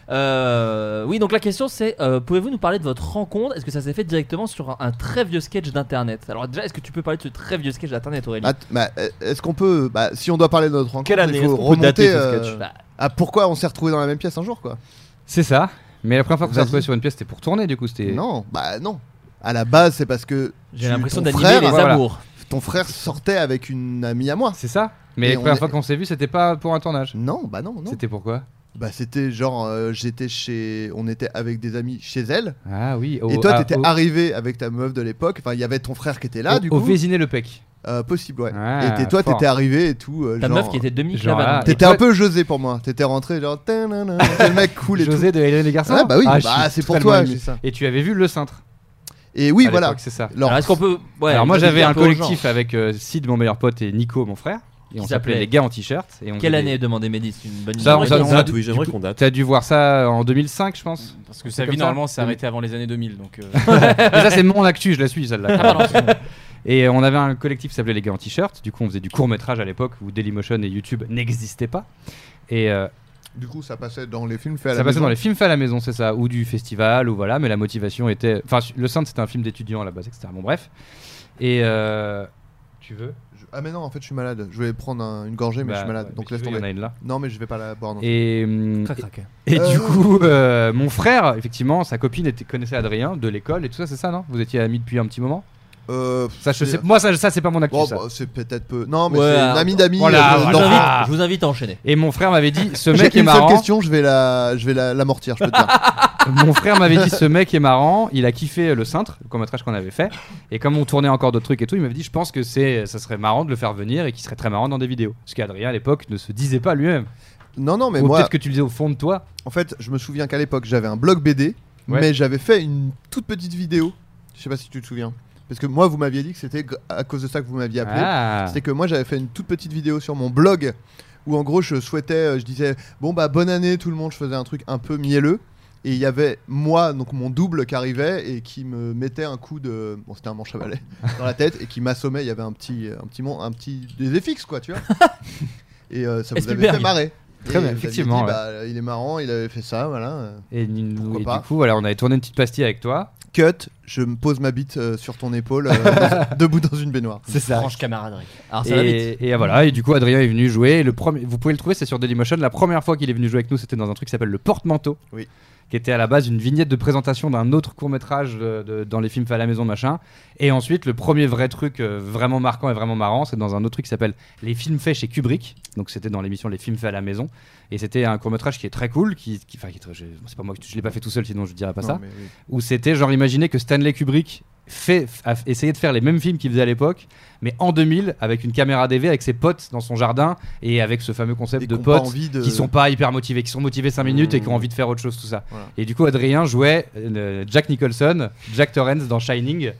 Speaker 7: Euh, oui, donc la question c'est euh, pouvez-vous nous parler de votre rencontre Est-ce que ça s'est fait directement sur un, un très vieux sketch d'internet Alors, déjà, est-ce que tu peux parler de ce très vieux sketch d'internet, Aurélien
Speaker 8: Att- bah, euh, Est-ce qu'on peut, bah, si on doit parler de notre rencontre,
Speaker 9: Quelle année
Speaker 8: il faut
Speaker 9: Est-ce qu'on peut dater
Speaker 8: remonter
Speaker 9: ce
Speaker 8: euh,
Speaker 9: sketch
Speaker 7: Bah,
Speaker 8: à pourquoi on s'est retrouvé dans la même pièce un jour quoi
Speaker 2: C'est ça. Mais la première fois qu'on s'est
Speaker 8: Vas-y.
Speaker 2: retrouvé sur une pièce, c'était pour tourner, du coup, c'était.
Speaker 8: Non, bah non. À la base c'est parce que
Speaker 7: J'ai
Speaker 8: tu-
Speaker 7: l'impression
Speaker 8: ton
Speaker 7: d'animer
Speaker 8: frère-
Speaker 7: les
Speaker 2: voilà.
Speaker 7: amours.
Speaker 8: ton frère sortait avec une amie à moi.
Speaker 2: C'est ça. Mais
Speaker 8: Et
Speaker 2: la
Speaker 8: on
Speaker 2: première
Speaker 8: est-
Speaker 2: fois qu'on s'est vu, c'était pas pour un tournage.
Speaker 8: Non, bah non, non.
Speaker 2: C'était pourquoi
Speaker 8: Bah c'était genre euh, j'étais chez on était avec des amis chez elle
Speaker 2: Ah oui. Au,
Speaker 8: et toi
Speaker 2: à-
Speaker 8: t'étais
Speaker 2: au-
Speaker 8: arrivé avec ta meuf de l'époque enfin il y avait ton frère qui était là
Speaker 2: au-
Speaker 8: du
Speaker 2: Au
Speaker 8: coup
Speaker 2: Vésiné le Pec.
Speaker 8: Euh, possible ouais
Speaker 2: Ah,
Speaker 8: et t'es- toi
Speaker 2: fort.
Speaker 8: t'étais arrivé et tout euh,
Speaker 7: Ta
Speaker 8: genre,
Speaker 7: meuf qui était Dominique
Speaker 2: genre,
Speaker 7: Lavalin.
Speaker 2: ah, et-
Speaker 8: t'étais un
Speaker 2: toi-
Speaker 8: peu José pour moi t'étais rentré genre tanana, t'es le mec cool et
Speaker 2: José de Hélène et les garçons.
Speaker 8: Ah, bah oui,
Speaker 2: je
Speaker 8: bah,
Speaker 2: suis
Speaker 8: c'est pour
Speaker 2: totalement
Speaker 8: toi,
Speaker 2: ému.
Speaker 8: c'est ça.
Speaker 2: Et tu avais vu le cintre.
Speaker 8: tout. et oui
Speaker 2: à
Speaker 8: voilà
Speaker 2: l'époque, C'est ça.
Speaker 8: Alors,
Speaker 7: Alors, est-ce qu'on peut. Ouais,
Speaker 2: Alors moi
Speaker 8: ça,
Speaker 2: j'avais
Speaker 8: c'était
Speaker 2: un
Speaker 8: un peu au
Speaker 2: collectif avec euh, Sid mon meilleur pote et Nico mon frère Et on s'appelait les gars en t-shirt. et on
Speaker 10: Quelle
Speaker 2: faisait-
Speaker 10: année demandait Médis C'est une bonne
Speaker 2: Ça, on
Speaker 10: idée.
Speaker 2: ça-
Speaker 10: Réponse.
Speaker 2: on a-
Speaker 10: Oui, j'aimerais
Speaker 2: du coup,
Speaker 10: qu'on date.
Speaker 2: T'as dû voir ça en 2005, je pense.
Speaker 14: Parce que
Speaker 2: C'est
Speaker 14: sa
Speaker 2: comme
Speaker 14: vie,
Speaker 2: ça
Speaker 14: normalement, s'est arrêtée avant les années 2000. Donc, euh,
Speaker 2: Mais ça, c'est mon actu, je la suis celle-là.
Speaker 14: Ah, pardon, excuse-moi.
Speaker 2: et on avait un collectif qui s'appelait Les Gars en T-shirt. Du coup, on faisait du court-métrage à l'époque où Dailymotion et YouTube n'existaient pas. Et euh,
Speaker 8: Du coup, ça passait dans les films faits à la
Speaker 2: ça passait
Speaker 8: maison.
Speaker 2: dans les films faits à la maison, c'est ça, ou du festival, ou voilà, mais la motivation était. Enfin, le centre, c'était un film d'étudiants à la base, etc. Bon, bref. Et. euh, Tu veux
Speaker 8: Ah mais non, en fait, je suis malade. Je vais prendre un- une gorgée, mais
Speaker 2: Bah,
Speaker 8: je suis malade.
Speaker 2: ouais,
Speaker 8: donc
Speaker 2: mais
Speaker 8: laisse
Speaker 2: si tu veux,
Speaker 8: tomber.
Speaker 2: il y en a une là.
Speaker 8: Non, mais je vais pas la boire. Non.
Speaker 2: Et, hum,
Speaker 8: Crac,
Speaker 2: et-
Speaker 8: crac.
Speaker 2: et
Speaker 8: Euh,
Speaker 2: du coup, euh, mon frère, effectivement, sa copine était, connaissait Adrien de l'école et tout ça, c'est ça, non Vous étiez amis depuis un petit moment
Speaker 8: Euh,
Speaker 2: ça, je
Speaker 8: c'est-
Speaker 2: sais- Moi, ça, ça, c'est pas mon actu.
Speaker 8: Bon,
Speaker 2: ça.
Speaker 8: bah, c'est peut-être peu. Non, mais c'est une amie d'amis.
Speaker 2: Voilà,
Speaker 8: euh,
Speaker 2: voilà.
Speaker 8: d'enfant.
Speaker 2: Ah. Et mon frère m'avait dit ce
Speaker 8: J'ai
Speaker 2: mec est
Speaker 8: une
Speaker 2: marrant.
Speaker 8: seule question, je vais la, je vais la- l'amortir, je peux te dire.
Speaker 2: Mon frère m'avait dit ce mec est marrant, il a kiffé euh, le cintre, le court-métrage qu'on avait fait. Et comme on tournait encore d'autres trucs et tout, il m'avait dit je pense que c'est ça serait marrant de le faire venir et qu'il serait très marrant dans des vidéos. Ce qu'Adrien à l'époque ne se disait pas lui-même.
Speaker 8: Non, non, mais
Speaker 2: Ou
Speaker 8: moi.
Speaker 2: peut-être que tu le disais au fond de toi.
Speaker 8: En fait, je me souviens qu'à l'époque, j'avais un blog BD,
Speaker 2: Ouais.
Speaker 8: mais j'avais fait une toute petite vidéo. Je sais pas si tu te souviens. Parce que moi, vous m'aviez dit que c'était gr- à cause de ça que vous m'aviez appelé.
Speaker 2: Ah.
Speaker 8: C'était que moi, j'avais fait une toute petite vidéo sur mon blog où en gros, je souhaitais, euh, je disais, bon bah bonne année tout le monde, je faisais un truc un peu mielleux. Et il y avait moi, donc mon double qui arrivait et qui me mettait un coup de. Bon, c'était un manche à balai dans la tête et qui m'assommait. Il y avait un petit, euh, un petit, mon- un petit. des FX quoi, tu vois. et euh, ça vous avait
Speaker 2: Spielberg.
Speaker 8: fait marrer.
Speaker 2: Très bien,
Speaker 8: Et vous aviez dit,
Speaker 2: effectivement, ouais.
Speaker 8: bah, il est marrant, il avait fait ça, voilà. euh,
Speaker 2: Et, nous-
Speaker 8: pourquoi
Speaker 2: et
Speaker 8: pas.
Speaker 2: du coup, voilà, on avait tourné une petite pastille avec toi.
Speaker 8: Cut, je me pose ma bite euh, sur ton épaule, euh, dans- debout dans une baignoire.
Speaker 2: C'est ça.
Speaker 10: Franche camaraderie. Alors, ça va
Speaker 2: et,
Speaker 10: vite.
Speaker 2: et voilà, et du coup, Adrien est venu jouer. Le premier, vous pouvez le trouver, c'est sur Dailymotion. La première fois qu'il est venu jouer avec nous, c'était dans un truc qui s'appelle Le Porte-Manteau,
Speaker 8: Oui.
Speaker 2: qui était à la base une vignette de présentation d'un autre court-métrage euh, de- dans les films faits à la maison, machin. Et ensuite, le premier vrai truc euh, vraiment marquant et vraiment marrant, c'est dans un autre truc qui s'appelle Les films faits chez Kubrick. Donc, c'était dans l'émission Les films faits à la maison. Et c'était un court-métrage qui est très cool, qui, qui- enfin, qui est très- je- c'est pas moi, je l'ai pas fait tout seul, sinon je dirais pas
Speaker 8: Non,
Speaker 2: ça.
Speaker 8: mais oui.
Speaker 2: Où c'était genre, imaginez que Stanley Kubrick fait, a essayé de faire les mêmes films qu'il faisait à l'époque, mais en 2000 avec une caméra DV avec ses potes dans son jardin et avec ce fameux concept
Speaker 8: Et
Speaker 2: de
Speaker 8: qui ont pas
Speaker 2: potes
Speaker 8: envie de-
Speaker 2: qui sont pas hyper motivés, qui sont motivés 5 minutes et qui ont envie de faire autre chose, tout ça.
Speaker 8: Voilà.
Speaker 2: Et du coup, Adrien jouait euh, Jack Nicholson, Jack Torrance dans Shining.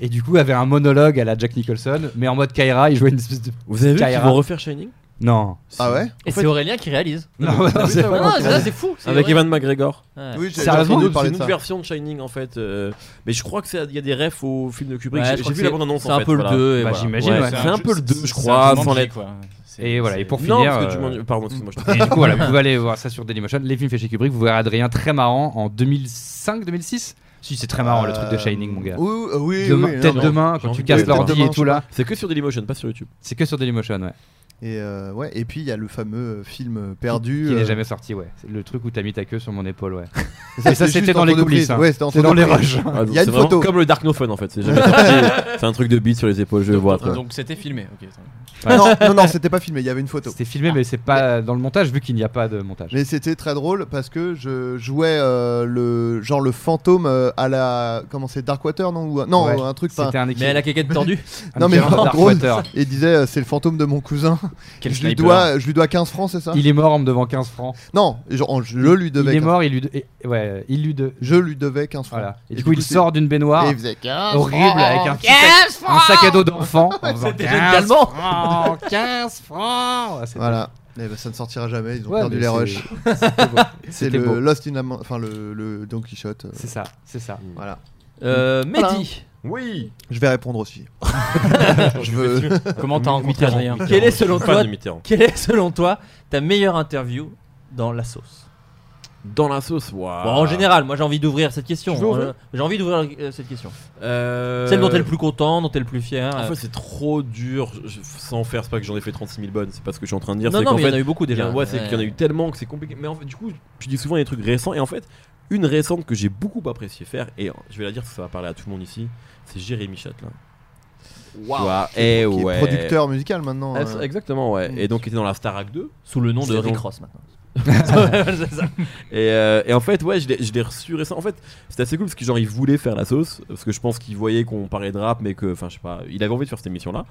Speaker 2: Et du coup, avait un monologue à la Jack Nicholson, mais en mode Kyra, il jouait une espèce de.
Speaker 7: Vous avez vu qu'ils
Speaker 2: Kyra.
Speaker 7: vont refaire Shining
Speaker 2: Non.
Speaker 8: Ah ouais
Speaker 10: Et c'est Aurélien qui réalise.
Speaker 2: Non, non,
Speaker 10: Ah oui,
Speaker 2: c'est
Speaker 10: ça,
Speaker 2: pas
Speaker 10: ouais.
Speaker 2: moi
Speaker 10: Ah,
Speaker 2: qui
Speaker 10: ça,
Speaker 2: réalise.
Speaker 10: c'est fou. c'est
Speaker 7: Avec
Speaker 10: vrai.
Speaker 7: Evan McGregor.
Speaker 10: Ouais.
Speaker 8: Oui, j'ai-
Speaker 2: Sérieusement
Speaker 7: entendu
Speaker 8: parler
Speaker 7: parler
Speaker 8: de
Speaker 7: une
Speaker 8: ça.
Speaker 7: version de Shining en fait. euh, mais je crois que c'est- il y a des refs au film de Kubrick.
Speaker 10: Ouais,
Speaker 7: J'ai-
Speaker 10: je
Speaker 7: J'ai
Speaker 10: crois
Speaker 7: vu
Speaker 10: que
Speaker 7: la
Speaker 10: c'est-
Speaker 7: bande annonce.
Speaker 10: c'est un peu le deux, et
Speaker 7: Bah,
Speaker 10: voilà.
Speaker 2: J'imagine, ouais.
Speaker 7: C'est un peu le 2,
Speaker 14: c'est
Speaker 7: je
Speaker 14: un
Speaker 7: crois,
Speaker 14: jugement
Speaker 7: sans
Speaker 14: de
Speaker 7: l'être.
Speaker 14: quoi. C'est-
Speaker 2: Et voilà,
Speaker 14: c'est-
Speaker 2: et pour
Speaker 7: Non,
Speaker 2: finir.
Speaker 7: parce que tu
Speaker 2: euh,
Speaker 7: m'en- pardon, excuse-moi, je
Speaker 2: Et
Speaker 7: t'en-
Speaker 2: du coup, voilà, vous pouvez aller voir ça sur Dailymotion. Les films faits chez Kubrick, vous verrez Adrien très marrant en 2005-2006. Si, c'est très marrant le truc de Shining, mon gars.
Speaker 8: Euh, Oui, oui, oui,
Speaker 2: Demain-
Speaker 8: oui, non,
Speaker 2: peut-être
Speaker 8: mais-
Speaker 2: demain, quand
Speaker 8: envie
Speaker 2: tu
Speaker 8: de-
Speaker 2: casses
Speaker 8: peut-être
Speaker 2: l'ordi
Speaker 8: demain,
Speaker 2: et
Speaker 8: je
Speaker 2: tout
Speaker 8: sais
Speaker 2: là.
Speaker 7: C'est que sur Dailymotion, pas sur YouTube.
Speaker 2: C'est que sur Dailymotion, ouais.
Speaker 8: Et, euh, ouais, et puis il y a le fameux euh, film perdu.
Speaker 2: Qui n'est
Speaker 8: euh,
Speaker 2: jamais sorti, ouais. C'est le truc où t'as mis ta queue sur mon épaule, ouais.
Speaker 8: Et
Speaker 2: Et ça,
Speaker 8: c'est
Speaker 2: c'était
Speaker 8: juste
Speaker 2: dans
Speaker 8: en
Speaker 2: les
Speaker 8: photo
Speaker 2: coulisses.
Speaker 8: prise.
Speaker 2: hein.
Speaker 8: Ouais, c'était en
Speaker 2: C'est
Speaker 8: photo
Speaker 2: dans les
Speaker 8: prise.
Speaker 2: rushs.
Speaker 8: Ah,
Speaker 7: Ah,
Speaker 8: Il y a
Speaker 7: c'est
Speaker 8: une
Speaker 7: vraiment
Speaker 8: photo.
Speaker 7: Comme le Dark No Fun en fait. C'est jamais sorti. C'est un truc de bite sur les épaules, je vois. quoi.
Speaker 14: Donc c'était filmé. ok, attends.
Speaker 8: Non, non, non, c'était pas filmé, il y avait une photo.
Speaker 2: C'était filmé, mais c'est pas dans le montage, vu qu'il n'y a pas de montage.
Speaker 8: Ah. Mais c'était très drôle parce que je jouais euh, le genre le fantôme euh, à la comment c'est Darkwater non ou non
Speaker 2: Ouais,
Speaker 8: un truc
Speaker 2: c'était
Speaker 8: enfin-
Speaker 2: un équivalent. Mais à
Speaker 10: la caquette tordue
Speaker 8: non
Speaker 2: Un
Speaker 8: mais
Speaker 2: équivalent
Speaker 8: en gros
Speaker 2: Darkwater.
Speaker 8: il disait euh, c'est le fantôme de mon cousin
Speaker 2: Quel
Speaker 8: je lui
Speaker 2: sniper.
Speaker 8: dois je lui dois 15 francs c'est ça
Speaker 2: Il est mort en me devant 15 francs.
Speaker 8: non genre, je lui devais
Speaker 2: Il est
Speaker 8: 15.
Speaker 2: mort, il lui. de- et- Ouais, il lui. de-
Speaker 8: je lui devais 15 francs
Speaker 2: Voilà. Et du coup, il sort d'une
Speaker 8: et
Speaker 2: baignoire.
Speaker 8: il faisait 15
Speaker 2: Horrible,
Speaker 8: francs,
Speaker 2: avec un, petit
Speaker 8: 15
Speaker 2: sac, un sac à dos d'enfant. en faisant
Speaker 8: C'était
Speaker 2: 15
Speaker 8: également.
Speaker 2: francs, 15 francs. Ah, c'était-
Speaker 8: Voilà. Eh ben, ça ne sortira jamais, ils ont
Speaker 2: Ouais,
Speaker 8: perdu
Speaker 2: mais
Speaker 8: les
Speaker 2: c'est-
Speaker 8: rushs.
Speaker 2: c'était beau.
Speaker 8: C'est
Speaker 2: C'était
Speaker 8: le
Speaker 2: beau.
Speaker 8: Lost in Am- enfin le, le Don Quichotte. euh,
Speaker 2: C'est ça, c'est ça.
Speaker 8: Voilà.
Speaker 10: Euh,
Speaker 8: Voilà.
Speaker 10: Mehdi.
Speaker 7: Oui.
Speaker 8: Je vais répondre aussi. je veux.
Speaker 10: Comment t'as rencontré
Speaker 14: Mitterrand,
Speaker 10: Adrien
Speaker 14: Mitterrand.
Speaker 10: Quelle est selon
Speaker 7: Fan
Speaker 10: toi
Speaker 7: de Mitterrand.
Speaker 10: Quelle est selon toi ta meilleure interview dans la sauce
Speaker 7: Dans la sauce, waouh.
Speaker 10: Bon,
Speaker 14: Ah.
Speaker 10: En général, moi j'ai envie d'ouvrir cette question.
Speaker 7: Tu veux ouvrir
Speaker 10: Euh, J'ai envie d'ouvrir euh, cette question.
Speaker 7: Euh,
Speaker 10: Celle dont t'es le plus content, dont t'es le plus fier.
Speaker 7: En
Speaker 10: euh.
Speaker 7: fait, c'est trop dur. Je- sans faire, c'est pas que j'en ai fait 36 000 bonnes, c'est pas ce que je suis en train de dire.
Speaker 10: Non,
Speaker 7: c'est
Speaker 10: non,
Speaker 7: qu'en
Speaker 10: mais il y en
Speaker 7: fait,
Speaker 10: a eu beaucoup
Speaker 7: il y a-
Speaker 10: déjà.
Speaker 7: Ouais, c'est
Speaker 10: Ouais.
Speaker 7: qu'il y en a eu tellement que c'est compliqué. Mais en fait, du coup, je dis souvent des trucs récents. Et en fait, une récente que j'ai beaucoup apprécié faire, et je vais la dire parce que ça va parler à tout le monde ici, c'est Jérémy Châtelain. Waouh. Et
Speaker 8: qui est
Speaker 7: eh ouais.
Speaker 8: producteur musical maintenant.
Speaker 7: Ah,
Speaker 8: euh.
Speaker 7: Exactement, ouais.
Speaker 8: Mm.
Speaker 7: Et donc, il était dans la Starac 2.
Speaker 10: Sous le nom de
Speaker 7: C'est
Speaker 10: Rick
Speaker 7: donc-
Speaker 10: Ross maintenant. C'est ça.
Speaker 7: et, euh, et en fait, ouais, je l'ai- je l'ai reçu récemment. En fait, c'était assez cool parce que genre il voulait faire la sauce parce que je pense qu'il voyait qu'on parlait de rap, mais que, enfin, je sais pas, il avait envie de faire cette émission-là.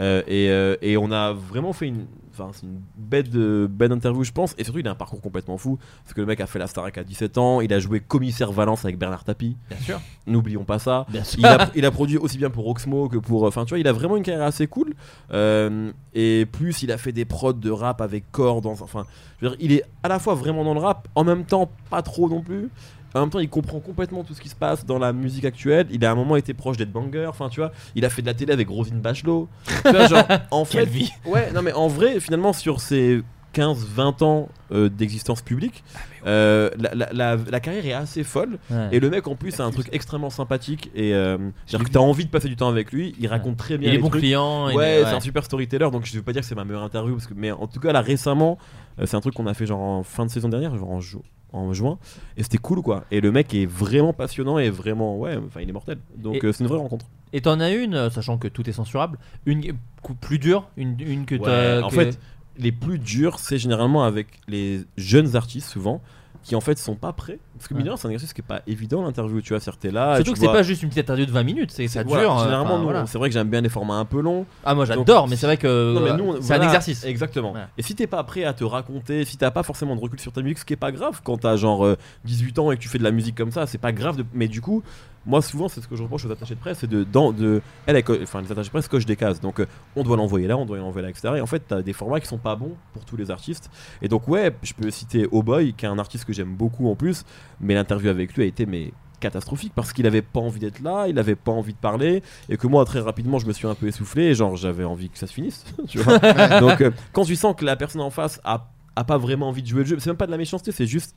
Speaker 7: Euh, et, euh, et on a vraiment fait une, enfin, c'est une bête, de- bête interview, je pense. Et surtout, il a un parcours complètement fou parce que le mec a fait la Starac à 17 ans, il a joué commissaire Valence avec Bernard Tapie.
Speaker 10: Bien sûr.
Speaker 7: N'oublions pas ça.
Speaker 10: Bien sûr.
Speaker 7: Il a, il a produit aussi bien pour Oxmo que pour. euh, Enfin, tu vois, il a vraiment une carrière assez cool. Euh, et plus, il a fait des prods de rap avec corps. Dans, enfin, je veux dire, il est à la fois vraiment dans le rap, en même temps, pas trop non plus. En même temps, il comprend complètement tout ce qui se passe dans la musique actuelle. Il a à un moment été proche d'être banger. Enfin, tu vois, il a fait de la télé avec Rosine Bachelot. Tu vois, genre, en fait,
Speaker 10: Quelle vie.
Speaker 7: Ouais, non, mais en vrai, finalement, sur ces 15-20 ans euh, d'existence publique,
Speaker 10: Ah,
Speaker 7: euh, la, la- la- la carrière est assez folle.
Speaker 10: Ouais.
Speaker 7: Et le mec, en plus, a un truc extrêmement sympathique. Et euh, c'est-à-dire que t'as envie de passer du temps avec lui. Il raconte très bien.
Speaker 10: Il est
Speaker 7: les
Speaker 10: bon
Speaker 7: trucs.
Speaker 10: client, il
Speaker 7: Ouais,
Speaker 10: est-
Speaker 7: c'est
Speaker 10: ouais.
Speaker 7: un super storyteller. Donc, je veux pas dire que c'est ma meilleure interview. Parce que, mais en tout cas, là, récemment, euh, c'est un truc qu'on a fait genre en fin de saison dernière, genre en, ju- en juin. Et c'était cool, quoi. Et le mec est vraiment passionnant et vraiment. Ouais, enfin, il est mortel. Donc,
Speaker 10: Et-
Speaker 7: euh, c'est une vraie rencontre.
Speaker 10: Et t'en as une, euh, sachant que tout est censurable, une cou- plus dure, une, une que
Speaker 7: Ouais,
Speaker 10: t'as.
Speaker 7: en
Speaker 10: que-
Speaker 7: fait, les plus durs, c'est généralement avec les jeunes artistes, souvent, qui en fait sont pas prêts. Parce que,
Speaker 10: Ouais.
Speaker 7: mine de rien, c'est un exercice qui est pas évident, l'interview. Tu vois, cest t'es là.
Speaker 10: Ah, Surtout
Speaker 7: tu
Speaker 10: que c'est
Speaker 7: vois-
Speaker 10: pas juste une petite interview de 20 minutes, c'est ça
Speaker 7: C'est-
Speaker 10: dure.
Speaker 7: voilà,
Speaker 10: euh,
Speaker 7: généralement,
Speaker 10: enfin,
Speaker 7: nous,
Speaker 10: voilà.
Speaker 7: c'est vrai que j'aime bien les formats un peu longs.
Speaker 10: Ah, moi,
Speaker 7: Donc-
Speaker 10: j'adore, mais c'est vrai que,
Speaker 7: Non, mais
Speaker 10: euh,
Speaker 7: nous, on-
Speaker 10: c'est un
Speaker 7: voilà,
Speaker 10: exercice.
Speaker 7: Exactement.
Speaker 10: Ouais.
Speaker 7: Et si t'es pas prêt à te raconter, si t'as pas forcément de recul sur ta musique, ce qui est pas grave quand t'as genre euh, 18 ans et que tu fais de la musique comme ça, c'est pas grave. de- Mais du coup, moi, souvent, c'est ce que je reproche aux attachés de presse, c'est de, dans, de, elle, elle co- enfin, les attachés de presse cochent des cases. Donc, euh, on doit l'envoyer là, on doit l'envoyer là, etc. Et en fait, t'as des formats qui sont pas bons pour tous les artistes. Et donc, ouais, je peux citer Oh Boy, qui est un artiste que j'aime beaucoup en plus, mais l'interview avec lui a été mais catastrophique parce qu'il avait pas envie d'être là, il avait pas envie de parler et que moi très rapidement je me suis un peu essoufflé et genre j'avais envie que ça se finisse, tu vois. Donc euh, quand tu sens que la personne en face a, a pas vraiment envie de jouer le jeu, c'est même pas de la méchanceté, c'est juste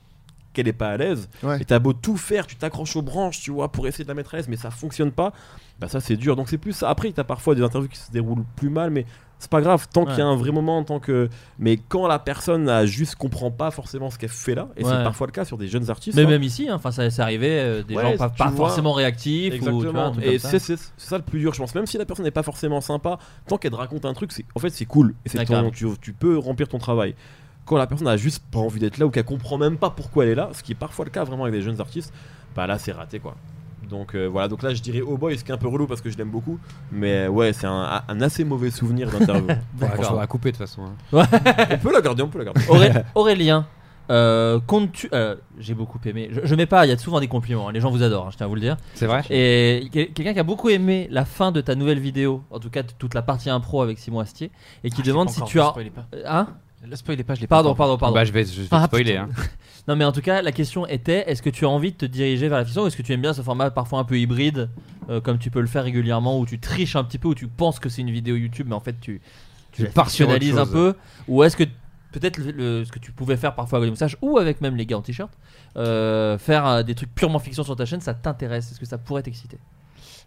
Speaker 7: qu'elle est pas à l'aise.
Speaker 8: Ouais.
Speaker 7: Et t'as beau tout faire, tu t'accroches aux branches, tu vois, pour essayer de la mettre à l'aise, mais ça fonctionne pas. Bah ça c'est dur. Donc c'est plus ça. Après t'as parfois des interviews qui se déroulent plus mal, mais c'est pas grave tant qu'il y a
Speaker 10: Ouais.
Speaker 7: un vrai moment, tant que. Mais quand la personne a juste comprend pas forcément ce qu'elle fait là, et
Speaker 10: Ouais.
Speaker 7: c'est parfois le cas sur des jeunes artistes.
Speaker 10: Mais
Speaker 7: hein.
Speaker 10: même ici, hein, enfin, ça c'est arrivé, euh, des
Speaker 7: Ouais,
Speaker 10: gens pas,
Speaker 7: tu
Speaker 10: pas
Speaker 7: vois.
Speaker 10: forcément réactifs. Ou, tu vois, un
Speaker 7: Exactement.
Speaker 10: truc
Speaker 7: et
Speaker 10: comme
Speaker 7: c'est c'est- c'est ça le plus dur, je pense. Même si la personne n'est pas forcément sympa, tant qu'elle te raconte un truc, c'est en fait c'est cool. Et c'est
Speaker 10: Ouais,
Speaker 7: ton-
Speaker 10: carrément.
Speaker 7: tu, tu peux remplir ton travail. Quand la personne a juste pas envie d'être là ou qu'elle comprend même pas pourquoi elle est là, ce qui est parfois le cas vraiment avec des jeunes artistes, bah là c'est raté quoi. Donc euh, voilà, donc là je dirais Oh Boy, ce qui est un peu relou parce que je l'aime beaucoup, mais ouais, c'est un, un assez mauvais souvenir d'interview.
Speaker 2: D'accord.
Speaker 7: Franchement.
Speaker 2: à couper de toute façon. hein.
Speaker 10: Ouais.
Speaker 7: on peut la garder, on peut la garder.
Speaker 10: Auré- Aurélien, euh, comptes-tu. euh, J'ai beaucoup aimé. Je, je mets pas, il y a souvent des compliments. hein, Les gens vous adorent, hein, je tiens à vous le dire.
Speaker 2: C'est vrai
Speaker 10: Et quel- quelqu'un qui a beaucoup aimé la fin de ta nouvelle vidéo, en tout cas de toute la partie impro avec Simon Astier, et qui
Speaker 15: Ah, je l'ai
Speaker 10: demande
Speaker 15: pas
Speaker 10: si
Speaker 15: encore,
Speaker 10: tu
Speaker 15: ne
Speaker 10: as.
Speaker 15: spoilez pas.
Speaker 10: Euh, Hein
Speaker 15: Ne spoilez pas, je l'ai pas
Speaker 10: Pardon,
Speaker 15: encore.
Speaker 10: pardon, pardon.
Speaker 2: Bah, je vais- je vais te
Speaker 10: Ah,
Speaker 2: spoiler,
Speaker 10: putain.
Speaker 2: hein.
Speaker 10: non, mais en tout cas, la question était est-ce que tu as envie de te diriger vers la fiction ou est-ce que tu aimes bien ce format parfois un peu hybride, euh, comme tu peux le faire régulièrement, où tu triches un petit peu, où tu penses que c'est une vidéo YouTube, mais en fait tu,
Speaker 2: Tu
Speaker 10: la
Speaker 2: pars sur autre
Speaker 10: fictionnalises un
Speaker 2: chose.
Speaker 10: peu Ou est-ce que peut-être le- le- ce que tu pouvais faire parfois avec message ou avec même les gars en t-shirt, euh, faire euh, des trucs purement fiction sur ta chaîne, ça t'intéresse Est-ce que ça pourrait t'exciter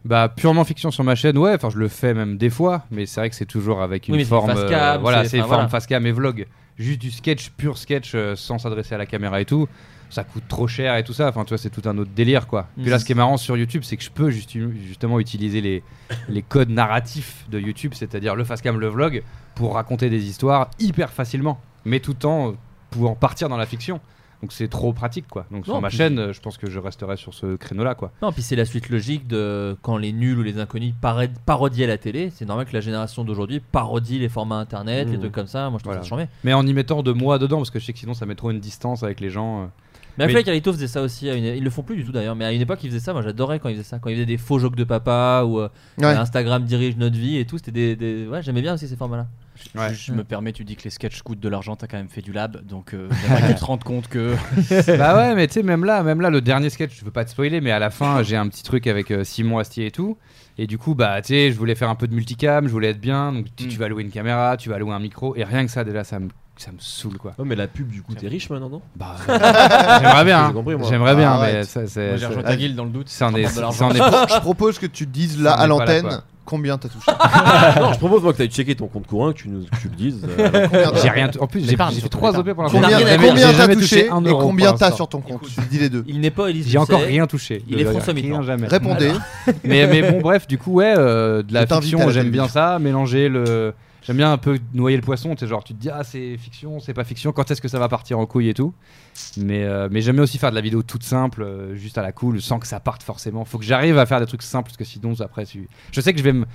Speaker 2: Bah purement fiction sur ma chaîne, ouais. Enfin, je le fais même des fois, mais c'est vrai que c'est toujours avec une
Speaker 10: Oui, mais c'est
Speaker 2: forme, euh,
Speaker 10: face cam,
Speaker 2: voilà,
Speaker 10: c'est-
Speaker 2: c'est
Speaker 10: enfin,
Speaker 2: forme
Speaker 10: voilà.
Speaker 2: face cam et vlog. Juste du sketch, pur sketch, euh, sans s'adresser à la caméra et tout. Ça coûte trop cher et tout ça. Enfin, tu vois, c'est tout un autre délire, quoi.
Speaker 10: Mm.
Speaker 2: Puis là, ce qui est marrant sur YouTube, c'est que je peux justu- justement utiliser les, les codes narratifs de YouTube, c'est-à-dire le face cam, le vlog, pour raconter des histoires hyper facilement, mais tout euh, en pouvant partir dans la fiction. Donc c'est trop pratique, quoi. Donc sur
Speaker 10: Non,
Speaker 2: ma
Speaker 10: puis-
Speaker 2: chaîne, euh, je pense que je resterai sur ce créneau-là, quoi.
Speaker 10: Non, puis c'est la suite logique de quand les nuls ou les inconnus para- parodiaient la télé. C'est normal que la génération d'aujourd'hui parodie les formats internet, les
Speaker 2: Mmh.
Speaker 10: trucs comme ça. Moi, je trouve
Speaker 2: Voilà.
Speaker 10: ça charmé.
Speaker 2: Mais en y mettant de moi dedans, parce que je sais que sinon ça met trop une distance avec les gens. euh.
Speaker 10: Mais Affleck et Alito faisaient ça aussi. à une- Ils le font plus du tout d'ailleurs. Mais à une époque, ils faisaient ça. Moi, j'adorais quand ils faisaient ça. Quand ils faisaient des faux jokes de papa ou euh,
Speaker 8: Ouais.
Speaker 10: Instagram dirige notre vie et tout. C'était des, des- Ouais, j'aimais bien aussi ces formats-là.
Speaker 15: Je- Je, je
Speaker 10: Mm.
Speaker 15: me permets, tu dis que les sketchs coûtent de l'argent, t'as quand même fait du lab, donc euh, j'aimerais qu'on se rende compte que.
Speaker 2: bah ouais, mais tu sais, même là, même là, le dernier sketch, je veux pas te spoiler, mais à la fin, j'ai un petit truc avec euh, Simon Astier et tout. Et du coup, bah, tu sais, je voulais faire un peu de multicam, je voulais être bien. Donc, tu, tu vas louer une caméra, tu vas louer un micro, et rien que ça, déjà, ça me, ça me saoule, quoi.
Speaker 7: Ouais, Oh, mais la pub, du coup, t'es riche maintenant, non
Speaker 2: Bah, J'aimerais bien,
Speaker 7: J'ai compris,
Speaker 2: hein.
Speaker 7: moi.
Speaker 2: j'aimerais bien, mais
Speaker 7: Arrête.
Speaker 2: ça, c'est.
Speaker 7: Moi, j'ai
Speaker 2: c'est-
Speaker 7: rejoint
Speaker 8: ta
Speaker 15: guilde dans le doute,
Speaker 2: Ça en est,
Speaker 15: pour prendre de
Speaker 2: ça en est-
Speaker 8: Je propose que tu dises là
Speaker 2: Ça en
Speaker 8: à
Speaker 2: est pas là,
Speaker 8: l'antenne
Speaker 2: quoi.
Speaker 8: combien t'as touché.
Speaker 7: Ah, non, je propose moi que tu checké ton compte courant, que tu nous que tu le dises. euh, alors qu'on-
Speaker 8: Combien t'as-
Speaker 2: J'ai rien. t- En plus, j'ai
Speaker 15: L'épargne,
Speaker 2: j'ai fait
Speaker 15: surtout
Speaker 2: 3
Speaker 15: l'épargne.
Speaker 2: OP pour l'instant.
Speaker 8: Combien,
Speaker 2: J'ai jamais-
Speaker 8: combien
Speaker 2: j'ai
Speaker 8: t'as
Speaker 2: jamais
Speaker 8: touché
Speaker 2: un
Speaker 8: et
Speaker 2: euro
Speaker 8: combien
Speaker 2: pour
Speaker 8: t'as
Speaker 2: l'instant.
Speaker 8: sur ton compte Dis les deux.
Speaker 10: Il n'est pas Élise
Speaker 2: J'ai encore
Speaker 10: Lucet.
Speaker 2: rien touché.
Speaker 10: Il est
Speaker 2: Rien,
Speaker 10: François Mitterrand.
Speaker 2: jamais.
Speaker 8: Répondez.
Speaker 2: mais, mais bon, bref, du coup, ouais, euh, de la
Speaker 8: Je t'invite
Speaker 2: fiction,
Speaker 8: à la
Speaker 2: j'aime bien
Speaker 8: télévision.
Speaker 2: ça. Mélanger le, J'aime bien un peu noyer le poisson, tu sais, genre tu te dis ah c'est fiction, c'est pas fiction, quand est-ce que ça va partir en couille et tout. Mais, euh, mais j'aime bien aussi faire de la vidéo toute simple, euh, juste à la cool, sans que ça parte forcément. Faut que j'arrive à faire des trucs simples parce que sinon après tu- je sais que je vais me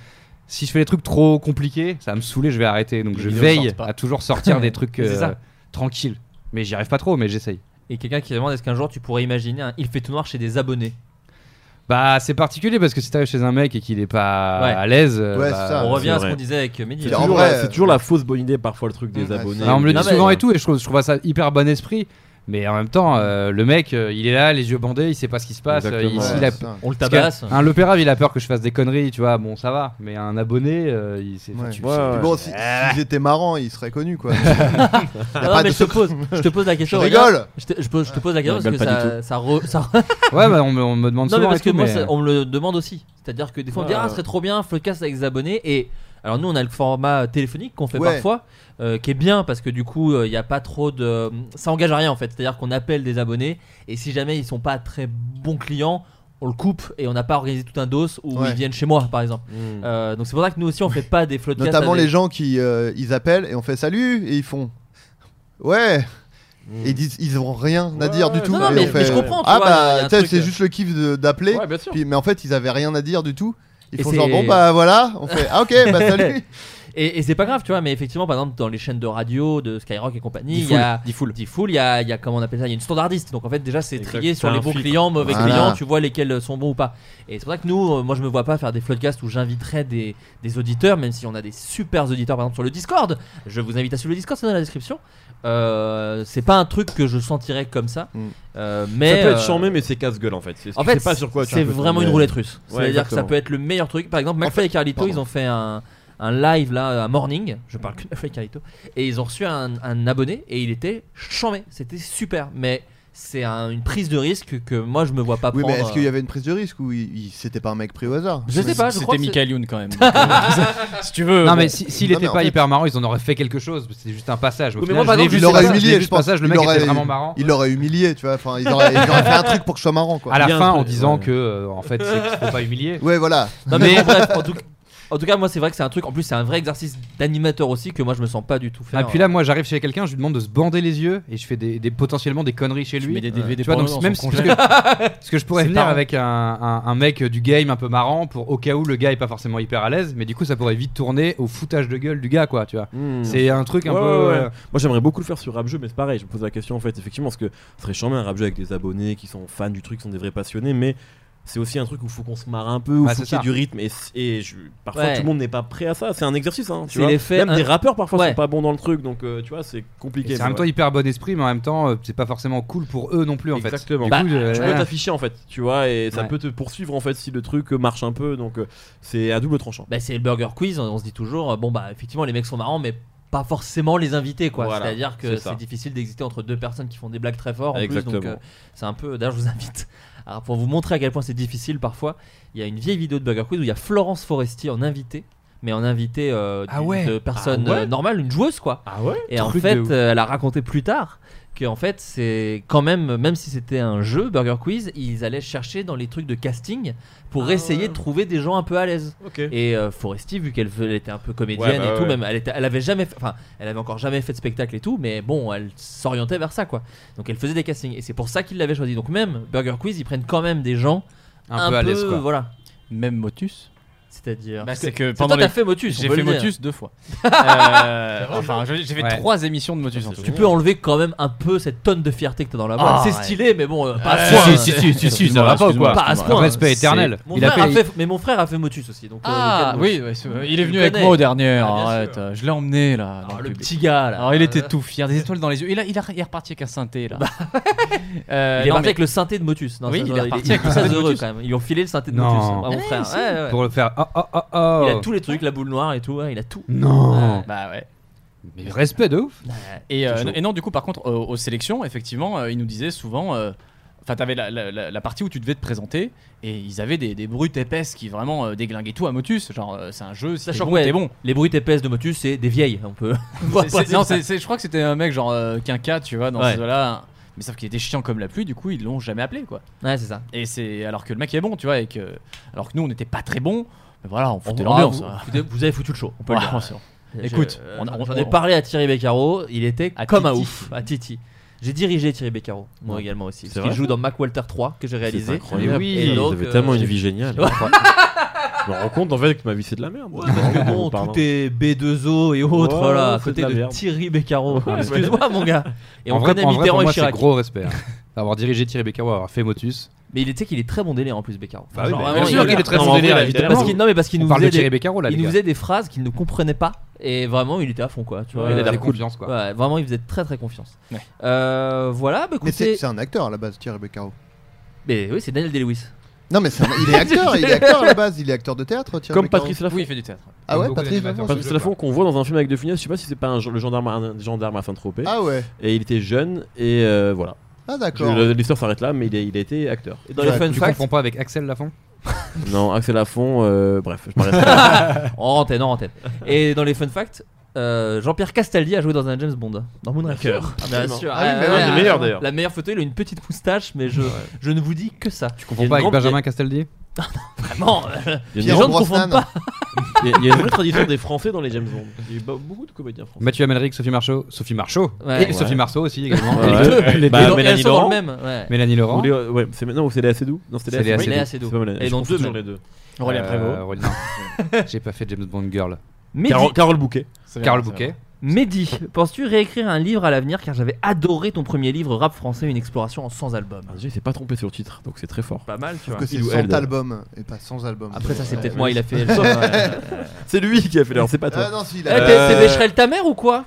Speaker 2: si je fais des trucs trop compliqués, ça va me saouler, je vais arrêter. Donc
Speaker 10: Les
Speaker 2: je
Speaker 10: vidéos
Speaker 2: veille
Speaker 10: sortent pas.
Speaker 2: à toujours sortir des trucs
Speaker 10: C'est ça.
Speaker 2: euh, tranquilles. Mais j'y arrive pas trop, mais j'essaye.
Speaker 10: Et quelqu'un qui demande est-ce qu'un jour tu pourrais imaginer un Il fait tout noir chez des abonnés
Speaker 2: Bah c'est particulier parce que si t'arrives chez un mec et qu'il est pas
Speaker 10: Ouais.
Speaker 2: à l'aise, euh,
Speaker 10: Ouais,
Speaker 2: bah,
Speaker 8: Ah,
Speaker 10: c'est ça. On revient à ce qu'on disait avec, euh, Mehdi.
Speaker 16: C'est
Speaker 10: En
Speaker 16: toujours,
Speaker 10: vrai,
Speaker 16: la- c'est
Speaker 10: euh,
Speaker 16: toujours la fausse bonne idée parfois le truc des abonnés.
Speaker 2: Ah, on me le
Speaker 16: Non,
Speaker 2: dit
Speaker 16: mais-
Speaker 2: souvent et tout, et je trouve, je trouve ça hyper bon esprit. Mais en même temps, euh, le mec, euh, il est là, les yeux bandés, il sait pas ce qui se passe. euh, il-
Speaker 10: Exactement.
Speaker 2: s'il
Speaker 10: Ouais,
Speaker 2: a-
Speaker 10: c'est ça. On le
Speaker 2: parce
Speaker 10: tabasse.
Speaker 2: que, Un Le Pérave, il a peur que je fasse des conneries, tu vois. Bon, ça va. Mais un abonné, euh, il s'est
Speaker 8: Ouais.
Speaker 2: tu-
Speaker 8: Ouais,
Speaker 2: c'est-
Speaker 8: ouais. Bon, si- s'ils étaient marrants, ils seraient connus, quoi.
Speaker 10: Ah non, mais je te pose, je te pose la question.
Speaker 8: Je
Speaker 10: regarde.
Speaker 8: rigole.
Speaker 10: Je te, je pose- je te pose la
Speaker 8: Je
Speaker 10: question parce que
Speaker 8: rigole pas du
Speaker 10: ça,
Speaker 8: tout.
Speaker 10: ça, re- ça-
Speaker 2: Ouais, bah, on me- on me demande
Speaker 10: Non, mais
Speaker 2: souvent
Speaker 10: parce
Speaker 2: et
Speaker 10: que
Speaker 2: tout,
Speaker 10: moi,
Speaker 2: mais-
Speaker 10: ça-
Speaker 8: euh.
Speaker 10: on me le demande aussi. C'est-à-dire que des fois, on me dit
Speaker 2: Ouais.
Speaker 10: Ah, ce serait trop bien, Floodcast avec des abonnés. Et alors, nous, on a le format téléphonique qu'on fait
Speaker 8: Ouais.
Speaker 10: parfois, euh, qui est bien parce que du coup, euh, il n'y a pas trop de. Ça engage à rien en fait. C'est-à-dire qu'on appelle des abonnés et si jamais ils sont pas très bons clients. On le coupe et on n'a pas organisé tout un dos où
Speaker 8: Ouais. Mm.
Speaker 10: ils viennent chez moi, par exemple. Euh, donc c'est pour ça que nous aussi on fait pas des floodcasts.
Speaker 8: Notamment
Speaker 10: avec-
Speaker 8: les gens qui euh, ils appellent et on fait salut et ils font ouais. Et ils disent ils n'ont rien à dire du tout.
Speaker 10: Non, non,
Speaker 8: Et
Speaker 10: mais-
Speaker 8: on fait,
Speaker 10: mais je comprends, tu
Speaker 8: Ah
Speaker 10: vois, il y a un
Speaker 8: bah tu sais,
Speaker 10: truc,
Speaker 8: c'est
Speaker 10: euh,
Speaker 8: juste le kiff de- d'appeler.
Speaker 10: Ouais, bien sûr.
Speaker 8: Puis- mais en fait ils avaient rien à dire du tout. Ils
Speaker 10: Et
Speaker 8: font genre
Speaker 10: c'est-
Speaker 8: bon bah voilà. On fait ah ok bah salut.
Speaker 10: et et c'est pas grave, tu vois, mais effectivement, par exemple, dans les chaînes de radio, de Skyrock et compagnie, il
Speaker 7: Diffoul,
Speaker 10: y a Diffoul, il y a, il y a comment on appelle ça, il y a une standardiste. Donc en fait, déjà, c'est trié sur
Speaker 7: t'as
Speaker 10: les
Speaker 7: un
Speaker 10: bons
Speaker 7: filtre.
Speaker 10: clients, mauvais
Speaker 7: Voilà.
Speaker 10: clients, tu vois lesquels sont bons ou pas. Et c'est pour ça que nous, euh, moi, je me vois pas faire des floodcasts où j'inviterais des, des auditeurs, même si on a des super auditeurs, par exemple, sur le Discord. Je vous invite à suivre le Discord, c'est dans la description. Euh, c'est pas un truc que je sentirais comme ça,
Speaker 7: Mm.
Speaker 10: Euh, mais
Speaker 16: Ça peut être
Speaker 10: euh,
Speaker 16: charmé, mais c'est casse-gueule en fait. C'est-
Speaker 10: en
Speaker 16: tu sais
Speaker 10: fait,
Speaker 16: pas sur quoi tu
Speaker 10: c'est
Speaker 16: peux
Speaker 10: vraiment
Speaker 16: tomber.
Speaker 10: une roulette russe.
Speaker 16: Ouais,
Speaker 10: C'est-à-dire que ça
Speaker 16: exactement.
Speaker 10: peut être le meilleur truc. Par exemple, McFly et Carlito, ils ont fait un, un live là à Morning. Je parle que de McFly et Carlito. Et ils ont reçu un, un abonné et il était chambé. C'était super. Mais c'est un- une prise de risque que moi je me vois pas
Speaker 8: Oui mais
Speaker 10: prendre.
Speaker 8: est-ce qu'il
Speaker 2: euh,
Speaker 8: y avait une prise de risque ou il- il- c'était pas un mec pris au hasard
Speaker 10: Je sais pas, je crois que c'est-
Speaker 7: si tu veux,
Speaker 2: Non,
Speaker 7: bon.
Speaker 2: mais si- s'il
Speaker 7: Non,
Speaker 2: était
Speaker 7: mais en
Speaker 2: pas
Speaker 7: fait-
Speaker 2: hyper marrant, ils en auraient fait quelque chose. C'était juste un passage. Au
Speaker 7: Oui, mais
Speaker 2: final,
Speaker 7: moi, par
Speaker 2: je l'ai
Speaker 7: exemple,
Speaker 2: vu
Speaker 8: Il
Speaker 2: ce
Speaker 8: l'aurait
Speaker 2: passage, je l'ai
Speaker 8: humilié,
Speaker 2: vu
Speaker 8: je
Speaker 2: ce
Speaker 8: pense.
Speaker 2: passage, Le mec
Speaker 8: il aurait,
Speaker 2: était vraiment marrant.
Speaker 8: Il l'aurait humilié, tu vois. Enfin, il aurait, il aurait fait un truc pour que je sois marrant, quoi.
Speaker 2: À la fin, en disant que, euh, en fait, c'est qu'il faut pas humilier.
Speaker 8: Ouais, voilà.
Speaker 10: euh, Non, mais bon, bref, en tout, en tout cas, moi c'est vrai que c'est un truc. En plus, c'est un vrai exercice d'animateur aussi que moi je me sens pas du tout faire.
Speaker 2: Ah, puis là, moi, j'arrive chez quelqu'un, je lui demande de se bander les yeux et je fais des, des- potentiellement des conneries chez lui.
Speaker 7: mets des
Speaker 2: Ouais.
Speaker 7: DVD
Speaker 2: euh, tu vois,
Speaker 7: porno
Speaker 2: donc
Speaker 7: dans
Speaker 2: même
Speaker 7: son
Speaker 2: si- parce que,
Speaker 7: congé.
Speaker 2: parce que je pourrais
Speaker 7: C'est
Speaker 2: venir
Speaker 7: marrant.
Speaker 2: avec un, un- un mec du game un peu marrant pour au cas où le gars est pas forcément hyper à l'aise, mais du coup, ça pourrait vite tourner au foutage de gueule du gars, quoi. Tu vois,
Speaker 7: Hmm.
Speaker 2: c'est un truc un
Speaker 16: Mm. Ouais,
Speaker 2: peu.
Speaker 16: ouais, ouais.
Speaker 2: euh,
Speaker 16: Moi j'aimerais beaucoup le faire sur Rap Jeu, mais c'est pareil, je me pose la question en fait, effectivement, parce que ce serait charmant un Rap Jeu avec des abonnés qui sont fans du truc, qui sont des vrais passionnés, mais c'est aussi un truc où faut qu'on se marre un peu, où
Speaker 7: Bah,
Speaker 16: faut
Speaker 7: c'est
Speaker 16: qu'il y ait
Speaker 7: ça.
Speaker 16: du rythme, et, et je- parfois
Speaker 7: Ouais.
Speaker 16: tout le monde n'est pas prêt à ça, c'est un exercice, hein, tu
Speaker 7: C'est
Speaker 16: vois.
Speaker 7: l'effet
Speaker 16: Même
Speaker 7: un-
Speaker 16: des rappeurs parfois
Speaker 7: Ouais.
Speaker 16: sont pas bons dans le truc, donc euh, tu vois, c'est compliqué.
Speaker 2: C'est en même temps hyper bon esprit, mais en même temps, euh, c'est pas forcément cool pour eux non plus, en
Speaker 16: Exactement.
Speaker 2: fait.
Speaker 16: Bah,
Speaker 2: Du coup, euh,
Speaker 16: tu peux
Speaker 2: voilà.
Speaker 16: t'afficher en fait, tu vois, et ça
Speaker 2: Ouais.
Speaker 16: peut te poursuivre en fait si le truc euh, marche un peu, donc euh, c'est à double tranchant.
Speaker 10: Bah, c'est le Burger Quiz, on, on se dit toujours, euh, bon bah effectivement les mecs sont marrants, mais pas forcément les invités quoi.
Speaker 16: Voilà,
Speaker 10: C'est-à-dire que
Speaker 16: c'est ça.
Speaker 10: c'est difficile d'exister entre deux personnes qui font des blagues très fort en plus. Donc
Speaker 16: Exactement.
Speaker 10: euh, c'est un peu. D'ailleurs je vous invite à- pour vous montrer à quel point c'est difficile parfois. Il y a une vieille vidéo de Burger Quiz où il y a Florence Foresti en invité. Mais en invité euh, d'une-
Speaker 7: Ah ouais.
Speaker 10: de personne
Speaker 7: Ah ouais.
Speaker 10: euh, normale, une joueuse quoi.
Speaker 16: Ah ouais
Speaker 10: Et en
Speaker 7: Truc
Speaker 10: fait,
Speaker 7: de ouf.
Speaker 10: euh, elle a raconté plus tard que en fait c'est quand même même si c'était un jeu Burger Quiz, ils allaient chercher dans les trucs de casting
Speaker 7: Ah.
Speaker 10: pour essayer de trouver des gens un peu à l'aise.
Speaker 16: Ok.
Speaker 10: Et euh, Foresti, vu qu'elle elle était un peu comédienne
Speaker 7: Ouais, bah
Speaker 10: et tout,
Speaker 7: ouais.
Speaker 10: même elle, était- elle avait jamais, fait- enfin, elle avait encore jamais fait de spectacle et tout, mais bon, elle s'orientait vers ça quoi. Donc elle faisait des castings et c'est pour ça qu'ils l'avaient choisi. Donc même Burger Quiz, ils prennent quand même des gens
Speaker 7: Un peu à l'aise, quoi.
Speaker 10: Voilà.
Speaker 7: Même Motus.
Speaker 10: C'est-à-dire.
Speaker 7: Bah,
Speaker 10: Parce
Speaker 7: c'est
Speaker 10: que-
Speaker 7: que
Speaker 10: c'est
Speaker 7: pendant
Speaker 10: toi, t'as
Speaker 7: les-
Speaker 10: fait Motus, on
Speaker 7: J'ai
Speaker 10: peut
Speaker 7: fait
Speaker 10: le dire.
Speaker 7: Motus deux fois. Euh, enfin, je- j'ai fait
Speaker 10: Ouais.
Speaker 7: trois émissions de
Speaker 16: Ah,
Speaker 7: Motus en tout.
Speaker 10: Tu peux enlever quand même un peu cette tonne de fierté que t'as dans la voix.
Speaker 7: Ah,
Speaker 10: c'est
Speaker 7: ouais.
Speaker 10: stylé, mais bon, euh, pas à
Speaker 7: Euh,
Speaker 10: ce point.
Speaker 7: si, si, si, si, si, ça va pas,
Speaker 10: Excuse-moi,
Speaker 7: quoi.
Speaker 10: Pas à ce point.
Speaker 7: Respect éternel.
Speaker 10: Mon
Speaker 7: Il a
Speaker 10: frère a
Speaker 7: fait-
Speaker 10: fait- Mais mon frère a fait Motus aussi. Donc, euh,
Speaker 7: Ah
Speaker 10: lequel,
Speaker 7: oui,
Speaker 10: moi,
Speaker 7: ouais,
Speaker 10: je-
Speaker 7: c'est vrai. il
Speaker 10: je
Speaker 7: est
Speaker 10: le
Speaker 7: venu avec
Speaker 10: connais.
Speaker 7: moi au dernier.
Speaker 10: Ah, bien Ah,
Speaker 7: arrête, euh, je l'ai emmené là. dans
Speaker 10: le
Speaker 7: public.
Speaker 10: petit gars, là.
Speaker 7: Alors il était
Speaker 10: Euh.
Speaker 7: tout fier, des étoiles dans les yeux. Et là, il, a- il est reparti avec un synthé là.
Speaker 10: il
Speaker 7: Euh,
Speaker 10: Bah, est
Speaker 7: non,
Speaker 10: parti
Speaker 7: mais-
Speaker 10: avec le synthé de Motus. Non,
Speaker 7: oui,
Speaker 10: ça,
Speaker 7: il
Speaker 10: genre,
Speaker 7: est reparti
Speaker 10: il
Speaker 7: avec le
Speaker 10: très
Speaker 7: synthé de
Speaker 10: heureux
Speaker 7: Motus.
Speaker 10: quand même. Ils lui ont filé le synthé de
Speaker 2: Non.
Speaker 10: Motus. hein, à
Speaker 2: Eh,
Speaker 10: mon frère.
Speaker 2: si,
Speaker 10: Ouais, ouais, ouais.
Speaker 2: Pour le faire. ah, ah, ah, ah.
Speaker 10: Il a tous les trucs, la boule noire et tout. ouais, il a tout.
Speaker 2: Non.
Speaker 10: Ouais.
Speaker 7: Bah ouais.
Speaker 2: Mais respect de ouf.
Speaker 7: Et, euh,
Speaker 2: C'est chaud.
Speaker 7: et non, du coup, par contre, aux, aux sélections, effectivement, euh, ils nous disaient souvent. euh, Enfin, t'avais la, la- la- la partie où tu devais te présenter et ils avaient des, des brutes épaisses qui vraiment euh, déglinguaient tout à Motus. Genre, euh, c'est un jeu, si t'es
Speaker 10: Sachant
Speaker 7: bon,
Speaker 10: que, ouais,
Speaker 7: t'es bon.
Speaker 10: les bruits épaisses de Motus, c'est des vieilles. On peut. on va
Speaker 7: C'est-
Speaker 10: pas
Speaker 7: c'est-
Speaker 10: dire
Speaker 7: non,
Speaker 10: ça.
Speaker 7: c'est- c'est- je crois que c'était un mec genre euh, quinca, tu vois, dans
Speaker 10: Ouais.
Speaker 7: ce là Mais sauf qu'il était chiant comme la pluie, du coup ils l'ont jamais appelé quoi.
Speaker 10: Ouais, c'est ça.
Speaker 7: Et c'est alors que le mec est bon, tu vois, et que alors que nous on n'était pas très bon. Mais voilà, on foutait
Speaker 10: Ah,
Speaker 7: l'ambiance.
Speaker 10: vous-
Speaker 7: hein.
Speaker 10: vous- Vous avez foutu le show, on peut le
Speaker 7: Ouais,
Speaker 10: dire.
Speaker 7: on-
Speaker 10: Écoute,
Speaker 17: Je-
Speaker 10: on,
Speaker 17: euh,
Speaker 10: on-
Speaker 17: j'en
Speaker 10: on
Speaker 17: ai-
Speaker 10: est parlé à Thierry Beccaro, il était
Speaker 17: À
Speaker 10: comme un
Speaker 17: Titi.
Speaker 10: ouf à Titi. J'ai dirigé Thiré Beccaro, moi
Speaker 17: Ouais.
Speaker 10: également
Speaker 17: C'est
Speaker 10: aussi. Parce qu'il
Speaker 17: vrai
Speaker 10: joue dans Mac Walter 3 que j'ai réalisé.
Speaker 7: C'est incroyable.
Speaker 10: Et euh,
Speaker 7: oui, euh, vous avez tellement une vie géniale.
Speaker 10: Ouais.
Speaker 7: je me rends compte en fait que ma vie c'est de la merde.
Speaker 10: Ouais, parce que bon,
Speaker 7: Pardon.
Speaker 10: tout est B2O et autres,
Speaker 7: Ouais,
Speaker 10: voilà, à
Speaker 7: c'est
Speaker 10: côté
Speaker 7: de
Speaker 10: de,
Speaker 7: la merde.
Speaker 10: Thierry Beccaro.
Speaker 7: Ouais,
Speaker 10: Excuse-moi,
Speaker 7: ouais.
Speaker 10: mon gars. Et
Speaker 2: en
Speaker 10: on
Speaker 2: vrai,
Speaker 10: connaît
Speaker 2: en vrai,
Speaker 10: Mitterrand
Speaker 2: pour
Speaker 10: et
Speaker 2: moi, c'est
Speaker 10: Chirac.
Speaker 2: gros respect. hein. D'avoir dirigé Thierry Beccaro, avoir fait Motus.
Speaker 10: Mais il était qu'il est très bon délire en plus, Beccaro. Enfin,
Speaker 2: Bah oui,
Speaker 10: genre,
Speaker 2: mais
Speaker 10: vraiment,
Speaker 2: bien sûr qu'il est très
Speaker 10: Non,
Speaker 2: bon
Speaker 10: mais en
Speaker 2: délire,
Speaker 10: vrai,
Speaker 2: évidemment.
Speaker 10: Parce qu'il- non, mais parce qu'il
Speaker 2: On
Speaker 10: nous
Speaker 2: parle de
Speaker 10: faisait
Speaker 2: Thierry
Speaker 10: des,
Speaker 2: Beccaro, là,
Speaker 10: il
Speaker 2: les
Speaker 10: nous
Speaker 2: gars.
Speaker 10: faisait des phrases qu'il ne comprenait pas. Et vraiment, il était à fond, quoi. Tu vois,
Speaker 2: Ouais, il a
Speaker 10: avait
Speaker 2: l'air cool. Confiance, quoi.
Speaker 10: Ouais, vraiment, il faisait très très confiance. Euh, voilà, bah
Speaker 8: Mais c'est
Speaker 10: écoutez.
Speaker 8: c'est un acteur à la base, Thierry Beccaro.
Speaker 10: Mais oui, c'est Daniel Day-Lewis.
Speaker 8: Non, mais c'est un- il est acteur, il est acteur à la base, il est acteur de théâtre, Thierry
Speaker 7: Comme
Speaker 8: Beccaro.
Speaker 7: Patrice Lafont.
Speaker 17: Oui, il fait du théâtre.
Speaker 8: Ah ouais,
Speaker 7: Comme
Speaker 8: Patrice
Speaker 7: beaucoup
Speaker 8: Lafont.
Speaker 7: d'animateurs. Patrice Lafont qu'on voit dans un film avec De Funès, je sais pas si c'est pas un, gen- le gendarme, un gendarme à Saint-Tropez.
Speaker 8: Ah ouais.
Speaker 7: Et il était jeune et euh, voilà.
Speaker 8: Ah, d'accord.
Speaker 7: Je- L'histoire s'arrête là, mais il a, il a été acteur.
Speaker 10: Et dans les fun
Speaker 2: tu
Speaker 10: facts-
Speaker 2: confonds pas avec Axel Lafont
Speaker 7: Non, Axel Lafont, euh, bref, je m'arrête là.
Speaker 10: en antenne, en antenne. Et dans les fun facts, euh, Jean-Pierre Castaldi a joué dans un James Bond, dans Moonraker.
Speaker 7: D'accord.
Speaker 10: Bien
Speaker 7: Absolument.
Speaker 10: sûr.
Speaker 7: Ah oui,
Speaker 10: Ah,
Speaker 7: mais
Speaker 10: ouais,
Speaker 7: ouais,
Speaker 10: ouais,
Speaker 7: le meilleur, d'ailleurs.
Speaker 10: La meilleure photo, il a une petite moustache, mais je, je ne vous dis que ça. Tu
Speaker 2: Confonds pas avec Benjamin Castaldi
Speaker 10: Vraiment, euh, les
Speaker 7: Pierre
Speaker 10: gens ne
Speaker 7: Brosnan.
Speaker 10: confondent pas.
Speaker 7: Il y a- il y a une vraie tradition des Français dans les James Bond. Il y a eu be- beaucoup de comédiens français.
Speaker 2: Mathieu Amalric, Sophie Marceau, Sophie Marceau
Speaker 7: Ouais.
Speaker 2: et Sophie
Speaker 7: Ouais.
Speaker 2: Marceau aussi également.
Speaker 7: Ouais,
Speaker 2: Les
Speaker 7: ouais.
Speaker 2: deux.
Speaker 7: Ouais.
Speaker 2: Les
Speaker 7: Bah,
Speaker 2: deux.
Speaker 7: Mélanie Laurent.
Speaker 2: Mélanie Laurent.
Speaker 7: Ou Léo- ouais, c'est maintenant ou c'est Léa Seydoux Non, c'était
Speaker 2: C'est Léa
Speaker 7: Léa
Speaker 2: Seydoux.
Speaker 7: Seydoux. C'est pas Mélanie-
Speaker 10: Et
Speaker 7: je
Speaker 10: dans
Speaker 7: confonds
Speaker 10: deux
Speaker 7: toujours
Speaker 10: mêmes.
Speaker 7: les deux.
Speaker 10: Aurélien Prévost.
Speaker 2: Euh, Aurélien. J'ai pas fait James Bond Girl.
Speaker 10: Mehdi-
Speaker 7: Carole, Carole Bouquet.
Speaker 2: C'est Carole bien, Bouquet.
Speaker 10: Mehdi, penses-tu réécrire un livre à l'avenir car j'avais adoré ton premier livre rap français, une exploration en sans album.
Speaker 7: Ah, Déjà, il s'est pas trompé sur le titre, donc c'est très fort.
Speaker 10: Pas mal, tu
Speaker 8: Sauf
Speaker 10: vois.
Speaker 8: que c'est
Speaker 7: Il ou
Speaker 8: sans
Speaker 7: elle,
Speaker 8: album et pas sans album.
Speaker 10: Après, ça, c'est
Speaker 8: Ouais,
Speaker 10: peut-être
Speaker 8: ouais.
Speaker 10: moi, il a fait.
Speaker 7: C'est lui qui a fait l'erreur, c'est pas toi.
Speaker 8: Ah non, si, il
Speaker 10: Eh,
Speaker 8: a-
Speaker 10: t'es- C'est Bécherel ta mère ou quoi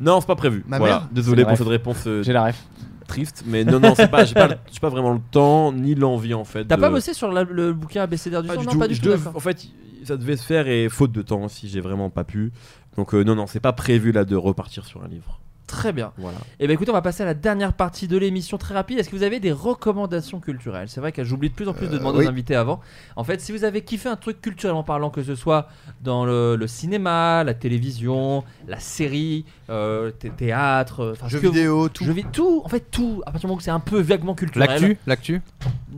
Speaker 7: Non, c'est pas prévu.
Speaker 8: Ma
Speaker 7: Voilà.
Speaker 8: mère
Speaker 7: Désolé
Speaker 17: C'est
Speaker 7: pour
Speaker 17: la
Speaker 7: cette
Speaker 17: ref.
Speaker 7: réponse. euh,
Speaker 17: J'ai la ref.
Speaker 7: Triste, mais non, non, c'est pas. J'ai pas, le- j'ai pas vraiment le temps ni l'envie en fait.
Speaker 10: T'as
Speaker 7: de-
Speaker 10: pas bossé sur la- le bouquin abécédaire du
Speaker 7: Euh, Pas
Speaker 10: son
Speaker 7: du
Speaker 10: Non,
Speaker 7: tout.
Speaker 10: pas du
Speaker 7: Je
Speaker 10: tout.
Speaker 7: dev-
Speaker 10: d'accord.
Speaker 7: En fait, ça devait se faire et faute de temps aussi, j'ai vraiment pas pu. Donc euh, non, non, c'est pas prévu là de repartir sur un livre.
Speaker 10: Très bien.
Speaker 7: Voilà.
Speaker 10: Et ben écoutez, on va passer à la dernière partie de l'émission très rapide. Est-ce que vous avez des recommandations culturelles C'est vrai que j'oublie de plus en plus de
Speaker 8: Euh,
Speaker 10: demander
Speaker 8: oui.
Speaker 10: aux invités avant. En fait, si vous avez kiffé un truc culturellement parlant, que ce soit dans le, le cinéma, la télévision, la série, euh, thé- théâtre, euh, enfin, ce
Speaker 8: Jeux
Speaker 10: que vous-
Speaker 8: vidéo, tout.
Speaker 10: jeux vi- tout, en fait tout, à partir du moment que c'est un peu vaguement culturel.
Speaker 2: L'actu L'actu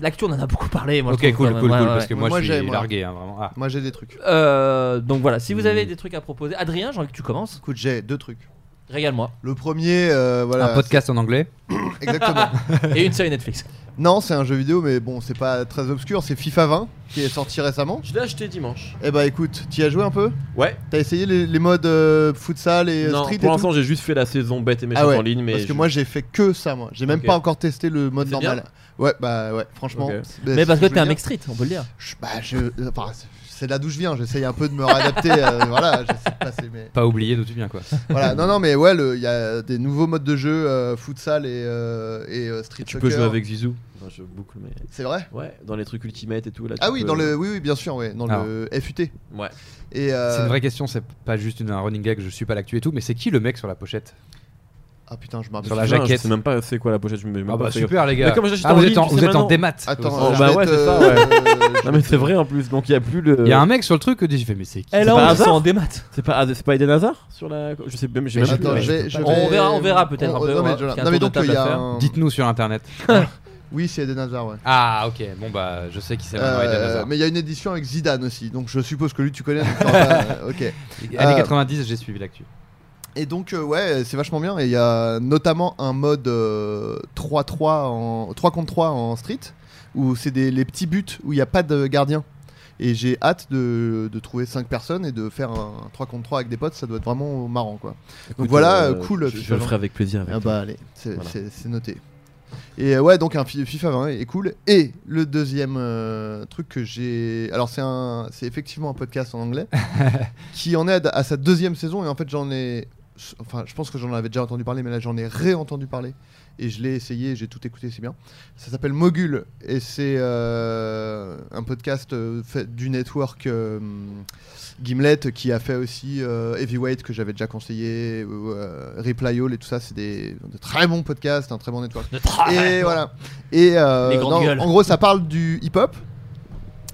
Speaker 10: L'actu, on en a beaucoup parlé. Moi, je
Speaker 2: Ok,
Speaker 10: trouve,
Speaker 2: cool,
Speaker 10: quand
Speaker 2: cool, cool.
Speaker 10: même. Ouais, ouais,
Speaker 2: Parce que
Speaker 10: ouais.
Speaker 2: moi,
Speaker 8: Moi,
Speaker 2: je
Speaker 8: j'ai,
Speaker 2: suis
Speaker 8: moi.
Speaker 2: largué, hein, vraiment. Ah.
Speaker 8: Moi j'ai des trucs.
Speaker 10: Euh, donc voilà, si vous avez
Speaker 8: Mm.
Speaker 2: Hmm.
Speaker 10: des trucs à proposer, Adrien, j'ai envie que tu commences.
Speaker 8: Écoute, j'ai deux trucs.
Speaker 10: Régale-moi.
Speaker 8: Le premier, euh, voilà.
Speaker 2: Un podcast en anglais.
Speaker 8: c'est- Exactement.
Speaker 10: Et une série Netflix.
Speaker 8: non, c'est un jeu vidéo, mais bon, c'est pas très obscur. C'est FIFA 20 qui est sorti récemment.
Speaker 7: Je l'ai acheté dimanche.
Speaker 8: Eh bah écoute, t'y as joué un peu
Speaker 7: Ouais.
Speaker 8: T'as essayé les, les modes euh, futsal et euh,
Speaker 7: non,
Speaker 8: street
Speaker 7: pour
Speaker 8: et
Speaker 7: l'instant,
Speaker 8: tout
Speaker 7: j'ai juste fait la saison bête et méchante
Speaker 8: Ah ouais,
Speaker 7: en ligne, mais
Speaker 8: parce que
Speaker 7: je-
Speaker 8: moi j'ai fait que ça, moi. J'ai même
Speaker 7: Ok.
Speaker 8: pas encore testé le mode
Speaker 7: C'est
Speaker 8: normal. Ouais, bah ouais, franchement.
Speaker 7: Ok.
Speaker 8: c'est-
Speaker 10: Mais,
Speaker 8: c'est ce
Speaker 10: parce que
Speaker 8: je
Speaker 10: t'es un
Speaker 8: veux
Speaker 10: mec
Speaker 8: dire.
Speaker 10: street, on peut le dire.
Speaker 8: Je- bah, je- enfin, c'est- c'est de là d'où je viens, j'essaye un peu de me réadapter. euh, voilà, j'essaie de passer mes.
Speaker 2: Pas oublié d'où tu viens, quoi.
Speaker 8: Voilà, non, non, mais ouais, le- il y a des nouveaux modes de jeu, euh, futsal et, euh, et euh, street
Speaker 7: tu peux
Speaker 8: soccer.
Speaker 7: jouer avec Zizou. Enfin, je boucle, mais.
Speaker 8: C'est vrai
Speaker 7: Ouais, dans les trucs Ultimate et tout là. tu
Speaker 8: Ah oui,
Speaker 7: peux- Ah.
Speaker 8: dans le, oui, oui, bien sûr, ouais, dans
Speaker 2: Alors.
Speaker 8: le FUT.
Speaker 7: Ouais.
Speaker 8: Et euh,
Speaker 2: C'est une vraie question, c'est pas juste une, un running gag, je suis pas l'actu et tout, mais c'est qui le mec sur la pochette
Speaker 8: Ah putain, je me rappelle.
Speaker 2: Sur la
Speaker 7: Putain,
Speaker 2: jaquette.
Speaker 7: Je sais même pas c'est quoi la pochette. Je me mets même
Speaker 2: Ah bah
Speaker 7: pas fait
Speaker 2: super les gars.
Speaker 7: Mais comme j'achète
Speaker 2: ah,
Speaker 7: en
Speaker 2: vous
Speaker 7: ligne,
Speaker 2: êtes en,
Speaker 7: tu sais
Speaker 2: vous êtes en
Speaker 7: maintenant.
Speaker 2: démat.
Speaker 8: Attends,
Speaker 7: Oh,
Speaker 8: je
Speaker 7: bah
Speaker 8: vais
Speaker 7: ouais,
Speaker 8: te-
Speaker 7: c'est ça, ouais.
Speaker 8: euh, je
Speaker 7: Non mais
Speaker 8: vais
Speaker 7: c'est
Speaker 8: te-
Speaker 7: vrai en plus, donc il y a plus le.
Speaker 2: Il y a un mec sur le truc que j'ai fait mais c'est qui
Speaker 10: Elle
Speaker 7: a un
Speaker 10: a
Speaker 7: hasard
Speaker 10: en démat.
Speaker 7: C'est pas, ah, c'est pas Eden Hazard sur la. hein. Je sais même. j'ai même
Speaker 8: Attends,
Speaker 7: plus,
Speaker 8: je
Speaker 7: ouais.
Speaker 8: vais- je
Speaker 10: On
Speaker 8: vais-
Speaker 10: verra- on verra peut-être
Speaker 8: on-
Speaker 10: un peu,
Speaker 8: Non,
Speaker 10: on va-
Speaker 8: mais, je-
Speaker 10: parce qu'il y a un
Speaker 8: non, mais
Speaker 10: tour
Speaker 8: donc
Speaker 10: de table
Speaker 8: il y
Speaker 10: à
Speaker 8: a
Speaker 10: faire.
Speaker 8: un-
Speaker 2: Dites-nous sur internet.
Speaker 8: Oui, c'est Eden Hazard, ouais.
Speaker 2: Ah ok, bon bah je sais qui c'est maintenant
Speaker 8: Euh,
Speaker 2: Eden Hazard.
Speaker 8: mais il y a une édition avec Zidane aussi, donc je suppose que lui tu connais. donc t'en vas- ok.
Speaker 2: Années
Speaker 8: euh,
Speaker 2: 90, j'ai suivi l'actu.
Speaker 8: Et donc euh, ouais, c'est vachement bien. Et il y a notamment un mode euh, 3-3 en 3 contre 3 en street où c'est des les petits buts où il n'y a pas de gardien. Et j'ai hâte de, de trouver 5 personnes et de faire un 3 contre 3 avec des potes, ça doit être vraiment marrant quoi.
Speaker 7: Écoute,
Speaker 8: voilà,
Speaker 7: euh,
Speaker 8: cool,
Speaker 7: Je, je
Speaker 8: FIFA
Speaker 7: le ferai avec plaisir. Avec
Speaker 8: Ah
Speaker 7: toi.
Speaker 8: bah allez, c'est
Speaker 7: Voilà.
Speaker 8: c'est- c'est noté. Et euh, ouais, donc un fi- FIFA 20 est cool. Et le deuxième euh, truc que j'ai. Alors, c'est un... c'est effectivement un podcast en anglais qui en est à, d- à sa deuxième saison. Et en fait, j'en ai. Enfin, je pense que j'en avais déjà entendu parler, mais là, j'en ai réentendu parler. Et je l'ai essayé, j'ai tout écouté, c'est bien. Ça s'appelle Mogul. Et c'est euh, un podcast euh, fait du network. euh, Gimlet qui a fait aussi euh, Heavyweight que j'avais déjà conseillé, ou, euh, Reply All et tout ça, c'est des, de très bons podcasts, un très bon network. Et voilà. Et euh,
Speaker 10: Ah, Les grandes
Speaker 8: non,
Speaker 10: gueules.
Speaker 8: en gros, ça parle du hip-hop.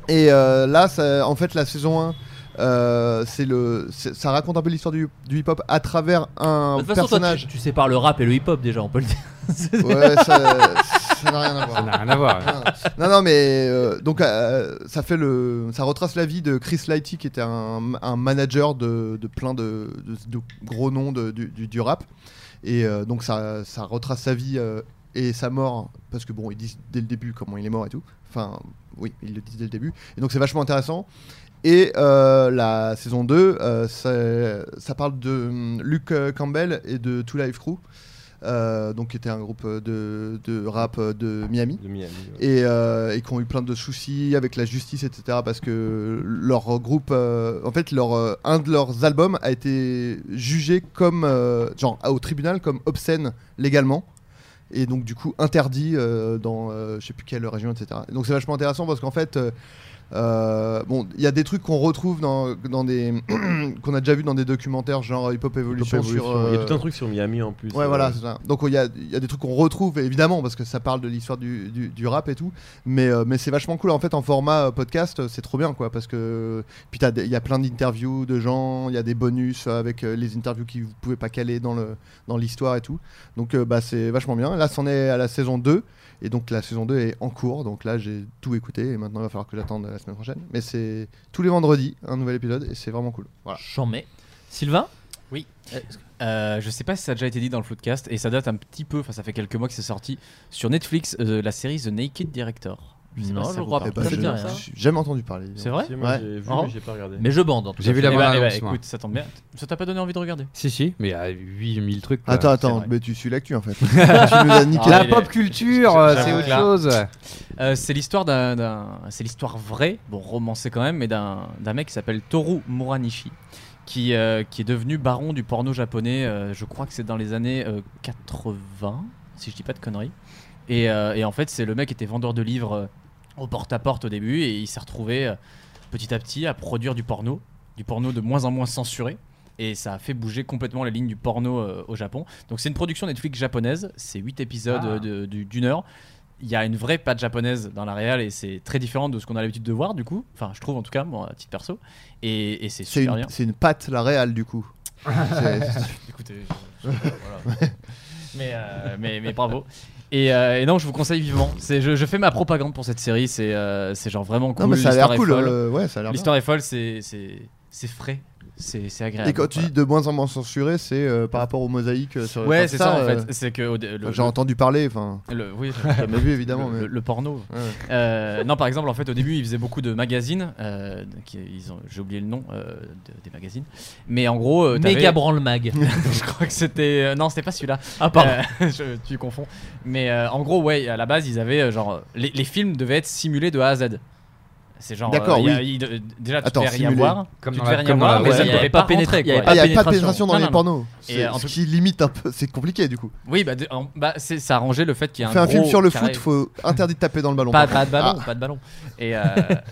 Speaker 8: Et euh, là, ça- en fait, la saison 1, euh, c'est le, c'est- ça raconte un peu l'histoire du, du hip-hop à travers un
Speaker 10: De toute façon, toi,
Speaker 8: personnage.
Speaker 10: tu, tu sépares le rap et le hip-hop déjà, on peut le dire.
Speaker 8: Ouais, ça- ça n'a rien à voir.
Speaker 2: Ça n'a rien à voir.
Speaker 8: Ah. Non, non, mais euh, donc euh, ça fait le, ça retrace la vie de Chris Lighty qui était un, un manager de, de plein de, de- de gros noms de- du, du- du rap. Et euh, donc ça, ça retrace sa vie euh, et sa mort parce que bon, ils disent dès le début comment il est mort et tout. Enfin, oui, ils le disent dès le début. Et donc c'est vachement intéressant. Et euh, la saison 2, euh, ça, ça parle de hum, Luke euh, Campbell et de Two Life Crew. euh, donc qui était un groupe euh, de, de rap euh, de Miami,
Speaker 9: De Miami, ouais.
Speaker 8: et, euh, et qui ont eu plein de soucis avec la justice etc parce que leur groupe euh, en fait leur, euh, un de leurs albums a été jugé comme euh, genre au tribunal comme obscène légalement et donc du coup interdit euh, dans euh, je sais plus quelle région, etc. Et donc c'est vachement intéressant parce qu'en fait, euh, euh, bon, il y a des trucs qu'on retrouve dans, dans des qu'on a déjà vu dans des documentaires genre Hip Hop Evolution. sur,
Speaker 9: Il y a
Speaker 8: euh,
Speaker 9: tout un truc sur Miami en plus.
Speaker 8: Ouais,
Speaker 9: euh,
Speaker 8: voilà, c'est ça. Donc il y a, il y a des trucs qu'on retrouve évidemment parce que ça parle de l'histoire du, du- du rap et tout, mais, euh, mais c'est vachement cool en fait en format euh, podcast, euh, c'est trop bien quoi parce que puis t'as des- il y a plein d'interviews de gens, il y a des bonus euh, avec euh, les interviews qui vous pouvez pas caler dans le dans l'histoire et tout. Donc euh, bah c'est vachement bien. Là c'en est à la saison 2 et donc la saison 2 est en cours. Donc là j'ai tout écouté et maintenant il va falloir que j'attende la semaine prochaine, mais c'est tous les vendredis un nouvel épisode et c'est vraiment cool. Voilà.
Speaker 7: J'en mets. Sylvain
Speaker 10: Oui. Euh, je sais pas si ça a déjà été dit dans le podcast et ça date un petit peu, enfin ça fait quelques mois que c'est sorti sur Netflix euh, la série The Naked Director. sais
Speaker 7: Non,
Speaker 10: pas si
Speaker 7: je
Speaker 10: ça vous
Speaker 7: crois
Speaker 10: parle.
Speaker 8: pas. Ah, Ça me dit rien. J'ai jamais entendu parler.
Speaker 10: C'est vrai
Speaker 9: Si, moi, j'ai vu, mais
Speaker 8: Oh.
Speaker 10: Marrant.
Speaker 9: j'ai pas regardé.
Speaker 7: Mais je bande en tout cas.
Speaker 2: J'ai vu la
Speaker 10: Eh bah, eh bah,
Speaker 2: bande-annonce, moi.
Speaker 10: écoute, ça tombe bien. Ça t'a pas donné envie de regarder
Speaker 2: Si, si, mais il y a 8000 trucs. quoi.
Speaker 8: Ah, Attends,
Speaker 10: c'est
Speaker 8: attends,
Speaker 10: vrai. Ah,
Speaker 8: mais tu suis l'actu en fait. tu nous as niqué
Speaker 2: La pop culture, euh, c'est autre chose.
Speaker 10: Euh, c'est l'histoire d'un, d'un- c'est l'histoire vraie, bon romancée quand même, mais d'un, d'un mec qui s'appelle Toru Muranishi, qui, euh, qui est devenu baron du porno japonais. euh, je crois que c'est dans les années euh, 80, si je dis pas de conneries. Et, euh, et en fait, c'est le mec qui était vendeur de livres euh, au porte à porte au début, et il s'est retrouvé euh, petit à petit à produire du porno, du porno de moins en moins censuré. Et ça a fait bouger complètement la ligne du porno euh, au Japon. Donc c'est une production Netflix japonaise, c'est 8 épisodes
Speaker 7: Ah.
Speaker 10: euh, de- du- d'une heure. Il y a une vraie patte japonaise dans la réal et c'est très différent de ce qu'on a l'habitude de voir du coup. Enfin je trouve en tout cas, moi à titre perso. Et, et c'est
Speaker 8: C'est
Speaker 10: super
Speaker 8: une,
Speaker 10: bien.
Speaker 8: c'est une patte, la réal du coup. C'est-
Speaker 10: Écoutez, je- je- voilà. mais, euh, mais, mais bravo. Et, euh, et non, je vous conseille vivement. C'est, je, je fais ma propagande pour cette série. C'est, euh, c'est genre vraiment cool.
Speaker 8: mais ça a l'air
Speaker 10: l'histoire est
Speaker 8: cool,
Speaker 10: folle.
Speaker 8: euh, ouais, ça a l'air
Speaker 10: L'histoire est folle. C'est, c'est, c'est frais. C'est, c'est agréable.
Speaker 8: Et quand tu dis de moins en moins censuré, c'est euh, par rapport aux mosaïques euh, sur
Speaker 10: Ouais,
Speaker 8: sur
Speaker 10: c'est ça, en
Speaker 8: euh,
Speaker 10: fait. C'est que au dé- le-
Speaker 8: j'ai
Speaker 10: le-
Speaker 8: entendu parler, enfin.
Speaker 10: Le- oui,
Speaker 8: jamais vu évidemment.
Speaker 10: Le,
Speaker 8: mais-
Speaker 10: le- le porno.
Speaker 8: Ouais.
Speaker 10: Euh, non, par exemple, en fait, au début, ils faisaient beaucoup de magazines. euh, qui- ils ont, j'ai oublié le nom euh, de- des magazines. Mais en gros, euh, t'avais-
Speaker 7: Méga branle-mag.
Speaker 10: je crois que c'était. euh, non, c'était pas celui-là.
Speaker 7: Ah, pardon.
Speaker 10: Euh, je- tu confonds. Mais euh, en gros, ouais, à la base, ils avaient euh, genre. euh, Les, les films devaient être simulés de A à Z. C'est genre.
Speaker 8: D'accord,
Speaker 10: euh, il y a-
Speaker 8: oui.
Speaker 10: il- euh, déjà, tu
Speaker 8: Attends,
Speaker 10: devais rien
Speaker 8: simulé.
Speaker 10: voir.
Speaker 2: Comme
Speaker 10: tu
Speaker 2: dans
Speaker 10: devais
Speaker 2: la-
Speaker 10: rien
Speaker 2: comme dans la
Speaker 10: voir, mais
Speaker 2: vraie
Speaker 10: ça, il
Speaker 2: vie,
Speaker 10: y avait
Speaker 7: quoi.
Speaker 10: pas pénétré.
Speaker 7: Il y avait
Speaker 10: quoi.
Speaker 8: Ah, il n'y
Speaker 7: pas
Speaker 8: a pas de
Speaker 7: pénétration.
Speaker 8: pénétration dans
Speaker 10: Non,
Speaker 8: les
Speaker 10: non, non.
Speaker 8: pornos.
Speaker 10: Et,
Speaker 8: C'est-
Speaker 10: euh, en
Speaker 8: ce
Speaker 10: tout-
Speaker 8: qui limite un peu, c'est compliqué du coup.
Speaker 10: Oui, bah, de- en- bah, c'est- ça arrangeait le fait qu'il y ait
Speaker 8: On
Speaker 10: un.
Speaker 8: fait un film
Speaker 10: gros
Speaker 8: sur le
Speaker 10: carré.
Speaker 8: foot, faut interdit de taper dans le ballon.
Speaker 10: Pas, pas
Speaker 8: par
Speaker 10: de
Speaker 8: contre.
Speaker 10: ballon,
Speaker 8: Ah.
Speaker 10: pas de ballon. Et euh,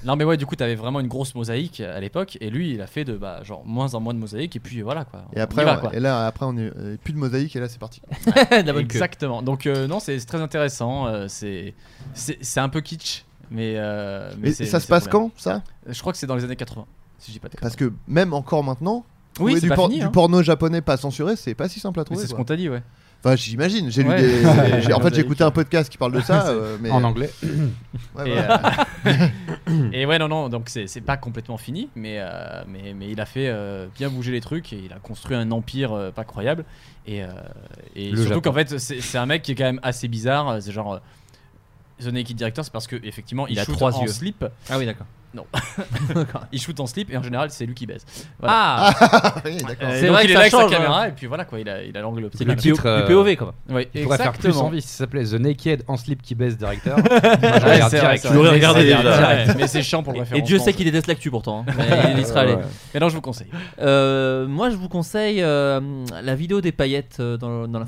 Speaker 10: non, mais ouais, du coup, t'avais vraiment une grosse mosaïque à l'époque. Et lui, il a fait de bah, genre moins en moins de mosaïque. Et puis voilà quoi.
Speaker 8: Ah, Et
Speaker 10: On
Speaker 8: après,
Speaker 10: y va,
Speaker 8: on-
Speaker 10: quoi.
Speaker 8: et là, après, on est euh, plus de mosaïque et là, c'est parti.
Speaker 7: De la bonne queue.
Speaker 10: Exactement. Donc euh, non, c'est c'est très intéressant. euh, c'est c'est c'est un peu kitsch, mais euh,
Speaker 8: Mais
Speaker 10: c'est-
Speaker 8: ça se
Speaker 10: c'est
Speaker 8: passe
Speaker 10: trop bien.
Speaker 8: quand ça
Speaker 10: Je crois que c'est dans les années 80, si je dis pas de
Speaker 8: Parce que même encore maintenant,
Speaker 10: Oui,
Speaker 8: trouver
Speaker 10: c'est
Speaker 8: du,
Speaker 10: pas
Speaker 8: por-
Speaker 10: fini,
Speaker 8: du
Speaker 10: hein.
Speaker 8: porno japonais pas censuré, c'est pas si simple à
Speaker 10: Mais
Speaker 8: trouver.
Speaker 10: c'est ce
Speaker 8: quoi.
Speaker 10: qu'on t'a dit, ouais.
Speaker 8: Enfin, j'imagine. J'ai lu
Speaker 10: Ouais.
Speaker 8: des. j'ai- En fait,
Speaker 10: Mosaïque.
Speaker 8: j'ai écouté un podcast qui parle de ça. euh, mais-
Speaker 2: En anglais.
Speaker 8: Ouais,
Speaker 10: et,
Speaker 8: voilà.
Speaker 10: euh, et ouais, non, non, donc c'est c'est pas complètement fini, mais, euh, mais, mais il a fait euh, bien bouger les trucs et il a construit un empire euh, pas croyable. Et, euh, et
Speaker 2: Le
Speaker 10: surtout
Speaker 2: Japon.
Speaker 10: qu'en fait, c'est c'est un mec qui est quand même assez bizarre. C'est genre. euh, The Naked Director, c'est parce que effectivement il,
Speaker 7: Il a
Speaker 10: shoot
Speaker 7: trois
Speaker 10: en
Speaker 7: yeux.
Speaker 10: slip.
Speaker 7: Ah oui, d'accord.
Speaker 10: Non, il shoot en slip et en général c'est lui qui baise.
Speaker 7: Ah
Speaker 8: Oui, d'accord.
Speaker 10: Euh,
Speaker 7: C'est
Speaker 10: donc
Speaker 7: vrai que ça
Speaker 10: il est là avec sa
Speaker 7: change,
Speaker 10: caméra
Speaker 7: hein.
Speaker 10: et puis voilà quoi, il a il a l'angle
Speaker 7: C'est
Speaker 10: optique.
Speaker 7: du,
Speaker 2: Le titre,
Speaker 7: P-
Speaker 2: euh,
Speaker 7: du POV quoi.
Speaker 10: Ouais,
Speaker 2: Il pourrait faire plus
Speaker 10: exactement.
Speaker 2: envie si ça s'appelait The Naked en slip qui baisse directeur.
Speaker 10: Ouais, c'est vrai, c'est vrai.
Speaker 9: l'aurais regardé
Speaker 10: C'est
Speaker 9: déjà.
Speaker 10: direct, Mais c'est chiant pour le
Speaker 7: Et
Speaker 10: référencement.
Speaker 7: Dieu sait qu'il déteste l'actu pourtant. hein. Mais il y sera allé.
Speaker 10: Mais non, je vous conseille.
Speaker 7: Euh, moi, je vous conseille euh, la vidéo des paillettes euh, dans, dans la.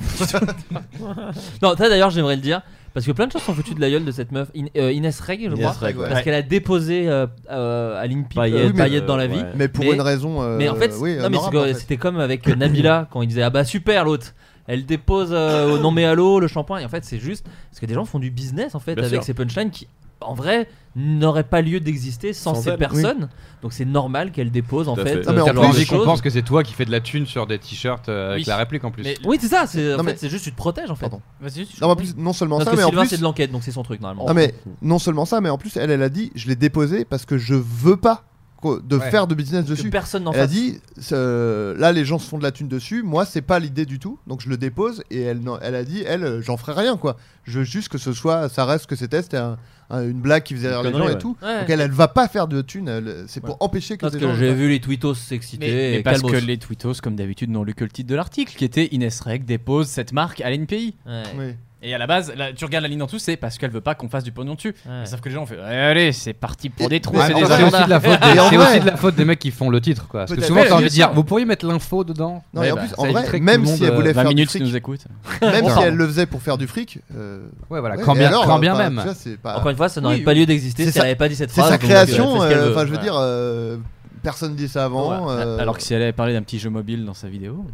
Speaker 7: non, ça d'ailleurs, j'aimerais le dire. Parce que plein de choses sont foutues de la gueule de cette meuf. In- euh, Inès Reg, je
Speaker 9: Inès
Speaker 7: crois.
Speaker 9: Reg, ouais.
Speaker 7: Parce qu'elle a déposé euh, euh, à l'INPI
Speaker 9: Paillettes,
Speaker 7: paillettes, paillettes dans la
Speaker 9: euh,
Speaker 7: vie.
Speaker 9: ouais.
Speaker 8: Mais pour
Speaker 7: Mais-
Speaker 8: une raison. euh,
Speaker 7: Mais en fait,
Speaker 8: oui,
Speaker 7: non, mais c'est que-
Speaker 8: honorable, en fait.
Speaker 7: c'était comme avec Nabila quand il disait Ah bah super l'autre. Elle dépose euh, au non mais allô le shampoing. Et en fait, c'est juste parce que des gens font du business en fait
Speaker 9: Bien
Speaker 7: avec
Speaker 9: sûr.
Speaker 7: ces punchlines qui en vrai n'aurait pas lieu d'exister sans,
Speaker 2: Sans
Speaker 7: ces
Speaker 2: elle,
Speaker 7: personnes. Donc c'est normal qu'elle dépose en
Speaker 2: Tout à
Speaker 7: fait.
Speaker 2: Non, mais
Speaker 7: euh,
Speaker 2: en plus,
Speaker 7: des
Speaker 2: j'ai
Speaker 7: choses.
Speaker 2: compris que c'est toi qui fais de la thune sur des t-shirts euh, avec
Speaker 7: Oui.
Speaker 2: la réplique en plus.
Speaker 7: Mais- Oui, c'est ça, c'est en
Speaker 8: Non,
Speaker 7: fait,
Speaker 8: mais-
Speaker 7: c'est juste tu te protèges en fait.
Speaker 8: Vas-y, je Non, mais en plus, non seulement
Speaker 7: Parce
Speaker 8: ça,
Speaker 7: que
Speaker 8: mais en
Speaker 7: Sylvain,
Speaker 8: plus-
Speaker 7: c'est de l'enquête, donc c'est son truc normalement.
Speaker 8: Non mais non seulement ça, mais en plus elle, elle a dit, je l'ai déposé parce que je veux pas qu'au- de
Speaker 7: Ouais.
Speaker 8: faire de business
Speaker 7: Que
Speaker 8: dessus.
Speaker 7: personne n'en
Speaker 8: Elle a
Speaker 7: fasse.
Speaker 8: dit, c'est, euh, là les gens se font de la thune dessus, moi c'est pas l'idée du tout, donc je le dépose et elle, n'en- elle a dit, elle, euh, j'en ferai rien quoi. Je veux juste que ce soit, ça reste ce que c'était, c'était un- un- une blague qui faisait rire les gens
Speaker 7: connerie,
Speaker 8: et
Speaker 7: ouais.
Speaker 8: tout.
Speaker 7: Ouais.
Speaker 8: Donc elle, elle va pas faire de thune, elle- c'est pour empêcher que
Speaker 7: Parce
Speaker 8: des
Speaker 7: que
Speaker 8: gens-
Speaker 7: j'ai vu les tweetos s'exciter.
Speaker 10: Mais,
Speaker 7: et
Speaker 10: parce
Speaker 7: calmos.
Speaker 10: que les tweetos, comme d'habitude, n'ont lu que le titre de l'article, qui était Ines Reg dépose cette marque à l'NPI.
Speaker 8: Oui.
Speaker 10: Et à la base, là, tu regardes la ligne en dessous, c'est parce qu'elle veut pas qu'on fasse du pognon dessus.
Speaker 7: Mais
Speaker 10: Sauf que les gens ont fait Eh, Allez, c'est parti pour des trous,
Speaker 2: Ouais,
Speaker 10: Ah, c'est
Speaker 2: mais
Speaker 10: des
Speaker 2: c'est aussi
Speaker 10: agendas.
Speaker 2: de la faute des, c'est aussi de la faute des mecs qui font le titre quoi. Parce que
Speaker 10: Peut-être.
Speaker 2: souvent
Speaker 10: Mais
Speaker 2: t'as envie
Speaker 10: bien
Speaker 2: de dire
Speaker 10: sûr.
Speaker 2: vous pourriez mettre l'info dedans.
Speaker 8: Non, et en
Speaker 2: Ouais,
Speaker 8: plus,
Speaker 2: bah,
Speaker 8: en
Speaker 2: ça
Speaker 8: vrai,
Speaker 2: éviterait que
Speaker 8: même
Speaker 2: tout le
Speaker 8: si
Speaker 2: monde,
Speaker 8: elle voulait
Speaker 2: euh,
Speaker 8: faire du
Speaker 10: qui
Speaker 8: fric,
Speaker 10: nous écoutent.
Speaker 8: même si
Speaker 7: Pardon.
Speaker 8: elle le faisait pour faire du fric, euh,
Speaker 2: Ouais, voilà,
Speaker 8: ouais,
Speaker 2: quand
Speaker 8: et
Speaker 2: bien-
Speaker 8: alors,
Speaker 2: quand bien
Speaker 8: enfin,
Speaker 2: même.
Speaker 8: tu vois, c'est pas-
Speaker 7: Encore une fois, ça n'aurait
Speaker 8: Oui.
Speaker 7: pas lieu d'exister
Speaker 8: C'est
Speaker 7: si elle
Speaker 8: sa-
Speaker 7: avait pas dit cette
Speaker 8: c'est
Speaker 7: phrase,
Speaker 8: sa
Speaker 7: donc, euh, elle
Speaker 8: création,
Speaker 7: fait ce qu'elle
Speaker 8: euh,
Speaker 7: veut.
Speaker 8: enfin je veux
Speaker 7: Voilà.
Speaker 8: dire, euh, personne dit ça avant.
Speaker 10: Ouais.
Speaker 8: euh,
Speaker 10: Alors que si elle avait parlé d'un petit jeu mobile dans sa vidéo.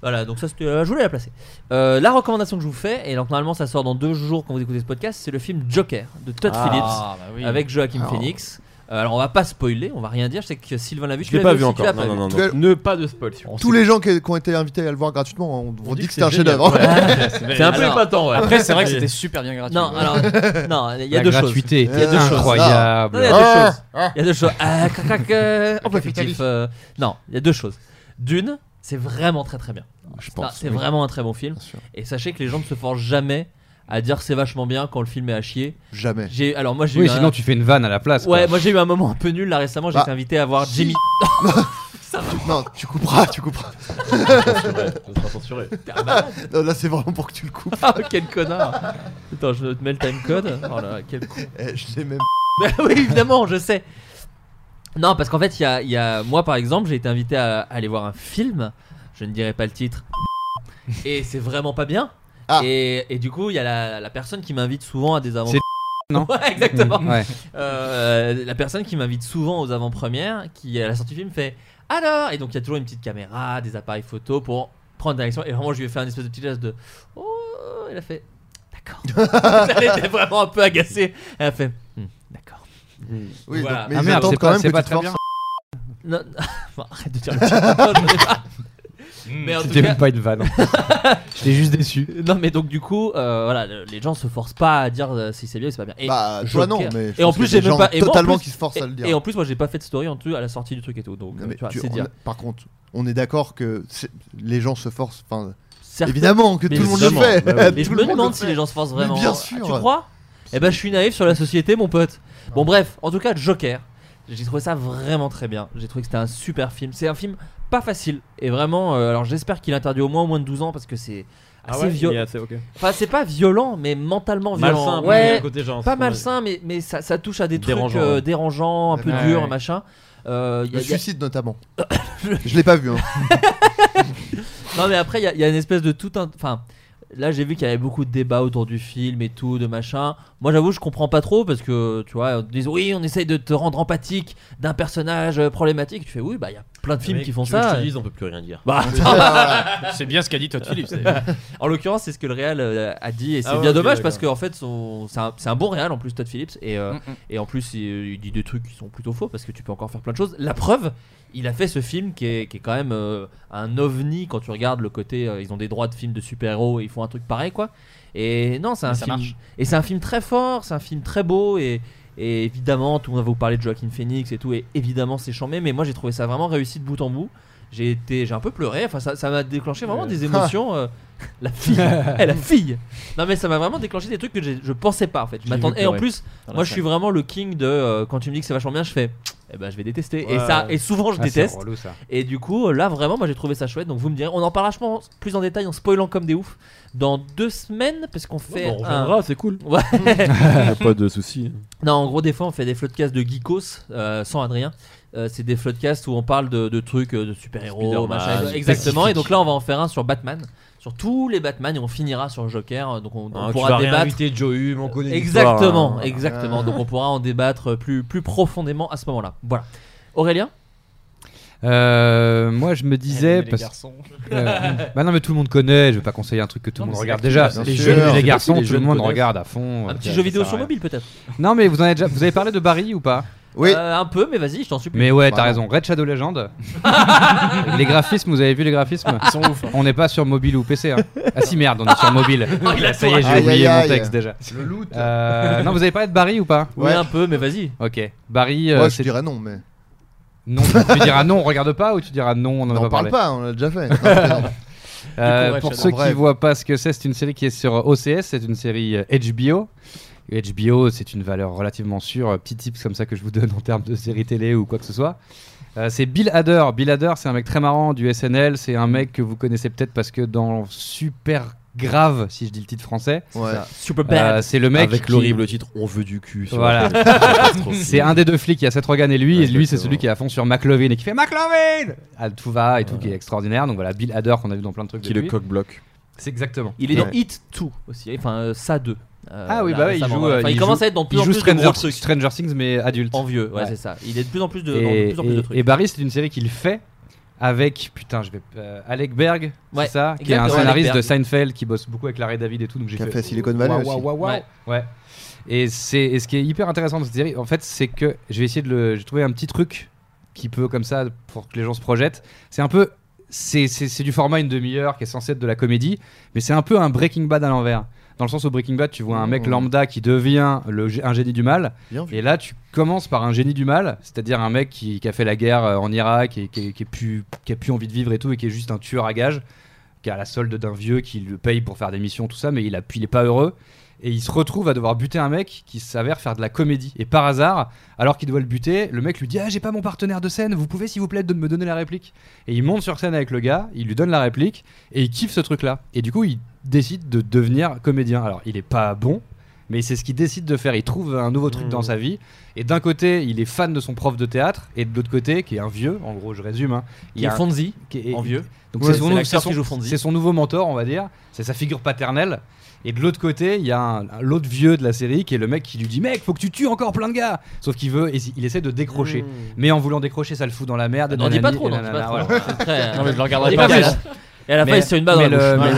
Speaker 7: voilà, donc ça, c'était- euh, je voulais la placer. Euh, la recommandation que je vous fais, et donc normalement ça sort dans deux jours quand vous écoutez ce podcast, c'est le film Joker de Todd
Speaker 10: Ah,
Speaker 7: Phillips
Speaker 10: bah oui.
Speaker 7: avec Joaquin
Speaker 10: Alors.
Speaker 7: Phoenix. Euh, alors on va pas spoiler, on va rien dire. Je sais que Sylvain l'a vu.
Speaker 9: Je
Speaker 7: tu
Speaker 9: l'ai
Speaker 7: l'as
Speaker 9: pas
Speaker 7: vu
Speaker 9: vu
Speaker 7: aussi, tu l'as
Speaker 9: encore.
Speaker 7: pas
Speaker 9: Non, non,
Speaker 7: vu.
Speaker 9: non, non. Ne pas de spoil. s'il vous
Speaker 8: Tous les gens qui, qui ont été invités à le voir gratuitement ont on dit que c'était un chef-d'œuvre.
Speaker 7: Alors,
Speaker 10: Après, c'est vrai que c'était super bien gratuit.
Speaker 7: Non, alors, non, il y a
Speaker 2: La
Speaker 7: deux
Speaker 2: gratuité
Speaker 7: choses. Il y a
Speaker 2: était
Speaker 7: deux choses.
Speaker 2: incroyable.
Speaker 7: Non, il y a deux
Speaker 2: Ah,
Speaker 7: choses.
Speaker 2: ah.
Speaker 7: Il y a deux choses. Ah, crac, crac, euh, emploi
Speaker 2: Capitaliste.
Speaker 7: fictif, euh, non, il y a deux choses. D'une, c'est vraiment très très bien. Ah,
Speaker 8: Je
Speaker 2: pense,
Speaker 7: C'est
Speaker 2: oui.
Speaker 7: vraiment un très bon film. Et sachez que les gens ne se forcent jamais à dire c'est vachement bien quand le film est à chier.
Speaker 8: Jamais.
Speaker 7: J'ai, alors moi j'ai
Speaker 2: Oui,
Speaker 7: eu un-
Speaker 2: sinon tu fais une vanne à la place.
Speaker 7: Ouais,
Speaker 2: quoi.
Speaker 7: moi j'ai eu un moment un peu nul là récemment. J'ai
Speaker 2: Bah,
Speaker 7: été invité à voir Jimmy.
Speaker 8: non, tu couperas, tu couperas.
Speaker 7: euh,
Speaker 9: sera censuré.
Speaker 7: Ah, malade.
Speaker 8: Non, là c'est vraiment pour que tu le coupes.
Speaker 7: Ah, quel connard Attends, je te mets le timecode. Oh là, quel con.
Speaker 8: Eh, je l'ai même.
Speaker 7: Bah oui, évidemment, je sais. Non, parce qu'en fait, il y a, il y a- moi par exemple, j'ai été invité à, aller voir un film, je ne dirai pas le titre, et c'est vraiment pas bien.
Speaker 2: Ah.
Speaker 7: Et, et du coup, il y a la, la personne qui m'invite souvent à des avant-premières.
Speaker 2: non
Speaker 7: Ouais, exactement.
Speaker 2: Mm, ouais.
Speaker 7: Euh, la personne qui m'invite souvent aux avant-premières, qui à la sortie du film fait Alors Et donc, il y a toujours une petite caméra, des appareils photo pour prendre direction. Et vraiment, je lui ai fait un espèce de petit geste de Oh Elle a fait D'accord. elle était vraiment un peu agacée. Elle a fait Hmm, D'accord.
Speaker 8: Oui,
Speaker 7: Voilà.
Speaker 8: donc- mais
Speaker 7: Ah,
Speaker 8: ils
Speaker 7: merde,
Speaker 8: attendent
Speaker 7: c'est
Speaker 8: quand
Speaker 7: pas-
Speaker 8: même
Speaker 7: c'est
Speaker 8: que
Speaker 7: pas
Speaker 8: tu te
Speaker 7: très
Speaker 8: forces.
Speaker 7: Non, non. Bon, arrête de dire le petit-
Speaker 8: Hmm.
Speaker 7: Mais en tout
Speaker 2: C'était
Speaker 7: cas-
Speaker 2: même pas une vanne. J'étais juste déçu.
Speaker 7: Non mais donc du coup euh, voilà le- les gens se forcent pas à dire euh, si c'est bien ou c'est pas bien. Et
Speaker 8: Bah, toi, non, mais je
Speaker 7: et en
Speaker 8: pense
Speaker 7: plus
Speaker 8: qu'il y
Speaker 7: j'ai
Speaker 8: a des
Speaker 7: même
Speaker 8: gens
Speaker 7: pas et moi, en
Speaker 8: totalement
Speaker 7: plus-
Speaker 8: qui se forcent à le dire.
Speaker 7: Et en plus moi j'ai pas fait de story en tout à la sortie du truc et tout donc
Speaker 8: Non,
Speaker 7: euh,
Speaker 8: mais
Speaker 7: tu vois,
Speaker 8: tu-
Speaker 7: c'est
Speaker 8: on-
Speaker 7: dire.
Speaker 8: Par contre, on est d'accord que c'est- les gens se forcent. Enfin,
Speaker 7: Certes-
Speaker 8: évidemment que
Speaker 7: mais
Speaker 8: tout le monde le
Speaker 7: justement,
Speaker 8: fait.
Speaker 7: bah oui. Mais je me
Speaker 8: Tout le monde le
Speaker 7: demande si
Speaker 8: fait.
Speaker 7: les gens se forcent vraiment.
Speaker 8: Mais bien
Speaker 7: Ah,
Speaker 8: sûr.
Speaker 7: tu crois Eh ben je suis naïf sur la société mon pote. Bon bref en tout cas Joker j'ai trouvé ça vraiment très bien. J'ai trouvé que c'était un super film. C'est un film pas facile et vraiment euh, alors j'espère qu'il est interdit au moins au moins de 12 ans parce que c'est
Speaker 3: Ah
Speaker 7: assez
Speaker 3: ouais,
Speaker 7: viol-
Speaker 3: il est assez- ok.
Speaker 7: Enfin c'est pas violent mais mentalement
Speaker 3: Malsain,
Speaker 7: violent.
Speaker 3: mais il y a
Speaker 7: ouais.
Speaker 3: un côté genre,
Speaker 7: pas
Speaker 3: c'est pas-
Speaker 7: malsain malsain, mais, mais ça, ça touche à des
Speaker 3: Dérangeant,
Speaker 7: trucs euh,
Speaker 3: ouais.
Speaker 7: dérangeants, un peu
Speaker 8: Ouais,
Speaker 7: durs,
Speaker 8: ouais.
Speaker 7: machin. Euh, y a-
Speaker 8: Le
Speaker 7: y a-
Speaker 8: suicide notamment. Je l'ai pas vu. hein.
Speaker 7: non, mais après, il y a- il y, a une espèce de tout un. Enfin, là, j'ai vu qu'il y avait beaucoup de débats autour du film et tout, de machin. Moi, j'avoue, je comprends pas trop parce que, tu vois, ils disent oui, on essaye de te rendre empathique d'un personnage euh, problématique. Tu fais oui, bah, il y a plein de
Speaker 3: Le
Speaker 7: films
Speaker 3: Ah mec,
Speaker 7: qui font
Speaker 3: tu veux que
Speaker 7: ça.
Speaker 3: je te dise, on peut plus rien dire.
Speaker 7: Bah,
Speaker 3: Voilà. C'est bien ce qu'a dit Todd Phillips, d'ailleurs.
Speaker 7: en l'occurrence, c'est ce que le Real euh, a dit et c'est
Speaker 3: Ah ouais,
Speaker 7: bien
Speaker 3: ok,
Speaker 7: dommage parce
Speaker 3: d'accord.
Speaker 7: que en fait, son- c'est un, c'est un bon réal en plus, Todd Phillips. Et, euh, et en plus, il, euh, il dit des trucs qui sont plutôt faux parce que tu peux encore faire plein de choses. La preuve, il a fait ce film qui est, qui est quand même euh, un ovni quand tu regardes le côté. euh, ils ont des droits de films de super-héros et ils font un truc pareil, quoi. Et non, c'est un
Speaker 10: Mais ça
Speaker 7: film.
Speaker 10: marche.
Speaker 7: Et c'est un film très fort, c'est un film très beau et. et évidemment, tout le monde va vous parler de Joaquin Phoenix et tout, et évidemment c'est chambé, mais moi j'ai trouvé ça vraiment réussi de bout en bout. J'ai été, j'ai un peu pleuré, enfin ça ça m'a déclenché vraiment
Speaker 3: Ouais.
Speaker 7: des émotions. euh, la fille, Eh, la fille. Non mais ça m'a vraiment déclenché des trucs que j'ai- je pensais pas en fait. Je
Speaker 3: Je l'ai
Speaker 7: m'attendais-
Speaker 3: vu
Speaker 7: Et en
Speaker 3: pleurer
Speaker 7: plus,
Speaker 3: dans la
Speaker 7: moi je suis
Speaker 3: salle.
Speaker 7: vraiment le king de euh, quand tu me dis que c'est vachement bien, je fais, eh ben je vais détester. et
Speaker 3: Ouais.
Speaker 7: ça, et souvent je
Speaker 3: Ah, c'est
Speaker 7: déteste.
Speaker 3: relou, ça.
Speaker 7: Et du coup, euh, là vraiment, moi j'ai trouvé ça chouette. Donc vous me direz, on en parlera je pense plus en détail en spoilant comme des oufs dans deux semaines parce qu'on fait.
Speaker 3: bah, on
Speaker 7: un-
Speaker 3: reviendra, c'est cool.
Speaker 7: Ouais.
Speaker 9: Y a pas de souci.
Speaker 7: Non, en gros, des fois, on fait des floodcasts de geekos euh, sans Adrien. Euh, c'est des floodcasts où on parle de, de trucs euh, de super-héros,
Speaker 3: Spider-Man,
Speaker 7: machin.
Speaker 3: Pacifique.
Speaker 7: Exactement. Et donc là, on va en faire un sur Batman, sur tous les Batman, et on finira sur Joker. Euh, Donc on, on
Speaker 3: Ah, tu
Speaker 7: pourra
Speaker 3: vas
Speaker 7: débattre.
Speaker 3: réinviter Joe Hume, on connaît l'histoire,
Speaker 7: Exactement,
Speaker 3: hein.
Speaker 7: exactement.
Speaker 3: Ah.
Speaker 7: Donc on pourra en débattre plus plus profondément à ce moment-là. Voilà. Aurélien.
Speaker 2: Euh, moi, je me disais.
Speaker 10: Aime les
Speaker 2: parce-
Speaker 10: garçons.
Speaker 2: Euh, bah non, mais tout le monde connaît. Je vais pas conseiller un truc que tout le
Speaker 10: Non,
Speaker 2: monde
Speaker 10: mais
Speaker 2: regarde
Speaker 10: c'est
Speaker 2: déjà.
Speaker 10: l'actu,
Speaker 2: Les
Speaker 10: bien
Speaker 2: jeunes,
Speaker 10: sûr.
Speaker 2: et les
Speaker 10: Les
Speaker 2: garçons, tout le
Speaker 10: jeunes
Speaker 2: monde
Speaker 10: connaissent.
Speaker 2: regarde à fond.
Speaker 7: Un petit
Speaker 2: Ça
Speaker 7: jeu vidéo
Speaker 2: sert à
Speaker 7: sur
Speaker 2: rien.
Speaker 7: mobile, peut-être. Euh,
Speaker 2: Non, mais vous en avez déjà. Vous avez parlé de Barry ou pas
Speaker 8: Oui.
Speaker 7: un peu, mais vas-y, je t'en supplie.
Speaker 2: Mais ouais, t'as
Speaker 7: Pardon.
Speaker 2: raison. Red Shadow Legend. les graphismes, vous avez vu les graphismes
Speaker 7: Ils sont ouf, hein.
Speaker 2: On n'est pas sur mobile ou PC. hein. Ah si, merde, on est sur mobile.
Speaker 7: Oh, il a
Speaker 2: Ça y est,
Speaker 7: tout
Speaker 2: j'ai
Speaker 7: raté.
Speaker 2: oublié
Speaker 7: Aïe, aïe,
Speaker 2: mon
Speaker 7: aïe.
Speaker 2: texte déjà.
Speaker 8: Le loot.
Speaker 2: Euh, non, vous avez parlé de Barry ou pas
Speaker 7: Oui, Ouais. un peu, mais vas-y.
Speaker 2: Ok. Barry. euh,
Speaker 8: Moi, je
Speaker 2: c'est-
Speaker 8: dirais non, mais-
Speaker 2: Non, tu diras non, on regarde pas ou tu diras non, on en a
Speaker 8: Non,
Speaker 2: pas
Speaker 8: on parle
Speaker 2: parlé.
Speaker 8: pas, on l'a déjà fait. Non, c'est énorme.
Speaker 2: Euh,
Speaker 8: Du coup,
Speaker 2: pour
Speaker 8: Red
Speaker 2: ceux
Speaker 8: Shadow.
Speaker 2: qui voient pas ce que c'est, c'est une série qui est sur OCS, c'est une série euh, HBO. Et HBO, c'est une valeur relativement sûre. euh, Petit tips comme ça que je vous donne en termes de série télé ou quoi que ce soit. Euh, c'est Bill Hader. Bill Hader, c'est un mec très marrant du SNL. C'est un mec que vous connaissez peut-être parce que dans Super Grave, si je dis le titre français,
Speaker 9: Ouais.
Speaker 2: Euh, c'est le mec
Speaker 9: Avec
Speaker 2: qui-
Speaker 9: l'horrible titre On veut du cul. sur
Speaker 2: Voilà.
Speaker 9: la catastrophe.
Speaker 2: c'est un des deux flics. Il y a Seth Rogen et lui. et lui, c'est celui qui est à fond sur McLovin et qui fait McLovin à tout va et tout, qui est extraordinaire. Donc voilà, Bill Hader qu'on a vu dans plein de trucs.
Speaker 9: Qui le
Speaker 2: depuis.
Speaker 9: coq bloque.
Speaker 2: C'est exactement.
Speaker 7: Il est dans
Speaker 2: Ouais.
Speaker 7: Hit 2 aussi, enfin euh, ça 2. euh,
Speaker 2: Ah oui,
Speaker 7: là,
Speaker 2: bah ouais, il
Speaker 7: récemment,
Speaker 2: joue.
Speaker 7: voilà.
Speaker 2: euh,
Speaker 7: Enfin, il, commence
Speaker 2: joue-
Speaker 7: à être dans de plus
Speaker 2: il
Speaker 7: en
Speaker 2: joue
Speaker 7: plus de
Speaker 2: Stranger,
Speaker 7: gros trucs.
Speaker 2: Stranger Things, mais adulte.
Speaker 7: En vieux, ouais, c'est ça. Il est de plus en plus de-
Speaker 2: et,
Speaker 7: dans de plus en plus de
Speaker 2: et-
Speaker 7: trucs.
Speaker 2: Et Barry, c'est une série qu'il fait avec. Putain, je vais. euh, Alec Berg,
Speaker 7: Ouais,
Speaker 2: c'est ça Qui est un
Speaker 7: exactement, Alec
Speaker 2: scénariste de
Speaker 7: Berg.
Speaker 2: Seinfeld qui bosse beaucoup avec Larry David et tout. Donc j'ai
Speaker 8: Qui a
Speaker 2: fait.
Speaker 8: fait Silicon Valley
Speaker 2: Waouh, waouh,
Speaker 8: aussi.
Speaker 2: waouh, waouh.
Speaker 7: Ouais.
Speaker 2: Ouais. Et, c'est, et ce qui est hyper intéressant dans cette série, en fait, c'est que je vais essayer de le. J'ai trouvé un petit truc qui peut, comme ça, pour que les gens se projettent. C'est un peu. C'est, c'est, c'est du format une demi-heure qui est censé être de la comédie, mais c'est un peu un Breaking Bad à l'envers. Dans le sens où Breaking Bad, tu vois un mec
Speaker 8: Mhm.
Speaker 2: lambda qui devient le, gé- un génie du mal.
Speaker 8: Bien vu.
Speaker 2: Et là, tu commences par un génie du mal, c'est-à-dire un mec qui, qui a fait la guerre euh, en Irak et qui, qui, est plus- qui a plus envie de vivre et tout, et qui est juste un tueur à gages qui a la solde d'un vieux qui le paye pour faire des missions, tout ça, mais il, a, il est pas heureux. Et il se retrouve à devoir buter un mec qui s'avère faire de la comédie. Et par hasard, alors qu'il doit le buter, le mec lui dit Ah, j'ai pas mon partenaire de scène, vous pouvez s'il vous plaît de me donner la réplique Et il monte sur scène avec le gars, il lui donne la réplique, et il kiffe ce truc-là. Et du coup, il décide de devenir comédien. Alors, il est pas bon, mais c'est ce qu'il décide de faire. Il trouve un nouveau truc dans sa vie. Et d'un côté, il est fan de son prof de théâtre, et de l'autre côté, qui est un vieux, en gros, je résume. hein, il
Speaker 7: Qui
Speaker 2: y a
Speaker 7: est
Speaker 2: un-
Speaker 7: Fonzie,
Speaker 2: qui est-
Speaker 7: en vieux.
Speaker 2: Donc
Speaker 7: Ouais,
Speaker 2: c'est
Speaker 7: c'est
Speaker 2: son,
Speaker 7: l'acteur
Speaker 2: c'est
Speaker 7: qui
Speaker 2: son-
Speaker 7: joue Fonzie.
Speaker 2: c'est son nouveau mentor, on va dire. C'est sa figure paternelle. Et de l'autre côté, il y a un- un- l'autre vieux de la série qui est le mec qui lui dit Mec, faut que tu tues encore plein de gars Sauf qu'il veut, il, il essaie de décrocher. Mais en voulant décrocher, ça le fout dans la merde.
Speaker 7: Mmh. Ah, n'en dis
Speaker 2: nanani,
Speaker 7: pas trop,
Speaker 2: et
Speaker 7: n'en dis pas
Speaker 2: nanana,
Speaker 7: trop.
Speaker 2: voilà.
Speaker 7: C'est très- Non, mais je le regarderai pas,
Speaker 2: Et
Speaker 7: mais
Speaker 2: plus.
Speaker 7: à la- et à la fin, il se fait une balle
Speaker 2: mais
Speaker 7: dans la
Speaker 2: le-
Speaker 7: bouche.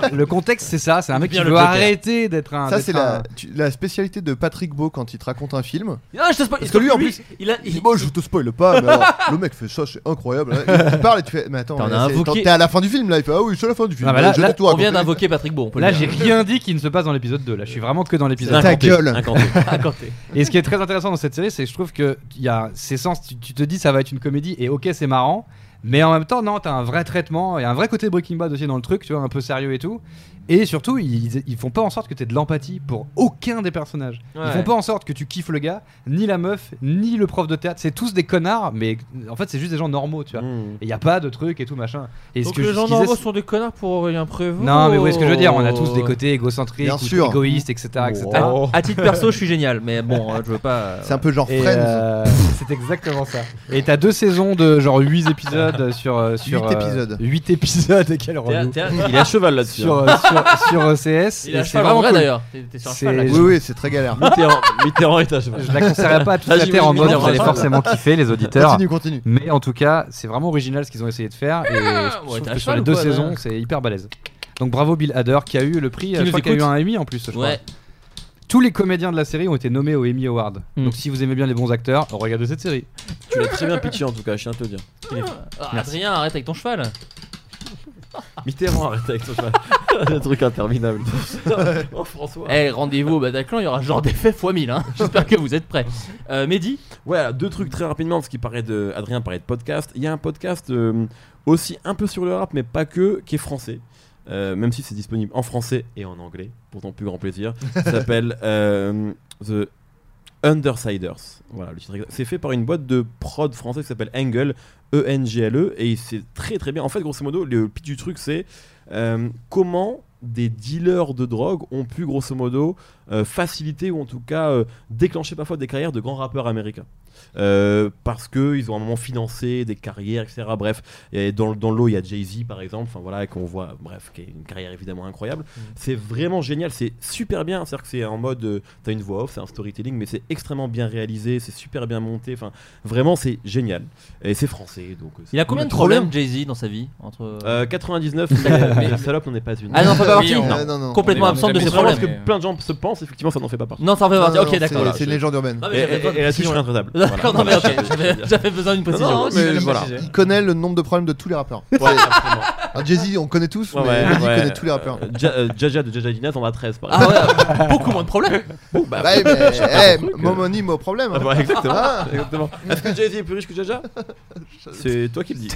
Speaker 2: mais le, le contexte, c'est ça. C'est un mec qui
Speaker 7: Bien
Speaker 2: veut
Speaker 7: le poker.
Speaker 2: arrêter d'être un.
Speaker 8: Ça,
Speaker 2: d'être
Speaker 8: c'est la,
Speaker 2: un-
Speaker 8: tu- la spécialité de Patrick Beau quand il te raconte un film.
Speaker 7: Non, je te spoil.
Speaker 8: Parce que lui, en plus,
Speaker 7: il a.
Speaker 8: il dit, Moi, je te spoil pas, mais alors, le mec fait ça, c'est incroyable. hein. Il parle et tu fais Mais attends,
Speaker 7: T'en
Speaker 8: mais
Speaker 7: as
Speaker 8: c'est-
Speaker 7: invoqué-
Speaker 8: t'es à la fin du film là. Il fait Ah oui, je suis à la fin du film.
Speaker 2: Non, mais là-
Speaker 8: je
Speaker 2: là,
Speaker 8: t'ai tout
Speaker 7: On
Speaker 8: raconté.
Speaker 7: vient d'invoquer Patrick Beau, on peut le
Speaker 2: Là, j'ai
Speaker 7: dire.
Speaker 2: rien dit qui ne se passe dans l'épisode 2. Là, je suis vraiment que dans l'épisode
Speaker 8: Ta
Speaker 2: 1.
Speaker 8: gueule.
Speaker 7: Incanté.
Speaker 2: Et ce qui est très intéressant dans cette série, c'est que je trouve que il y a ces sens. Tu, tu te dis ça va être une comédie et ok c'est marrant, mais en même temps non, t'as un vrai traitement et un vrai côté Breaking Bad aussi dans le truc, tu vois, un peu sérieux et tout. Et surtout, ils, ils font pas en sorte que t'aies de l'empathie pour aucun des personnages.
Speaker 7: Ouais.
Speaker 2: Ils font pas en sorte que tu kiffes le gars, ni la meuf, ni le prof de théâtre. C'est tous des connards, mais en fait c'est juste des gens normaux, tu vois.
Speaker 3: Hmm.
Speaker 2: Et y a pas de truc et tout machin. Et
Speaker 7: Donc
Speaker 2: ce que je-
Speaker 7: les
Speaker 2: ce
Speaker 7: gens
Speaker 2: qu'ils
Speaker 7: normaux
Speaker 2: essaient-
Speaker 7: sont des connards pour Aurélien Prévost.
Speaker 2: Non, mais vous voyez ce que je veux dire, on a tous
Speaker 7: Oh.
Speaker 2: des côtés égocentriques,
Speaker 8: Bien
Speaker 2: ou
Speaker 8: sûr.
Speaker 2: égoïstes, etc. etc.
Speaker 7: À- À titre perso, je suis génial, mais bon, euh, je veux pas. euh,
Speaker 8: C'est un peu genre
Speaker 2: Et,
Speaker 8: Friends.
Speaker 2: euh, c'est exactement ça. Et t'as deux saisons de genre 8 épisodes sur. euh, sur
Speaker 8: Huit épisodes.
Speaker 2: 8 épisodes, et quel relou.
Speaker 7: t'es-
Speaker 9: Il est à cheval là-dessus.
Speaker 2: Sur,
Speaker 3: hein.
Speaker 2: euh, sur, sur OCS.
Speaker 7: Il est à
Speaker 2: et c'est
Speaker 7: cheval en
Speaker 2: vraiment
Speaker 7: vrai,
Speaker 2: cool.
Speaker 7: d'ailleurs. T'es- t'es sur un
Speaker 2: C'est-
Speaker 7: cheval, là.
Speaker 8: Oui, oui, c'est très galère.
Speaker 9: Mitterrand, Mitterrand est à cheval.
Speaker 2: Je la conseillerais pas à toute la terre en mode vous allez forcément kiffer les auditeurs.
Speaker 8: Continue, continue.
Speaker 2: Mais en tout cas, c'est vraiment original ce qu'ils ont essayé de faire et je trouve
Speaker 7: Ah, ouais, t'es à
Speaker 2: que sur
Speaker 7: cheval
Speaker 2: les
Speaker 7: ou
Speaker 2: deux
Speaker 7: quoi,
Speaker 2: saisons,
Speaker 7: là
Speaker 2: c'est hyper balèze. Donc bravo Bill Hader qui a eu le prix,
Speaker 7: Qui
Speaker 2: euh, je
Speaker 7: nous
Speaker 2: crois qu'il a eu
Speaker 7: écoute.
Speaker 2: un Emmy en plus, je crois.
Speaker 7: Ouais.
Speaker 2: Tous les comédiens de la série ont été nommés au Emmy Award.
Speaker 7: Hmm.
Speaker 2: Donc si vous aimez bien les bons acteurs, oh, regardez cette série.
Speaker 9: Tu l'as très bien pitché en tout cas, je tiens à te le dire.
Speaker 7: Ah, Adrien, arrête avec ton cheval.
Speaker 9: Mitterrand, arrête avec ton cheval. Le truc interminable. oh François.
Speaker 7: Eh, rendez-vous au Bataclan, il y aura genre des faits x 1000. Hein. J'espère que vous êtes prêts. Euh, Mehdi
Speaker 9: Ouais, alors, deux trucs très rapidement parce qu'il paraît de Adrien parlait de podcast. Il y a un podcast euh, aussi un peu sur le rap, mais pas que, qui est français. Euh, même si c'est disponible en français et en anglais, pour ton plus grand plaisir, ça s'appelle euh, The Undersiders. Voilà, le titre exact. C'est fait par une boîte de prod français qui s'appelle Angle, E
Speaker 7: E,
Speaker 9: E-N-G-L-E, et c'est très très bien. En fait, grosso modo, le pitch du truc, c'est euh, comment des dealers de drogue ont pu, grosso modo, euh, faciliter ou en tout cas euh, déclencher parfois des carrières de grands rappeurs américains.
Speaker 7: euh, parce qu'ils ont un moment financé des carrières, etc. Bref, et dans, le- dans l'eau, il y a Jay-Z par exemple, enfin voilà, qu'on voit, bref, qui a une carrière évidemment incroyable. C'est vraiment génial, c'est super bien. C'est-à-dire que c'est en mode, euh, t'as une voix off, c'est un storytelling, mais c'est extrêmement bien réalisé, c'est super bien monté, enfin vraiment, c'est génial. Et c'est français, donc. euh, c'est
Speaker 10: Il a combien de
Speaker 7: trop bien.
Speaker 10: problèmes Jay-Z dans sa vie entre...
Speaker 7: Euh, 99,
Speaker 10: D'accord.
Speaker 7: mais la salope n'en est pas une.
Speaker 10: Ah non, ça fait partie
Speaker 8: Euh,
Speaker 10: non. Complètement absente de ses problèmes.
Speaker 7: Parce que plein de gens se pensent, effectivement, ça n'en fait pas partie.
Speaker 10: Non, ça en fait partie. ok, d'accord.
Speaker 7: Voilà, je-
Speaker 10: Non, mais
Speaker 7: Et,
Speaker 10: j'avais
Speaker 7: et-
Speaker 10: pas de
Speaker 7: et là-dessus, je
Speaker 10: précision.
Speaker 7: suis intraitable. Voilà.
Speaker 10: D'accord, non, mais ok, j'avais- j'avais besoin d'une précision.
Speaker 7: Non, non, mais voilà.
Speaker 8: Il connaît le nombre de problèmes de tous les rappeurs.
Speaker 7: Ouais, absolument.
Speaker 8: Alors, Jay-Z, on connaît tous,
Speaker 7: Ouais,
Speaker 8: mais
Speaker 7: ouais,
Speaker 8: Jay-Z
Speaker 7: ouais.
Speaker 8: connaît tous les rappeurs.
Speaker 7: Euh, Ja- euh, Jaja de Jaja Dinaz en a 13 par
Speaker 8: Ah ouais, beaucoup moins de problèmes.
Speaker 7: Bon, bah,
Speaker 8: Ouais, mais,
Speaker 7: je sais pas
Speaker 8: eh,
Speaker 7: ton truc,
Speaker 8: mot
Speaker 7: euh.
Speaker 8: money, mot problème, hein.
Speaker 7: Ah, bah, exactement.
Speaker 8: Ah.
Speaker 7: exactement. Est-ce que Jay-Z est plus riche que Jaja C'est toi qui le dis.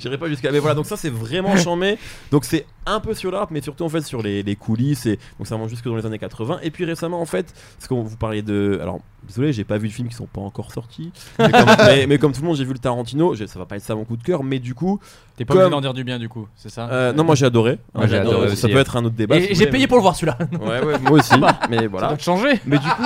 Speaker 7: J'irai pas jusqu'à. Mais voilà, donc ça c'est vraiment chambé. Donc c'est un peu sur l'art, mais surtout en fait sur les, les coulisses. Et donc ça monte jusque dans les années 80. Et puis récemment en fait, parce qu'on vous parlait de. Alors désolé, j'ai pas vu de films qui sont pas encore sortis. Mais comme, mais- mais comme tout le monde, j'ai vu le Tarantino. Je- Ça va pas être ça mon coup de cœur, mais du coup.
Speaker 18: T'es pas obligé d'en dire du bien, du coup, c'est ça
Speaker 7: Euh, Non, moi j'ai adoré.
Speaker 18: Moi, j'ai adoré
Speaker 7: Ça
Speaker 18: aussi.
Speaker 7: peut être un autre débat.
Speaker 18: Et
Speaker 7: si vous
Speaker 18: j'ai
Speaker 7: voulez,
Speaker 18: payé
Speaker 7: mais-
Speaker 18: pour le voir, celui-là.
Speaker 7: Ouais, ouais, moi aussi. mais voilà.
Speaker 18: Ça doit te changer.
Speaker 7: Mais du coup,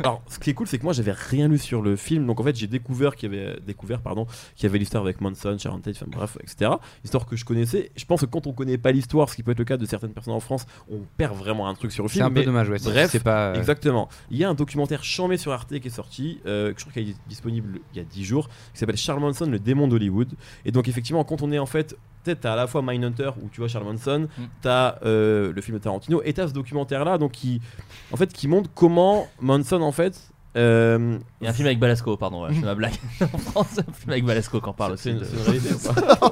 Speaker 7: alors, ce qui est cool, c'est que moi, j'avais rien lu sur le film. Donc, en fait, j'ai découvert qu'il y avait, découvert, pardon, qu'il y avait l'histoire avec Manson, Sharon Tate, enfin, bref, etc. Histoire que je connaissais. Je pense que quand on connaît pas l'histoire, ce qui peut être le cas de certaines personnes en France, on perd vraiment un truc sur le
Speaker 2: C'est
Speaker 7: film.
Speaker 2: un peu
Speaker 7: mais
Speaker 2: dommage, ouais, si
Speaker 7: Bref,
Speaker 2: c'est pas, euh,
Speaker 7: exactement. Il y a un documentaire chambé sur Arte qui est sorti, euh, que je crois qu'il est disponible il y a 10 jours, qui s'appelle Charles Manson, le démon d'Hollywood. Et donc, effectivement, quand on est en fait. peut-être T'as à la fois Mindhunter où tu vois Charles Manson, t'as euh, le film de Tarantino et t'as ce documentaire là donc qui en fait qui montre comment Manson en fait euh,
Speaker 10: Il y a un film avec Balasco, pardon, ouais, je fais ma blague. En France, un film avec Balasco qui en parle aussi.
Speaker 7: C'est une-
Speaker 10: de-
Speaker 7: c'est une vraie idée ou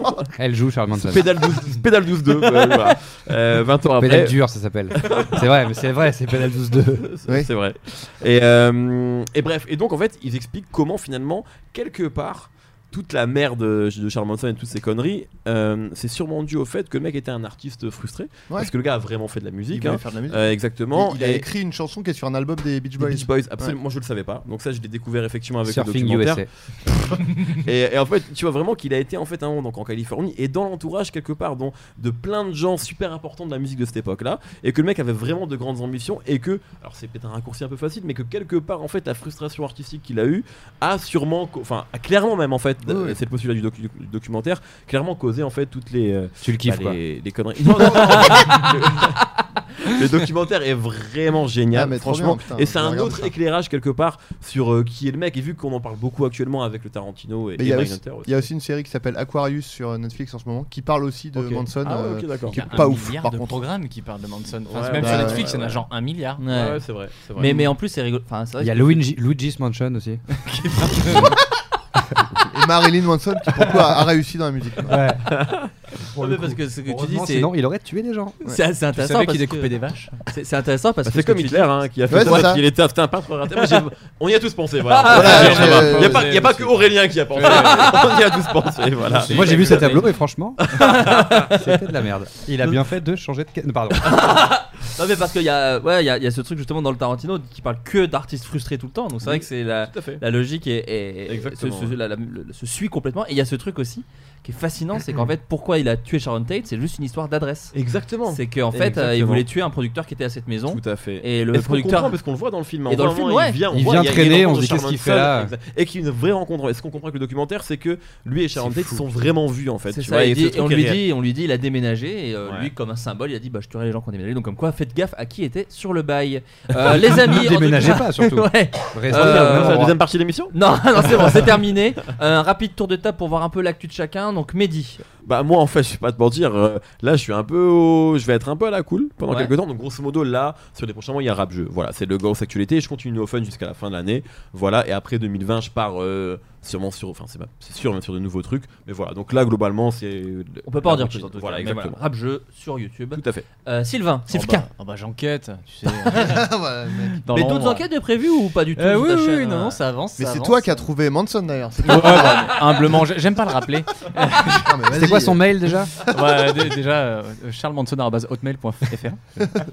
Speaker 7: pas
Speaker 2: Elle joue Charles Manson.
Speaker 7: Pédale 12 pédale 12 2 voilà. Euh, 20 ans après
Speaker 2: Pédale dure, ça s'appelle. C'est vrai, mais c'est vrai, c'est Pédale 12-2.
Speaker 7: C'est c'est vrai. Et, euh, et bref, et donc en fait, ils expliquent comment finalement, quelque part, toute la merde de Charles Manson et toutes ces conneries, euh, c'est sûrement dû au fait que le mec était un artiste frustré. Parce que le gars a vraiment fait de la musique.
Speaker 8: voulait
Speaker 7: hein.
Speaker 8: faire de la musique.
Speaker 7: Euh, exactement.
Speaker 8: Il, il a
Speaker 7: Et-
Speaker 8: écrit une chanson qui est sur un album des Beach
Speaker 7: des
Speaker 8: Boys.
Speaker 7: Beach Boys, absolument. Moi, je le savais pas. Donc ça, je l'ai découvert effectivement avec
Speaker 2: Surfing
Speaker 7: le documentaire. et, et en fait, tu vois vraiment qu'il a été en fait un moment donc en Californie et dans l'entourage quelque part dont de plein de gens super importants de la musique de cette époque-là, et que le mec avait vraiment de grandes ambitions et que, alors c'est peut-être un raccourci un peu facile, mais que quelque part en fait la frustration artistique qu'il a eu a sûrement, co- enfin a clairement même en fait, euh, c'est le postulat du, docu- du documentaire, clairement causé en fait toutes les, euh,
Speaker 2: Tu le kiffes, quoi.
Speaker 7: les, les conneries. Non, non, non. le documentaire est vraiment génial,
Speaker 8: Ah, mais trop
Speaker 7: franchement,
Speaker 8: bien, putain,
Speaker 7: et c'est
Speaker 8: je
Speaker 7: un
Speaker 8: regarde
Speaker 7: autre
Speaker 8: ça.
Speaker 7: éclairage quelque part sur euh, qui est le mec. Et vu qu'on en parle beaucoup actuellement avec le Tarantino et,
Speaker 8: Mais
Speaker 7: et
Speaker 8: il y, a aussi-
Speaker 7: Mindhunter aussi.
Speaker 8: il y a aussi une série qui s'appelle Aquarius sur Netflix en ce moment qui parle aussi de
Speaker 7: Ok.
Speaker 8: Manson.
Speaker 7: Ah ouais,
Speaker 8: euh,
Speaker 7: ok, d'accord.
Speaker 8: qui
Speaker 7: Il y
Speaker 8: est
Speaker 7: a
Speaker 8: pas
Speaker 18: un
Speaker 8: ouf
Speaker 18: milliard
Speaker 8: par
Speaker 18: de
Speaker 8: contre.
Speaker 18: programmes qui parlent de Manson. Enfin,
Speaker 7: Ouais,
Speaker 18: même
Speaker 7: bah
Speaker 18: sur
Speaker 7: ouais,
Speaker 18: Netflix,
Speaker 7: ouais,
Speaker 18: il y en a
Speaker 7: ouais.
Speaker 18: genre un milliard.
Speaker 7: Ouais, ouais, c'est vrai, c'est vrai.
Speaker 10: Mais, mais en plus, c'est rigolo. Enfin, c'est vrai
Speaker 2: Il y a
Speaker 10: que-
Speaker 2: Luigi, Luigi's Mansion aussi.
Speaker 8: Et Marilyn Manson qui pourquoi a a réussi dans la musique. quoi.
Speaker 2: Ouais.
Speaker 10: Non, mais parce que ce que tu dis,
Speaker 2: Heureusement,
Speaker 10: c'est.
Speaker 2: sinon, il aurait tué des
Speaker 7: Ah,
Speaker 2: gens.
Speaker 10: C'est assez
Speaker 2: Tu
Speaker 10: intéressant.
Speaker 2: savais qu'il
Speaker 10: parce
Speaker 2: découpait
Speaker 10: que-
Speaker 2: des vaches
Speaker 10: C'est c'est intéressant parce
Speaker 7: Bah,
Speaker 10: que.
Speaker 7: c'est
Speaker 10: ce que
Speaker 7: comme
Speaker 10: tu
Speaker 7: Hitler
Speaker 10: dis-
Speaker 7: hein, qui a fait ça, parce qu'il était c'était un peintre raté. Moi, j'ai- On y a tous pensé. Voilà.
Speaker 10: Ah,
Speaker 7: Voilà,
Speaker 10: ouais,
Speaker 7: on
Speaker 10: j'ai-
Speaker 7: y a pas- Il n'y a, pas que Aurélien qui a pensé. On y a tous pensé. Voilà.
Speaker 2: Moi j'ai vu ces tableaux mais franchement c'était de la merde. Il a bien fait de changer de ca- non, pardon.
Speaker 10: Non, mais parce qu'il y, a- ouais, il y a, il y a ce truc justement dans le Tarantino qui parle que d'artistes frustrés tout le temps. Donc c'est vrai
Speaker 7: Oui,
Speaker 10: que c'est la,
Speaker 7: tout à fait.
Speaker 10: la logique et, et-
Speaker 7: Exactement,
Speaker 10: se, se-
Speaker 7: ouais.
Speaker 10: la- la- le- se suit complètement. Et il y a ce truc aussi qui est fascinant c'est qu'en fait, pourquoi il a tué Sharon Tate, c'est juste une histoire d'adresse.
Speaker 7: Exactement.
Speaker 10: C'est qu'en fait,
Speaker 7: Exactement.
Speaker 10: euh, il voulait tuer un producteur qui était à cette maison.
Speaker 7: Tout à fait.
Speaker 10: Et le
Speaker 7: Est-ce qu'on comprend
Speaker 10: producteur.
Speaker 7: parce qu'on le voit dans le film. hein,
Speaker 10: Et dans le
Speaker 7: vraiment,
Speaker 10: film, ouais.
Speaker 7: il vient, on
Speaker 2: Il
Speaker 7: voit,
Speaker 2: vient
Speaker 7: y a- il y a une
Speaker 2: traîner, on
Speaker 7: rencontre
Speaker 2: se dit
Speaker 7: de
Speaker 2: qu'est-ce qu'il
Speaker 7: Charles
Speaker 2: fait là
Speaker 7: Manson, exact. Et qu'il y a une vraie rencontre. Est-ce qu'on comprend que le documentaire, c'est que lui et Sharon
Speaker 10: C'est
Speaker 7: Tate
Speaker 10: fou.
Speaker 7: sont vraiment vus en fait.
Speaker 10: C'est
Speaker 7: tu
Speaker 10: ça,
Speaker 7: vois,
Speaker 10: il
Speaker 7: et ce
Speaker 10: dit- et
Speaker 7: truc
Speaker 10: on
Speaker 7: est
Speaker 10: lui
Speaker 7: réel.
Speaker 10: dit, on lui dit, il a déménagé et euh,
Speaker 7: Ouais.
Speaker 10: lui, comme un symbole, il a dit, bah je tuerai les gens qui ont déménagé. Donc comme quoi, faites gaffe à qui était sur le bail. Euh, les amis, en tout
Speaker 2: Déménagez
Speaker 10: cas-
Speaker 2: pas, surtout.
Speaker 10: ouais. Euh,
Speaker 2: Restez au même endroit. C'est la deuxième
Speaker 7: partie de l'émission
Speaker 10: Non, non, c'est bon, c'est terminé. Un rapide tour de table pour voir un peu l'actu de chacun. Donc Mehdi.
Speaker 7: Bah moi en fait je vais pas te mentir euh, là je suis un peu au- je vais être un peu à la cool pendant
Speaker 10: Ouais.
Speaker 7: quelques temps donc grosso modo là sur les prochains mois il y a rap jeu voilà c'est le grosse actualité je continue au fun jusqu'à la fin de l'année voilà et après 2020 je pars euh, sûrement sur enfin c'est pas- c'est sûr même sur de nouveaux trucs mais voilà donc là globalement c'est
Speaker 10: On peut pas
Speaker 7: la
Speaker 10: en dire
Speaker 7: routine.
Speaker 10: plus en tout cas.
Speaker 7: voilà
Speaker 10: mais
Speaker 7: exactement
Speaker 10: voilà, Rap jeu sur YouTube.
Speaker 7: Tout à fait.
Speaker 10: Euh, Sylvain,
Speaker 18: Oh
Speaker 10: Sylvain.
Speaker 18: bah- oh bah, j'enquête, tu sais. Dans
Speaker 10: Mais
Speaker 18: l'ombre.
Speaker 10: d'autres enquêtes de prévues ou pas du tout
Speaker 18: Euh,
Speaker 10: sur
Speaker 18: oui,
Speaker 10: ta
Speaker 18: oui,
Speaker 10: chaîne,
Speaker 18: oui, non,
Speaker 10: euh
Speaker 18: non, ça avance.
Speaker 8: Mais
Speaker 18: ça
Speaker 8: c'est
Speaker 18: avance.
Speaker 8: toi qui as trouvé Manson d'ailleurs. c'est-
Speaker 18: Ouais, bah, humblement, j'ai- j'aime pas le rappeler.
Speaker 8: mais vas-y.
Speaker 2: C'était quoi son mail déjà
Speaker 18: Ouais, dé- déjà, euh, charlesmanson.hotmail.fr.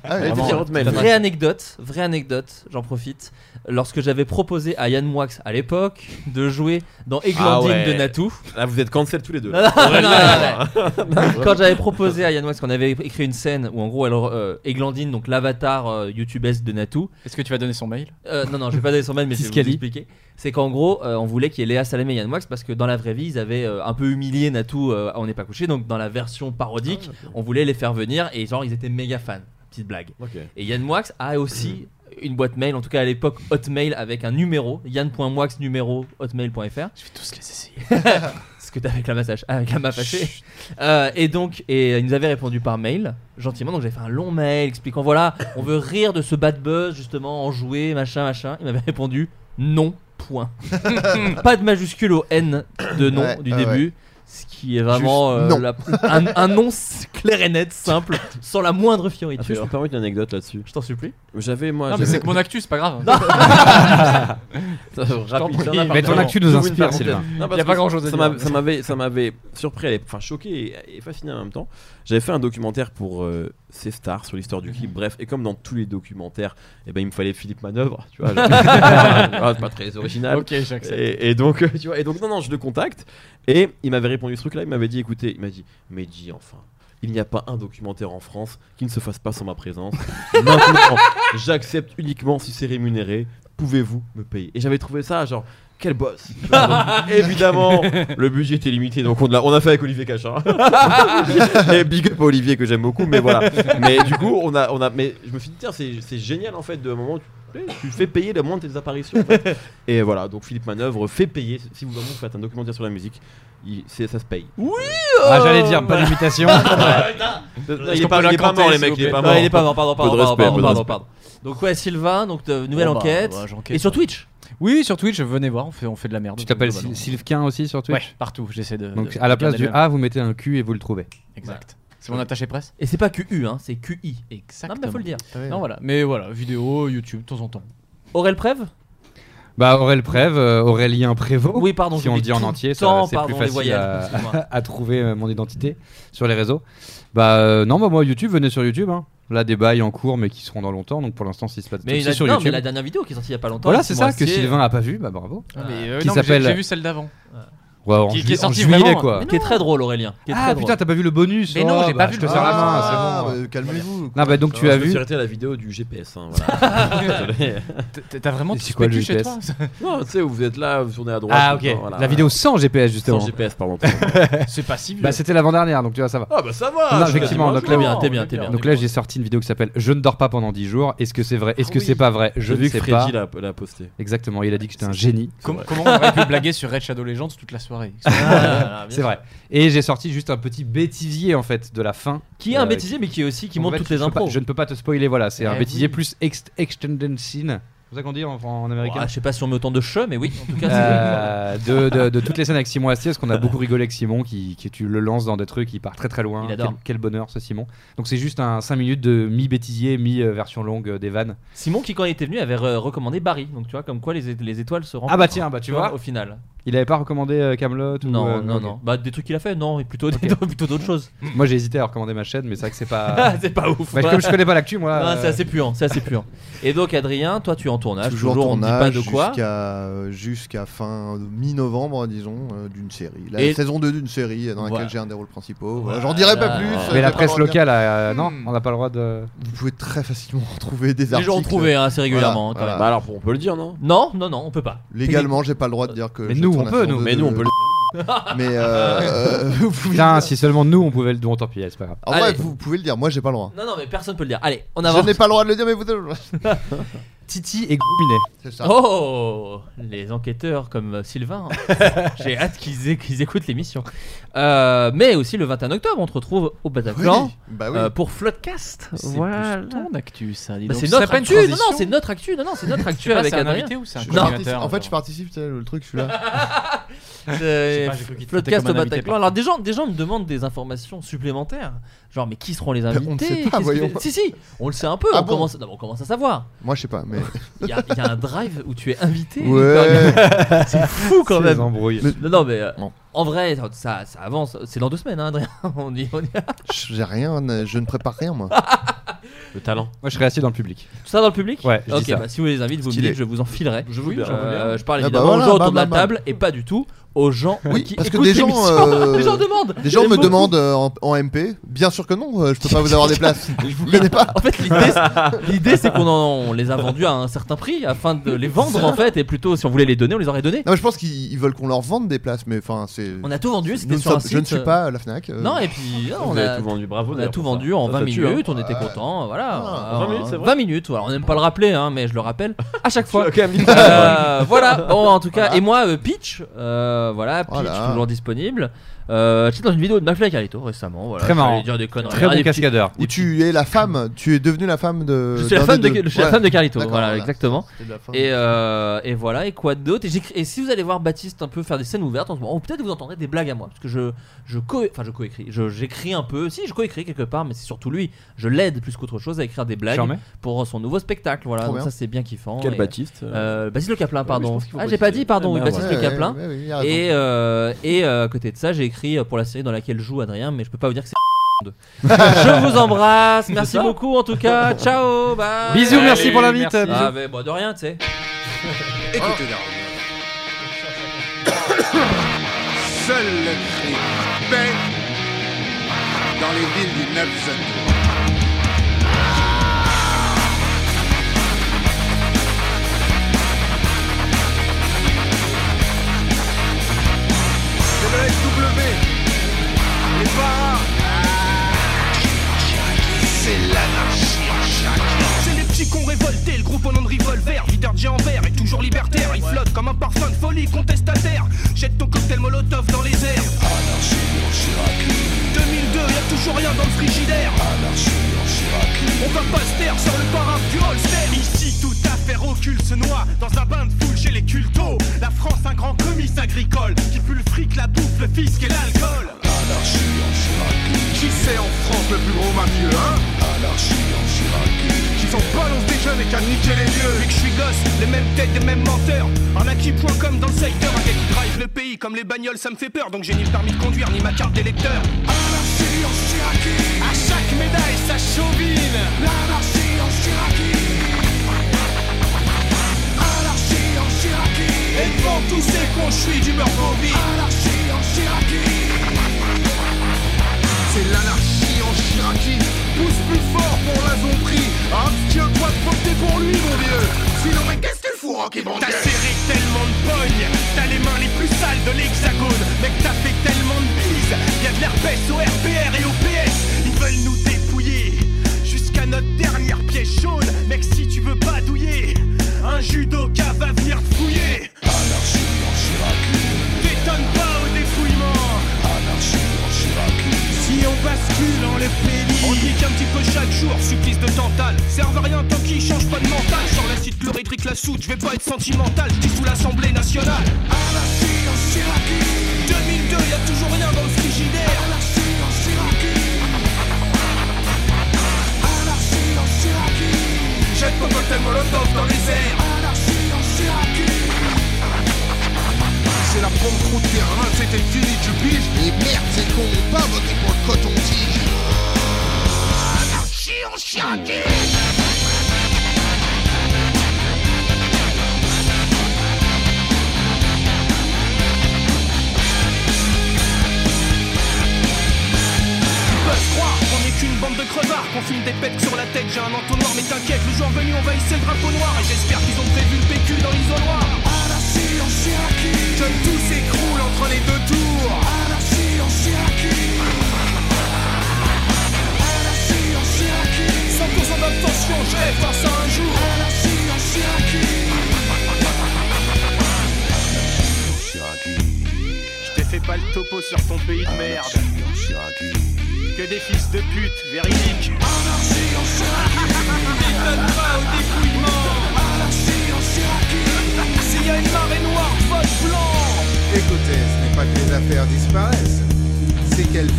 Speaker 10: Ah,
Speaker 18: Vraiment,
Speaker 10: Vraiment,
Speaker 18: tout à fait.
Speaker 10: Vraie anecdote, vraie anecdote, j'en profite. Lorsque j'avais proposé à Yann Moix à l'époque de jouer dans Eglantine
Speaker 7: Ah ouais.
Speaker 10: de Natou.
Speaker 7: Là, vous êtes cancel tous les deux.
Speaker 10: Non,
Speaker 7: là.
Speaker 10: non, non, non, non. Quand j'avais proposé à Yann Wax qu'on avait écrit une scène où en gros alors euh, Eglantine donc l'avatar euh, youtubeuse de Natou.
Speaker 19: Est-ce que tu vas donner son mail
Speaker 10: Euh, non non, je vais pas donner son mail mais je vais vous
Speaker 19: Tiscali.
Speaker 10: expliquer. C'est qu'en gros, euh, on voulait qu'il y ait Léa Salamé et Yann Wax parce que dans la vraie vie, ils avaient euh, un peu humilié Natou euh, à on n'est pas couché donc dans la version parodique, on voulait les faire venir et genre ils étaient méga fans. Petite blague.
Speaker 7: Ah, Ok.
Speaker 10: Et Yann Moix a aussi une boîte mail, en tout cas à l'époque Hotmail avec un numéro, yann.moix numéro hotmail.fr. Je vais
Speaker 19: tous les essayer.
Speaker 10: Ce que t'as avec la massage, avec la map hachée. Euh, et donc, et euh, il nous avait répondu par mail, gentiment. Donc j'avais fait un long mail expliquant voilà, on veut rire de ce bad buzz, justement, en jouer, machin, machin. Il m'avait répondu non, point. Pas de majuscule au N de non
Speaker 8: Ouais,
Speaker 10: du
Speaker 8: ouais,
Speaker 10: début.
Speaker 8: ouais.
Speaker 10: Ce qui est vraiment
Speaker 8: Juste
Speaker 10: euh,
Speaker 8: non.
Speaker 10: la- un, un non s- clair et net, simple, sans la moindre
Speaker 7: Ah, tu
Speaker 10: fioriture.
Speaker 7: me permets une anecdote là-dessus.
Speaker 10: Je t'en supplie.
Speaker 7: J'avais moi.
Speaker 19: Non, mais
Speaker 7: j'avais-
Speaker 19: c'est que mon actu, c'est pas grave.
Speaker 10: Non.
Speaker 7: Ça,
Speaker 19: Je t'en
Speaker 7: rapide,
Speaker 19: prie.
Speaker 7: j'en ai
Speaker 19: Mais ton
Speaker 7: pas.
Speaker 19: actu nous
Speaker 7: J'ouvre
Speaker 19: inspire,
Speaker 7: une parenthèse.
Speaker 19: Sylvain.
Speaker 7: Non, parce
Speaker 19: Y a pas
Speaker 7: que
Speaker 19: grand-chose à
Speaker 7: ça
Speaker 19: dire.
Speaker 7: m'a- Ça m'avait, ça m'avait surpris, elle est- enfin choqué et, et fasciné en même temps. J'avais fait un documentaire pour euh, C Star sur l'histoire du clip.
Speaker 19: Mhm.
Speaker 7: Bref, et comme dans tous les documentaires, eh ben il me fallait Philippe Manœuvre, tu vois. genre- Ah, c'est pas très original.
Speaker 19: Ok, j'accepte.
Speaker 7: Et, et donc, euh, tu vois, et donc non, non, je le contacte et il m'avait répondu ce truc-là. Il m'avait dit, écoutez, il m'a dit, mais dis enfin. Il n'y a pas un documentaire en France qui ne se fasse pas sans ma présence. Maintenant, j'accepte uniquement si c'est rémunéré. Pouvez-vous me payer Et j'avais trouvé ça genre quel boss Tu vois, donc, Évidemment, le budget était limité, donc on l'a- on a, fait avec Olivier Cachin. et big up à Olivier que j'aime beaucoup, mais voilà. Mais du coup, on a, on a, mais je me suis dit tiens, c'est c'est génial en fait de moment où tu, tu fais payer le moins de tes apparitions. en fait. Et voilà, donc Philippe Manœuvre fait payer. Si vous vraiment vous faites un documentaire sur la musique, il- c'est- ça se paye.
Speaker 10: Oui.
Speaker 2: Ah, j'allais dire, pas d'imitation.
Speaker 7: Euh, Il est pas, il est pas mort les mecs, il est pas mort.
Speaker 10: Ouais, il est pas mort, pardon,
Speaker 7: Peu de
Speaker 10: pardon, pardon,
Speaker 7: respect, peu
Speaker 10: pardon,
Speaker 7: de
Speaker 10: pardon,
Speaker 7: respect.
Speaker 10: pardon. Donc ouais, Sylvain, donc euh, nouvelle
Speaker 19: Bon, bah,
Speaker 10: enquête.
Speaker 19: bah, j'enquête,
Speaker 10: et sur
Speaker 19: ouais.
Speaker 10: Twitch.
Speaker 19: Oui, sur Twitch, venez voir, on fait, on fait de la merde.
Speaker 2: Tu t'appelles
Speaker 19: Globalement.
Speaker 2: Syl- Sylvquin aussi sur Twitch
Speaker 19: Ouais, partout, j'essaie de.
Speaker 2: Donc
Speaker 19: de-
Speaker 2: à la
Speaker 19: de
Speaker 2: place
Speaker 19: garder
Speaker 2: du
Speaker 19: le-
Speaker 2: A, vous mettez un Q et vous le trouvez.
Speaker 19: Exact. C'est mon attaché presse
Speaker 10: Et c'est pas QU, hein, c'est QI.
Speaker 19: Exactement.
Speaker 10: Non, mais faut le dire.
Speaker 8: Ah,
Speaker 19: Non, voilà. Mais voilà, vidéo, YouTube, de temps en temps.
Speaker 10: Aurel Prève
Speaker 2: Bah Aurel Prève, euh, Aurélien Prévost.
Speaker 10: Oui, pardon,
Speaker 2: Si on
Speaker 10: j'oublie
Speaker 2: le dit en
Speaker 10: tout
Speaker 2: entier,
Speaker 10: le
Speaker 2: ça,
Speaker 10: temps,
Speaker 2: c'est
Speaker 10: pardon,
Speaker 2: plus
Speaker 10: les
Speaker 2: facile
Speaker 10: voyelles,
Speaker 2: à,
Speaker 10: excuse-moi.
Speaker 2: à trouver euh, mon identité sur les réseaux. Bah euh, non, bah moi YouTube, venez sur YouTube. hein. Là, des bails en cours, mais qui seront dans longtemps. Donc pour l'instant, si se passe
Speaker 10: Mais
Speaker 2: tout,
Speaker 10: la-
Speaker 2: c'est sur
Speaker 10: non,
Speaker 2: YouTube.
Speaker 10: mais la dernière vidéo qui est sortie il y a pas longtemps,
Speaker 2: Voilà, c'est
Speaker 10: moi,
Speaker 2: ça que
Speaker 10: c'est-
Speaker 2: Sylvain a pas vu. Bah bravo.
Speaker 19: Ah, mais, euh,
Speaker 2: Qui
Speaker 19: non, mais j'ai-
Speaker 2: s'appelle-
Speaker 19: J'ai vu celle d'avant.
Speaker 2: Ouais, en
Speaker 19: Qui- qui
Speaker 2: ju-
Speaker 19: est
Speaker 2: en
Speaker 19: sortie
Speaker 2: juillet,
Speaker 19: vraiment.
Speaker 2: quoi.
Speaker 19: Mais
Speaker 10: Qui est très drôle, Aurélien. Qui est
Speaker 2: Ah
Speaker 10: très drôle.
Speaker 2: putain, t'as pas vu le bonus
Speaker 19: Mais non,
Speaker 2: Oh,
Speaker 19: j'ai
Speaker 2: bah,
Speaker 19: pas vu
Speaker 2: Je te
Speaker 19: le
Speaker 2: serre la main, c'est bon.
Speaker 8: Ah, bah, calmez-vous.
Speaker 2: Non, bah donc tu as
Speaker 7: Je me
Speaker 2: vu.
Speaker 7: suis arrêté à la vidéo du GPS. hein, voilà. Désolé.
Speaker 19: T'as- T'as vraiment
Speaker 2: Et
Speaker 19: tout
Speaker 2: c'est quoi, le
Speaker 19: spécu chez toi
Speaker 2: GPS?
Speaker 7: Non, tu sais, où vous êtes là, vous tournez à droite.
Speaker 2: Ah
Speaker 7: tout le
Speaker 2: ok.
Speaker 7: temps, voilà.
Speaker 2: La vidéo sans GPS justement.
Speaker 7: Sans GPS, pardon.
Speaker 10: Ah,
Speaker 19: C'est pas si vieux.
Speaker 2: Bah c'était l'avant-dernière, donc tu vois, ça va.
Speaker 7: Ah bah ça va
Speaker 2: non,
Speaker 7: je suis
Speaker 2: effectivement,
Speaker 7: quasiment
Speaker 2: donc
Speaker 7: à
Speaker 2: là,
Speaker 7: jour.
Speaker 10: bien, t'es bien, t'es bien.
Speaker 2: donc là, j'ai sorti une vidéo qui s'appelle Je ne dors pas pendant 10 jours. Est-ce que c'est vrai Est-ce que
Speaker 7: oui.
Speaker 2: c'est pas vrai Je
Speaker 7: J'ai
Speaker 2: ne
Speaker 7: vu que
Speaker 2: sais pas.
Speaker 7: Freddy l'a l'a posté.
Speaker 2: Exactement, il a dit que j'étais un génie.
Speaker 19: Com- Comment on aurait pu blaguer sur Red Shadow Legends toute la soirée
Speaker 2: Ah,
Speaker 19: Excuse-moi.
Speaker 2: C'est vrai. Et j'ai sorti juste un petit bêtisier en fait de la fin.
Speaker 10: Qui est un
Speaker 2: Euh,
Speaker 10: bêtisier, mais qui est aussi qui
Speaker 2: en
Speaker 10: monte
Speaker 2: fait,
Speaker 10: toutes
Speaker 2: je
Speaker 10: les
Speaker 2: peux pas-
Speaker 10: impros.
Speaker 2: Je ne peux pas te spoiler, voilà. C'est un
Speaker 19: Eh
Speaker 2: bêtisier
Speaker 19: oui.
Speaker 2: plus ext- extended scene. C'est ça qu'on dit en, en américain
Speaker 10: Ah, Je sais pas si on met autant de che, mais oui, en tout cas. c'est-
Speaker 2: Euh, de, de- de toutes les scènes avec Simon Astier, parce qu'on a beaucoup rigolé avec Simon, qui, qui- tu le lances dans des trucs, il part très très loin.
Speaker 10: Il adore.
Speaker 2: Quel, quel bonheur ce Simon. Donc c'est juste un 5 minutes de mi-bêtisier, mi-version longue euh, des vannes.
Speaker 10: Simon, qui quand il était venu, avait euh, recommandé Barry. Donc tu vois, comme quoi les, é- les étoiles se rencontrent.
Speaker 2: Ah bah tiens, bah tu vois.
Speaker 10: Au final.
Speaker 2: Il avait pas recommandé euh, Camelot
Speaker 10: Non, non, non. Bah des trucs qu'il a fait, non, et plutôt des- plutôt d'autres choses.
Speaker 2: Moi j'ai hésité à recommander ma chaîne, mais c'est vrai que c'est pas.
Speaker 10: Ah, c'est pas ouf.
Speaker 2: Bah, comme je connais pas l'actu, moi.
Speaker 10: Non,
Speaker 2: euh,
Speaker 10: c'est assez puant, c'est assez puant. Et donc Adrien, toi tu es en tournage, toujours,
Speaker 8: Toujours
Speaker 10: on ne dit pas
Speaker 8: tournage
Speaker 10: de quoi.
Speaker 8: jusqu'à euh, jusqu'à fin mi-novembre, disons, euh, d'une série. La
Speaker 10: Et-
Speaker 8: saison 2 d'une série dans laquelle
Speaker 10: Voilà.
Speaker 8: j'ai un des rôles principaux. Voilà, J'en dirai pas plus.
Speaker 2: Mais
Speaker 8: j'ai
Speaker 2: la
Speaker 8: pas
Speaker 2: presse
Speaker 8: le droit de dire.
Speaker 2: locale, euh, non,
Speaker 10: Hmm.
Speaker 2: on n'a pas le droit de.
Speaker 8: Vous pouvez très facilement retrouver des
Speaker 10: Les
Speaker 8: articles.
Speaker 10: gens ont trouvé assez régulièrement
Speaker 8: Voilà,
Speaker 10: quand même.
Speaker 7: Bah alors, on peut le dire, non
Speaker 10: Non, non, non, on peut pas.
Speaker 8: Légalement, j'ai pas le droit de dire que.
Speaker 2: Mais
Speaker 8: je
Speaker 2: nous,
Speaker 8: tourne
Speaker 2: on
Speaker 8: la
Speaker 2: peut,
Speaker 8: saison
Speaker 2: nous.
Speaker 8: deux
Speaker 7: Mais
Speaker 8: de-
Speaker 7: nous, on peut le
Speaker 8: Mais euh, vous pouvez.
Speaker 2: Putain, si seulement nous on pouvait le. Bon, tant pis, c'est pas grave.
Speaker 8: En vrai,
Speaker 10: Allez.
Speaker 8: vous pouvez le dire. Moi, j'ai pas le droit.
Speaker 10: Non, non, mais personne peut le dire. Allez, on
Speaker 8: Je
Speaker 10: avance.
Speaker 8: n'ai pas le droit de le dire, mais vous.
Speaker 2: Titi et Gouminet.
Speaker 8: C'est ça.
Speaker 10: Oh, les enquêteurs comme euh, Sylvain. J'ai hâte qu'ils é- qu'ils écoutent l'émission. Euh, mais aussi le 21 octobre, on te retrouve au Bataclan
Speaker 8: Oui, Bah oui.
Speaker 10: euh, pour Floodcast.
Speaker 19: C'est plus ton actu, ça. dis
Speaker 10: Bah,
Speaker 19: donc.
Speaker 10: c'est
Speaker 19: Ça
Speaker 10: notre
Speaker 19: s'appelle
Speaker 10: actu.
Speaker 19: une
Speaker 10: Non, non,
Speaker 19: transition.
Speaker 10: c'est notre actu. Non, non, c'est notre
Speaker 19: Je sais
Speaker 10: actu
Speaker 19: pas,
Speaker 10: avec
Speaker 19: c'est un
Speaker 10: Adrien.
Speaker 19: invité ou c'est un
Speaker 8: Je participe-
Speaker 19: animateur
Speaker 8: en fait, je participe, tu sais, le truc, je suis là.
Speaker 10: C'est
Speaker 19: sais pas, j'ai cru qu'il traitait
Speaker 10: Floodcast
Speaker 19: comme
Speaker 10: euh, au
Speaker 19: un invité,
Speaker 10: Bataclan.
Speaker 19: par
Speaker 10: Alors, des gens, des gens me demandent des informations supplémentaires. Genre, mais qui seront les
Speaker 8: on ne
Speaker 7: Ah,
Speaker 10: invités
Speaker 8: sait pas,
Speaker 10: Qu'est-ce que-
Speaker 8: voyons.
Speaker 10: Si, si, on le sait un peu.
Speaker 8: Ah
Speaker 10: on,
Speaker 8: bon
Speaker 10: commence, non, mais on commence à savoir.
Speaker 8: Moi, je sais pas, mais.
Speaker 10: Il y, a il y a un drive où tu es invité.
Speaker 8: Ouais.
Speaker 10: C'est fou quand
Speaker 2: Ces
Speaker 10: même.
Speaker 2: embrouilles.
Speaker 10: Non, non, mais euh,
Speaker 8: Non.
Speaker 10: en vrai, ça, ça avance. C'est dans deux semaines, hein, Adrien. On y- on y-
Speaker 8: J'ai rien, euh, je ne prépare rien moi.
Speaker 20: Le talent.
Speaker 2: Moi, je serais assis dans le public.
Speaker 7: Tout ça dans le public
Speaker 2: Ouais, je
Speaker 7: Ok,
Speaker 2: dis ça.
Speaker 7: bah, si vous les invitez, vous me
Speaker 2: Stylé.
Speaker 7: dites, je vous en filerai.
Speaker 2: Je veux bien.
Speaker 7: Euh,
Speaker 2: bien.
Speaker 7: je parle
Speaker 2: Ah bah
Speaker 7: évidemment
Speaker 2: voilà,
Speaker 7: aux gens autour de
Speaker 2: bam,
Speaker 7: la
Speaker 2: bam, bam.
Speaker 7: table et pas du tout aux gens
Speaker 8: Oui,
Speaker 7: qui
Speaker 8: parce que
Speaker 7: écoutent
Speaker 8: des gens,
Speaker 7: l'émission.
Speaker 8: euh,
Speaker 7: Les gens demandent.
Speaker 8: Des gens
Speaker 7: Il y en a
Speaker 8: me
Speaker 7: beaucoup.
Speaker 8: demandent euh, en, en MP. Bien sûr que non, euh, je peux pas vous avoir des places.
Speaker 7: Je
Speaker 8: vous connais pas.
Speaker 7: En fait, l'idée, c'est- l'idée, c'est qu'on en- on les a vendus à un certain prix afin de les vendre en fait. Et plutôt, si on voulait les donner, on les aurait donnés.
Speaker 8: Non, mais je pense qu'ils ils veulent qu'on leur vende des places, mais enfin, c'est.
Speaker 7: On a tout vendu,
Speaker 8: Nous
Speaker 7: c'était
Speaker 8: ne
Speaker 7: sur un
Speaker 8: sommes- Je ne
Speaker 7: site,
Speaker 8: suis pas à la Fnac. euh.
Speaker 7: Non, et puis non,
Speaker 8: Vous
Speaker 7: on
Speaker 8: avez
Speaker 7: a
Speaker 8: tout vendu, bravo
Speaker 7: On a
Speaker 8: d'ailleurs
Speaker 7: tout
Speaker 8: pour
Speaker 7: vendu
Speaker 8: ça.
Speaker 7: en
Speaker 8: Ça
Speaker 7: 20
Speaker 8: tue, hein.
Speaker 7: minutes, on était
Speaker 8: Ouais.
Speaker 7: contents, voilà.
Speaker 8: Ah, 20 minutes, c'est vrai
Speaker 7: 20 minutes, voilà, on n'aime pas le rappeler, hein, mais je le rappelle à chaque fois.
Speaker 21: Tu l'as quand même dit.
Speaker 7: Euh, voilà, bon, en tout cas,
Speaker 21: Voilà.
Speaker 7: et moi, euh, Peach, euh, voilà, Peach,
Speaker 21: Voilà.
Speaker 7: toujours disponible. Euh, J'étais dans une vidéo de McFly et Carlito récemment, voilà.
Speaker 2: Très
Speaker 7: je suis allé
Speaker 2: marrant.
Speaker 7: dire des conneries,
Speaker 2: Très
Speaker 7: hein,
Speaker 2: bon
Speaker 7: des petits-
Speaker 2: cascadeur.
Speaker 8: Où tu es la femme, tu es devenue la femme de.
Speaker 7: Je suis la
Speaker 8: d'un
Speaker 7: femme de,
Speaker 8: des deux.
Speaker 7: je suis la
Speaker 8: Ouais.
Speaker 7: femme de Carlito,
Speaker 8: D'accord,
Speaker 7: voilà, exactement.
Speaker 8: C'était de la femme.
Speaker 7: Et,
Speaker 21: hein.
Speaker 7: euh, et voilà, et quoi d'autre et, j'écris- et si vous allez voir Baptiste un peu faire des scènes ouvertes en ce moment, oh, peut-être vous entendrez des blagues à moi, parce que je, je co, enfin je coécris, je- j'écris un peu, si je coécris quelque part, mais c'est surtout lui, je l'aide plus qu'autre chose à écrire des blagues
Speaker 2: Charmé.
Speaker 7: pour son nouveau spectacle, voilà,
Speaker 21: Trop
Speaker 7: donc
Speaker 21: bien.
Speaker 7: ça c'est bien kiffant.
Speaker 21: Quel
Speaker 7: Et,
Speaker 21: Baptiste
Speaker 7: euh, Baptiste Le Caplin,
Speaker 21: je
Speaker 7: pardon.
Speaker 21: pense qu'il faut
Speaker 7: ah j'ai
Speaker 21: préciser.
Speaker 7: pas dit, pardon,
Speaker 21: Ah,
Speaker 7: oui,
Speaker 21: merde,
Speaker 7: Baptiste
Speaker 21: ouais,
Speaker 7: Le Caplin.
Speaker 8: ouais, ouais, ouais, il a raison.
Speaker 7: Et euh, et euh, à côté de ça, j'ai écrit pour la série dans laquelle joue Adrien, mais je peux pas vous dire que c'est je vous embrasse, merci beaucoup en tout cas, ciao, bye.
Speaker 2: Bisous, merci pour l'invite, bisous.
Speaker 7: Ah, mais bon, de rien, tu sais. Écoutez, non.
Speaker 22: Seul le cri paix dans les villes du 902. C'est le SW, les paras. C'est l'anarchie en chacun.
Speaker 10: C'est les petits cons révoltés, le groupe au nom de Revolver, videur de géant vert et toujours libertaire. Il flotte comme un parfum de folie contestataire. Jette ton cocktail molotov dans les airs. 2002, y a toujours rien dans le frigidaire. On va pas se taire sur le parapluie du holster. Ici, toute affaire occulte se noie dans un bain de foule chez les cultos. La France, un grand comice agricole qui pue le fric, la bouffe, le fisc et l'alcool.
Speaker 22: Qui c'est en France le plus gros mafieux, hein Anarchie en Chirac.
Speaker 10: Qui s'en balance des jeunes et qu'à niquer les vieux Vu que je suis gosse, les mêmes têtes, les mêmes menteurs Un acquis point comme dans le secteur Un gars qui drive le pays comme les bagnoles ça me fait peur Donc j'ai ni le permis de conduire ni ma carte d'électeur Anarchie en Chirac À chaque médaille ça chauvine L'anarchie en Chirac Anarchie en Chirac Et devant tous ces cons je suis d'humeur mobile Anarchie en Chirac
Speaker 22: C'est l'anarchie en Chiraki. Pousse plus fort pour la zomberie.
Speaker 10: Ah,
Speaker 22: Un petit quoi de porter pour lui, mon vieux. Sinon, mais qu'est-ce qu'il fout, Rocky mon
Speaker 10: T'as serré tellement de pogne, t'as les mains les plus sales de l'hexagone. Mec, t'as fait tellement de bises, y'a de l'herpès au RPR et au PS. Ils veulent nous dépouiller jusqu'à notre dernière pièce jaune. Mec, si tu veux pas douiller, un judoka va venir te fouiller. Anarchie en T'étonnes pas au dépouillement. Anarchie en Si on bascule en le pays, on nique un petit peu chaque jour, supplice de tantale. Serve à rien tant qu'il change pas de mental. Sans la cite, le rétrique, la soude, je vais pas être sentimental. Je dis sous l'Assemblée nationale. Anarchie en 2002, y a toujours rien dans le frigidaire. Anarchie en Anarchie en
Speaker 22: Jette mon cocktail molotov dans les airs. Anarchie en Chiraki. C'est la pompe roue de terrain, c'était fini, tu piges. Et merde, c'est qu'on n'a pas voté pour le coton-tige. Anarchie en Chiraki.
Speaker 10: Ils peuvent croire qu'on est qu'une bande de crevards, qu'on filme des pètes sur la tête, j'ai un entonnoir, mais t'inquiète, le jour venu on va hisser le drapeau noir et j'espère qu'ils ont prévu le PQ dans l'isoloir. Anarchie en Chiraki, que tout s'écroule entre les deux tours. Anarchie en Chiraki, Anarchie en Chiraki, 100% d'abstention, je vais faire ça un jour. Anarchie en Chiraki.
Speaker 22: Je
Speaker 10: t'ai fait pas le topo sur ton pays de merde. Que des fils de pute, véridique. Anarchie en Donne pas au dépouillement. Anarchie en S'il y a une marée noire, vote blanc.
Speaker 22: Écoutez, ce n'est pas que les affaires disparaissent, c'est qu'elles font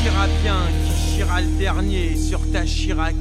Speaker 10: Chira bien qui chira le dernier sur ta Chirac.